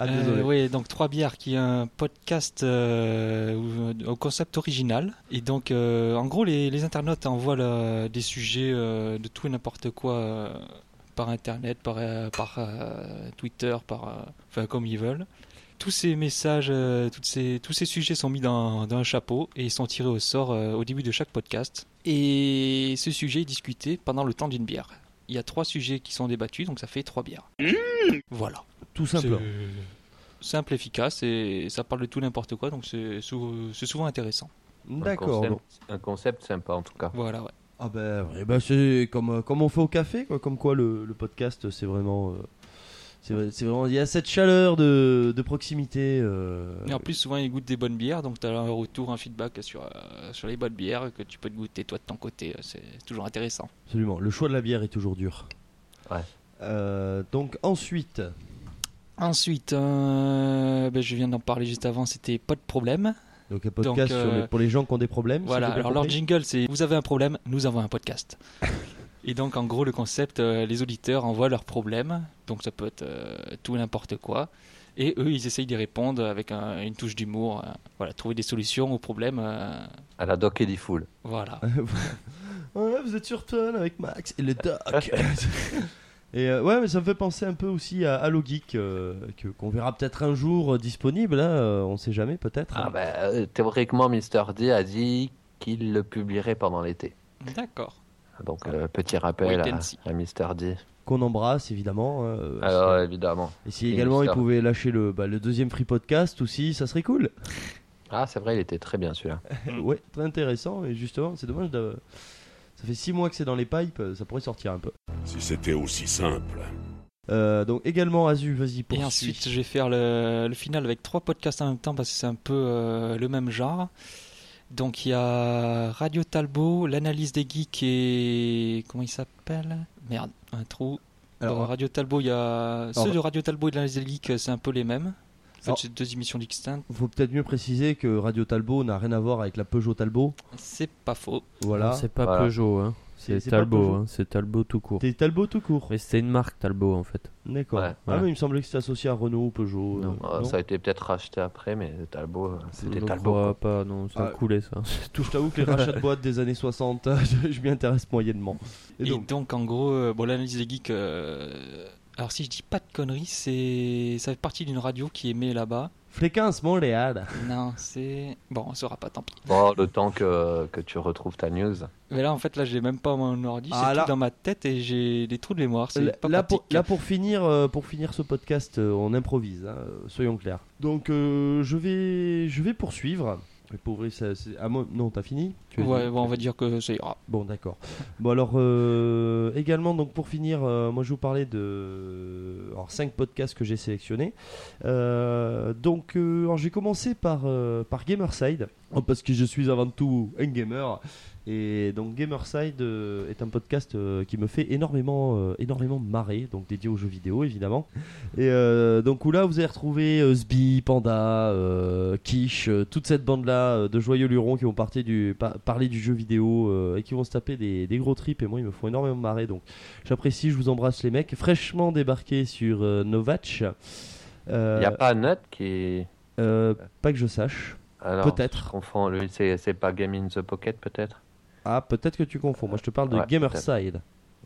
S3: Ah, désolé.
S7: Euh, oui, donc Trois Bières, qui est un podcast euh, où- au concept original. Et donc, euh, en gros, les, les internautes envoient là, des sujets euh, de tout et n'importe quoi euh, par Internet, par, euh, par euh, Twitter, par, euh, enfin, comme ils veulent. Tous ces messages, euh, toutes ces, tous ces sujets sont mis dans, dans un chapeau et ils sont tirés au sort euh, au début de chaque podcast. Et ce sujet est discuté pendant le temps d'une bière. Il y a trois sujets qui sont débattus, donc ça fait trois bières. Voilà.
S3: Tout simplement.
S7: C'est simple, efficace et ça parle de tout n'importe quoi, donc c'est sou- c'est souvent intéressant.
S9: Un
S3: D'accord.
S9: concept-
S3: donc.
S9: Un concept sympa, en tout cas.
S7: Voilà, ouais.
S3: Ah ben, ouais, bah, c'est comme, euh, comme on fait au café, quoi. Comme quoi le, le podcast, c'est vraiment. euh, c'est vrai- c'est vraiment. Il y a cette chaleur de, de proximité. euh,
S7: Et en plus, souvent, ils goûtent des bonnes bières, donc tu as un retour, un feedback sur, euh, sur les bonnes bières que tu peux te goûter toi de ton côté, euh, c'est toujours intéressant.
S3: Absolument. Le choix de la bière est toujours dur.
S9: Ouais.
S3: Euh, donc ensuite,
S7: Ensuite, euh, ben, je viens d'en parler juste avant, c'était pas de problème.
S3: donc un podcast
S7: Donc,
S3: sur les-
S7: euh,
S3: pour les gens qui ont des problèmes. si
S7: Voilà,
S3: j'ai bien
S7: alors leur
S3: compris.
S7: jingle, c'est Vous avez un problème, nous avons un podcast. <laughs> Et donc, en gros, le concept, euh, les auditeurs envoient leurs problèmes, donc ça peut être euh, tout et n'importe quoi. Et eux, ils essayent d'y répondre avec un- une touche d'humour. euh, voilà, trouver des solutions aux problèmes. euh,
S9: À la Doc Eddie Fool.
S7: voilà.
S3: Ouais, vous êtes sur Fun avec Max et le doc. <laughs> et euh, ouais, mais ça me fait penser un peu aussi à Halo Geek, euh, que- qu'on verra peut-être un jour euh, disponible, hein, euh, on sait jamais peut-être. hein,
S9: Ah bah, euh, théoriquement, Mr. D a dit qu'il le publierait pendant l'été.
S7: D'accord.
S9: Donc, euh, petit
S7: Wait
S9: rappel
S7: and
S9: à,
S7: see.
S9: à Mr. D.
S3: Qu'on embrasse évidemment. euh,
S9: Alors, évidemment.
S3: si- et si
S9: et
S3: également il
S9: Mister.
S3: pouvait lâcher le, bah, le deuxième free podcast aussi, ça serait cool.
S9: Ah, c'est vrai, il était très bien celui-là.
S3: <laughs>
S7: Mm.
S3: ouais, très intéressant. Et justement, c'est dommage. de- Ça fait six mois que c'est dans les pipes, euh, ça pourrait sortir un peu.
S11: Si c'était aussi simple.
S3: Euh, donc également Azu, vas-y pour
S7: Et ensuite, je vais faire le, le final avec trois podcasts en même temps parce que c'est un peu euh, le même genre. Donc il y a Radio Talbot, l'analyse des geeks et comment il s'appelle Merde, un trou. Alors
S3: Alors,
S7: Radio Talbot, il y a
S3: Alors-
S7: ceux de Radio Talbot et de l'analyse des geeks, c'est un peu les mêmes. En fait,
S3: Alors-
S7: c'est deux émissions distinctes.
S3: faut peut-être mieux préciser que Radio Talbot n'a rien à voir avec la Peugeot Talbot.
S7: C'est pas faux.
S3: Voilà.
S5: C'est pas
S9: Voilà.
S5: Peugeot, hein. c'est
S3: c'est pas Peugeot.
S5: Talbot, hein. c'est Talbot tout court.
S3: T'es Talbot tout court.
S5: Mais c'était une marque Talbot en fait.
S3: D'accord.
S9: Ouais,
S3: Ah,
S5: ouais.
S3: mais il me semblait que c'était associé à Renault ou Peugeot. euh,
S5: Non. ah,
S9: Euh, Ça a été peut-être racheté après, mais Talbot, euh, c'était
S5: Je
S9: Talbot.
S5: crois
S9: quoi.
S5: pas, non, ça
S3: Ah.
S5: a
S3: <laughs>
S5: coulé ça.
S3: Je t'avoue que les rachats de boîtes des années 60, <laughs> je, je m'y intéresse moyennement. Et
S7: Et donc,
S3: donc,
S7: en gros, euh, bon, l'analyse des geeks. euh, alors si je dis pas de conneries, c'est ça fait partie d'une radio qui
S3: <laughs>
S7: émet là-bas.
S3: Fréquence Montréal.
S7: Non, c'est bon, on saura pas, tant pis.
S9: Bon, le temps que, que tu retrouves ta news.
S7: Mais là, en fait, là, j'ai même pas mon ordi,
S3: Ah,
S7: c'est
S3: là-
S7: tout dans ma tête et j'ai des trous de mémoire.
S3: Là,
S7: C'est pas
S3: là
S7: pratique.
S3: pour, là, pour finir, euh, pour finir ce podcast, euh, on improvise, hein, euh, soyons clairs. Donc, euh, je, vais, je vais poursuivre. Mais Pour vrai, ça- c'est- ah, moi- non, t'as fini Tu as dit
S7: Ouais, bon, on va dire que ça
S3: <laughs>
S7: ira.
S3: Bon, d'accord. Bon, alors, euh, également, donc pour finir, euh, moi je vous parlais de. Alors, 5 podcasts que j'ai sélectionnés. Euh, donc, euh, alors, je vais commencer par, euh, par Gamerside, Oh, <laughs> parce que je suis avant tout un gamer. Et donc, Gamerside euh, est un podcast euh, qui me fait énormément, euh, énormément marrer, donc dédié aux jeux vidéo évidemment. Et euh, donc, où là vous allez retrouver euh, Sbi, Panda, euh, Quiche, euh, toute cette bande-là euh, de joyeux lurons qui vont partir du, par- parler du jeu vidéo euh, et qui vont se taper des, des gros trips. Et moi, ils me font énormément marrer, donc j'apprécie, je vous embrasse les mecs. Fraîchement débarqués sur euh, Novach.
S9: Il
S3: Euh,
S9: n'y a pas Nut qui.
S3: euh, pas que je sache.
S9: Alors,
S3: Peut-être.
S9: je confonds, lui, c'est c'est pas Game in the Pocket, peut-être
S3: Ah, peut-être que tu confonds. Moi, je te parle de
S9: Ouais,
S3: Gamerside.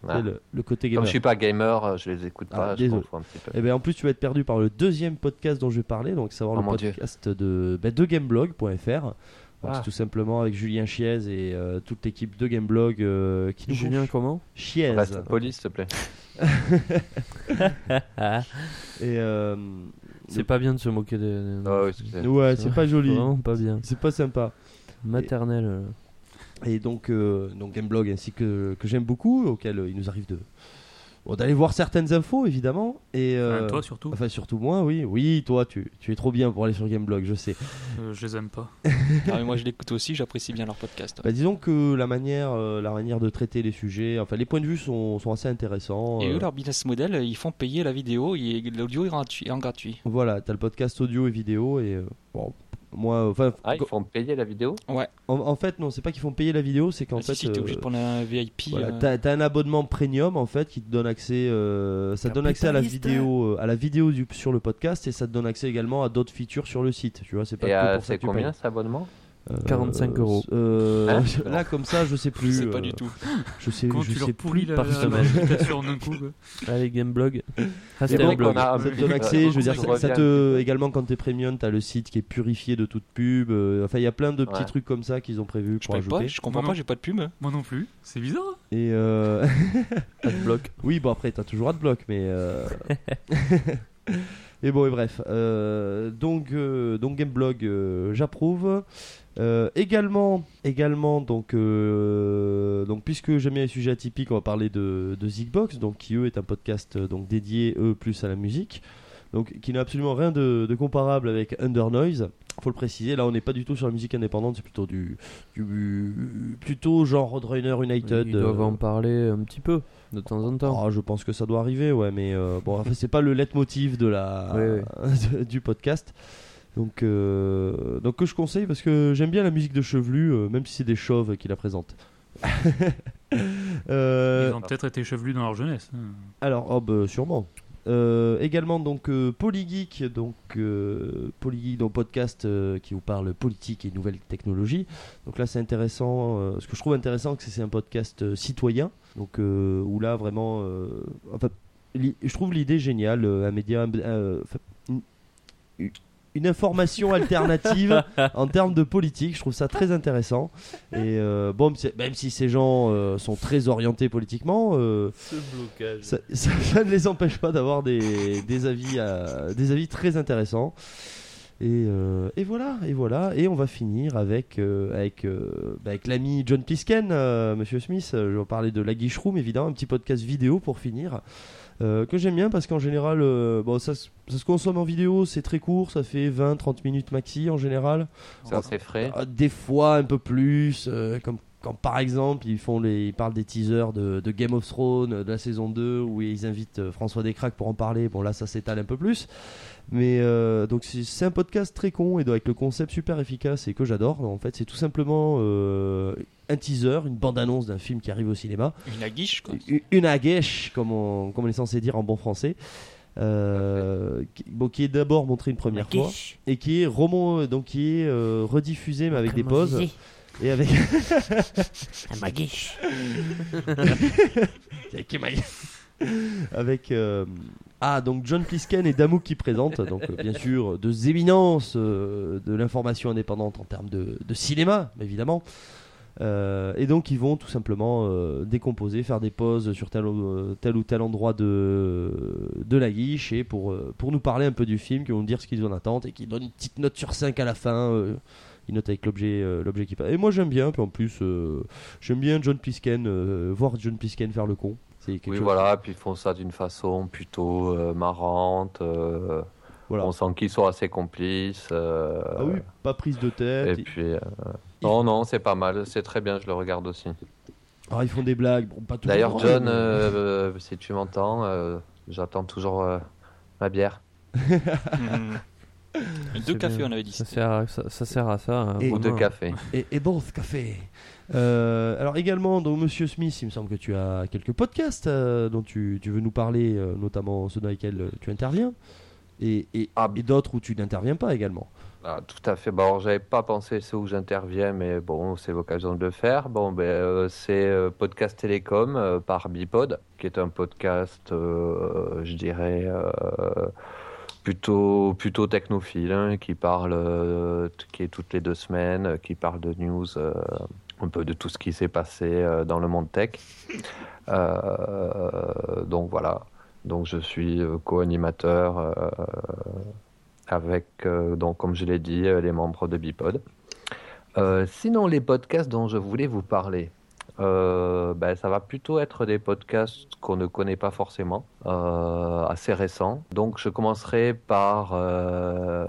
S9: Ah.
S3: C'est Le, le côté
S9: Comme
S3: gamer.
S9: je suis pas gamer, euh, je les écoute
S3: Ah,
S9: pas, je
S3: désolé.
S9: confonds un petit peu.
S3: Et bien en plus tu vas être perdu par le deuxième podcast dont je vais parler, donc savoir
S9: Oh
S3: le
S9: mon Dieu.
S3: podcast de, ben, de gameblog.fr. Donc,
S9: Ah.
S3: C'est tout simplement avec Julien Chiez et euh, toute l'équipe de Gameblog euh, qui nous
S5: Julien, comment
S3: Chiez.
S9: Reste poli, s'il te plaît.
S5: Ah,
S3: Et euh,
S5: C'est pas bien de se moquer des. des-
S9: Oh, excusez.
S3: Ah ouais,
S5: Ça
S3: c'est
S5: va.
S3: pas
S5: c'est
S3: joli.
S5: Vraiment pas bien.
S3: C'est pas sympa.
S5: Maternelle. euh.
S3: Et donc, euh, donc Gameblog ainsi que, que j'aime beaucoup, auquel euh, il nous arrive de bon, d'aller voir certaines infos évidemment. Et euh,
S4: Euh, toi surtout,
S3: enfin surtout moi, oui, oui, toi tu, tu es trop bien pour aller sur Gameblog, je sais.
S4: euh, je les aime pas.
S7: Ah, mais moi, je l'écoute aussi, j'apprécie bien leur podcast. ouais.
S3: Bah, disons que la manière, euh, la manière de traiter les sujets, enfin les points de vue sont, sont assez intéressants.
S7: Et
S3: euh,
S7: eux, leur business model, ils font payer la vidéo et l'audio est gratuit. En gratuit.
S3: Voilà, t'as le podcast audio et vidéo et euh, bon, moi, enfin,
S9: Ah, ils font payer la vidéo
S3: en, en fait non, c'est pas qu'ils font payer la vidéo, c'est qu'en
S7: Ah,
S3: fait,
S7: si, si, t'es obligé de
S3: euh,
S7: prendre un VIP.
S3: voilà,
S7: euh,
S3: t'as, t'as un abonnement premium en fait qui te donne accès, euh, ça te donne accès à la
S12: Capitaliste.
S3: vidéo, euh, à la vidéo du, sur le podcast et ça te donne accès également à d'autres features sur le site. Tu vois, c'est pas
S9: Et
S3: que
S9: euh,
S3: pour ça
S9: c'est
S3: que tu payes.
S9: combien cet abonnement
S3: Euh,
S5: 45 euros.
S3: euh,
S9: Hein
S3: <laughs> là comme ça, je sais
S7: Je
S3: plus.
S7: sais pas
S3: euh,
S7: du tout.
S3: Je sais,
S4: Comment
S3: je
S4: tu
S3: sais
S4: leur pourris
S3: plus
S4: la,
S3: par
S4: la,
S3: semaine.
S4: réputation en un coup euh, quoi.
S3: <laughs>
S5: Allez, Gameblog.
S9: C'est
S5: Hashtag
S9: vrai
S5: blog.
S9: qu'on a-
S3: Ça te donne accès, je veux dire,
S9: Euh, Je
S3: ça, ça
S9: reviens.
S3: te, également quand t'es premium, t'as le site qui est purifié de toute pub. euh, enfin, il y a plein de petits
S9: Ouais.
S3: trucs comme ça qu'ils ont prévu
S7: Je
S3: pour
S7: paye
S3: ajouter.
S7: pas, je comprends
S4: Non,
S7: pas,
S4: non.
S7: j'ai pas de pub.
S4: Moi non plus, c'est bizarre.
S3: Et euh,
S5: Adblock.
S3: <laughs> oui, bon après, t'as toujours bloc mais. euh, et bon, et bref. euh, donc, euh, donc Gameblog, euh, j'approuve. Euh, également, également, donc, euh, donc, puisque j'aime bien les sujets atypiques, on va parler de, de Zigbox, donc qui eux est un podcast euh, donc dédié eux plus à la musique, donc qui n'a absolument rien de, de comparable avec Under Noise. Faut le préciser, là on n'est pas du tout sur la musique indépendante, c'est plutôt du, du- plutôt genre Roadrunner United.
S5: Ils doivent
S3: euh,
S5: en parler un petit peu, de temps en temps.
S3: Oh, je pense que ça doit arriver, ouais, mais euh, bon, enfin, c'est pas le leitmotiv de la
S5: Oui,
S3: <laughs> de- du podcast. Donc, euh, donc que je conseille parce que j'aime bien la musique de Chevelu, euh, même si c'est des chauves qui la <laughs> Euh, présentent. Euh,
S4: Ils ont peut-être été chevelus dans leur jeunesse. hein.
S3: alors, oh, bah, sûrement. Euh, également donc euh, Polygeek, donc euh, Polygeek, donc podcast euh, qui vous parle politique et nouvelles technologies. Donc là c'est intéressant, euh, ce que je trouve intéressant c'est que c'est un podcast euh, citoyen, donc euh, où là vraiment, euh, enfin, li- je trouve l'idée géniale, euh, un média, euh, enfin, une, une information alternative en termes de politique, je trouve ça très intéressant. Et euh, bon, même si- même si ces gens euh, sont très orientés politiquement, euh,
S4: Ce blocage.
S3: ça, ça- <laughs> ça ne les empêche pas d'avoir des, des avis, euh, des avis très intéressants. Et, euh, et voilà, et voilà, et on va finir avec euh, avec euh, bah, avec l'ami John Plisken, euh, Monsieur Smith. Euh, Je vais parler de la Guiche Room, évidemment, un petit podcast vidéo pour finir. euh, que j'aime bien parce qu'en général, euh, bon, ça, se- ça se consomme en vidéo, c'est très court, ça fait 20-30 minutes maxi en général.
S9: C'est assez frais.
S3: Ah, Des fois un peu plus, euh, comme quand par exemple ils font les, ils parlent des teasers de, de Game of Thrones euh, de la saison 2 où ils invitent euh, François Descraques pour en parler. Bon là ça s'étale un peu plus, mais euh, donc c'est c'est un podcast très con et avec le concept super efficace et que j'adore. En fait c'est tout simplement euh, un teaser, une bande annonce d'un film qui arrive au cinéma.
S7: <laughs> Une aguiche, quoi.
S3: U- Une aguèche, comme on, comme on est censé dire en bon français. Euh, qui, bon, qui est d'abord montré une première
S13: Aguiche.
S3: fois et qui est remon- donc qui est euh, rediffusé mais avec des
S13: Comment
S3: pauses
S13: viser
S3: et avec
S13: Un maguiche.
S3: Avec ma gueule. <laughs> avec euh, ah donc John Plisken et Damouk qui présentent donc euh, bien sûr deux éminences euh, de l'information indépendante en termes de, de cinéma évidemment Euh, et donc ils vont tout simplement euh, décomposer faire des pauses sur tel, ou- tel ou tel endroit de, de la guiche et pour, euh, pour nous parler un peu du film qui vont nous dire ce qu'ils en attendent et qui donnent une petite note sur 5 à la fin euh, il note avec l'objet euh, l'objet qui passe. Et moi j'aime bien, puis en plus euh, j'aime bien John Plisken, euh, voir John Plisken faire le con. C'est quelque
S9: Oui,
S3: chose-
S9: voilà, puis ils font ça d'une façon plutôt euh, marrante. euh, On sent qu'ils sont assez complices. euh,
S3: Ah oui, pas prise de tête.
S9: Et puis. euh, Non, non, c'est pas mal, c'est très bien, je le regarde aussi.
S3: Alors Ah, ils font des blagues, bon, pas toujours.
S9: D'ailleurs, John,
S3: mais-
S9: euh, euh, si tu m'entends, euh, j'attends toujours euh, ma bière.
S7: Hmm. Deux cafés, on avait dit.
S5: Ça sert à ça, ça sert à ça. hein,
S3: Et-
S5: vraiment.
S3: Et, et both café. Euh, alors également, donc Monsieur Smith, il me semble que tu as quelques podcasts euh, dont tu, tu veux nous parler, euh, notamment ceux dans lesquels euh, tu interviens, et, et, et d'autres où tu n'interviens pas également.
S9: Ah, tout à fait. Bon, alors, j'avais pas pensé c'est où j'interviens, mais bon, c'est l'occasion de le faire. Bon, ben, euh, c'est euh, Podcast Télécom euh, par Bipod, qui est un podcast, euh, je dirais, euh, plutôt, plutôt technophile, hein, qui parle, euh, t- qui est toutes les deux semaines, euh, qui parle de news, euh, un peu de tout ce qui s'est passé euh, dans le monde tech. Euh, donc voilà. Donc je suis euh, co-animateur. euh, avec, euh, donc, comme je l'ai dit, euh, les membres de Bipod. Euh, sinon, les podcasts dont je voulais vous parler, euh, ben, ça va plutôt être des podcasts qu'on ne connaît pas forcément, euh, assez récents. Donc, je commencerai par euh,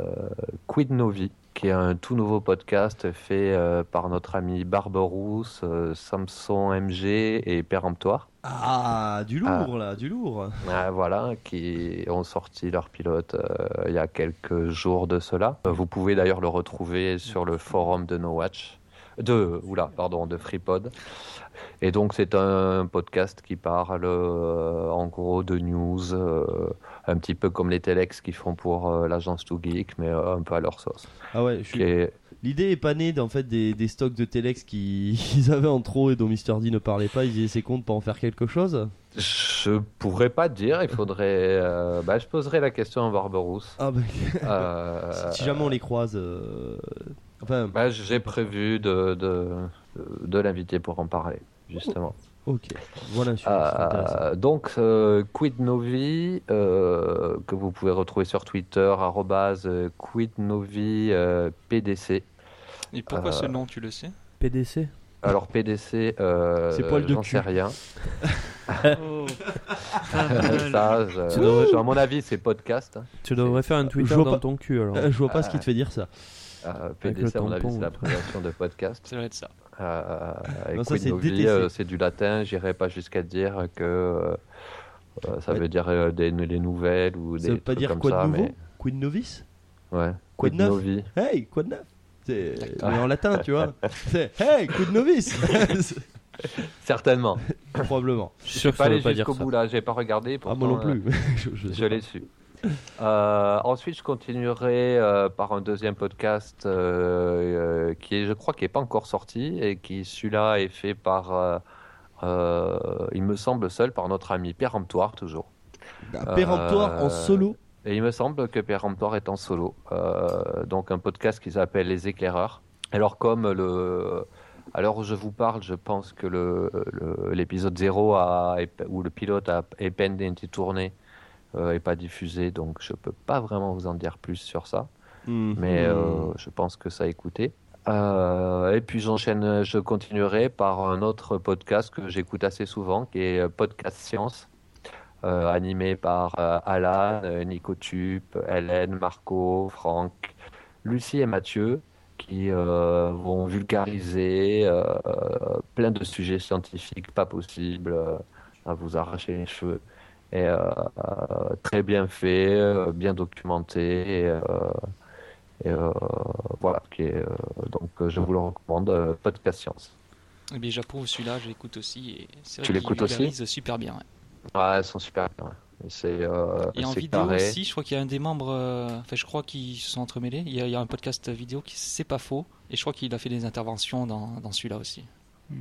S9: Quid Novi, qui est un tout nouveau podcast fait euh, par notre ami Barberousse, euh, Samson MG et Péremptoire.
S3: Ah, du lourd
S9: Ah.
S3: là, du lourd.
S9: Ouais, Ah, voilà, qui ont sorti leur pilote euh, il y a quelques jours de cela. Euh, Vous pouvez d'ailleurs le retrouver sur le forum de No Watch, de oula, pardon, de FreePod. Et donc c'est un podcast qui parle euh, en gros de news, euh, un petit peu comme les Telex qu'ils font pour euh, l'agence Too Geek, mais euh, un peu à leur sauce.
S3: Ah ouais, je suis-
S9: Qui est-
S3: L'idée est pas née en fait des, des stocks de Telex qui- <laughs> qu'ils avaient en trop et dont Mister D ne parlait pas. Ils disaient c'est con de pas en faire quelque chose.
S9: Je pourrais pas dire, il faudrait. euh, bah, je poserai la question
S3: <laughs>
S9: à Barberousse.
S3: Ah bah,
S9: Euh,
S3: Si jamais on les croise, euh, enfin,
S9: Bah, j'ai prévu de, de, de l'inviter pour en parler, justement.
S5: Oh,
S3: ok. Voilà, super,
S9: Euh,
S3: c'est intéressant.
S9: donc, euh, Quid Novi, euh, que vous pouvez retrouver sur Twitter, arrobase QuidNovi euh, PDC.
S7: Et pourquoi
S9: Euh,
S7: ce nom, tu le sais
S5: PDC.
S9: Alors, PDC, euh,
S5: C'est poil de
S9: j'en
S5: cul.
S9: sais rien. Ça, je-
S5: Tu devrais-
S9: à mon avis, c'est podcast. hein.
S5: Tu devrais faire un Twitter
S3: Je vois
S5: dans
S3: pas-
S5: ton cul
S3: <laughs>
S5: alors.
S3: Euh, je vois pas ce
S9: Ah.
S3: qui te fait dire ça.
S9: Euh,
S5: Avec
S9: PDC, à
S5: le
S9: mon avis,
S5: tampon.
S9: c'est l'appréciation de podcast.
S7: Ça doit être ça.
S9: Euh, et
S3: Non, ça,
S9: quid
S3: c'est
S9: novi,
S3: DTC.
S9: euh, c'est du latin, j'irai pas jusqu'à dire que euh, euh, ça
S3: Ouais.
S9: veut dire euh, des, des nouvelles ou des
S3: Ça veut pas
S9: trucs
S3: dire
S9: comme
S3: quoi
S9: ça,
S3: de nouveau
S9: mais-
S3: Quoi de novice
S9: Ouais.
S3: Quoi
S9: Quid
S3: de neuf
S9: novi. <laughs>
S3: Hey, quoi de neuf C'est- mais en latin, tu vois. C'est hey, coup de novice.
S9: Certainement.
S3: <laughs> Probablement.
S9: Je suis pas allé jusqu'au bout là, j'ai pas regardé.
S3: Ah, moi non
S9: pourtant,
S3: plus.
S9: euh,
S3: <laughs> Je- je sais
S9: je l'ai
S3: pas.
S9: su. Euh, ensuite, je continuerai euh, par un deuxième podcast euh, euh, qui, est, je crois, qui est pas encore sorti et qui, celui-là, est fait par, euh, euh, il me semble, seul par notre ami Péremptoire, toujours.
S3: Péremptoire en
S9: Euh,
S3: solo
S9: Et il me semble que Péremptoire est en solo. Euh, donc, un podcast qui s'appelle Les éclaireurs. Alors, comme le. À l'heure où je vous parle, je pense que le- le- l'épisode 0 a, où le pilote a à peine été tourné euh, et pas diffusé, donc je peux pas vraiment vous en dire plus sur ça.
S3: Mhm.
S9: Mais euh, je pense que ça a écouté. Euh, et puis j'enchaîne, je continuerai par un autre podcast que j'écoute assez souvent, qui est euh, Podcast Science, euh, animé par euh, Alan, euh, Nico Tup, Hélène, Marco, Franck, Lucie et Mathieu, qui euh, vont vulgariser euh, plein de sujets scientifiques pas possibles, euh, à vous arracher les cheveux. Et euh, euh, très bien fait, euh, bien documenté. et, euh, et, euh, voilà, qui est, euh, donc euh, je vous le recommande, euh, Podcast Science.
S7: Eh bien, j'approuve celui-là, je l'écoute aussi. Et c'est vrai
S9: Tu
S7: qu'il
S9: l'écoutes aussi
S7: vulgarise super bien. ouais.
S9: Ouais, elles sont super bien. ouais. C'est euh,
S7: Et en
S9: c'est
S7: vidéo
S9: carré. <laughs>
S7: aussi, je crois qu'il y a un des membres, euh, enfin je crois qu'ils se sont entremêlés. Il y a, il y a un podcast vidéo qui c'est pas faux, et je crois qu'il a fait des interventions dans, dans celui-là aussi.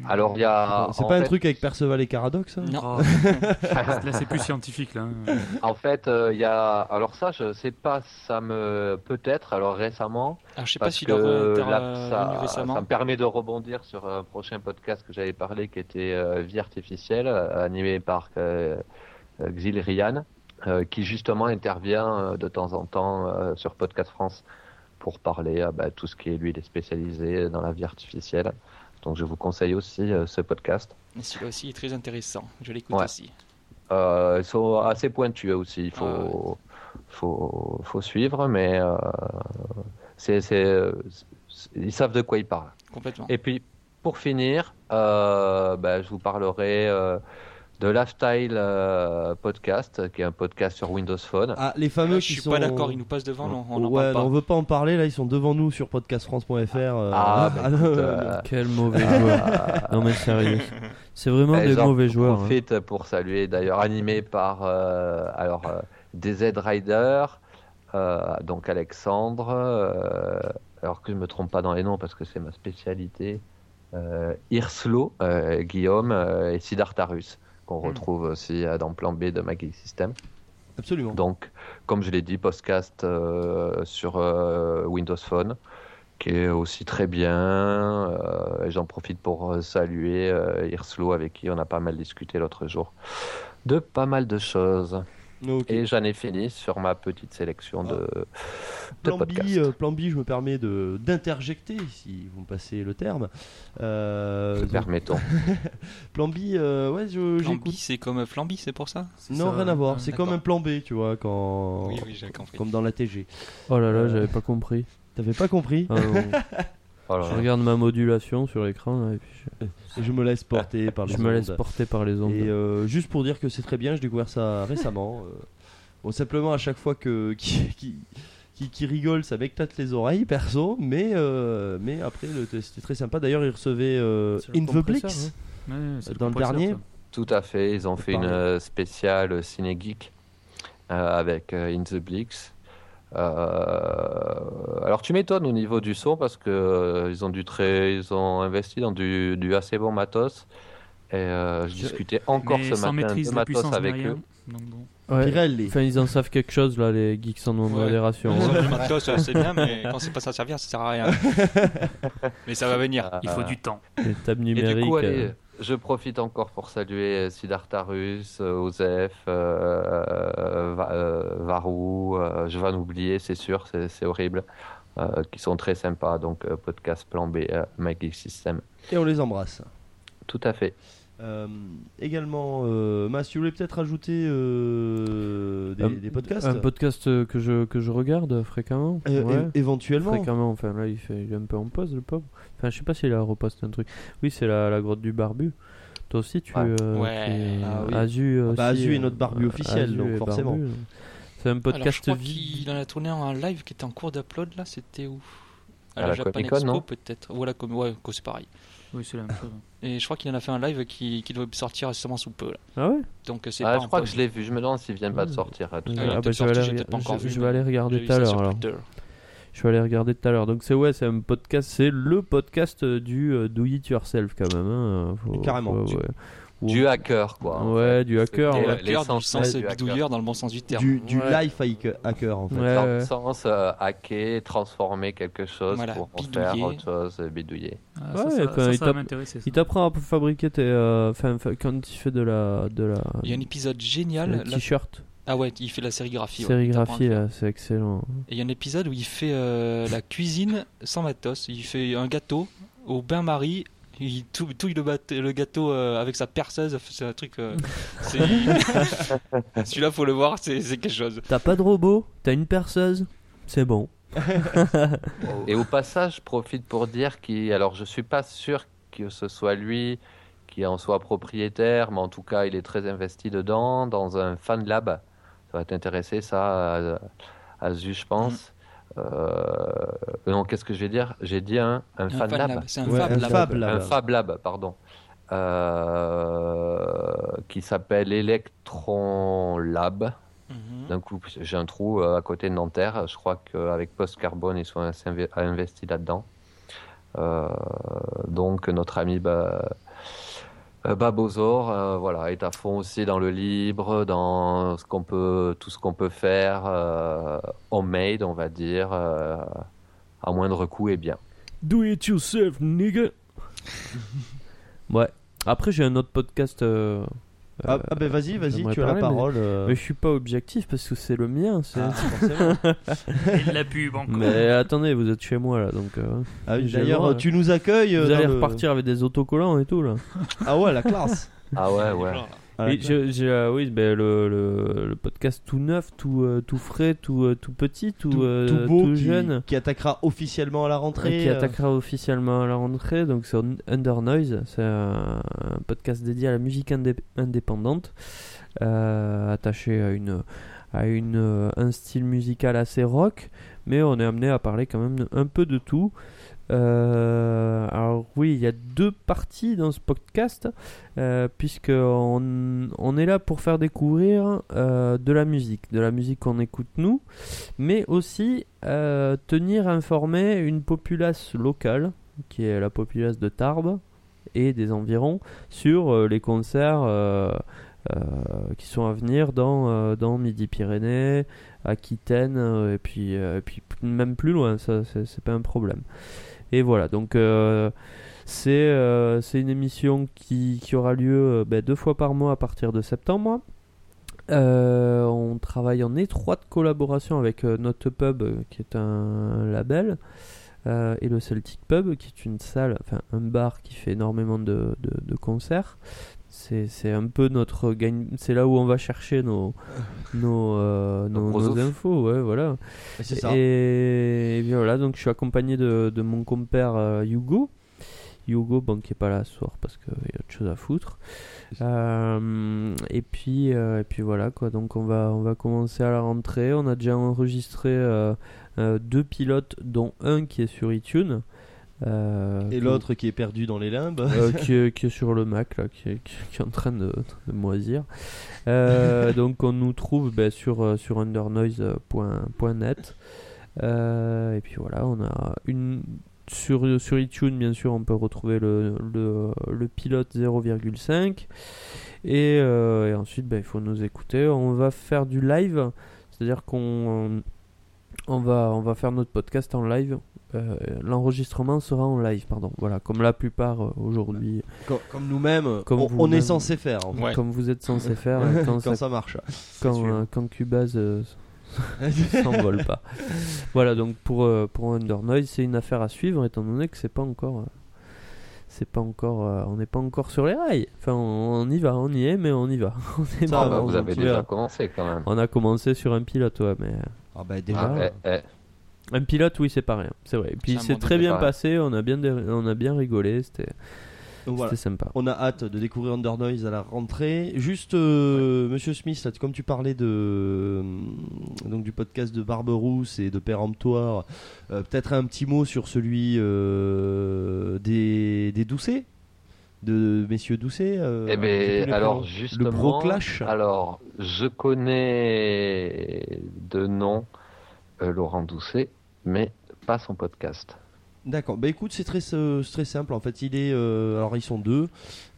S9: Alors il y a.
S3: C'est
S9: en
S3: pas un
S9: fait-
S3: truc avec Perceval et Caradox hein ça
S7: Non.
S4: Oh. Là, c'est plus scientifique, là. hein.
S9: En fait, euh, il y a. Alors ça, je sais pas, ça me. Peut-être, alors récemment.
S7: Ah, je sais pas
S9: parce
S7: s'il
S9: que
S7: est revenu
S9: là, ça,
S7: récemment.
S9: ça me permet de rebondir sur un prochain podcast que j'avais parlé qui était euh, Vie artificielle, euh, animé par euh, euh, Xil Rian, euh, qui justement intervient euh, de temps en temps euh, sur Podcast France pour parler euh, bah, tout ce qui est lui, il est spécialisé dans la vie artificielle. Donc je vous conseille aussi euh, ce podcast.
S7: Mais Celui-là aussi est très intéressant, je l'écoute
S9: Ouais.
S7: aussi.
S9: Euh, ils sont assez pointus aussi. Il faut, faut, faut suivre, mais euh, c'est, c'est- c'est- ils savent de quoi ils parlent.
S7: Complètement.
S9: Et puis, pour finir, euh, bah, je vous parlerai euh, de Lifestyle euh, Podcast, qui est un podcast sur
S3: <laughs>
S9: Windows Phone.
S3: Ah, les fameux
S7: je
S3: qui
S7: suis
S3: sont.
S7: pas d'accord, ils nous passent devant, non, on n'en
S3: ouais,
S7: parle
S3: non,
S7: pas.
S3: on veut pas en parler, là ils sont devant nous sur podcastfrance.fr. euh,
S9: Ah,
S3: <laughs>
S9: bah,
S3: non,
S9: écoute,
S3: non,
S9: euh,
S3: non.
S5: Quel mauvais
S3: Ah.
S5: joueur. Non mais sérieux. C'est vraiment
S3: Eh,
S9: Et
S5: des
S9: Bah, j'en
S5: mauvais joueurs. hein.
S9: profite pour saluer, d'ailleurs, animé par euh, alors, euh, DZ Rider, euh, donc Alexandre, euh, alors que je me trompe pas dans les noms parce que c'est ma spécialité, euh, Irslo, euh, Guillaume euh, et Sidartarus, qu'on retrouve aussi euh, dans Plan B de Magic System.
S3: Absolument.
S9: Donc, comme je l'ai dit, podcast euh, sur euh, Windows Phone, qui est aussi très bien. Euh, et J'en profite pour euh, saluer euh, Irslo, avec qui on a pas mal discuté l'autre jour, de pas mal de choses.
S3: Ok.
S9: Et j'en ai fini sur ma petite sélection de, de
S3: Plan B,
S9: podcasts.
S3: euh, plan B, je me permets de d'interjecter, si vous me passez le terme. Euh, donc-
S9: permettons.
S3: plan B, euh, ouais, je-
S7: Flamby,
S3: j'écoute.
S7: c'est comme Flamby, c'est pour
S5: hein.
S7: ça
S3: Non, rien à
S5: Ah,
S3: voir. C'est
S7: D'accord.
S3: comme un plan B, tu vois, quand.
S7: Oui, oui, j'ai compris.
S3: Oh, Comme dans la TG.
S5: Oh là là,
S3: Euh,
S5: j'avais
S3: <laughs>
S5: pas compris.
S3: T'avais pas compris
S5: Ah non.
S9: Oh là
S5: Je
S9: là.
S5: regarde ma modulation sur l'écran là, et puis je...
S3: Et je me laisse porter par les
S5: Ah, Je me laisse
S3: ondes.
S5: porter par les ondes.
S3: bah, Et euh, juste pour dire que c'est très bien, j'ai découvert
S5: <laughs>
S3: ça récemment. euh, bon, simplement à chaque fois que qui, qui, qui- qui rigole, ça m'éclate les oreilles, perso. Mais euh, mais après, le- c'était très sympa. D'ailleurs, il recevait euh,
S5: C'est le
S3: In the
S5: compresseur,
S3: Blix
S4: hein. Ouais, c'est le
S3: dans le
S4: compresseur,
S3: dernier.
S4: ça.
S9: Tout à fait, ils ont fait une
S3: Pardon.
S9: euh, spéciale Ciné Geek euh, avec euh, In the Blix. Euh, alors tu m'étonnes au niveau du son parce que euh, ils ont du très, ils ont investi dans du, du assez bon matos. Et euh, je discutais encore
S4: Mais
S9: ce
S4: sans
S9: matin
S4: maîtrise
S9: de
S4: de la
S9: matos
S4: puissance
S9: avec
S4: derrière.
S9: eux.
S4: Donc bon.
S3: hein.
S5: Ouais.
S3: Pirelli.
S5: Enfin, ils en savent quelque chose là, les geeks sans
S7: <laughs>
S5: modération.
S7: Ils ont
S5: hein.
S7: du matos, euh, c'est bien, mais quand c'est pas ça servir, ça sert à rien. mais ça va venir.
S9: Ah.
S4: Il faut du temps.
S5: Les tables
S9: Et
S5: numériques.
S9: du coup, allez,
S5: euh,
S9: je profite encore pour saluer euh, Siddhartarus, euh, Osef, euh, euh, Va- euh, Varou, euh, je vais en oublier, c'est sûr, c'est c'est horrible, euh, qui sont très sympas. Donc, euh, podcast Plan B, euh, My Geek System.
S3: et on les embrasse.
S9: Tout à fait.
S3: Euh, également, euh, Mas, tu voulais peut-être ajouter euh, des,
S5: un-
S3: des podcasts
S5: Un podcast euh, que je, que je regarde fréquemment.
S3: Euh,
S5: ouais.
S3: é- éventuellement.
S5: Fréquemment, enfin là il, fait, il est un peu en pause le pauvre. Enfin je sais pas s'il a reposté un truc. Oui c'est la, la grotte du barbu. Toi aussi tu...
S9: Ouais.
S5: euh,
S7: Ouais.
S5: tu es-
S3: Ah oui.
S5: Azu
S3: Ah bah,
S5: aussi,
S3: Azu est
S5: euh,
S3: notre barbu officiel,
S5: Azu
S3: donc
S5: est barbu. hein.
S3: forcément.
S5: C'est un
S7: Alors, je
S5: podcast
S7: crois
S5: vide.
S7: qu'il en a tourné en live qui était en cours d'upload là, c'était où à,
S9: À
S7: la,
S9: la
S7: Japan
S9: Comic-Con,
S7: Expo
S9: non
S7: peut-être. Voilà, comme ouais, que c'est pareil.
S4: Oui, c'est la même chose.
S7: Et je crois qu'il en a fait un live qui, qui doit sortir récemment sous peu. Là.
S5: Ah ouais
S7: Donc euh, c'est
S9: Ah,
S7: pas
S9: je
S7: un
S9: crois que
S7: post.
S9: je l'ai vu, je me demande s'il vient pas de sortir. à tout
S7: Ah,
S9: à l'heure.
S5: Ah,
S7: peut-être
S5: bah, je vais
S7: sorti,
S5: aller,
S7: j'ai
S5: rega-
S7: peut-être pas encore
S5: je-
S7: vu,
S5: je vais
S7: mais
S5: aller
S7: j'ai
S5: regarder
S7: vu
S5: tout à
S7: ça
S5: l'heure
S7: sur
S5: alors.
S7: Twitter.
S5: Je vais aller regarder tout à l'heure. Donc c'est ouais, c'est un podcast, c'est le podcast euh, du euh, do it yourself quand même. hein. Faut-
S9: Carrément.
S5: faut- ouais.
S7: Mmh.
S9: Du hacker, quoi. en
S5: Ouais,
S9: fait.
S5: du hacker.
S9: C'était euh,
S5: ouais.
S9: l'essence
S7: Hacker dans le sens
S9: même du hacker.
S7: bidouilleur, dans le bon sens du terme.
S3: Du, du
S7: Ouais.
S3: life hack- hacker en fait.
S5: Ouais,
S9: dans
S5: ouais.
S9: le sens euh, hacker, transformer quelque chose
S7: Voilà,
S9: pour en
S7: bidouiller.
S9: faire autre chose, euh, bidouiller.
S4: Ah,
S5: Ouais,
S4: ça, ça,
S5: enfin,
S4: ça,
S5: il
S4: ça
S5: t'app-
S4: va m'intéresser. ça.
S5: il t'apprend à fabriquer tes. euh, Enfin, fa- quand tu fais de la. De la
S7: Il y a un épisode
S5: le
S7: génial. là-
S5: t-shirt,
S7: Ah ouais, il fait la sérigraphie. ouais,
S5: Euh, sérigraphie,
S7: t'apprends à le
S5: là, c'est excellent.
S7: Et il y a un épisode où il fait euh, la cuisine sans matos. Il fait un gâteau au bain-marie. Il tou- touille le, bat- le gâteau euh, avec sa perceuse. C'est un truc. <laughs> euh, c'est- Celui-là, faut le voir, c'est c'est quelque chose.
S5: T'as pas de robot, t'as une perceuse, c'est bon.
S9: Et au passage, je profite pour dire qu'il. Alors, je suis pas sûr que ce soit lui qui en soit propriétaire, mais en tout cas, il est très investi dedans, dans un fan lab. Ça va t'intéresser, ça, Azu, je pense. Euh, non, qu'est-ce que je vais dire J'ai dit un, un, fan,
S7: fan
S9: lab.
S7: lab, c'est un Ouais, fab un lab.
S3: fab lab.
S9: Un fab lab, pardon. Euh, qui s'appelle Electron Lab.
S7: Mhm.
S9: D'un coup, j'ai un trou euh, à côté de Nanterre. Je crois qu'avec Post Carbone, ils sont assez inve- investis là-dedans. Euh, donc, notre ami bah, euh, Babozor, euh, voilà, est à fond aussi dans le libre, dans ce qu'on peut, tout ce qu'on peut faire, euh, homemade, on va dire, euh, à moindre coût et <laughs> bien.
S5: Do it yourself, nigga. ouais. Après, j'ai un autre podcast. euh,
S3: Ah,
S5: euh,
S3: ah, ben, vas-y, vas-y,
S5: j'aimerais
S3: tu as la
S5: parler, mais-
S3: parole, euh.
S5: Mais je suis pas objectif parce que c'est le mien. C'est
S3: Ah, forcément.
S4: Et de la pub encore.
S5: Mais attendez, vous êtes chez moi là, donc. euh,
S3: <laughs> Ah oui,
S5: j'ai le
S3: d'ailleurs,
S5: droit.
S3: tu nous accueilles, euh,
S5: Vous
S3: dans
S5: allez
S3: le-
S5: repartir avec des autocollants et tout là.
S3: Ah ouais, la
S5: <laughs>
S3: classe.
S9: Ah ouais, ouais.
S3: Ah,
S5: Et
S3: d'accord.
S5: je- j'ai, euh, oui, ben, le, le- le podcast tout neuf, tout, euh, tout frais, tout, euh, tout petit, tout, euh,
S3: Tout beau
S5: tout
S3: qui,
S5: jeune.
S3: qui attaquera officiellement à la rentrée.
S5: qui
S3: euh,
S5: attaquera officiellement à la rentrée, donc sur Under Noise, c'est un, un podcast dédié à la musique indé- indépendante, euh, attaché à une à une euh, un style musical assez rock, mais on est amené à parler quand même de- un peu de tout. Euh, alors oui, il y a deux parties dans ce podcast, euh, puisque on, on est là pour faire découvrir euh, de la musique, de la musique qu'on écoute nous, mais aussi euh, tenir informé une populace locale, qui est la populace de Tarbes et des environs, sur euh, les concerts euh, euh, qui sont à venir dans, euh, dans Midi-Pyrénées, Aquitaine, euh, et puis, euh, et puis p- même plus loin, ça c'est c'est pas un problème. Et voilà, donc euh, c'est euh, c'est une émission qui, qui aura lieu euh, ben, deux fois par mois à partir de septembre. Euh, on travaille en étroite collaboration avec euh, notre pub, euh, qui est un label, euh, et le Celtic Pub, qui est une salle, enfin un bar qui fait énormément de, de- de concerts. C'est c'est un peu notre gagne. C'est là où on va chercher nos nos, euh, nos-
S9: gros
S5: nos
S9: ouf.
S5: infos, ouais, voilà.
S3: Et c'est ça.
S5: Et, et bien voilà, donc je suis accompagné de, de mon compère euh, Hugo. Hugo, bon, qui est pas là ce soir parce qu'il y a autre chose à foutre. Euh, et puis, euh, et puis voilà quoi. Donc on va, on va commencer à la rentrée. On a déjà enregistré euh, euh, deux pilotes, dont un qui est sur iTunes. euh,
S3: Et
S5: que-
S3: l'autre qui est perdu dans les
S5: <laughs>
S3: limbes.
S5: euh, qui, est, qui est sur le Mac, là, qui, est, qui est- qui est en train de, de moisir. Euh, donc on nous trouve ben, sur, euh, sur undernoise.net. Euh, et puis voilà, on a une... Sur, sur iTunes, bien sûr, on peut retrouver le, le, le pilote 0,5. Et, euh, et ensuite, ben, il faut nous écouter. On va faire du live, c'est-à-dire qu'on on va, on va faire notre podcast en live. Euh, L'enregistrement sera en live, pardon. Voilà, comme la plupart euh, aujourd'hui.
S3: Com- Comme nous-mêmes,
S5: Comme
S3: on,
S5: vous-
S3: on est
S5: même-
S3: censé faire. en fait.
S7: Ouais.
S5: Comme vous êtes censé
S3: <laughs>
S5: faire euh, quand,
S3: Quand ça marche.
S5: quand,
S3: sûr.
S5: euh, quand Cubase euh, s'envole pas. Voilà, donc pour, euh, pour Under Noise, c'est une affaire à suivre étant donné que c'est pas encore. euh, c'est pas encore, euh, on n'est pas encore sur les rails. Enfin, on, on y va, on y est, mais on y va. <laughs> On est
S3: Ça
S9: Ah,
S5: pas-
S3: va,
S9: bah,
S5: on-
S9: vous avez
S3: tu
S9: déjà
S3: verras.
S9: commencé quand même.
S5: On a commencé sur un pilote, ouais, mais euh,
S3: Ah bah
S9: Ah,
S3: déjà.
S9: eh, eh.
S5: un pilote, oui, c'est pas rien, c'est vrai. Et puis
S7: C'est un
S5: c'est
S7: bon
S5: très
S9: début,
S5: bien
S9: ouais.
S5: passé, on a bien, dé- on a bien rigolé, c'était
S3: Donc voilà.
S5: C'était sympa.
S3: On a hâte de découvrir Under Noise à la rentrée. Juste, euh, Monsieur Smith, là, tu- comme tu parlais de euh, donc du podcast de Barberousse et de Péremptoire, euh, peut-être un petit mot sur celui euh, des, des Doucet, de Messieurs Doucet. euh,
S9: Eh
S3: tu
S9: ben,
S3: le
S9: alors
S3: prends-
S9: justement,
S3: le Proclash.
S9: Alors, je connais de nom euh, Laurent Doucet, mais pas son podcast.
S3: D'accord. Bah écoute, c'est très, euh, c'est très simple. En fait, il est. euh, alors ils sont deux.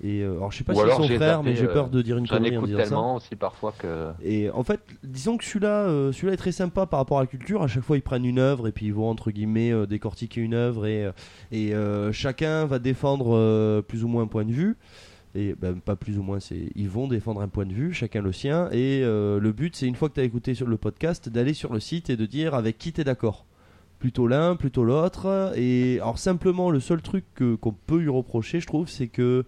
S3: Et euh, alors je sais pas
S9: Ou
S3: s'ils
S9: alors
S3: sont
S9: j'ai
S3: frères,
S9: tapé,
S3: mais j'ai
S9: euh,
S3: peur de dire une
S9: J'en
S3: connerie en
S9: écoute
S3: disant ça.
S9: tellement aussi parfois que.
S3: Et en fait, disons que celui-là, euh, celui-là est très sympa par rapport à la culture. À chaque fois, ils prennent une œuvre et puis ils vont entre guillemets euh, décortiquer une œuvre et euh, et euh, chacun va défendre euh, plus ou moins un point de vue. Et ben, pas plus ou moins, c'est ils vont défendre un point de vue, chacun le sien. Et euh, le but, c'est une fois que tu as écouté sur le podcast, d'aller sur le site et de dire avec qui tu es d'accord. Plutôt l'un, plutôt l'autre. Et alors simplement, le seul truc que- qu'on peut lui reprocher, je trouve, c'est que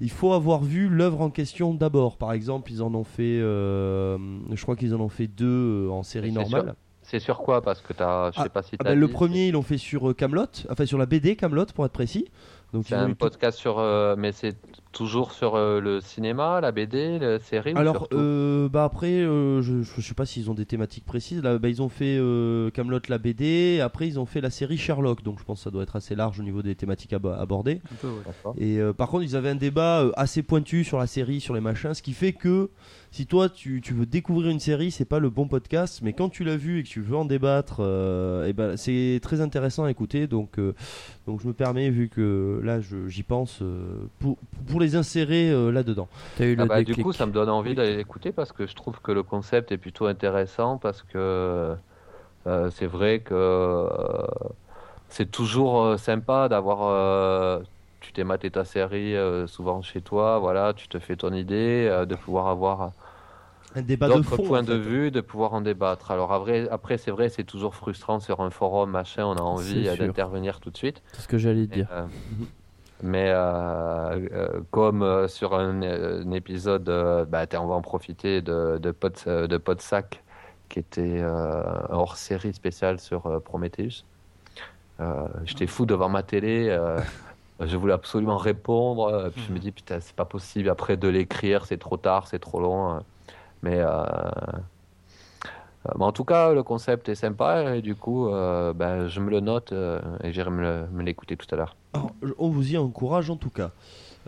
S3: il faut avoir vu l'œuvre en question d'abord. Par exemple, ils en ont fait, euh, je crois qu'ils en ont fait deux euh, en série
S9: C'est sur-
S3: normale.
S9: C'est sur quoi Parce que t'as, je sais pas si
S3: Ah
S9: t'as.
S3: ben, le
S9: dit,
S3: premier, ils l'ont fait sur euh, Camelot, enfin sur la BD Camelot pour être précis. Donc
S9: C'est
S3: ils ont eu
S9: un
S3: tout-
S9: podcast sur, euh, mais c'est toujours sur euh, le cinéma, la BD, la série. ou
S3: Alors,
S9: surtout
S3: euh, bah après, euh, je, je sais pas s'ils ont des thématiques précises. Là, bah, ils ont fait Camelot la BD. Après, ils ont fait la série Sherlock. Donc, je pense que ça doit être assez large au niveau des thématiques ab- abordées.
S4: Un peu, ouais. D'accord.
S3: Et euh, par contre, ils avaient un débat euh, assez pointu sur la série, sur les machins, ce qui fait que si toi tu, tu veux découvrir une série, c'est pas le bon podcast, mais quand tu l'as vu et que tu veux en débattre, et ben c'est très intéressant à écouter. Donc, euh, donc je me permets, vu que là je- j'y pense, euh, pour, pour les insérer euh, là-dedans.
S9: Ah bah, du coup, ça me donne envie d'aller l'écouter parce que je trouve que le concept est plutôt intéressant parce que euh, c'est vrai que euh, c'est toujours euh, sympa d'avoir. euh, tu t'es maté ta série euh, souvent chez toi, voilà, tu te fais ton idée, euh, de pouvoir avoir
S3: Un débat de
S9: d'autres
S3: fond.
S9: points
S3: en
S9: de
S3: fait.
S9: vue, de pouvoir en débattre. Alors après, après c'est vrai, c'est toujours frustrant sur un forum, machin, on a envie
S5: C'est
S9: euh,
S5: sûr.
S9: d'intervenir tout de suite.
S5: C'est ce que
S3: Eh
S5: j'allais te
S9: Mais,
S3: bah.
S5: dire.
S9: euh, <laughs> mais euh, euh, comme euh, sur un, euh, un épisode, euh, bah, tiens, on va en profiter de, de, Pod, euh, de Podsac, qui était euh, hors série spéciale sur euh, Prometheus. Euh, J'étais fou devant ma télé. euh, <laughs> je voulais absolument répondre. euh, puis je me dis, putain, c'est pas possible. Après, de l'écrire, c'est trop tard, c'est trop long. euh. Mais, euh, euh, mais en tout cas, le concept est sympa. Et du coup, euh, ben, je me le note euh, et j'irai me le- me l'écouter tout à l'heure.
S3: Alors, Ah, je- on vous y encourage en tout cas.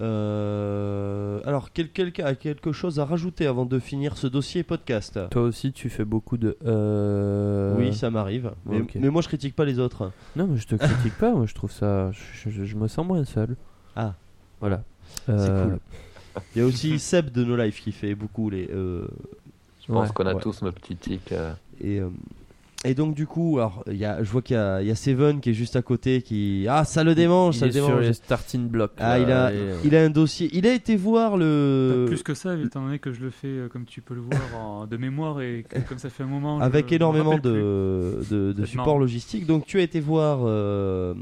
S3: Euh, alors, quel- quelqu'un a quelque chose à rajouter avant de finir ce dossier podcast Euh,
S5: Toi aussi, tu fais beaucoup de. euh,
S3: Oui, ça m'arrive. Mais,
S5: ok.
S3: mais moi, je critique pas les autres.
S5: Non, mais je te critique pas. Moi, je trouve ça. Je, je- je me sens moins seul.
S3: Ah.
S5: Voilà.
S3: C'est
S5: Euh,
S3: cool. Il y a
S5: <laughs>
S3: aussi Seb de No Life qui fait beaucoup les. euh,
S9: Je pense qu'on a
S3: ouais.
S9: tous nos petits tics. euh.
S3: Et, euh, et donc, du coup, alors, il y a, je vois qu'il y a, il y a Seven qui est juste à côté qui. Ah, ça le démange,
S5: il
S3: ça
S5: est
S3: le démange.
S5: sur les starting blocks.
S3: Ah, il a, il a un dossier. Il a été voir le.
S4: Plus que ça, étant donné que je le fais, euh, comme tu peux le voir, en- de mémoire et que- comme ça fait un moment. je-
S3: avec
S4: je me
S3: énormément
S4: rappelle plus.
S3: de, de, de
S4: Maintenant.
S3: support logistique. Donc tu as été voir euh,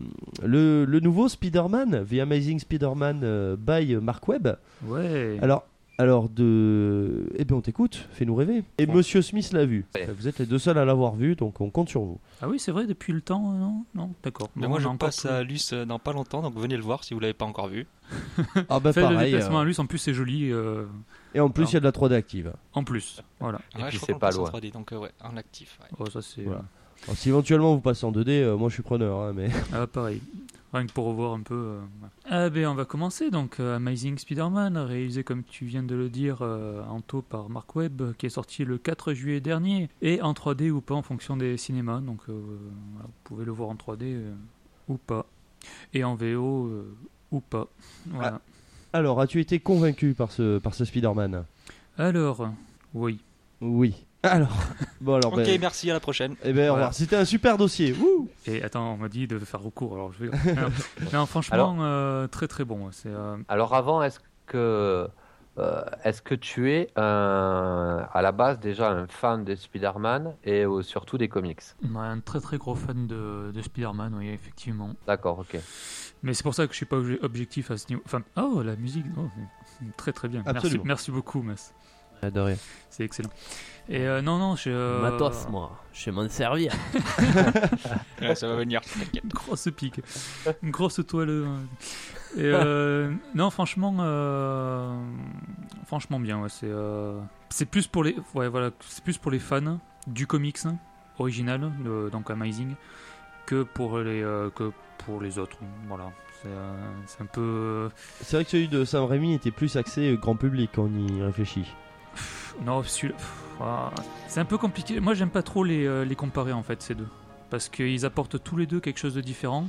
S3: le, le nouveau Spider-Man, The Amazing Spider-Man euh, by Mark Webb.
S4: Ouais.
S3: Alors, alors de... Eh bien on t'écoute, fais-nous rêver. Et Monsieur Smith l'a vu. Vous êtes les deux seuls à l'avoir vu, donc on compte sur
S4: <laughs>
S3: vous.
S4: Ah oui, c'est vrai, depuis le temps, euh, non Non, d'accord.
S7: Mais
S4: Bon,
S7: moi,
S4: on
S7: je
S4: a encore
S7: passe
S4: tout.
S7: à Luce euh, dans pas longtemps, donc venez le voir si vous l'avez pas encore vu.
S3: Ah bah
S4: Faites le
S3: pareil.
S4: déplacement
S3: euh,
S4: à Luce, en plus, c'est joli. euh,
S3: Et en plus il y a de la 3D active.
S4: En plus, voilà.
S7: Ouais, je crois qu'on passe en 3D, donc euh, ouais, en actif. ouais.
S4: Oh, ça, c'est.
S3: Voilà. Alors, si éventuellement vous passez en 2D, euh, moi je suis preneur. hein, mais... <laughs>
S4: Ah, pareil. Rien que pour revoir un peu. euh, ouais. Ah, ben, on va commencer donc. euh, Amazing Spider-Man, réalisé comme tu viens de le dire euh, en taux par Mark Webb, qui est sorti le 4 juillet dernier, et en 3D ou pas en fonction des cinémas. Donc, euh, voilà, vous pouvez le voir en 3D euh, ou pas. Et en VO euh, ou pas. Voilà.
S3: Alors as-tu été convaincu par ce, par ce Spider-Man
S4: Ah. Alors, oui.
S3: Oui. Alors, bon alors...
S7: Ok,
S3: ben,
S7: merci, à
S4: <laughs>
S7: la prochaine.
S3: Eh ben au revoir. C'était un super dossier. Wouh
S4: Et attends, on m'a dit de faire recours, alors je <laughs> vais. Non, non, franchement,
S9: Alors-
S4: euh, très très bon. ouais, C'est. euh,
S9: Alors avant, est-ce que euh, est-ce que tu es un- à la base déjà un fan des Spider-Man et euh, surtout des comics
S4: Ouais, un très très gros fan de, de Spider-Man, oui, effectivement.
S9: D'accord, ok.
S4: Mais c'est pour ça que je suis pas obje- objectif à ce niveau. Enfin, oh, la musique, oh, très très bien. Merci,
S5: Absolument.
S4: merci beaucoup, Mass.
S5: Adoré.
S4: C'est excellent. Et euh, non, non, je. euh,
S5: Matos, moi. Je vais m'en servir.
S7: Ouais, ça va venir, t'inquiète.
S4: Une grosse pique. Une grosse toile. euh, Et, euh, non, franchement, euh, franchement bien. ouais, c'est euh, c'est plus pour les, ouais, voilà, c'est plus pour les fans du comics original, de- donc Amazing, que pour les euh, que pour les autres. Voilà, c'est euh, c'est un peu. euh,
S3: C'est vrai que celui de Sam Raimi était plus axé euh, grand public quand on y réfléchit.
S4: Non, celui- pff, ah, c'est un peu compliqué. Moi, j'aime pas trop les, euh, les comparer en fait, ces deux. Parce qu'ils apportent tous les deux quelque chose de différent.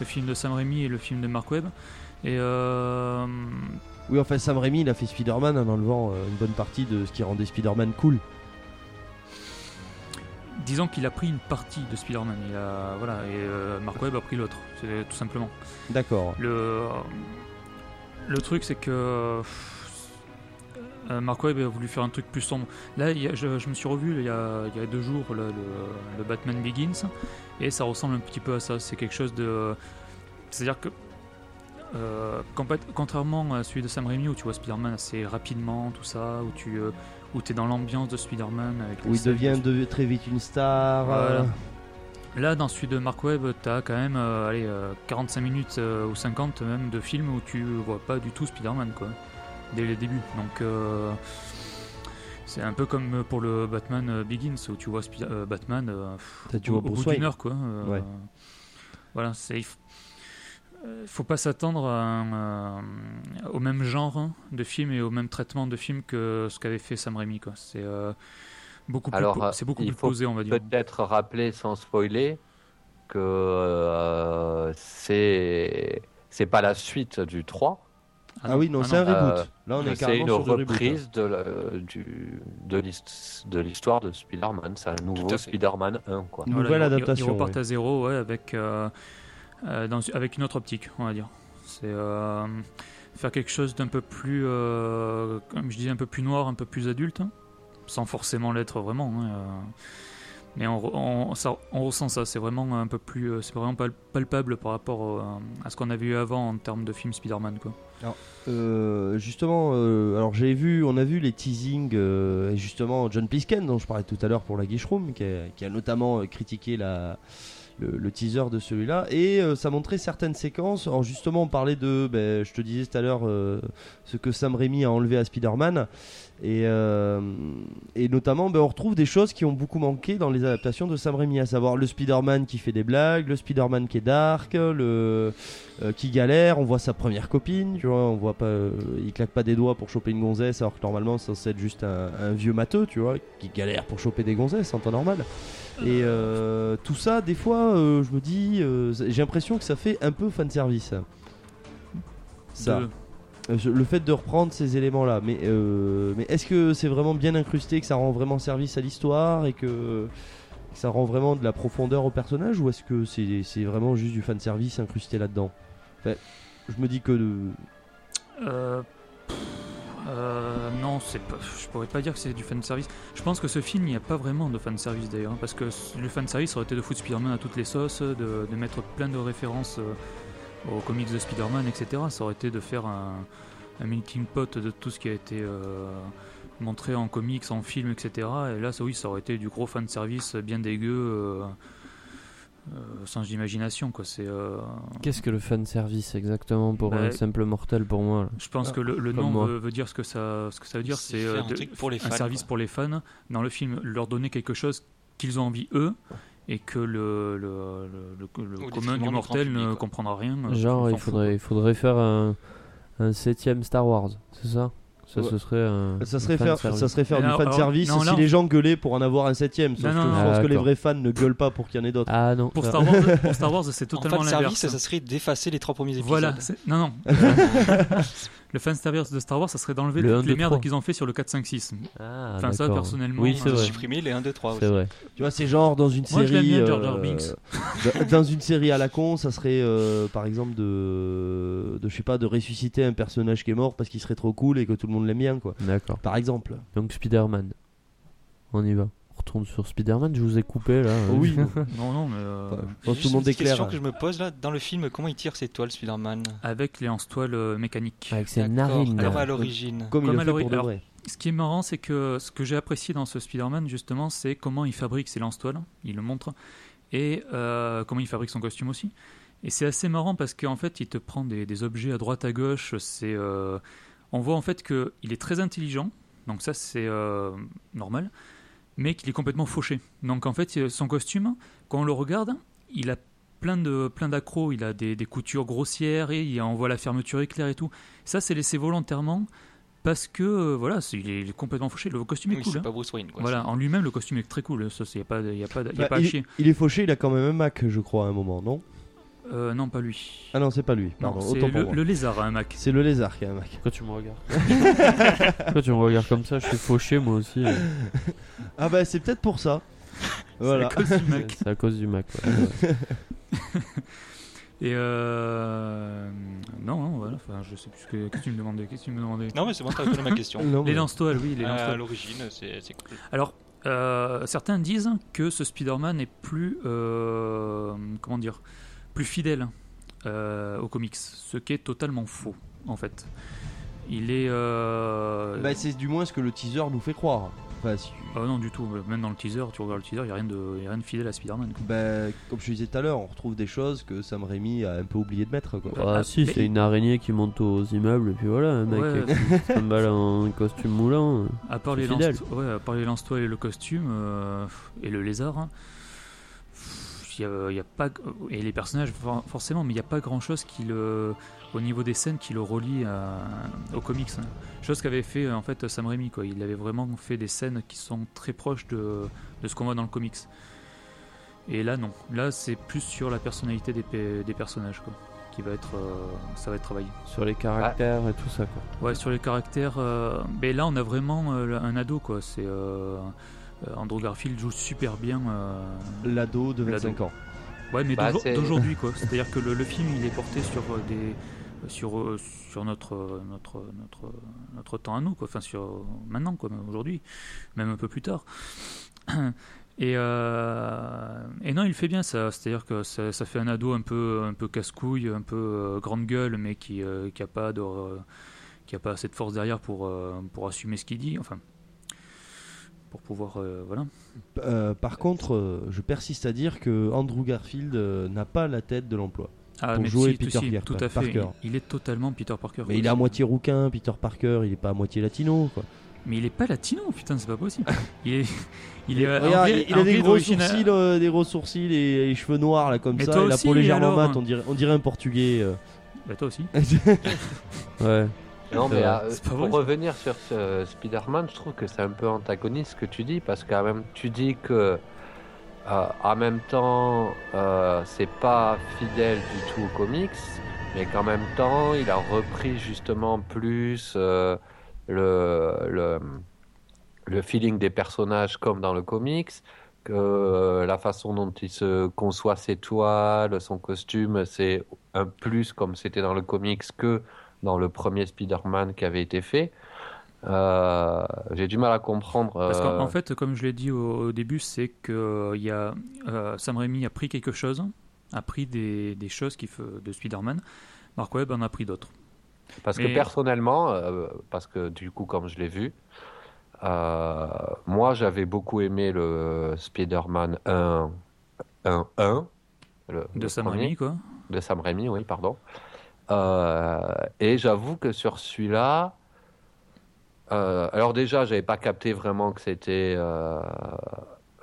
S4: Le film de Sam Raimi et le film de Mark Webb. Et euh,
S3: Oui, enfin, Sam Raimi, il a fait Spider-Man en enlevant euh, une bonne partie de ce qui rendait Spider-Man cool.
S4: disons qu'il a pris une partie de Spider-Man. Il a- Voilà, et euh, Mark Webb a pris l'autre. C'est tout simplement.
S3: D'accord.
S4: Le, euh, le truc, c'est que. euh, Mark Webb a voulu faire un truc plus sombre. Là, il y a- je, je me suis revu il y a, il y a deux jours le, le- le Batman Begins, et ça ressemble un petit peu à ça. C'est quelque chose de. C'est-à-dire que. euh, compa- contrairement à celui de Sam Raimi où tu vois Spider-Man assez rapidement, tout ça, où tu euh, où es dans l'ambiance de Spider-Man. avec les
S3: Où il
S4: scènes de
S3: devient de- très vite une star. euh,
S4: voilà. Là, dans celui de Mark Webb, t'as quand même euh, allez, euh, 45 minutes euh, ou 50 même de film où tu vois pas du tout Spider-Man, quoi. Dès le début. Donc, euh, c'est un peu comme pour le Batman euh, Begins où tu vois Spi- euh, Batman euh, pff,
S3: T'as dû
S4: au,
S3: voir
S4: au bout
S3: Bruce Wayne.
S4: d'une heure, quoi. Euh,
S3: Ouais.
S4: Voilà, c'est. il f- euh, Faut pas s'attendre à un, euh, au même genre de film et au même traitement de film que ce qu'avait fait Sam Raimi, quoi. C'est euh, beaucoup plus,
S6: Alors,
S4: po-
S6: euh,
S4: c'est beaucoup
S6: il
S4: plus
S6: faut
S4: posé, on va dire.
S6: Peut-être rappeler sans spoiler que euh, c'est c'est pas la suite du 3.
S3: Ah Ah oui, non, non. c'est un reboot. Là, on est
S6: c'est
S3: carrément
S6: une
S3: sur du reboot, hein.
S6: reprise de la- du- de l'hist- de l'histoire de, Spider-Man. C'est un nouveau Spider-Man 1. Quoi.
S3: Nouvelle
S4: ils- ils-
S3: adaptation,
S4: Ils repartent
S3: ouais.
S4: à zéro ouais, avec, euh, euh, dans- avec une autre optique, on va dire. C'est euh, faire quelque chose d'un peu plus, euh, comme je dis, un peu plus noir, un peu plus adulte, hein, sans forcément l'être vraiment. hein, euh. mais on, re- on- ça- on ressent ça, c'est vraiment un peu plus, euh, c'est vraiment pal- palpable par rapport euh, à ce qu'on avait eu avant en termes de film Spider-Man. Quoi.
S3: Euh, justement, euh, alors j'ai vu, on a vu les teasings, euh, et justement John Plisken dont je parlais tout à l'heure pour la Guichroom, qui a, qui a notamment euh, critiqué la, le, le teaser de celui-là, et euh, ça montrait certaines séquences. Alors justement, on parlait de, ben, je te disais tout à l'heure, euh, ce que Sam Raimi a enlevé à Spider-Man, et, euh, et notamment, ben, on retrouve des choses qui ont beaucoup manqué dans les adaptations de Sam Raimi, à savoir le Spider-Man qui fait des blagues, le Spider-Man qui est dark, le euh, qui galère, on voit sa première copine, tu vois, on voit pas, euh, il claque pas des doigts pour choper une gonzesse, alors que normalement c'est censé être juste un, un vieux matheux, tu vois, qui galère pour choper des gonzesses en temps normal. Et euh, tout ça, des fois, euh, je me dis, euh, j'ai l'impression que ça fait un peu fan service. Ça.
S4: De-
S3: Euh, je- Le fait de reprendre ces éléments-là, mais, euh, mais est-ce que c'est vraiment bien incrusté, que ça rend vraiment service à l'histoire et que, que ça rend vraiment de la profondeur au personnage ou est-ce que c'est c'est vraiment juste du fanservice incrusté là-dedans Enfin, Je me dis que le-
S4: Euh, pff, euh, non, c'est pas, je pourrais pas dire que c'est du fanservice. Je pense que ce film, il n'y a pas vraiment de fanservice d'ailleurs, hein, parce que s- le fanservice aurait été de foutre Spider-Man à toutes les sauces, de, de mettre plein de références euh, aux comics de Spider-Man, etc. Ça aurait été de faire un, un melting pot de tout ce qui a été euh, montré en comics, en film, etc. Et là, ça, oui, ça aurait été du gros fanservice bien dégueu, euh, euh, sans imagination, quoi. C'est. euh,
S5: Qu'est-ce que le fanservice exactement pour
S4: Bah,
S5: un simple mortel pour moi là
S4: je pense que le, le
S5: Ah, Comme
S4: nom
S5: moi.
S4: veut, veut dire ce que ça, ce que ça veut dire,
S9: C'est
S4: c'est euh,
S9: faire un
S4: de-
S9: truc pour les
S4: un
S9: fans,
S4: service
S9: quoi.
S4: pour les fans. Dans le film, leur donner quelque chose qu'ils ont envie eux et que le, le, le- le- le
S9: Au
S4: commun
S9: détriment
S4: du
S9: du
S4: mortel ne comprendra rien. euh,
S5: Genre,
S4: on s'en
S5: il
S4: fout.
S5: faudrait, il faudrait faire un, un septième Star Wars, c'est ça Ça,
S3: Ouais.
S5: ce serait un.
S3: ça
S5: un
S3: serait faire,
S5: fanservice.
S3: ça serait faire
S4: Mais
S3: du
S4: alors- alors-
S3: fanservice
S4: non,
S3: si
S4: là, on-
S3: les gens gueulaient pour en avoir un septième. Sauf
S4: Non,
S3: que
S4: non,
S3: je
S5: non.
S3: pense
S5: Ah,
S3: que les
S5: d'accord.
S3: vrais fans ne gueulent pas pour qu'il y en ait d'autres.
S5: Ah non.
S4: Pour
S5: ça-
S4: Star Wars,
S5: <laughs>
S4: pour Star Wars, c'est
S9: En
S4: totalement
S9: fan
S4: l'inverse.
S9: service, ça serait d'effacer les trois premiers épisodes.
S4: Voilà, c'est-
S5: <laughs>
S4: non, non. le fan service de Star Wars, ça serait d'enlever
S5: Le
S4: toutes
S5: 1,
S4: les
S5: 2,
S4: merdes
S5: 3.
S4: qu'ils ont fait sur le 4, 5, 6.
S5: Ah,
S4: enfin, ça,
S5: d'accord.
S4: personnellement. euh,
S5: Oui, c'est
S9: Ils ont
S5: vrai.
S9: supprimé les 1, 2, 3
S5: C'est
S9: aussi.
S5: vrai.
S3: Tu vois, c'est genre dans une
S4: Moi, je l'aime
S3: série. euh,
S4: bien, Jar Jar Binks.
S3: d- dans une série à la con, ça serait euh, par exemple de, de. Je sais pas, de ressusciter un personnage qui est mort parce qu'il serait trop cool et que tout le monde l'aime bien, quoi.
S5: D'accord.
S3: Par exemple.
S5: Donc Spider-Man. On y va. On retourne sur Spider-Man, je vous ai
S4: <laughs>
S5: coupé là.
S3: Oh oui.
S4: Non, non, mais. euh,
S3: Enfin, je
S9: C'est
S3: pense que tout le monde est
S9: une question
S3: clair.
S9: que je me pose là, dans le film, comment il tire ses toiles, Spider-Man
S4: Avec les lance-toiles euh, mécaniques.
S5: Ah, Avec ses
S9: D'accord.
S5: narines.
S9: Alors à l'origine.
S3: Comme,
S4: Comme
S3: il le
S4: Mallory-
S3: fait pour de
S4: alors,
S3: vrai.
S4: Ce qui est marrant, c'est que ce que j'ai apprécié dans ce Spider-Man, justement, c'est comment il fabrique ses lance-toiles, il le montre, et euh, comment il fabrique son costume aussi. Et c'est assez marrant parce qu'en fait, il te prend des, des objets à droite à gauche. C'est, euh, on voit en fait qu'il est très intelligent, donc ça c'est euh, normal, mais qu'il est complètement fauché. Donc en fait, son costume, quand on le regarde, il a plein de plein d'accros, il a des, des coutures grossières et il on voit la fermeture éclair et tout. Ça c'est laissé volontairement parce que euh, voilà, c'est- il est, il est complètement fauché. Le costume est
S7: Oui,
S4: cool.
S7: c'est
S4: hein.
S7: pas Bruce Wayne, quoi.
S4: Voilà, en lui-même le costume est très cool. Ça c'est y a pas de- y a pas de- y a
S3: Bah,
S4: pas à
S3: il,
S4: chier.
S3: il est fauché, il a quand même un Mac, je crois, à un moment, non
S4: Euh, non, pas lui.
S3: Ah non, c'est pas lui.
S4: Non,
S3: Pardon,
S4: c'est
S3: autant pour
S4: le,
S3: moi.
S4: le lézard, un Mac.
S3: C'est le lézard qui a un Mac.
S5: Pourquoi tu me regardes Pourquoi tu me regardes comme ça Je suis fauché moi aussi. hein.
S3: Ah bah c'est peut-être pour
S4: <laughs>
S3: ça. voilà. <laughs>
S5: C'est à cause du Mac. ouais.
S4: Et euh... non, non, voilà, enfin, je sais plus ce que, qu'est-ce que tu me demandais. Qu'est-ce que tu me demandais
S7: Non, mais c'est bon, t'as répondu à
S4: <laughs>
S7: ma question.
S4: les lance-toiles, oui, les
S7: Euh,
S4: lance-toiles.
S7: À l'origine, c'est c'est cool.
S4: Alors, euh, certains disent que ce Spider-Man est plus, euh, comment dire, plus fidèle euh, aux comics, ce qui est totalement faux, en fait. Il est. euh,
S3: Bah c'est du moins ce que le teaser nous fait croire. Enfin, si-
S4: ah non, du tout. Même dans le teaser, tu regardes le teaser, il n'y a, rien de- y a rien de fidèle à Spider-Man. quoi.
S3: bah, comme je disais tout à l'heure, on retrouve des choses que Sam Raimi a un peu oublié de mettre. Quoi.
S5: Ah, si,
S4: mais-
S5: c'est une araignée qui monte aux immeubles et puis voilà, un mec
S4: Ouais.
S5: qui qui se balade en costume moulant.
S4: À part,
S5: c'est
S4: les
S5: fidèle.
S4: lance ouais, à part les lance-toiles et le costume, euh, et le lézard, il y, a pas. Et les personnages, for- forcément, mais il n'y a pas grand-chose qui le. Au niveau des scènes qui le relie à- aux comics. hein. Chose qu'avait fait en fait Sam Raimi, quoi. Il avait vraiment fait des scènes qui sont très proches de, de ce qu'on voit dans le comics. Et là, non. Là, c'est plus sur la personnalité des, pe- des personnages, quoi. Qui va être. euh, ça va être travaillé.
S5: Sur les caractères et tout ça quoi.
S4: Ouais, sur les caractères, euh, mais là on a vraiment euh, un ado quoi. C'est euh, euh, Andrew Garfield joue super bien. euh,
S3: L'ado de
S4: L'ado.
S3: 25 ans.
S4: Ouais, mais
S9: Bah,
S4: d'aujourd'hui-
S9: c'est-
S4: d'aujourd'hui
S9: <laughs>
S4: quoi. C'est-à-dire que le, le film il est porté sur euh, des sur euh, sur notre euh, notre notre euh, notre temps à nous quoi. Enfin sur euh, maintenant quoi, même aujourd'hui, même un peu plus tard. <clears throat> Et, euh, et non, il fait bien ça. C'est-à-dire que ça, ça fait un ado un peu, un peu casse-couille, un peu euh, grande gueule, mais qui n'a pas de, euh, qui a pas assez de force derrière pour, euh, pour assumer ce qu'il dit. Enfin, pour pouvoir, euh, voilà.
S3: Euh, par contre, euh, je persiste à dire que Andrew Garfield euh, n'a pas la tête de l'emploi.
S4: Ah,
S3: pour
S4: mais
S3: jouer
S4: si,
S3: Peter
S4: si,
S3: Pierre-
S4: tout à fait.
S3: Parker.
S4: Il, il est totalement Peter Parker.
S3: Mais il est à moitié rouquin, Peter Parker, il est pas à moitié latino. Quoi.
S4: Mais il est pas latino, putain, c'est pas possible.
S3: <laughs>
S4: Il est, il est euh,
S3: Bah, Regarde,
S4: anglais-
S3: il a des
S4: anglais
S3: gros,
S4: d'origine-
S3: sourcils, euh, des gros sourcils et les cheveux noirs là comme
S4: Mais
S3: ça,
S4: toi
S3: et la
S4: aussi,
S3: peau légèrement
S4: alors
S3: mate, on dirait, on dirait un portugais. euh.
S4: Bah, toi aussi.
S5: Ouais.
S9: Non,
S3: C'est
S9: mais
S3: vrai.
S9: euh,
S4: C'est pas
S9: pour
S4: vrai.
S9: revenir sur ce euh, Spider-Man, je trouve que c'est un peu antagoniste ce que tu dis, parce qu'en même tu dis que euh, en même temps, euh, c'est pas fidèle du tout aux comics, mais qu'en même temps, il a repris justement plus euh, le, le, le feeling des personnages comme dans le comics, que euh, la façon dont il se conçoit ses toiles, son costume, c'est un plus comme c'était dans le comics que dans le premier Spider-Man qui avait été fait. Euh, J'ai du mal à comprendre.
S4: Parce qu'en
S9: euh,
S4: en fait, comme je l'ai dit au, au début, c'est que euh, il y a, euh, Sam Raimi a pris quelque chose, a pris des, des choses qui fe- de Spider-Man. Mark Webb en a pris d'autres.
S9: Parce
S4: Mais-
S9: que personnellement, euh, parce que du coup, comme je l'ai vu, euh, moi j'avais beaucoup aimé le Spider-Man 1, 1, 1 le,
S4: De
S9: le
S4: Sam
S9: premier,
S4: Raimi, quoi.
S9: De Sam Raimi, oui, pardon. Euh, et j'avoue que sur celui-là, euh, alors déjà, j'avais pas capté vraiment que c'était euh,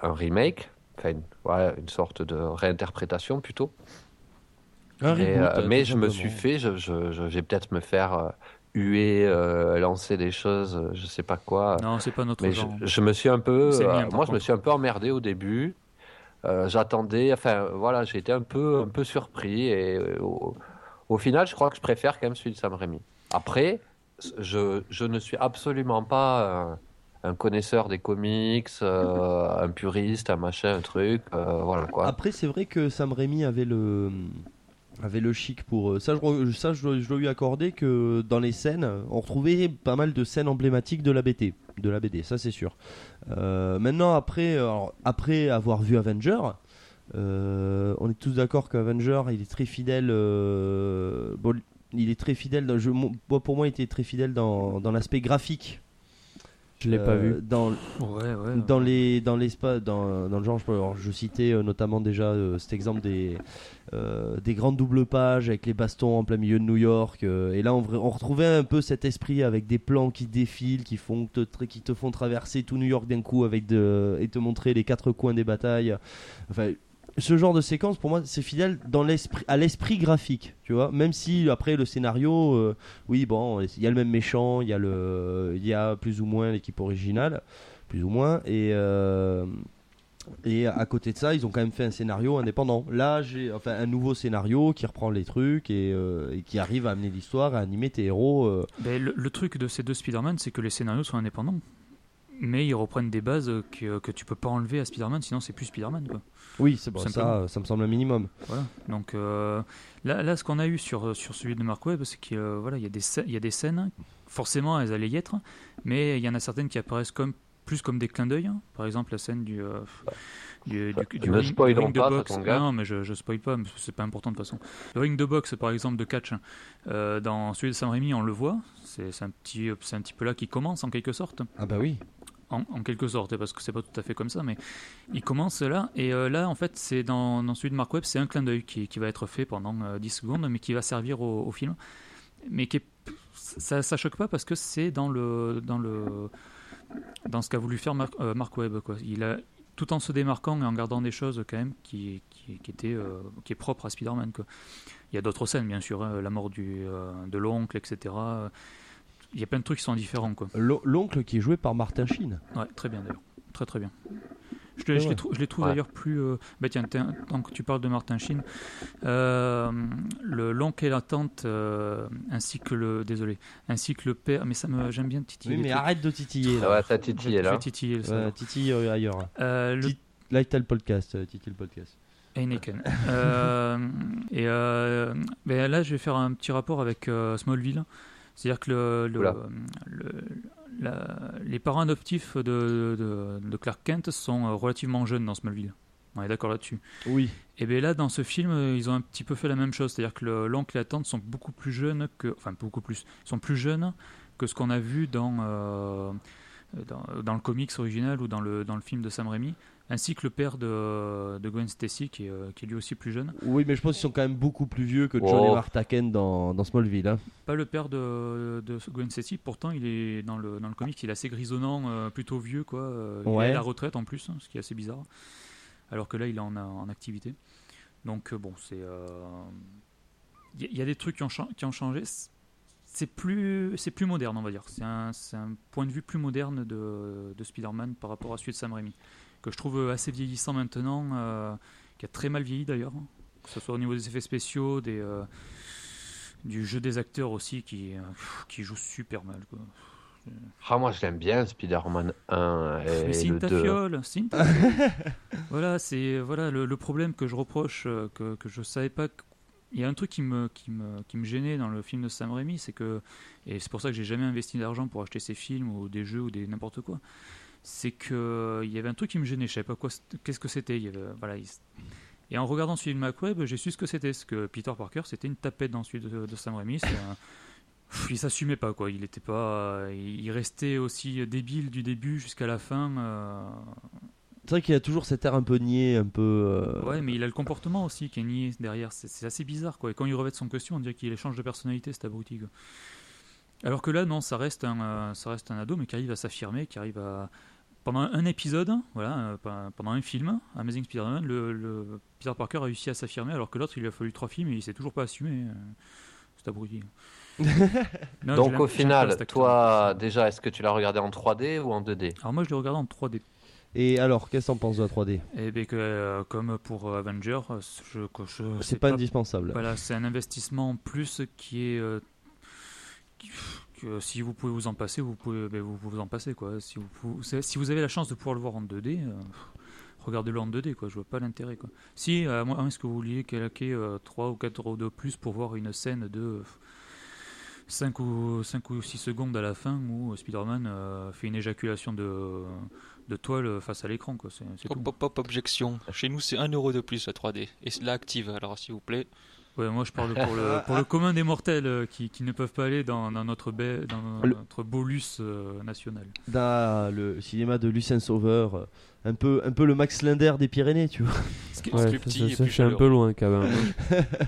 S9: un remake, enfin, une- ouais, une sorte de réinterprétation plutôt.
S3: Un
S9: Mais,
S3: reboot,
S9: euh,
S3: euh,
S9: mais
S3: tout
S9: je me suis
S3: simplement.
S9: fait, je, je- je vais peut-être me faire euh, huer, euh, lancer des choses, euh, je sais pas quoi.
S4: Non, c'est pas notre
S9: mais je,
S4: genre.
S9: je me suis un peu,
S4: C'est
S9: euh,
S4: bien, par
S9: moi je me
S4: contre.
S9: suis un peu emmerdé au début. Euh, J'attendais, enfin voilà, j'ai été un peu, un peu surpris et euh, au, au final, je crois que je préfère quand même celui de Sam Raimi. Après, je, je ne suis absolument pas un, un connaisseur des comics, euh, un puriste, un machin, un truc, euh, voilà quoi.
S4: Ah,
S3: Après, c'est vrai que Sam Raimi avait le avait le chic pour euh, ça. Je, ça, je, dois- je dois lui accorder que dans les scènes, on retrouvait pas mal de scènes emblématiques de la BT, de la BD. Ça, c'est sûr. Euh, maintenant, après, alors, après avoir vu Avenger. euh, on est tous d'accord qu'Avenger il est très fidèle euh, bon, il est très fidèle dans, je, mon- moi, pour moi il était très fidèle dans, dans l'aspect graphique
S5: Je l'ai pas
S3: Euh,
S5: vu.
S3: dans,
S4: Ouais, ouais.
S3: dans les dans l'espace dans, dans le genre je, peux- alors, je citais euh, notamment déjà euh, cet exemple des euh, des grandes doubles pages avec les bastons en plein milieu de New York. euh, et là, on, vra- on retrouvait un peu cet esprit avec des plans qui défilent, qui, font te, tra- qui te font traverser tout New York d'un coup avec de, et te montrer les quatre coins des batailles. Enfin, ce genre de séquence, pour moi, c'est fidèle dans l'esprit, à l'esprit graphique, tu vois. Même si après le scénario, euh, oui, bon, il y a le même méchant, il y a le, il y a plus ou moins l'équipe originale, plus ou moins, et euh, et à côté de ça, ils ont quand même fait un scénario indépendant. Là, j'ai enfin un nouveau scénario qui reprend les trucs et, euh, et qui arrive à amener l'histoire, à animer tes héros. euh,
S4: Ben, le, le truc de ces deux Spider-Man, c'est que les scénarios sont indépendants. Mais ils reprennent des bases euh, que, que tu peux pas enlever à Spider-Man, sinon c'est plus Spider-Man. quoi.
S3: Oui, c'est bon, ça,
S4: Simplement.
S3: ça me semble un minimum.
S4: Voilà. Donc euh, là, là, ce qu'on a eu sur, euh, sur celui de Mark Webb, c'est qu'il euh, voilà, il y, a des scè- il y a des scènes, forcément elles allaient y être, mais il y en a certaines qui apparaissent comme, plus comme des clins d'œil. hein. Par exemple, la scène du. euh, du, du, du
S14: Ne
S4: ring-
S14: spoilons
S4: ring de
S14: pas,
S4: boxe.
S14: Fatanga.
S4: Ah Non, mais je, je spoil pas, mais c'est pas important de toute façon. Le ring de boxe, par exemple, de catch, hein, euh, dans celui de Sam Raimi, on le voit. C'est c'est un, petit- c'est un petit peu là qui commence en quelque sorte.
S3: Ah bah oui.
S4: En, en quelque sorte, parce que c'est pas tout à fait comme ça, mais il commence là, et euh, là en fait, c'est dans, dans celui de Mark Webb, c'est un clin d'œil qui, qui va être fait pendant euh, 10 secondes, mais qui va servir au, au film. Mais qui est- ça, ça choque pas parce que c'est dans le, dans le dans ce qu'a voulu faire Mark, euh, Mark Webb. Quoi. Il a, tout en se démarquant et en gardant des choses quand même qui, qui, qui étaient, euh, qui est propre à Spider-Man. quoi. Il y a d'autres scènes, bien sûr, hein, la mort du, euh, de l'oncle, etc. Il y a plein de trucs qui sont différents. Quoi.
S3: L'o- L'oncle qui est joué par Martin Sheen.
S4: Ouais, très bien d'ailleurs. Très très bien. Je,
S3: Ah
S4: te- je
S3: ouais.
S4: les, trou- je les trouve
S3: Ouais.
S4: d'ailleurs plus. euh, Bah tiens, t'es- tant que tu parles de Martin Sheen, euh, le l'oncle et la tante, euh, ainsi que le. Désolé. Ainsi que le père. Mais ça me. J'aime bien titiller.
S3: Oui,
S4: les
S3: mais
S4: trucs.
S3: arrête de titiller.
S4: Ah
S3: Là.
S4: ouais, ça titille, Je- je là. vais titiller, le
S3: Ouais,
S4: salaud.
S3: titille euh, ailleurs.
S4: Euh, le-
S3: Tit- Là, t'as le podcast. euh, titille le podcast. <laughs>
S4: Heineken. Euh, et euh, ben là, je vais faire un petit rapport avec euh, Smallville. C'est-à-dire que le, le-
S14: Oula.
S4: le- la- les parents adoptifs de, de- de Clark Kent sont euh, relativement jeunes dans Smallville. On est d'accord là-dessus.
S3: Oui.
S4: Et bien là, dans ce film, euh, ils ont un petit peu fait la même chose. C'est-à-dire que le- l'oncle et la tante sont beaucoup plus jeunes que. Enfin, beaucoup plus. sont plus jeunes que ce qu'on a vu dans, euh, dans, dans le comics original ou dans le, dans le film de Sam Raimi. Ainsi que le père de, de Gwen Stacy, qui, est, euh, qui est lui aussi plus jeune.
S3: Oui, mais je pense qu'ils sont quand même beaucoup plus vieux que John
S4: Oh.
S3: et Martha Kent dans, dans Smallville. hein.
S4: Pas le père de, de Gwen Stacy, pourtant il est dans le, dans le comics, il est assez grisonnant, euh, plutôt vieux, quoi. euh, Il
S3: Ouais.
S4: est à la retraite en plus, hein, ce qui est assez bizarre. Alors que là, il est en, en activité. Donc euh, bon, c'est. euh, Il y, a- il y a des trucs qui ont, cha- qui ont changé. C'est- C'est plus, c'est plus moderne, on va dire. C'est un, c'est un point de vue plus moderne de, de Spider-Man par rapport à celui de Sam Raimi. Que je trouve assez vieillissant maintenant, euh, qui a très mal vieilli d'ailleurs. hein. Que ce soit au niveau des effets spéciaux, des. euh, du jeu des acteurs aussi qui, euh, pff, qui joue super mal. Quoi.
S6: Ah, moi, je l'aime bien, Spider-Man 1 et
S4: Mais c'est
S6: le
S4: une
S6: 2.
S4: tafiole, c'est une
S6: <laughs>
S4: tafiole. voilà, c'est voilà le, le problème que je reproche, euh, que, que je savais pas. que- Il y a un truc qui me, qui, me, qui me gênait dans le film de Sam Raimi, c'est que, et c'est pour ça que j'ai jamais investi d'argent pour acheter ses films ou des jeux ou des n'importe quoi, c'est que euh, il y avait un truc qui me gênait, je savais pas quoi, c'était- qu'est-ce que c'était. il y avait- Voilà, il- et en regardant celui de McWeb, j'ai su ce que c'était, ce que Peter Parker, c'était une tapette dans celui de, de Sam Raimi, c'est un- Pff, il s'assumait pas quoi, il était pas, il il restait aussi débile du début jusqu'à la fin. euh,
S3: C'est vrai qu'il a toujours cet air un peu niais, un peu. euh,
S4: Ouais, mais il a le comportement aussi qui est nié derrière. C'est- C'est assez bizarre, quoi. Et quand il revêt son costume, on dirait qu'il échange de personnalité, cet abruti, quoi. Alors que là, non, ça reste un, euh, ça reste un ado, mais qui arrive à s'affirmer, qui arrive à. Pendant un épisode, voilà, euh, pe- pendant un film, Amazing Spider-Man, le, le Peter Parker a réussi à s'affirmer, alors que l'autre, il lui a fallu trois films et il s'est toujours pas assumé. euh, cet
S6: <laughs>
S4: abruti. Non, hein, je
S6: Donc,
S4: l'aime- j'aime pas
S6: au final,
S4: cet acteur.
S6: toi, déjà, est-ce que tu l'as regardé en 3D ou en 2D
S4: Alors, moi, je l'ai regardé en 3D.
S3: Et alors, qu'est-ce que t'en penses de la 3D
S4: Et bien que, euh, comme pour euh, Avenger, euh, je, que je-
S3: C'est pas indispensable.
S4: Voilà, c'est un investissement en plus qui est. euh, qui- que si vous pouvez vous en passer, vous pouvez ben, vous, vous en passer. Quoi. Si, vous pou- c'est- si vous avez la chance de pouvoir le voir en 2D, euh, regardez-le en 2D. Quoi. Je vois pas l'intérêt. Quoi. Si, euh, à moins à moins que vous vouliez claquer euh, 3 ou 4 euros de plus pour voir une scène de. 5 ou, 5 ou 6 secondes à la fin où Spider-Man euh, fait une éjaculation de, de toile euh, face à l'écran. Quoi. C'est, c'est tout.
S9: Hop, hop, hop, objection. Chez nous, c'est 1€ euro de plus la 3D. Et c'est la active, alors s'il vous plaît.
S4: Ouais, moi je parle pour le, pour le commun des mortels euh, qui, qui ne peuvent pas aller dans, dans notre, baie- dans
S3: Le-
S4: notre bolus euh, national.
S3: Dans le cinéma de Lucien Sauveur, euh, un peu, un peu le Max Linder des Pyrénées, tu vois.
S5: Ouais, ça, ça, ça, c'est un peu loin quand même.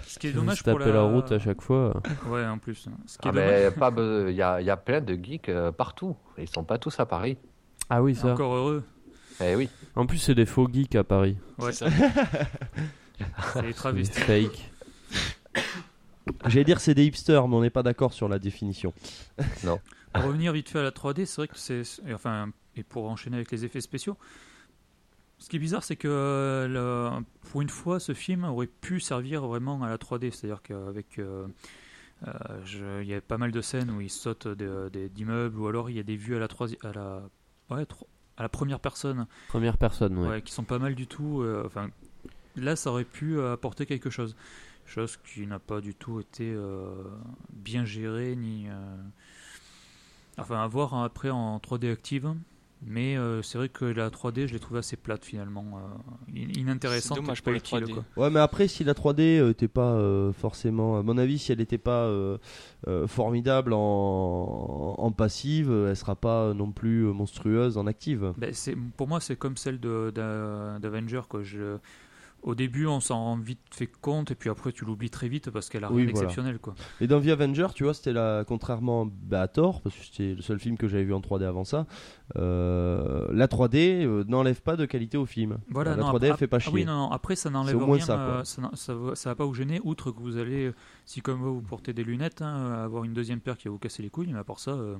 S4: Ce qui est
S5: Je me
S4: dommage
S5: suis
S4: pour
S5: tapé
S4: la-
S5: route à chaque fois.
S4: Ouais, en plus. Ce qui
S6: Ah
S4: est
S9: bah,
S6: mais
S4: dommage.
S6: pas be- il y, a- il y a plein de geeks euh, partout. Ils sont pas tous à Paris.
S5: Ah oui, ça.
S4: Encore heureux.
S6: Eh oui.
S5: En plus, c'est des faux geeks à Paris.
S4: Ouais.
S9: C'est ça.
S4: <laughs> Ah C'est les
S5: Des
S4: travestis.
S5: fake.
S3: <coughs> J'allais dire c'est des hipsters, mais on n'est pas d'accord sur la définition.
S6: Non.
S4: Pour revenir vite fait à la 3D, c'est vrai que c'est. et Enfin, et pour enchaîner avec les effets spéciaux, ce qui est bizarre, c'est que euh, le- pour une fois, ce film aurait pu servir vraiment à la 3D. C'est-à-dire qu'avec. euh, euh, je- Il y a pas mal de scènes où il saute de- des- d'immeubles, ou alors il y a des vues à la, troisi- à la, ouais, tro- à la première personne.
S5: Première personne, ouais.
S4: Ouais, qui sont pas mal du tout. euh, enfin, là, ça aurait pu euh, apporter quelque chose. Chose qui n'a pas du tout été euh, bien gérée, ni. euh, Enfin, à voir hein, après en 3D active. Mais euh, c'est vrai que la 3D, je l'ai trouvée assez plate finalement. euh, in- inintéressante.
S9: C'est dommage
S4: et
S9: pour
S4: pas
S9: la
S4: utile,
S9: 3D.
S4: quoi.
S3: Ouais, mais après, si la 3D euh, était pas euh, forcément, à mon avis, si elle n'était pas euh, euh, formidable en, en passive, euh, elle sera pas non plus euh, monstrueuse en active.
S4: Ben, c'est- pour moi, c'est comme celle de- d'A- d'Avenger. quoi. Je- Au début, on s'en rend vite fait compte, et puis après, tu l'oublies très vite parce qu'elle a rien
S3: Oui, voilà.
S4: d'exceptionnel. quoi.
S3: Et dans The Avenger, tu vois, c'était la, contrairement bah, à Thor, parce que c'était le seul film que j'avais vu en 3D avant ça, euh, la 3D euh, n'enlève pas de qualité au film.
S4: Voilà,
S3: la
S4: non,
S3: 3D elle
S4: ap-
S3: fait pas
S4: ah
S3: chier.
S4: oui, non, non, après ça
S3: C'est
S4: n'enlève
S3: au moins
S4: rien,
S3: ça, quoi.
S4: euh, ça, n'a- ça va- ça va pas vous gêner, outre que vous allez, euh, si comme vous, vous portez des lunettes, hein, avoir une deuxième paire qui va vous casser les couilles, mais à part ça, euh,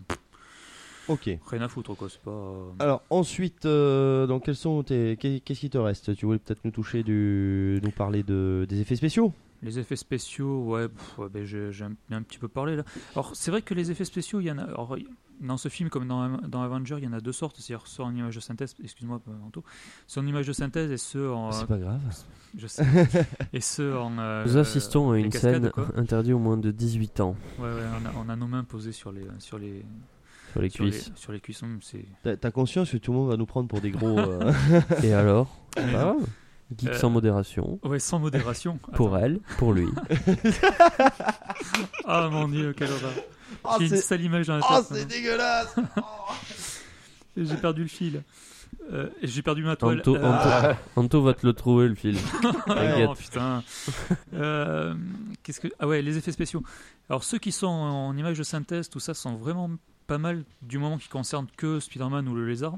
S3: Ok.
S4: rien à foutre quoi, c'est pas... euh,
S3: Alors ensuite, euh, donc, quels sont tes, qu'est- qu'est-ce qui te reste Tu voulais peut-être nous toucher du, nous parler de, des effets spéciaux.
S4: Les effets spéciaux, ouais, pff, ouais, ben, j'ai j'ai un, un petit peu parlé là. Alors c'est vrai que les effets spéciaux, il y en a... alors, il- dans ce film, comme dans, dans Avenger, il y en a deux sortes, c'est-à-dire ceux en image de synthèse, excuse-moi, Anto, ceux en image de synthèse et ceux en...
S5: C'est pas grave.
S4: Je sais. <laughs> Et ceux en... euh,
S5: Nous assistons à
S4: les
S5: une
S4: cascades,
S5: scène
S4: quoi.
S5: interdite aux moins de 18 ans.
S4: Ouais, ouais, on a, on a nos mains posées sur les, sur les,
S5: Sur les cuisses.
S4: sur les cuissons, c'est.
S3: T'as t'as conscience que tout le monde va nous prendre pour des gros. euh,
S9: <laughs>
S5: Et alors
S4: <laughs>
S5: Ah
S4: Mais
S5: Pas
S4: non.
S5: grave. Geek
S4: Euh,
S5: sans modération.
S4: Ouais, sans modération.
S5: <laughs> Pour
S4: Attends.
S5: elle, pour lui.
S4: Ah mon dieu, quelle horreur.
S3: Oh,
S4: J'ai une
S3: c'est-
S4: sale image dans la
S3: Oh,
S4: tête,
S3: c'est
S4: maintenant.
S3: dégueulasse
S4: J'ai perdu le fil. Euh, et J'ai perdu ma toile.
S5: Anto,
S4: Euh,
S5: Anto- Anto va te le trouver
S4: <laughs>
S5: le film.
S4: Ah non,
S5: T'inquiète. <laughs>
S4: putain. Euh, Qu'est-ce que ah ouais les effets spéciaux. Alors ceux qui sont en images de synthèse, tout ça sont vraiment pas mal du moment qu'ils concernent que Spider-Man ou le lézard.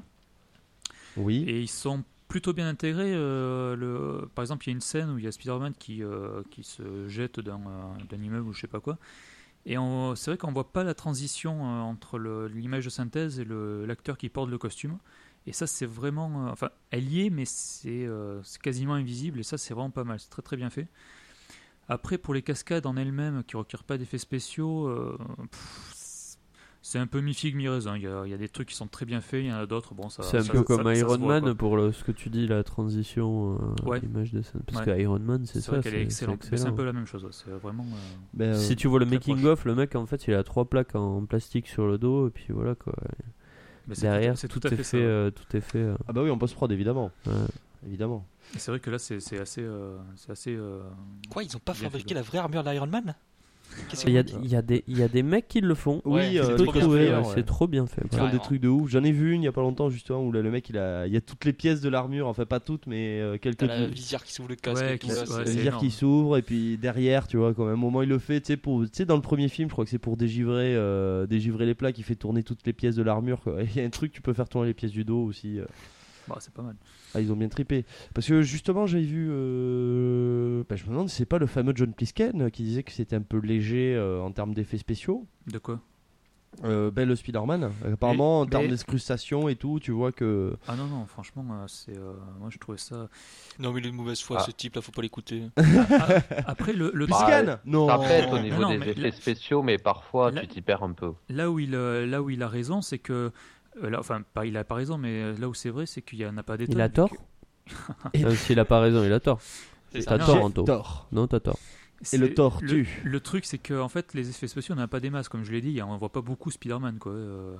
S3: Oui.
S4: Et ils sont plutôt bien intégrés. euh, le... Par exemple, il y a une scène où il y a Spider-Man qui, euh, qui se jette d'un euh, d'un immeuble ou je sais pas quoi. Et on- c'est vrai qu'on voit pas la transition euh, entre le- l'image de synthèse et le- l'acteur qui porte le costume. Et ça, c'est vraiment. euh, enfin, elle y est, mais c'est euh, c'est quasiment invisible. Et ça, c'est vraiment pas mal. C'est très très bien fait. Après, pour les cascades en elles-mêmes qui requièrent pas d'effets spéciaux, euh, pff, c'est un peu mi-figue, mi-raisin. Il y, a, il y a des trucs qui sont très bien faits, il y en a d'autres. Bon, ça-
S5: C'est un
S4: ça-
S5: peu
S4: ça-
S5: comme
S4: ça- ça se
S5: Iron
S4: voit,
S5: Man
S4: quoi.
S5: pour le- ce que tu dis, la transition euh,
S4: Ouais.
S5: image de scène. Parce
S4: Ouais.
S5: que Iron Man, c'est
S4: C'est
S5: ça.
S4: vrai qu'elle est
S5: c'est
S4: excellente. mais C'est un
S5: excellent.
S4: peu la même chose. ouais. C'est vraiment. euh,
S3: Ben, euh,
S5: Si tu vois le
S4: Très
S5: making
S4: proche.
S5: of, le mec en fait il a trois plaques en plastique sur le dos et puis voilà quoi.
S4: mais c'est tout-
S5: Derrière
S4: c'est
S5: tout, est fait,
S4: ça.
S5: euh, tout est fait. euh,
S3: Ah bah oui, on post prod évidemment.
S5: ouais.
S3: Évidemment.
S4: Et C'est vrai que là, c'est c'est assez. euh, c'est assez euh,
S9: Quoi, ils ont pas
S4: bien fait,
S9: fabriqué
S4: quoi.
S9: la vraie armure d'Iron Man Qu'est-ce
S5: Ah, Il y, a,
S9: que-
S5: il y a des il y a des mecs qui le font.
S3: oui,
S9: Ouais, c'est
S3: euh,
S9: trop
S3: tu peux
S9: bien
S3: trouver,
S5: Ouais,
S3: ouais.
S5: C'est trop bien fait.
S3: Ils
S5: ouais.
S3: font des
S9: Carrément.
S3: trucs de ouf. J'en ai vu une il y a pas longtemps justement où là, le mec il a il y a toutes les pièces de l'armure, enfin pas toutes mais euh, quelques
S9: T'as la
S3: de-
S9: visière qui s'ouvre le casque
S4: Ouais,
S9: et tout
S4: qui-
S9: ça.
S4: ouais,
S9: c'est-
S4: c'est-
S3: dire
S4: énorme.
S3: qui s'ouvre et puis derrière tu vois quand même un moment il le fait tu sais pour tu sais dans le premier film je crois que c'est pour dégivrer euh, dégivrer les plats qui fait tourner toutes les pièces de l'armure quoi. <laughs> il y a un truc tu peux faire tourner les pièces du dos aussi euh.
S4: bah, c'est pas mal.
S3: ah ils ont bien trippé parce que justement j'avais vu euh, bah, je me demande si c'est pas le fameux John Plisken euh, qui disait que c'était un peu léger euh, en termes d'effets spéciaux
S4: De quoi
S3: euh, ben, le Spider-Man apparemment en
S4: mais-
S3: termes d'incrustation et tout tu vois que
S4: Ah non, non, franchement, euh, c'est. euh, moi, je trouvais ça.
S9: Non, mais il est de mauvaise foi,
S6: Ah.
S9: ce type là, faut
S5: <laughs>
S9: pas l'écouter.
S4: Après, le, le
S6: Bah,
S3: Plisken non
S6: Ça pète au niveau
S4: non,
S6: des
S4: mais
S6: effets
S4: là-
S6: spéciaux, mais parfois
S4: là-
S6: tu t'y perds un peu.
S4: là où il euh, là où il a raison c'est que euh, là, enfin pas il a pas raison mais euh, là où c'est vrai c'est qu'il y en a pas des
S5: Il
S4: tonnes,
S5: a
S4: vu
S5: tort.
S4: que-
S5: Même Euh, S'il a pas raison, il a tort.
S9: C'est
S5: T'as
S4: ça.
S5: tort,
S3: J'ai
S5: Anto.
S3: tort.
S5: Non, t'as tort.
S4: c'est-
S3: le tort
S4: le-
S3: tue.
S4: le, truc c'est que en fait les effets spéciaux on a pas des masses comme je l'ai dit on voit pas beaucoup Spider-Man quoi euh,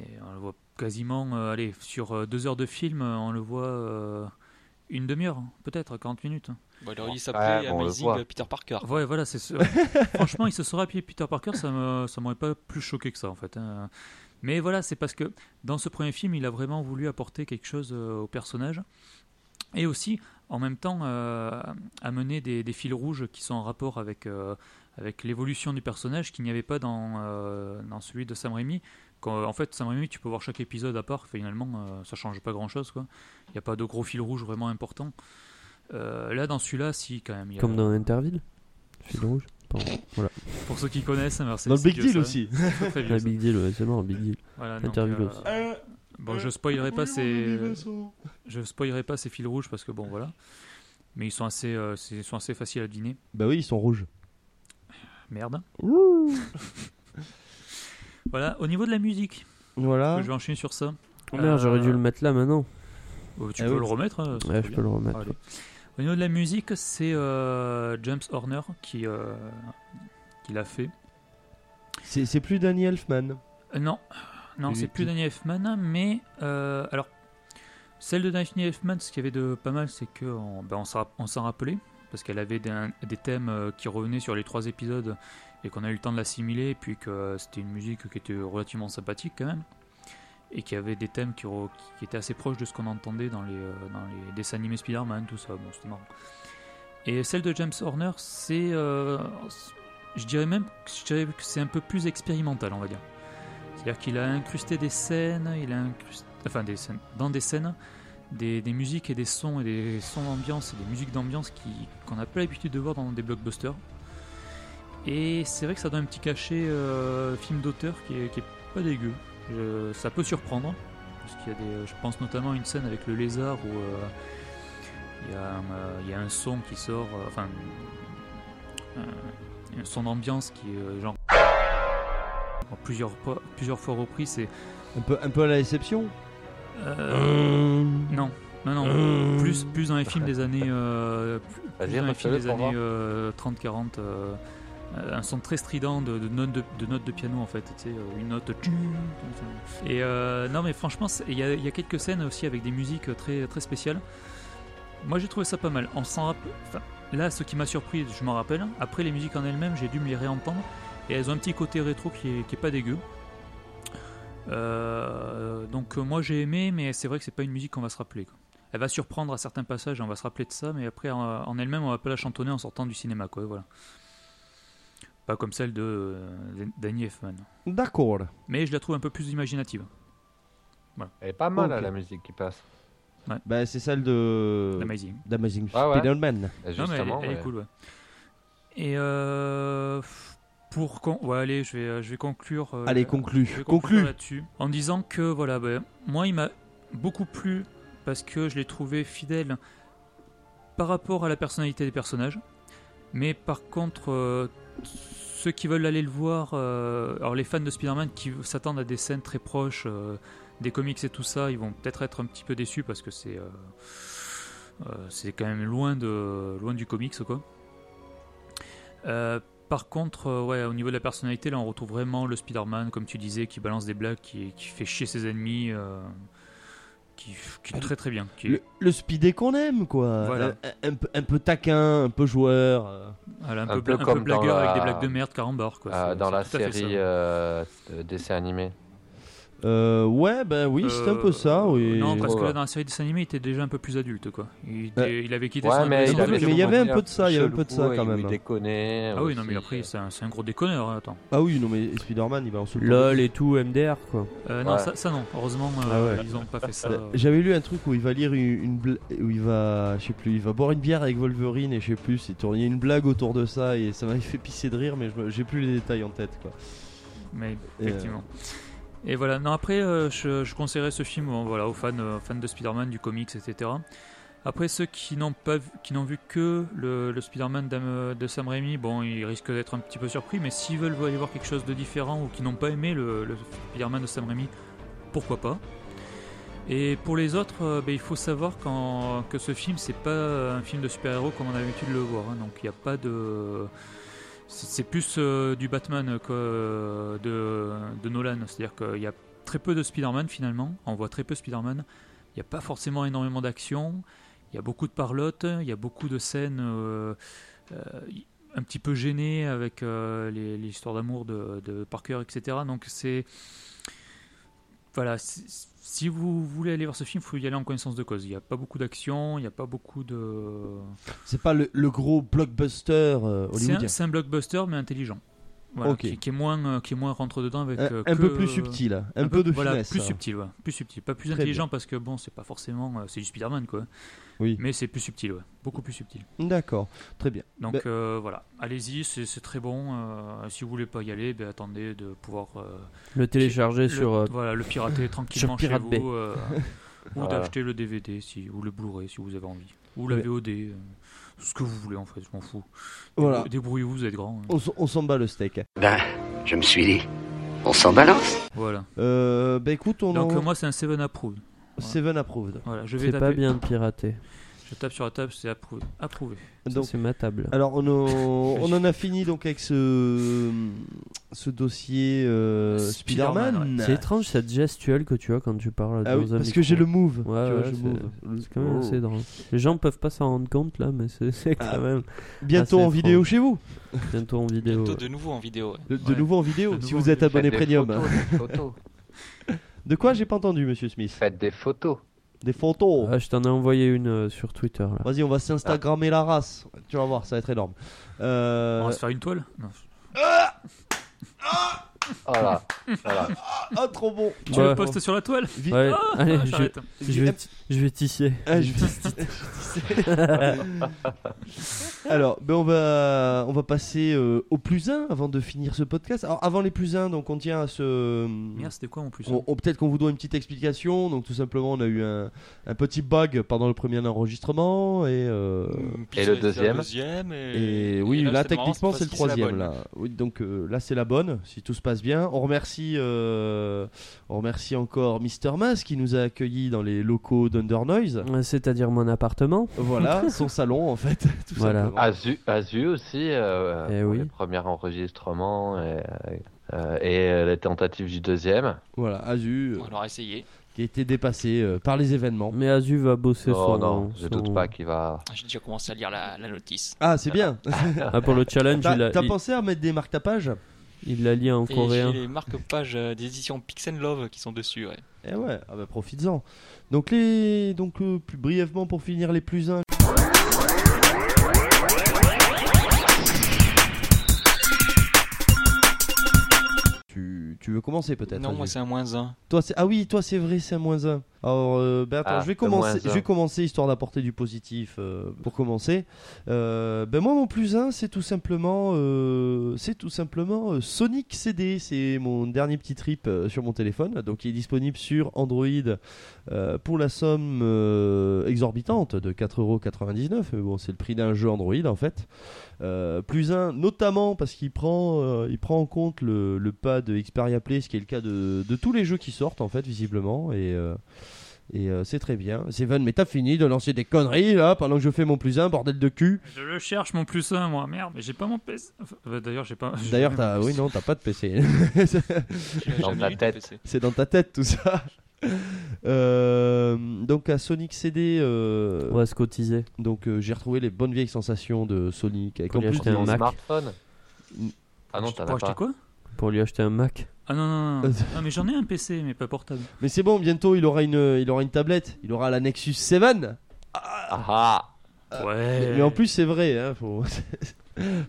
S4: et on le voit quasiment euh, allez sur euh, deux heures de film euh, on le voit euh, une demi-heure hein, peut-être 40 minutes
S9: Bon, alors, il s'appelait
S4: Ouais, bon, on le voit.
S9: Amazing Peter Parker.
S4: Ouais, voilà, c'est sûr. Franchement, il se serait appelé Peter Parker, ça me, ça m'aurait pas plus choqué que ça, en fait. hein. Mais voilà, c'est parce que dans ce premier film, il a vraiment voulu apporter quelque chose euh, au personnage. Et aussi, en même temps, euh, amener des, des fils rouges qui sont en rapport avec, euh, avec l'évolution du personnage qu'il n'y avait pas dans, euh, dans celui de Sam Raimi. Quand, en fait, Sam Raimi, tu peux voir chaque épisode à part, finalement, euh, ça change pas grand chose. quoi. Il n'y a pas de gros fil rouge vraiment important. Euh, là, dans celui-là, si, quand même. il y a-
S5: Comme dans Interville, fil rouge. Pardon. Voilà.
S4: pour ceux qui connaissent, alors c'est
S3: Dans le
S4: c'est
S3: Big
S4: vieux,
S3: Deal
S4: ça.
S3: aussi.
S4: Très, très vieux,
S5: Ouais,
S4: ça.
S5: Ah, Big Deal, ouais, c'est mort, Big Deal.
S4: Voilà, donc,
S5: Interville
S4: euh,
S5: aussi.
S4: Bon, je spoilerai pas
S3: oui, oui,
S4: ces,
S3: oui, Vincent.
S4: je spoilerai pas ces fils rouges parce que bon voilà, mais ils sont assez, euh, c'est- ils sont assez faciles à deviner.
S3: Bah oui, ils sont rouges.
S4: Merde. Voilà, au niveau de la musique.
S3: Voilà.
S4: Je vais enchaîner sur ça.
S5: Ah.
S4: Euh,
S5: Oh merde, j'aurais dû le mettre là maintenant.
S4: Oh, tu
S5: Ah
S4: peux
S5: oui.
S4: le remettre. hein, ça
S5: Ouais,
S4: va
S5: je
S4: bien.
S5: peux le remettre,
S4: Allez. Au niveau de la musique, c'est euh, James Horner qui, euh, qui l'a fait.
S3: C'est c'est plus Danny Elfman.
S4: Euh, non, non,
S3: Et
S4: c'est plus
S3: qui-
S4: Danny Elfman, mais euh, alors celle de Danny Elfman, ce qu'il y avait de pas mal, c'est que on, ben, on s'en rap- on s'en rappelait parce qu'elle avait des, des thèmes euh, qui revenaient sur les trois épisodes et qu'on a eu le temps de l'assimiler, et puis que euh, c'était une musique qui était relativement sympathique quand même et qui avait des thèmes qui, re- qui étaient assez proches de ce qu'on entendait dans les, euh, dans les dessins animés Spider-Man, tout ça, bon, c'était marrant. Et celle de James Horner, c'est. euh, je dirais même que je dirais que c'est un peu plus expérimental, on va dire. C'est-à-dire qu'il a incrusté des scènes, il a incrusté, enfin des scènes, dans des scènes, des, des musiques et des sons et des sons d'ambiance et des musiques d'ambiance qui- qu'on n'a pas l'habitude de voir dans des blockbusters. Et c'est vrai que ça donne un petit cachet euh, film d'auteur qui est, qui est pas dégueu. Je- ça peut surprendre, parce qu'il y a des, je pense notamment à une scène avec le lézard où euh, il y, a un, euh, il y a un son qui sort, euh, enfin un, un son d'ambiance qui est euh, genre en plusieurs, po- plusieurs fois repris, c'est
S3: Un peu, un peu à la déception.
S4: euh, non, non, non.
S3: Hum.
S4: Plus, plus dans les films des années, euh, plus-
S6: Vas-y,
S4: plus dans les films
S6: refais-le
S4: des
S6: pour
S4: années
S6: voir.
S4: euh, 30-40. euh, euh, un son très strident de, de notes de, de notes de piano en fait, tu sais, euh, une note. de tchou, tchou, tchou. Et euh, non mais franchement, c'est- il y, a- il y a quelques scènes aussi avec des musiques très très spéciales. Moi j'ai trouvé ça pas mal. On s'en rappelle. enfin, là, ce qui m'a surpris, je m'en rappelle. Après les musiques en elles-mêmes, j'ai dû me les réentendre et elles ont un petit côté rétro qui est, qui est pas dégueu. Euh, donc euh, moi j'ai aimé, mais c'est vrai que c'est pas une musique qu'on va se rappeler. quoi. Elle va surprendre à certains passages, on va se rappeler de ça, mais après en, en elle-même on va pas la chantonner en sortant du cinéma, quoi. Voilà. Pas comme celle de euh, Danny Elfman.
S3: D'accord.
S4: Mais je la trouve un peu plus imaginative.
S6: Elle est pas mal à
S4: Ok.
S6: la musique qui passe.
S3: Bah c'est celle de.
S4: D'Amazing.
S3: D'Amazing
S6: Ah ouais.
S3: Spider-Man.
S6: Et
S4: Non, mais elle est-
S6: justement,
S4: elle,
S6: ouais.
S4: est cool, ouais. Et euh, pour con... ouais, allez, je vais, je vais conclure. euh,
S3: Allez, conclue,
S4: je vais
S3: conclue.
S4: conclure là-dessus en disant que voilà, ben, moi, il m'a beaucoup plu parce que je l'ai trouvé fidèle par rapport à la personnalité des personnages. Mais par contre, euh, ceux qui veulent aller le voir, euh, alors les fans de Spider-Man qui s'attendent à des scènes très proches euh, des comics et tout ça, ils vont peut-être être un petit peu déçus parce que c'est euh, euh, c'est quand même loin, de, loin du comics quoi. Euh, par contre, euh, ouais, au niveau de la personnalité, là on retrouve vraiment le Spider-Man, comme tu disais, qui balance des blagues, qui, qui fait chier ses ennemis, euh, qui, qui est très très bien. Qui est-
S3: Le, le speedé qu'on aime quoi.
S4: Voilà.
S3: Un, un- un peu- un peu taquin, un peu joueur. euh.
S4: Voilà, un,
S6: Un
S4: peu,
S6: peu
S4: bla- un peu
S6: comme dans
S4: blagueur
S6: la-
S4: avec des blagues de merde carambar quoi.
S6: Ah,
S4: C'est-
S6: dans
S4: c'est
S6: la
S4: tout à fait ça. hein.
S6: série euh, euh, dessin animé.
S3: Euh, ouais bah oui c'est un peu ça. Oui.
S4: Euh, Non, parce que
S6: Ouais.
S4: là, dans la série dessin animé, il était déjà un peu plus adulte, quoi. Il, était-
S3: Euh,
S4: il avait quitté
S6: ouais,
S4: son
S6: mais
S4: adolescence
S6: il avait-
S4: déjà.
S3: mais il y avait un
S6: dire,
S3: peu de ça, il y avait un
S6: chelou,
S3: peu de ça
S6: ouais,
S3: quand
S6: il
S3: même.
S6: voulait déconner
S4: Ah oui, non, mais
S6: aussi.
S4: après, c'est un, c'est un gros déconneur, hein, attends.
S3: Ah oui non mais Spider-Man il va en se
S5: LOL et tout, MDR quoi.
S4: Euh, non,
S6: Ouais.
S4: ça, ça non, heureusement, euh, ils ont pas
S3: <laughs>
S4: fait ça.
S3: Euh, J'avais lu un truc où il va lire une, une bla- où il va je sais plus, il va boire une bière avec Wolverine et je sais plus, c'est tourné une blague autour de ça et ça m'avait fait pisser de rire mais je me- j'ai plus les détails en tête quoi.
S4: Mais
S3: euh,
S4: effectivement. Et voilà, non, après, euh, je, je conseillerais ce film bon, voilà, aux fans, euh, fans de Spider-Man, du comics, etc. Après, ceux qui n'ont pas vu, qui n'ont vu que le, le Spider-Man d'Am- euh, de Sam Raimi, bon, ils risquent d'être un petit peu surpris, mais s'ils veulent aller voir quelque chose de différent ou qui n'ont pas aimé le, le Spider-Man de Sam Raimi, pourquoi pas Et pour les autres, euh, ben, il faut savoir qu'en- que ce film, c'est pas un film de super-héros comme on a l'habitude de le voir, hein, donc il n'y a pas de. C'est c'est plus euh, du Batman que euh, de, de Nolan. C'est-à-dire qu'il y a très peu de Spider-Man finalement. On voit très peu Spider-Man. Il n'y a pas forcément énormément d'action. Il y a beaucoup de parlotte, il y a beaucoup de scènes euh, euh, un petit peu gênées avec euh, les, les histoires d'amour de, de Parker, etc. Donc c'est voilà, si- si vous voulez aller voir ce film, il faut y aller en connaissance de cause. Il n'y a pas beaucoup d'action, il n'y a pas beaucoup de.
S3: C'est pas le, le gros blockbuster euh,
S4: C'est
S3: hollywoodien.
S4: un, c'est un blockbuster mais intelligent. Voilà,
S3: Ok.
S4: qui, qui est moins euh, qui est moins rentre dedans avec
S3: Un-
S4: euh,
S3: un
S4: que-
S3: peu plus subtil, hein. un peu de
S4: voilà,
S3: finesse,
S4: plus
S3: hein.
S4: subtil ouais. plus subtil pas plus
S3: Très
S4: intelligent parce que bon c'est pas forcément euh, c'est du Spider-Man quoi
S3: Oui.
S4: mais c'est plus subtil ouais. beaucoup plus subtil
S3: D'accord, très bien.
S4: donc
S3: Ben-
S4: euh, voilà allez-y c'est c'est très bon euh, si vous voulez pas y aller ben, attendez de pouvoir euh,
S5: Le télécharger
S4: le-
S5: sur, euh,
S4: voilà le pirater
S5: sur
S4: tranquillement chez
S5: Pirate Bay.
S4: vous
S5: <laughs>
S4: euh, ou
S5: Voilà.
S4: d'acheter le DVD si ou le Blu-ray si vous avez envie ou
S3: Très
S4: la
S3: bien.
S4: VOD euh, ce que vous voulez en fait je m'en fous
S3: Voilà.
S4: débrouillez-vous vous êtes grand hein.
S5: Oh.
S3: On, s- on s'en bat le steak.
S11: Ben, je me suis dit, on s'en balance.
S4: Voilà.
S3: Euh, bah écoute, on
S4: donc
S3: en-
S4: euh, moi c'est un Seven approved Voilà.
S3: Seven approved.
S4: voilà je vais
S5: Oh C'est pas
S4: taper-
S5: bien de pirater.
S4: je tape sur la table c'est approuvé approuvé
S5: Ça,
S3: Donc-
S5: C'est ma table.
S3: <laughs> Alors on,
S4: <laughs>
S3: en- on en a fini donc avec ce, ce dossier euh, Spider-Man.
S5: C'est étrange cette gestuelle que tu as quand tu parles.
S3: Ah
S5: dans
S3: oui,
S5: un
S3: parce que j'ai
S5: micro.
S3: le move, tu
S5: Ouais,
S3: vois,
S5: ouais,
S3: je
S5: c'est-
S3: move.
S5: C'est quand même
S3: Oh.
S5: assez drôle. Les gens peuvent pas s'en rendre compte là, mais c'est- <laughs> c'est quand
S3: Ah,
S5: même.
S3: bientôt
S5: assez
S3: en vidéo
S5: étrange.
S3: chez vous.
S5: Bientôt en vidéo.
S7: Bientôt de nouveau en vidéo.
S3: De,
S7: ouais.
S3: de nouveau en vidéo,
S7: De
S3: si
S7: nouveau
S3: vous
S7: en
S3: êtes
S7: vidéo.
S3: abonné
S7: Faites des
S3: premium.
S7: photos, des photos.
S3: de quoi j'ai pas entendu, monsieur Smith
S9: Faites des photos.
S3: Des photos.
S5: Ah, je t'en ai envoyé une euh, sur Twitter là.
S3: Vas-y, on va s'instagrammer la race. Tu vas voir, ça va être énorme. Euh,
S4: on va se faire une toile non.
S6: Oh
S3: Voilà. Ah, trop bon.
S4: Tu le postes sur la toile
S3: Vi-
S4: <laughs>
S5: Ouais,
S4: Ah,
S5: <laughs> allez, je,
S4: j'arrête.
S5: je vais, je vais tisser.
S3: Ah, je vais <laughs> Alors, ben on va on va passer euh, au plus 1 avant de finir ce podcast. Alors avant les plus 1, donc on tient à ce
S4: Merde, c'était quoi, mon plus un
S5: Oh.
S3: On- on- peut-être qu'on vous doit une petite explication. Donc tout simplement, on a eu un, un petit bug pendant le premier enregistrement et euh,
S9: Et le deuxième.
S3: Et,
S7: et
S3: oui,
S7: là,
S3: là,
S7: c'est marrant,
S3: techniquement
S7: c'est
S3: c'est le
S7: parce que c'est la
S3: troisième
S7: bonne.
S3: là. Oui, donc euh, là c'est la bonne, si tout se passe bien. On remercie, euh, on remercie encore Mister Mas qui nous a accueillis dans les locaux d'Under Noise.
S5: Ouais, C'est-à-dire mon appartement.
S3: Voilà, son salon en fait. <laughs> Tout
S5: Voilà.
S3: simplement.
S9: Azu, Azu aussi, euh,
S5: Eh
S9: pour
S5: oui.
S9: les premiers enregistrements et, euh, et, euh, les tentatives du deuxième.
S3: Voilà, Azu.
S7: On aura essayé.
S3: Qui a été dépassé euh, par les événements.
S5: Mais Azu va bosser
S9: Oh
S5: son.
S3: hein,
S9: non, je doute
S5: son-
S9: pas qu'il va.
S7: Ah, J'ai déjà commencé à lire la, la notice.
S3: Ah, c'est bien.
S5: Ah, pour le challenge, il
S3: T'as
S5: a-
S3: t'as
S5: il-
S3: pensé à mettre des marques tapages
S5: Il la lit en
S7: Et
S5: coréen.
S7: j'ai les marque-pages euh, des éditions Pix Love qui sont dessus. ouais.
S3: Eh ouais, ah bah profites-en. Donc les, donc euh, plus brièvement pour finir les plus uns. Tu, tu veux commencer peut-être
S7: Non,
S3: Azu
S7: moi c'est un moins 1.
S3: Toi c'est ah oui, toi c'est vrai, c'est un moins 1. Alors euh, ben attends,
S7: Ah,
S3: je vais
S7: le moins
S3: commencer,
S7: un.
S3: je vais commencer histoire d'apporter du positif euh, pour commencer. Euh, ben moi mon plus 1 c'est tout simplement euh, c'est tout simplement euh, Sonic CD, c'est mon dernier petit trip euh, sur mon téléphone donc il est disponible sur Android euh, pour la somme euh, exorbitante de 4,99€. Mais bon, c'est le prix d'un jeu Android en fait. Euh, plus un, notamment parce qu'il prend, euh, il prend en compte le, le pas de Xperia Play, ce qui est le cas de, de tous les jeux qui sortent en fait, visiblement. Et, euh, et euh, c'est très bien. Seven, mais t'as fini de lancer des conneries là pendant que je fais mon plus un, bordel de cul.
S4: je le cherche mon plus 1 moi merde mais j'ai pas mon PS Enfin, bah, d'ailleurs j'ai
S5: Ah,
S4: pas j'ai <laughs>
S3: D'ailleurs,
S4: jamais
S3: t'as,
S4: mon
S3: oui,
S4: PS.
S3: non, t'as pas de PC.
S9: Dans ta tête.
S3: <laughs> C'est dans ta tête tout ça. Euh, donc à Sonic CD. Euh,
S5: On va se cotiser.
S3: Donc euh, j'ai retrouvé les bonnes vieilles sensations de Sonic avec
S5: Pour
S3: en
S5: lui
S3: plus
S5: acheter un
S3: des-
S5: Mac.
S9: Smartphone. Ah non,
S4: Tu
S9: t'en
S4: pourras
S9: as
S4: acheter
S9: pas.
S4: quoi
S5: Pour lui acheter un Mac.
S4: ah non non, non,
S5: <laughs>
S4: non. Ah, mais j'en ai un PC mais pas portable
S3: Mais c'est bon, bientôt il aura une, il aura une tablette, il aura la Nexus 7.
S9: Ah ah.
S5: Euh,
S4: ouais
S3: Mais, mais en plus c'est vrai, hein, faut- <laughs>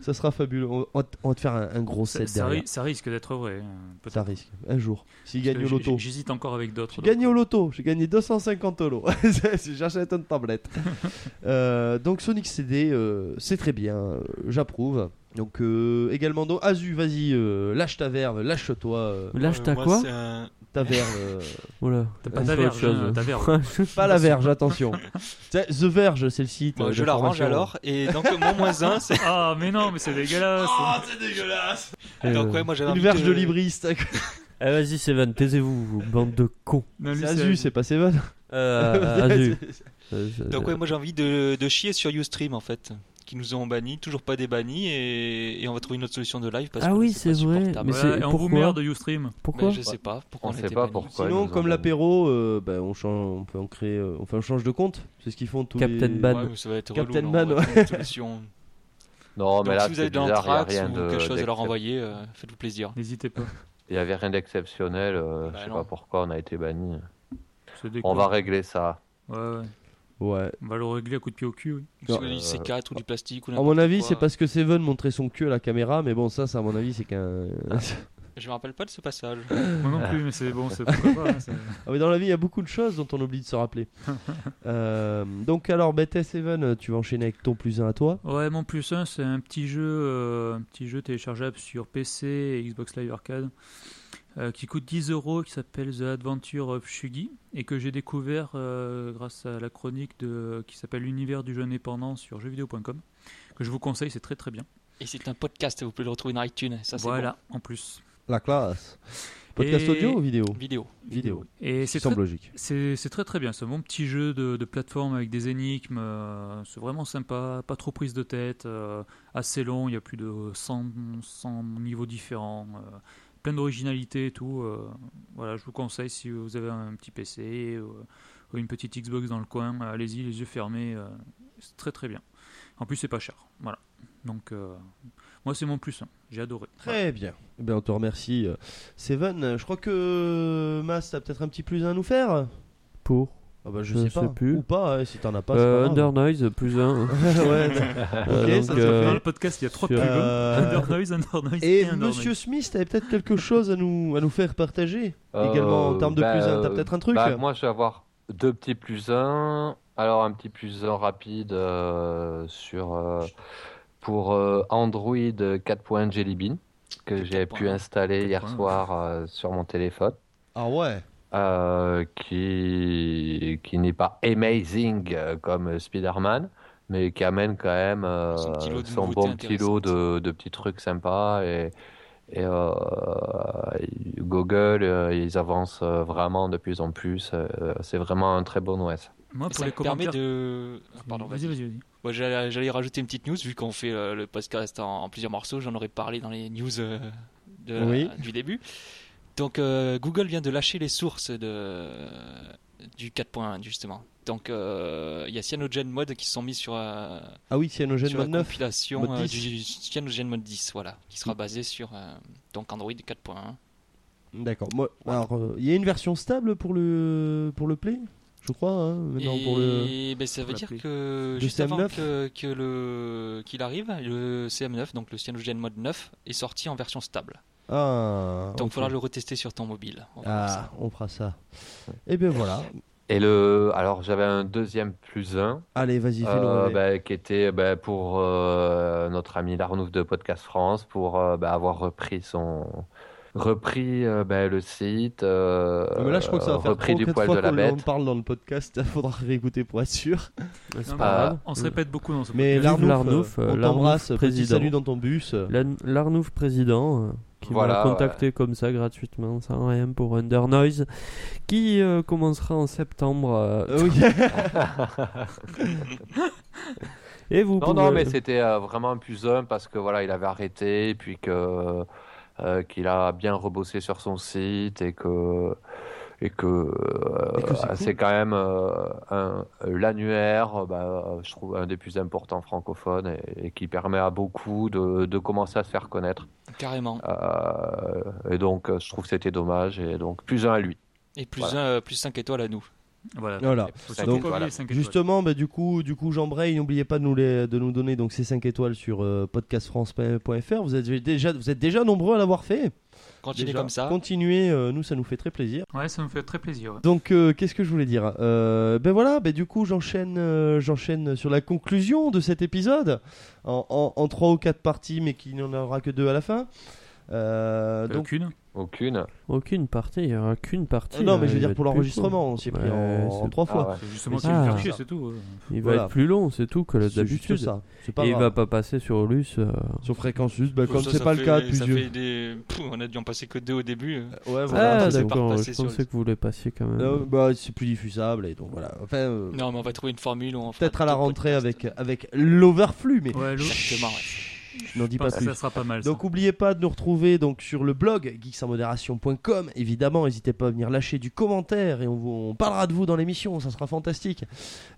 S3: ça sera fabuleux. On on va te- on va te faire un, un gros
S4: ça,
S3: set
S4: ça
S3: derrière.
S4: ri- ça risque d'être vrai euh, peut-être.
S3: Ça risque, un jour. S'il
S4: Parce
S3: gagne au
S4: que j-
S3: loto.
S4: j'hésite encore avec d'autres
S3: J'ai gagné au loto, j'ai gagné 250 euros. <laughs> Si J'achète une tablette. Euh, donc Sonic CD, euh, c'est très bien, euh, j'approuve. Donc euh, également, donc, Azu, vas-y, euh, lâche ta verve, lâche-toi. euh,
S5: Lâche ta
S7: moi,
S5: quoi
S7: c'est un-
S3: Ta verve. euh,
S5: Oula.
S4: T'as pas
S5: on
S4: ta
S5: fait autre
S4: verge,
S5: chose.
S4: hein, ta verve.
S3: Pas la verge, attention. C'est- The Verge, c'est le site.
S7: Bon,
S3: euh,
S7: je
S3: de
S7: la range
S3: formation.
S7: alors. Et donc euh, mon moins
S4: <laughs>
S7: 1, c'est. Ah,
S4: ah mais non mais Ah, c'est dégueulasse
S3: Ah,
S15: c'est dégueulasse
S7: Donc ouais, moi j'avais
S3: Une
S7: envie
S3: verge de libriste.
S5: <laughs> Eh, vas-y, Seven, taisez-vous, vous, bande de cons.
S4: Non, lui,
S3: C'est <laughs>
S4: c'est-
S3: Azu, c'est pas Seven. <laughs>
S5: Euh, Azu. Euh, je-
S7: Donc ouais, moi j'ai envie de, de chier sur Ustream en fait. qui nous ont bannis, toujours pas débannis, et, et on va trouver une autre solution de live parce
S5: Ah
S7: que là,
S5: oui,
S7: c'est
S5: c'est
S7: pas
S5: vrai.
S7: supportable.
S5: Mais c'est-
S4: et on vous
S5: pourquoi
S4: merde de Ustream.
S5: Pourquoi
S7: Mais je sais pas pourquoi on
S9: On sait
S7: était
S9: pas
S7: banni.
S9: pourquoi.
S7: Sinon,
S9: ils
S3: Sinon,
S9: nous
S3: comme
S9: ont
S3: l'apéro, euh, ben, on, change, on peut en créer, euh, enfin, on change de compte. C'est ce qu'ils font tous
S5: Captain
S3: les...
S5: Ban.
S7: Ouais, mais ça va être
S3: Captain
S7: relou, non,
S3: Ban,
S7: on va
S3: ouais.
S7: trouver une solution.
S9: Non, mais
S7: Donc
S9: là,
S7: si vous avez de
S9: c'est bizarre, il n'y a
S7: l'anthrax
S9: rien
S7: ou
S9: de.
S7: quelque chose à leur
S9: d'excep-
S7: envoyer, euh, faites-vous plaisir.
S4: N'hésitez pas.
S9: Il n'y avait rien d'exceptionnel, euh,
S7: Bah
S9: je sais
S7: non.
S9: pas pourquoi on a été banni.
S4: C'est des
S9: On
S4: cons.
S9: va régler ça.
S4: Ouais, ouais.
S3: Ouais.
S4: On va le régler à coup de pied au cul. oui.
S7: Parce
S3: Non,
S7: que
S3: euh,
S7: du C4 ou du plastique
S5: ah
S7: ou
S3: À mon avis,
S7: n'importe
S3: c'est
S7: quoi.
S3: parce que Seven montrait son cul à la caméra, mais bon, ça, ça à mon avis, c'est qu'un.
S7: Ah. Je me rappelle pas de ce passage.
S4: Moi non plus, mais c'est bon, c'est pourquoi pas. hein, c'est-
S3: <laughs> Ah, mais dans la vie, il y a beaucoup de choses dont on oublie de se
S7: <laughs>
S3: rappeler. Euh, donc, alors, BTS Seven, tu vas enchaîner avec ton plus un à toi.
S4: Ouais, mon plus 1, c'est un petit jeu, euh, un petit jeu téléchargeable sur PC et Xbox Live Arcade euh, qui coûte 10 euros, qui s'appelle The Adventure of Shugi et que j'ai découvert euh, grâce à la chronique de, qui s'appelle L'univers du jeu indépendant sur jeuxvideo.com que je vous conseille, c'est très très bien.
S7: Et c'est un podcast, vous pouvez le retrouver dans iTunes, ça c'est
S4: voilà, en plus.
S3: La classe. Podcast
S4: Et-
S3: audio ou vidéo
S7: bon. Vidéo.
S3: Vidéo.
S4: Et
S3: Ça
S4: c'est
S3: semble
S4: très,
S3: logique.
S4: c'est c'est très très bien, c'est un bon petit jeu de, de plateforme avec des énigmes, euh, c'est vraiment sympa, pas trop prise de tête, euh, assez long, il y a plus de 100, 100 niveaux différents, euh, plein d'originalité et tout. euh, voilà, je vous conseille si vous avez un petit PC ou, ou une petite Xbox dans le coin, euh, allez-y les yeux fermés, euh, c'est très très bien. En plus c'est pas cher, voilà. Donc euh, moi c'est mon plus, un, j'ai adoré.
S3: Très bien. Eh Ben, on te remercie, euh, Seven. Euh, Je crois que euh, Mas, t'as peut-être un petit plus un à nous faire
S5: Pour
S3: ah bah, je,
S5: Je
S3: sais,
S5: sais
S3: pas.
S5: plus.
S3: Ou pas, hein, si t'en as pas.
S5: euh,
S3: c'est pas
S5: Under Noise,
S3: <laughs>
S5: plus un. hein.
S3: grave. ouais.
S5: Euh,
S3: Ok,
S5: donc,
S3: ça, ça
S5: euh,
S4: Dans le podcast il y a trois
S5: sur-
S4: pubs,
S3: Euh,
S4: Under Noise, Under Noise
S3: Et,
S4: et Under Noise.
S3: Monsieur Smith, t'avais peut-être quelque chose à nous, à nous faire partager également en
S9: Euh,
S3: termes de
S9: bah,
S3: plus un. T'as
S9: euh,
S3: peut-être un truc
S9: bah, Moi, je vais avoir deux petits plus un. Alors, un petit plus un rapide euh, sur, euh, pour euh, Android 4.1 Jelly Bean que j'ai pu
S7: 4.1.
S9: installer hier
S4: 4.1.
S9: soir euh, sur mon téléphone.
S3: Ah ouais.
S9: euh, qui, qui n'est pas amazing euh, comme Spider-Man, mais qui amène quand même euh,
S7: Son petit lot de
S9: son
S7: nouveautés
S9: bon petit lot
S7: intéressantes.
S9: de, de petits trucs sympas. Et, et euh, Google, euh, ils avancent euh, vraiment de plus en plus. euh, c'est vraiment un très bon OS.
S4: Moi Ah,
S7: Et
S4: pour
S7: ça
S4: les
S7: me permet
S4: commentaires.
S7: de. Ah, Pardon,
S4: vas-y,
S7: vas-y.
S4: vas-y, vas-y.
S7: Moi, j'allais j'allais rajouter une petite news, vu qu'on fait euh, le podcast en, en plusieurs morceaux, j'en aurais parlé dans les news euh, de la-
S3: Oui.
S7: du début. Donc, euh, Google vient de lâcher les sources de, du 4.1, justement. Donc, euh, il y a CyanogenMod Mode qui se sont mis sur, euh,
S3: Ah oui, Cyanogen
S7: sur la
S3: 29.
S7: compilation
S3: Mode
S7: euh,
S3: 10.
S7: du CyanogenMod Mode 10, voilà, qui sera basée sur euh, donc Android 4.1.
S3: D'accord. Moi, alors, euh, il y a une version stable pour le pour le Play, je crois. hein, maintenant pour le.
S7: Et ben, ça veut
S4: pour
S7: dire
S4: l'appli.
S7: que
S3: Le
S7: juste avant
S3: CM9?
S7: que, que le qu'il arrive, le CM9, donc le CyanogenMod Mode 9, est sorti en version stable.
S3: Ah.
S7: Donc
S3: ok.
S7: il faudra le retester sur ton mobile. On va voir
S3: Ah,
S7: ça.
S3: on fera ça. Et bien voilà.
S9: Et le, alors j'avais un deuxième plus un.
S3: Allez, vas-y, fais-le.
S9: Euh,
S3: rêver.
S9: bah, qui était bah, pour euh, notre ami Larnouf de Podcast France pour euh, bah, avoir repris son repris euh, bah, le site euh,
S3: Ouais, mais là, je crois que ça va faire
S9: repris
S3: trois ou
S9: du
S3: quatre
S9: poil
S3: fois
S9: de la
S3: qu'on en
S9: bête
S3: parle dans le podcast. <laughs> faudra réécouter pour être sûr.
S5: c'est
S4: Non,
S5: pas
S7: bah,
S4: mais
S5: grave.
S4: On se répète beaucoup dans ce
S3: Mais
S5: Vive
S3: l'Arnouf,
S5: l'Arnouf,
S3: euh,
S5: euh,
S3: on
S5: l'Arnouf
S3: t'embrasse. Petit
S5: président.
S3: salut dans ton bus.
S5: L'Arn- L'Arnouf président euh, qui
S9: Voilà,
S5: m'a contacté comme ça gratuitement sans rien pour Under Noise qui euh, commencera en septembre. euh,
S3: Euh, oui.
S5: et vous
S9: non
S5: pouvez-
S9: non mais c'était euh, vraiment un plus un parce que voilà il avait arrêté et puis que euh, qu'il a bien rebossé sur son site et que et que, euh,
S3: Et que c'est cool.
S9: quand même euh, un- l'annuaire, euh, bah, je trouve, un des plus importants francophones et, et qui permet à beaucoup de, de commencer à se faire connaître.
S7: Carrément.
S9: Euh, et donc, euh, je trouve que c'était dommage. Et donc, plus un à lui.
S7: Et plus,
S9: voilà.
S7: un, euh, plus 5 étoiles à nous.
S4: Voilà.
S3: <laughs> Voilà.
S4: Faut
S9: Cinq
S4: surtout
S9: étoiles.
S4: pas oublier les cinq étoiles.
S3: Justement, bah, du coup, du coup, Jean Bray, n'oubliez pas de nous, les, de nous donner donc ces 5 étoiles sur euh, podcastfrance.fr. Vous êtes déjà, vous êtes déjà nombreux à l'avoir fait.
S7: Continuez
S3: Déjà.
S7: comme ça.
S3: Continuez, euh, nous, ça nous fait très plaisir.
S4: Ouais, ça me fait très plaisir. ouais.
S3: Donc, euh, qu'est-ce que je voulais dire Euh, Ben voilà, ben du coup, j'enchaîne, euh, j'enchaîne sur la conclusion de cet épisode en, en, en trois ou quatre parties, mais qu'il n'y en aura que deux à la fin. Euh, donc,
S4: Aucune
S9: Aucune.
S5: Aucune partie, il n'y aura qu'une partie.
S3: Non,
S5: hein,
S3: mais je veux
S5: il
S3: dire
S5: va
S3: pour
S5: être plus
S3: l'enregistrement,
S5: court.
S3: on s'y est pris
S5: Ouais,
S3: en-
S5: c'est-
S3: en trois fois.
S4: Ah ouais. C'est justement qu'il veut faire chier, c'est tout, euh. ouais.
S5: Il
S3: Voilà.
S5: va être plus long, c'est tout, que
S3: C'est juste
S5: d'habitude.
S3: ça, c'est pas
S5: Et il
S3: grave.
S5: va pas passer sur Lus. euh,
S3: Sur fréquence juste, bah,
S7: Ça,
S3: comme
S7: ça
S3: c'est pas le
S7: fait-
S3: cas Euh,
S7: ça
S3: depuis
S7: fait des- Pff, on a dû en passer que deux au début.
S3: Ouais,
S5: Ah,
S7: c'est pas
S5: d'accord,
S7: repassé
S5: je
S7: sur
S5: pensais
S7: le-
S5: que vous le passiez quand même.
S3: Euh, bah, c'est plus diffusable et donc voilà. Enfin, euh,
S7: Non, Ah, mais on va trouver une formule. où on fera
S3: peut-être à la
S7: deux
S3: rentrée avec euh, avec l'overflux, mais
S4: Ouais, l'eau.
S7: Exactement, ouais.
S3: je n'en dis pas
S4: pense que
S3: plus.
S4: ça sera pas mal, ça.
S3: Donc n'oubliez pas de nous retrouver donc sur le blog geeksenmodération.com. Évidemment, n'hésitez pas à venir lâcher du commentaire et on, vous- on parlera de vous dans l'émission, ça sera fantastique.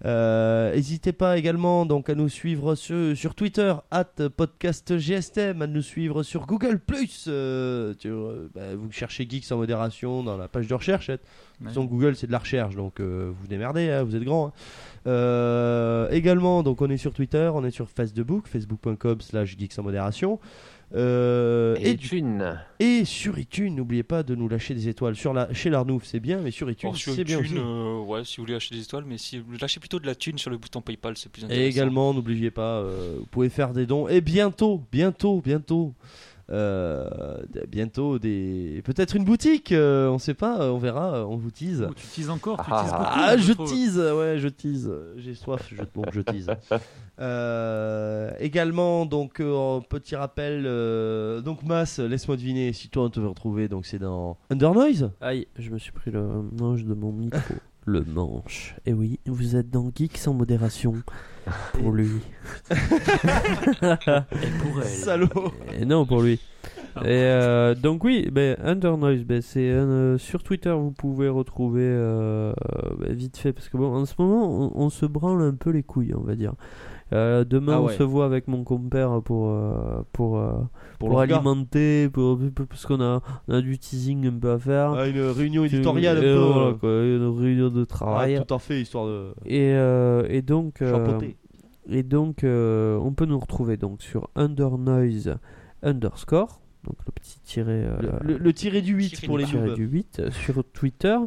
S3: Euh, N'hésitez pas également donc à nous suivre sur, sur Twitter @podcastgstm, à nous suivre sur Google Plus. euh, bah, vous cherchez Geeks en modération dans la page de recherche. hein. De toute façon, Google c'est de la recherche, donc euh, vous vous démerdez, hein, vous êtes grand. hein. Euh, également, donc on est sur Twitter, on est sur Facebook, facebook.com slash geeks en modération. Euh, et, du-
S9: iTunes.
S3: et sur iTunes, n'oubliez pas de nous lâcher des étoiles. Sur la, chez l'Arnouf, c'est bien, mais sur iTunes,
S7: Alors, sur
S3: c'est bien
S7: iTunes,
S3: aussi.
S7: Oh, euh, ouais, si vous voulez acheter des étoiles, mais si lâchez plutôt de la thune sur le bouton PayPal, c'est plus intéressant.
S3: Et également, n'oubliez pas, euh, vous pouvez faire des dons. Et bientôt, bientôt, bientôt, euh, d- bientôt des, peut-être une boutique. euh, on sait pas, euh, on verra, euh, on vous tease.
S4: Tu teases encore, tu
S3: Ah,
S4: teases beaucoup.
S3: ah, je
S4: trouve.
S3: tease, ouais, je tease. J'ai soif, je, donc je tease. Euh, également, donc, euh, petit rappel, euh, donc, Mas, laisse-moi deviner, si toi on te veut retrouver, donc c'est dans Under Noise
S5: Aïe, je me suis pris le manche de mon micro. le manche. Et oui, vous êtes dans Geeks sans modération. Pour lui.
S3: pour elle. Salaud.
S5: Et non, pour lui. Et euh, donc oui, ben, Under Noise, ben, c'est un, euh, sur Twitter vous pouvez retrouver euh, ben, vite fait parce que bon, en ce moment on, on se branle un peu les couilles, on va dire. Euh, demain
S3: Ah
S5: on
S3: ouais.
S5: se voit avec mon compère pour euh, pour euh,
S3: Pour
S5: pour,
S3: l'orga.
S5: alimenter, pour, parce qu'on a on a du teasing un peu à faire.
S3: Ah, une réunion éditoriale un
S5: Et
S3: peu,
S5: voilà,
S3: euh. ah,
S5: quoi, une réunion de travail.
S3: tout en fait, histoire de.
S5: Et, euh, et donc, euh,
S3: Chapeauté.
S5: et donc euh, on peut nous retrouver donc sur undernoise underscore, donc le petit tiret. euh,
S3: Le, le tiré du 8 pour les
S5: tiret
S3: noobs.
S5: du 8 euh, sur Twitter.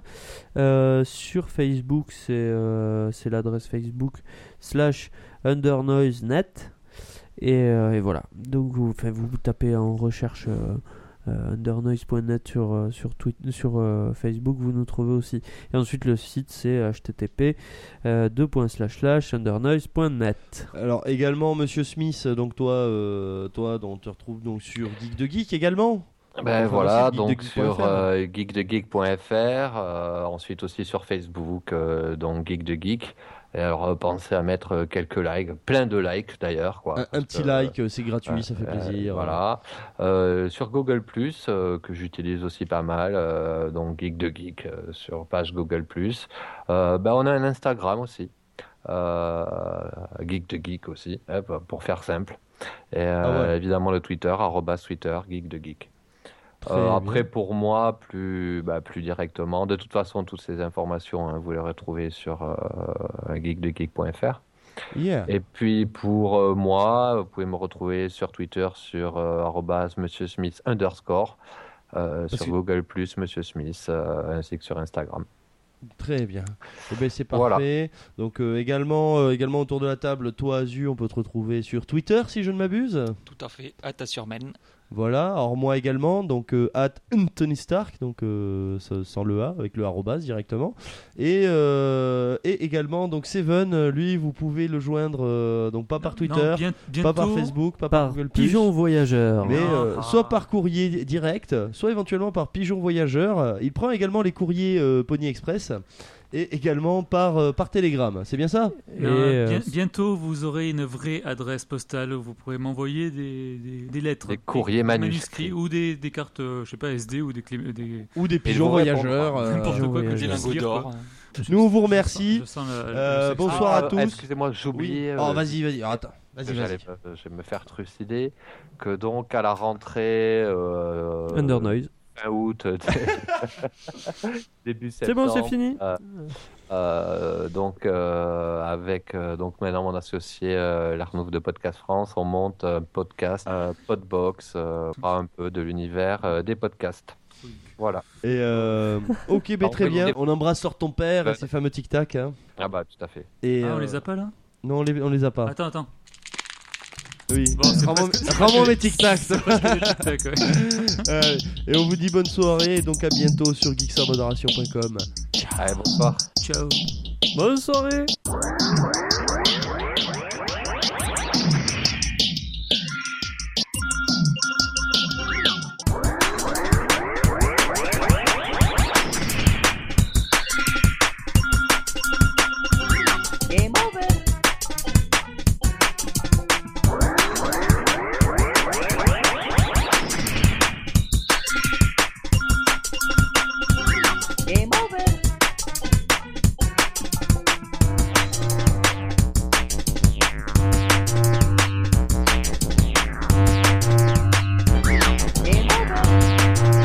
S5: Euh, sur Facebook, c'est euh, c'est l'adresse Facebook slash undernoise.net. Et, euh, et voilà. Donc vous, enfin, vous tapez en recherche euh, euh, undernoise.net sur, euh, sur, Twitter, sur euh, Facebook, vous nous trouvez aussi. Et ensuite le site c'est http euh, deux points slash slash undernoise.net.
S3: Alors également Monsieur Smith, donc toi, euh, toi, dont on te retrouve donc sur Geek de Geek également. Enfin,
S9: Ben voilà,
S3: le site
S9: donc sur
S3: geekdegeek.fr.
S9: euh, geekdegeek.fr, euh, ensuite aussi sur Facebook, euh, donc Geek de Geek. Et alors euh, pensez à mettre euh, quelques likes, plein de likes d'ailleurs. quoi.
S3: un, un
S9: Parce
S3: petit
S9: que,
S3: like, euh, c'est gratuit, ça fait
S9: euh,
S3: plaisir.
S9: voilà. Euh, sur Google Plus, euh, que j'utilise aussi pas mal, euh, donc Geek de Geek euh, sur page Google Plus. ben, on a un Instagram aussi, euh, Geek de Geek aussi, hein, pour- pour faire simple. Et euh,
S3: Ah ouais.
S9: évidemment le Twitter, arrobas Twitter, Geek de Geek.
S3: Très
S9: Euh,
S3: bien.
S9: après, pour moi, plus, bah, plus directement. De toute façon, toutes ces informations, hein, vous les retrouvez sur euh, geekdegeek.fr.
S3: Yeah.
S9: Et puis pour euh, moi, vous pouvez me retrouver sur Twitter sur euh, arrobase Monsieur Smith underscore, euh, sur
S3: que-
S9: Google Plus Monsieur Smith, euh, ainsi que sur Instagram.
S3: Très bien. Eh ben, c'est
S9: Voilà.
S3: parfait. Donc euh, également, euh, également autour de la table, toi Azu, on peut te retrouver sur Twitter si je ne m'abuse.
S7: Tout à fait, à ta surmène.
S3: Voilà. Alors moi également, donc euh, at Anthony Stark, donc euh, ça- sans le A, avec le arrobas directement. Et, euh, et également donc Seven, euh, lui, vous pouvez le joindre euh, donc pas par
S4: non,
S3: Twitter,
S4: bien-
S3: pas par
S4: bientôt,
S3: Facebook, pas par, Google
S5: Pigeon voyageur.
S3: mais euh, soit par courrier direct, soit éventuellement par pigeon voyageur. Euh, Il prend également les courriers euh, Pony Express et également par, euh, par Telegram. C'est bien ça
S4: Non, euh,
S3: euh,
S5: euh,
S4: bien- bientôt, vous aurez une vraie adresse postale où vous pourrez m'envoyer des, des- des lettres.
S9: Des courriers manuscrits.
S4: Ou des, des cartes, euh, je sais pas, SD ou des... clé- des...
S3: Ou des pigeons voyageurs, euh,
S4: <laughs> N'importe
S3: pigeons
S4: quoi que
S3: voyageurs.
S4: des lingots d'or.
S3: Nous, on vous remercie.
S4: je sens le- le-
S3: Euh,
S4: le sexe.
S3: bonsoir
S9: Ah,
S3: à tous.
S9: Excusez-moi, j'ai oublié. euh,
S4: euh,
S3: Oui. Oh, vas-y, vas-y. Attends. Vas-y,
S9: J'allais
S3: vas-y.
S9: pas- euh, je vais me faire trucider que donc à la rentrée. Euh,
S5: Under Noise.
S9: Fin août, <laughs> début
S5: C'est bon,
S9: septembre.
S5: c'est fini.
S9: euh, euh, donc euh, avec euh, donc maintenant mon associé euh, l'Arnouf de Podcast France, on monte un podcast, un podbox, euh, on parle un peu de l'univers euh, des podcasts. Voilà.
S3: Et euh,
S4: <laughs>
S3: ok, ben,
S9: Alors,
S3: très
S9: on peut
S3: bien.
S9: les-
S3: On embrasse sort ton père et
S9: Ouais.
S3: ses fameux tic tac.
S9: Ah bah tout à fait.
S3: Et
S4: Ah, on
S3: euh,
S4: les a pas là
S3: Ah.
S4: <laughs>
S3: Non, on les, on les a pas.
S4: Attends, attends.
S3: Oui.
S4: Bon, c'est
S3: Ramon,
S4: presque-
S3: Ramon
S4: c'est-
S3: et Tic Tac.
S4: c'est presque des Tic Tac, ouais.
S3: Euh, et on vous dit bonne soirée et donc à bientôt sur geeksamoderation.com.
S9: Allez, bonsoir.
S3: Ciao. Bonne soirée.
S5: Game over. Game over. Game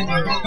S5: over.